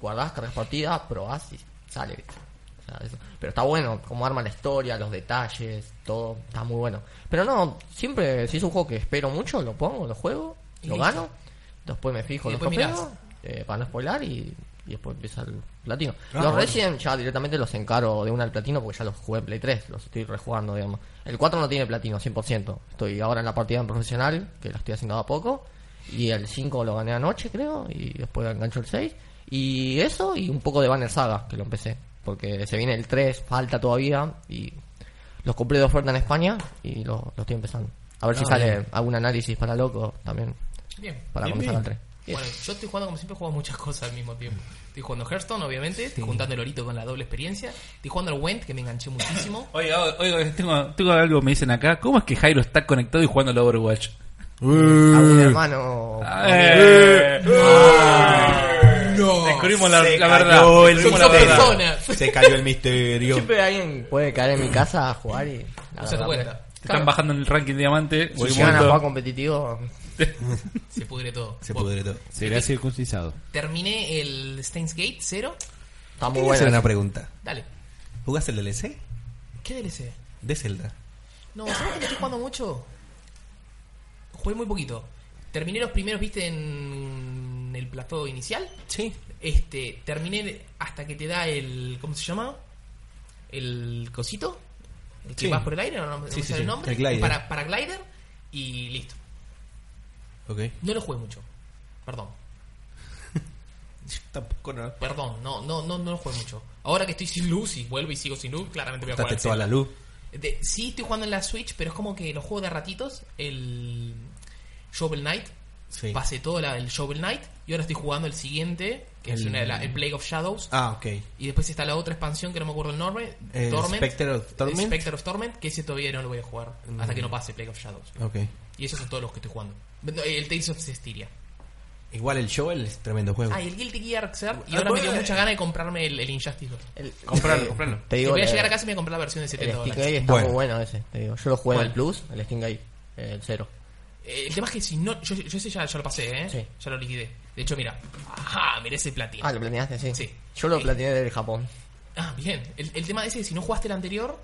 guardás, cargas partidas, probás y sale. ¿viste? O sea, eso. Pero está bueno, como arma la historia, los detalles, todo. Está muy bueno. Pero no, siempre, si es un juego que espero mucho, lo pongo, lo juego, Y lo listo. gano. Después me fijo Y en los después trofeos eh, para no spoilar y, y después empieza el platino. Ah, los bueno. Resident ya directamente los encaro de una al platino porque ya los jugué en Play 3, los estoy rejugando, digamos. El 4 no tiene platino, 100%. Estoy ahora en la partida en profesional, que la estoy haciendo a poco. Y el 5 lo gané anoche, creo, y después engancho el 6. Y eso, y un poco de Banner Saga, que lo empecé. Porque se viene el 3, falta todavía, y los compré de oferta en España y lo, lo estoy empezando. A ver si sale algún análisis para loco también, Bien. para comenzar al 3. Bueno, yo estoy jugando, como siempre, juego muchas cosas al mismo tiempo. Estoy jugando Hearthstone, obviamente, estoy juntando el orito con la doble experiencia. Estoy jugando al Went, que me enganché muchísimo. Oiga, o- oiga, oh, tengo, tengo algo, me dicen acá. ¿Cómo es que Jairo está conectado y jugando al Ah, Overwatch? A un hermano... Eh. No. Descubrimos la, Se la cayó verdad. el Descubrimos la Son dos verdad. personas. Se cayó el misterio. Siempre alguien puede caer en mi casa a jugar y. la No se verdad, cuenta. Están bajando en el ranking diamante. Si Voy llegan a muerto. jugar competitivo, Se pudre todo. Se Bueno, pudre todo. Será circuncisado. Terminé el Steins Gate 0. está muy Quería hacer una bueno. pregunta. Dale. ¿Jugaste el DLC? ¿Qué DLC? De Zelda. No, ¿sabes que no estoy jugando mucho? Jugué muy poquito. Terminé los primeros, viste, en el plató inicial. Sí. Este, terminé hasta que te da el. ¿Cómo se llama? El cosito. El que Sí. vas por el aire, no, no me Sí, sale sí, sí. el nombre. El glider. Para, para glider y listo. Ok. No lo jugué mucho. Perdón. Tampoco no. Perdón, no, no, no, no lo jugué mucho. Ahora que estoy sin luz y vuelvo y sigo sin luz, claramente voy a jugar. Cortaste al toda Zelda. la luz. De- sí, estoy jugando en la Switch, pero es como que los juego de ratitos. El Shovel Knight. Sí. Pasé todo la, el Shovel Knight. Y ahora estoy jugando el siguiente, que es El- una de la- el Plague of Shadows. Ah, ok. Y después está la otra expansión que no me acuerdo el nombre. Eh, Torment. Spectre of Torment. Mm. Spectre of Torment, que ese todavía no lo voy a jugar. Hasta que no pase Plague of Shadows. Ok. Y esos son todos los que estoy jugando. No, El Tales of Cestiria. Igual el show es tremendo juego. Ah, y el Guilty Gear Xrd. Y ahora me Ah, dio eh. mucha ganas de comprarme el, el Injustice 2. El- Compralo, eh, compralo. Te Que digo, voy a el- llegar a casa y me voy a comprar la versión de El 70 dólares. Stingray está Bueno. muy bueno ese, te digo. Yo lo jugué en el ¿Cuál? Plus, el Stingray, el cero. Eh, El tema es que si no. Yo, yo ese ya, ya lo pasé, ¿eh? Sí. Ya lo liquidé. De hecho, mira. Ajá, mira ese platino. Ah, lo planeaste, sí. Sí. Yo lo Eh. planeé del Japón. Ah, bien. El, el tema ese es que si no jugaste el anterior,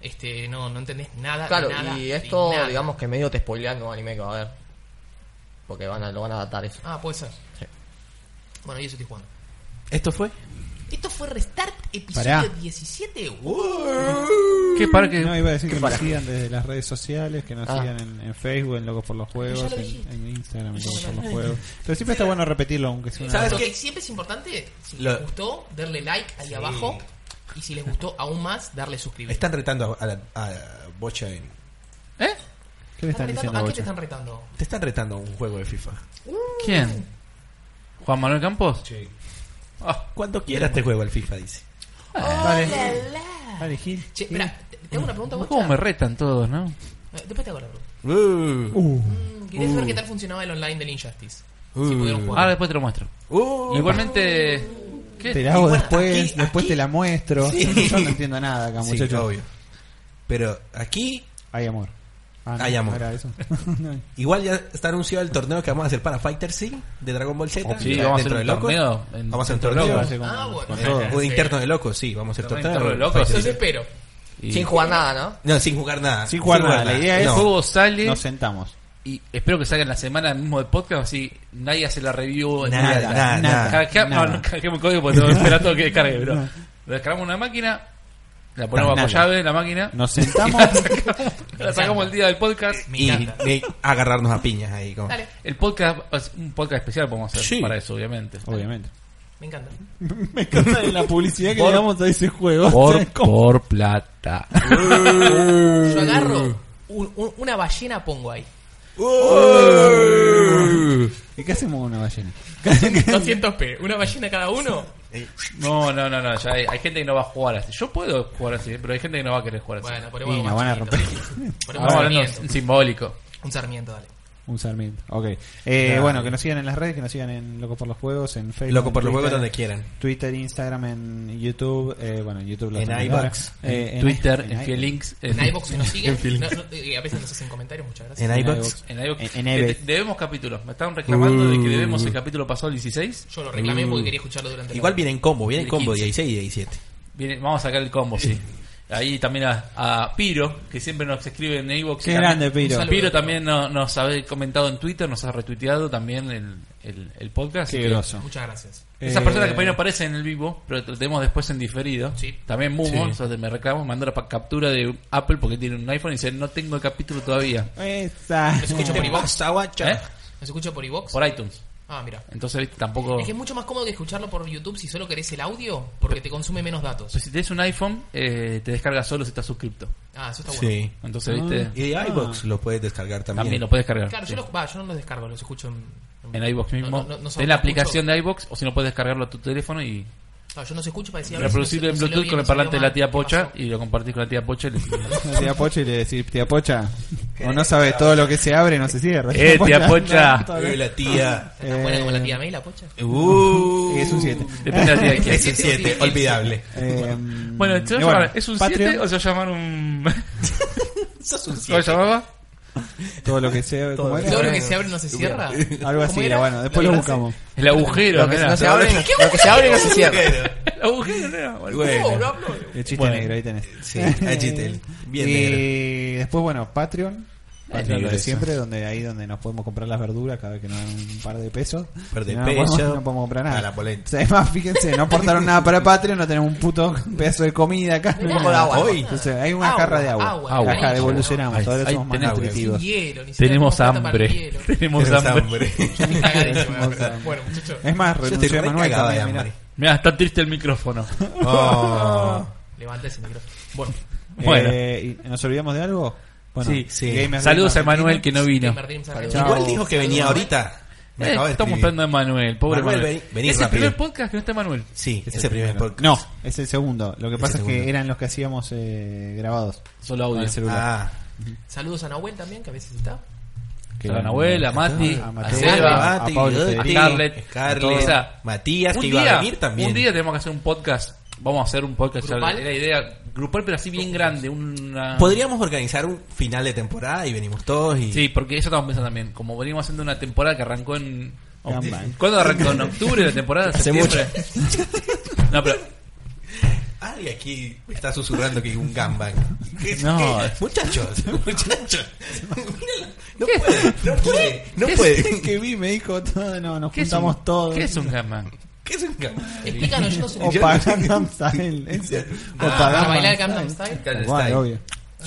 este, no, no entendés nada. Claro, nada, y esto, nada. digamos que medio te spoilean un anime que va a haber. Porque van a, lo van a adaptar eso. Ah, puede ser. Sí. Bueno, y eso estoy jugando. ¿Esto fue? Esto fue Restart, episodio Pará. 17. ¿Qué parque? No, iba a decir que nos sigan desde las redes sociales, que nos Ah. sigan en, en Facebook, en Locos por los ya Juegos, lo en, dijiste. en Instagram, en Locos por los Juegos. Pero siempre está bueno repetirlo, aunque sea una... ¿Sabes Lo qué? que siempre es importante, si Lo- les gustó, darle like ahí abajo. Y si les gustó aún más, darle suscribir. Están retando a, a la- a Bocha en... ¿Eh? ¿Qué le están retando? diciendo ¿A a qué te Bocha? están retando? Te están retando un juego de FIFA. ¿Quién? ¿Juan Manuel Campos? Sí. Ah, ¿Cuánto quieras te juego al FIFA, dice? Dale, Gil. Che, espera, te- te hago una pregunta. vos, ¿Cómo Chá. me retan todos, no? Eh, Después te hago la pregunta. Uh, Mm, Quería saber qué tal funcionaba el online del Injustice. Si Uh. pudieron Ahora jugar. Ah, después te lo muestro. uh. Igualmente... ¿Qué? Te la hago Igual, después, aquí- después aquí- te la muestro. Sí. Yo no entiendo nada acá, Sí, muchachos. obvio. Pero aquí Hay amor. Ah, Hay amor. era eso. Igual ya está anunciado el torneo que vamos a hacer para Fighter Z de Dragon Ball Z. Sí, Ya vamos dentro a hacer un de locos. torneo en- Vamos a hacer un dentro de torneo. locos. Ah, bueno. Con todo. Un Sí. interno de locos, sí, vamos a hacer Torneo torneo. interno de locos. Los Fighter Z. espero. Y- Sin jugar nada, ¿no? No, sin jugar nada. Sin jugar nada, la idea El No. juego sale Nos sentamos. y espero que salga en la semana mismo de podcast, así nadie hace la review. en Nada, día. nada, nada. Canjea- Nada. No, no canjeamos el código porque tengo que esperar todo que descargue, pero lo descargamos en una máquina, la ponemos Nada. bajo llave en la máquina, Nos sentamos. la sacamos el día del podcast. Me Y, encanta. y agarrarnos a piñas ahí. Como. Dale, El podcast, es un podcast especial podemos hacer Sí. para eso, obviamente. Obviamente. me encanta. Me encanta de la publicidad que le damos a ese juego. Por, por plata. Mm. Yo agarro un- un- una ballena, pongo ahí. ¿Y qué hacemos con una ballena? 200 p, una ballena cada uno. No, no, no, no. Ya hay, hay gente que no va a jugar así. Yo puedo jugar así, pero hay gente que no va a querer jugar así. Bueno, Y ponemos algo nos más van a romper. chiquito. Ponemos Estamos un hablando sarmiento. simbólico. Un sarmiento, dale. Un sarmiento. Ok. Eh, Bueno, que nos sigan en las redes, que nos sigan en Loco por los Juegos, en Facebook. Loco en por los Twitter, juegos donde quieran. Twitter, Instagram, en YouTube. Eh, bueno, en YouTube lo En hacemos ahora. iVoox, Eh, en Twitter, en, i- Fielinks, En iBox que nos siguen. En No, no, y a veces nos hacen comentarios, muchas gracias. En iBox. iVoox. En iVoox. En- en Eh, iVoox. de- debemos capítulos. Me estaban reclamando de que debemos el capítulo pasado, el 16. Yo lo reclamé porque quería escucharlo durante Igual la- viene en combo, viene en El combo 15. 16 y 17. Viene- vamos a sacar el combo, sí. Ahí también a, a Piro, que siempre nos escribe en iVoox. Qué También- grande, Un Piro. saludo. Piro también no- nos ha comentado en Twitter, nos ha retuiteado también el, el, el podcast. Qué así que- grosso. Muchas gracias. Esa Eh, persona que por ahí no aparece en el vivo, pero lo tenemos después en diferido. Sí. También Mumo, Sí. o sea, me reclamo, mandó la pa- captura de Apple porque tiene un iPhone y dice, no tengo el capítulo todavía. Esa. Los escucho por iBox. ¿Eh? Los escucho por iBox. Por iTunes. Ah, mira. Entonces, viste, tampoco... Es que es mucho más cómodo que escucharlo por YouTube si solo querés el audio, porque te consume menos datos. Pues si tienes un iPhone, eh, te descarga solo si estás suscripto. Ah, eso está bueno. Sí. Entonces, viste, Y de Ah. iBox lo puedes descargar también. también lo puedes cargar. Claro, yo, los, va, yo no los descargo, los escucho en, En iBox mismo. No, no, no, no, Tenés la no, aplicación mucho. de iBox o si no puedes descargarlo a tu teléfono y Claro, yo no se escucho para decir a ver si Reproducirlo no en se- no se Bluetooth leo con bien, el no se leo parlante de la mal. tía ¿Qué Pocha pasó? y lo compartís con la tía Pocha y le La tía Pocha y le decís, tía Pocha, o no sabe todo lo que se abre, no se cierra. ¡Eh, tía Pocha! Eh, la tía. ¿Está tan buena como Eh, la tía May, la Pocha? Uh, Es un 7. Depende de la tía de quién. Es un 7, olvidable. em, Bueno, ¿se va a llamar- ¿es un 7 o se va a llamar un. Sos un ¿Cómo 7. se llamaba? Todo lo que se abre, ¿cómo era? Todo lo que se abre no se cierra. Algo así ¿Cómo era, bueno, después lo buscamos. El agujero, Lo que mirá. no se abre, lo que se abre no se cierra. El agujero, mirá. Bueno, Bueno. ¿cómo? No hablo. El chiste Bueno. negro, ahí tenés. Sí, ahí chiste. Bien y negro. después, bueno, Patreon. Patreon negro lo de eso. siempre, donde ahí donde nos podemos comprar las verduras cada vez que nos dan un par de pesos. Par de Si no, pesos. No podemos, no podemos comprar nada. A la polenta. O sea, además, fíjense, no aportaron nada para Patreon, no tenemos un puto pedazo de comida acá. no hay poco de nada. agua. Hoy, entonces, hay una Agua, jarra de agua. agua, Agua. Ajá, Ahí- devolucionamos, todavía ahí somos más tenés agua. Sin nutritivos. hielo, ni siquiera tenemos Tenemos plata para el hambre. hielo. Tenemos Tenés hambre. hambre. Me cagadísimo, Tenemos boludo. hambre. Bueno, muchachos. ¿Eh? Es más, Yo estoy renunció re Manuel cagada de también, mirá. hambre. Mirá, está triste el micrófono. Oh. Levanta ese micrófono. Bueno, Bueno. Eh, ¿y ¿Nos olvidamos de algo? Bueno, Sí, sí. Gamers Saludos a Game Emanuel que no vino. Martín Sánchez. Chao. Igual dijo que venía ahorita. Me Eh, acabo de estamos escribir. esperando a Emanuel, pobre Manuel, Manuel. ven- vení es el rápido. primer podcast que no está Emanuel. Sí, Es ese, el primer primero. podcast. este No, es el segundo. Lo que Es pasa el es que segundo. eran los que hacíamos eh, grabados. Solo audio. Al celular. Ah, Saludos a Nahuel también, que a veces está. Que a eran- Nahuel, a Mati, a a Mateo, Seba, Sebati, a Pablo Guti, Federico, Scarlett, Scarlett, a todos. Matías, que un iba día- a venir también. Un día tenemos que hacer un podcast. Vamos a hacer un podcast. ya ¿Grupal? Era la idea grupal, pero así bien grande. Una... Podríamos organizar un final de temporada y venimos todos y... Sí, porque eso estamos pensando también. Como venimos haciendo una temporada que arrancó en. Gambán. ¿Cuándo arrancó? ¿En octubre la temporada? Hace ¿Septiembre? No, pero. Ay, aquí me está susurrando que un gangbang. No. Muchachos, muchachos. Míralo. No puede, no puede, no puede. que vi me dijo todo, no, nos ¿Qué es juntamos un- todos. ¿Qué es un gamán? ¿Qué es un gangbang? Explícanos, yo no sé. Oh, O Yo- Gangnam Style. ese. O Ah, Gangnam para bailar Style. Gangnam Style. Estoy Tal cual, Style. obvio.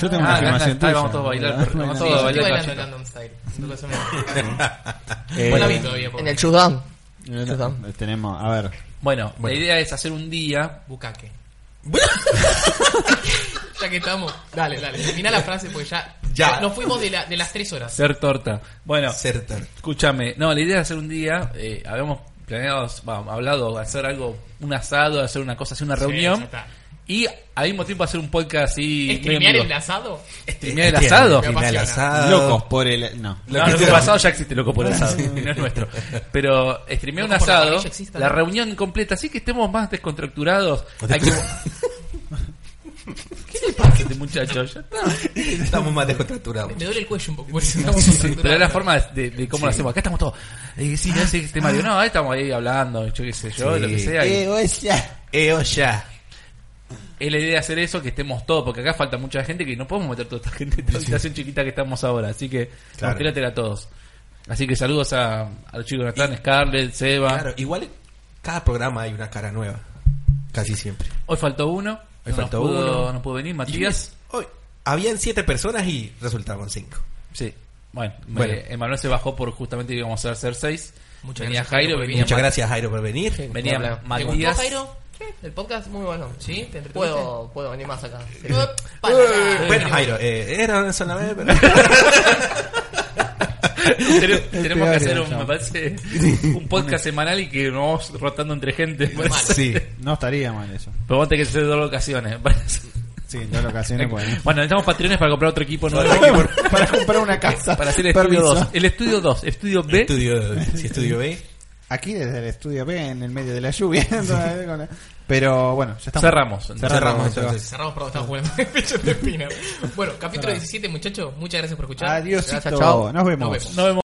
Yo tengo una Ah, Gangnam filmación Style, tuya. vamos todos a bailar, ¿verdad? pero vamos Bueno, todos a bailar. bailando el Gangnam Style. No lo hacemos. eh, No la vi todavía. En pobre. el Showdown. eh, Tenemos, a ver. Bueno, la idea es hacer un día. bucaque. ya que estamos. Dale, dale. Termina la frase porque ya. Ya. Nos fuimos de, la- de las tres horas. Ser torta. Bueno, Certar. escúchame. No, la idea es hacer un día. eh, habíamos planeado, bueno, hablado, hacer algo, un asado, hacer una cosa, hacer una ya reunión. está. Y al mismo tiempo hacer un podcast así. medio en ¿Streamear vivo. el asado? Streamear el asado. Me Streamear el apasiona. Ah, asado. Locos por el. No. No, no, el asado ya existe, loco por el asado. y no es nuestro. Pero streamear un Loco por la asado, parrilla existe, la ¿no? reunión completa, así que estemos más descontracturados. Hay que- ¿Qué le pasa a este muchacho? Ya está. Estamos más descontracturados. Me duele el cuello un poco. por eso estamos concentrados. Pero es la forma de, de cómo lo hacemos. Acá estamos todos. Eh, sí, ese es temario. No, ahí estamos ahí hablando, yo qué sé yo, Sí. lo que sea. Eh, y Eo Eh, oh, ya. es la idea de hacer eso, que estemos todos, porque acá falta mucha gente que no podemos meter toda esta gente en esta habitación chiquita que estamos ahora. Así que, Claro. claro. a todos. Así que saludos a, a los chicos de Natán, Scarlett, Seba. Claro, igual cada programa hay una cara nueva. Casi siempre. Hoy faltó uno. Hoy no faltó nos pudo, uno. No pudo venir, Y Matías. hoy habían siete personas y resultaron cinco. Sí. Bueno, me- Bueno. Emanuel se bajó por justamente que íbamos a hacer seis. Muchas venía gracias, Jairo, Jairo, por venía, Muchas Ma- gracias, Jairo, por venir. venía No hablamos. ¿Te gustó, Matías. Jairo? El podcast muy bueno. ¿Sí? ¿Te entretuviste? Puedo, puedo venir más acá. Sí. No, para nada. Eh, Bueno, Jairo, eh, era una sola vez, pero... Tenemos- tenemos que peor hacer era un, yo. me parece, un podcast semanal y que nos vamos rotando entre gente. me parece. sí. No estaría mal eso. Pero vos tenés que hacer dos ocasiones. me parece. Sí, en todas las ocasiones, bueno. Bueno, necesitamos patrones para comprar otro equipo nuevo. Para comprar una casa. Para hacer el Permiso. estudio 2. El estudio 2, estudio B. Estudio, si estudio B. Aquí desde el estudio B, en el medio de la lluvia. todavía con la- Pero bueno, ya estamos. Cerramos. Cerramos Seba. entonces. Cerramos, perdón, estamos jugando el pecho de espina. Bueno, capítulo 17, muchachos. Muchas gracias por escuchar. Adiósito. Gracias, chao. Nos vemos. Nos vemos. Nos vemos.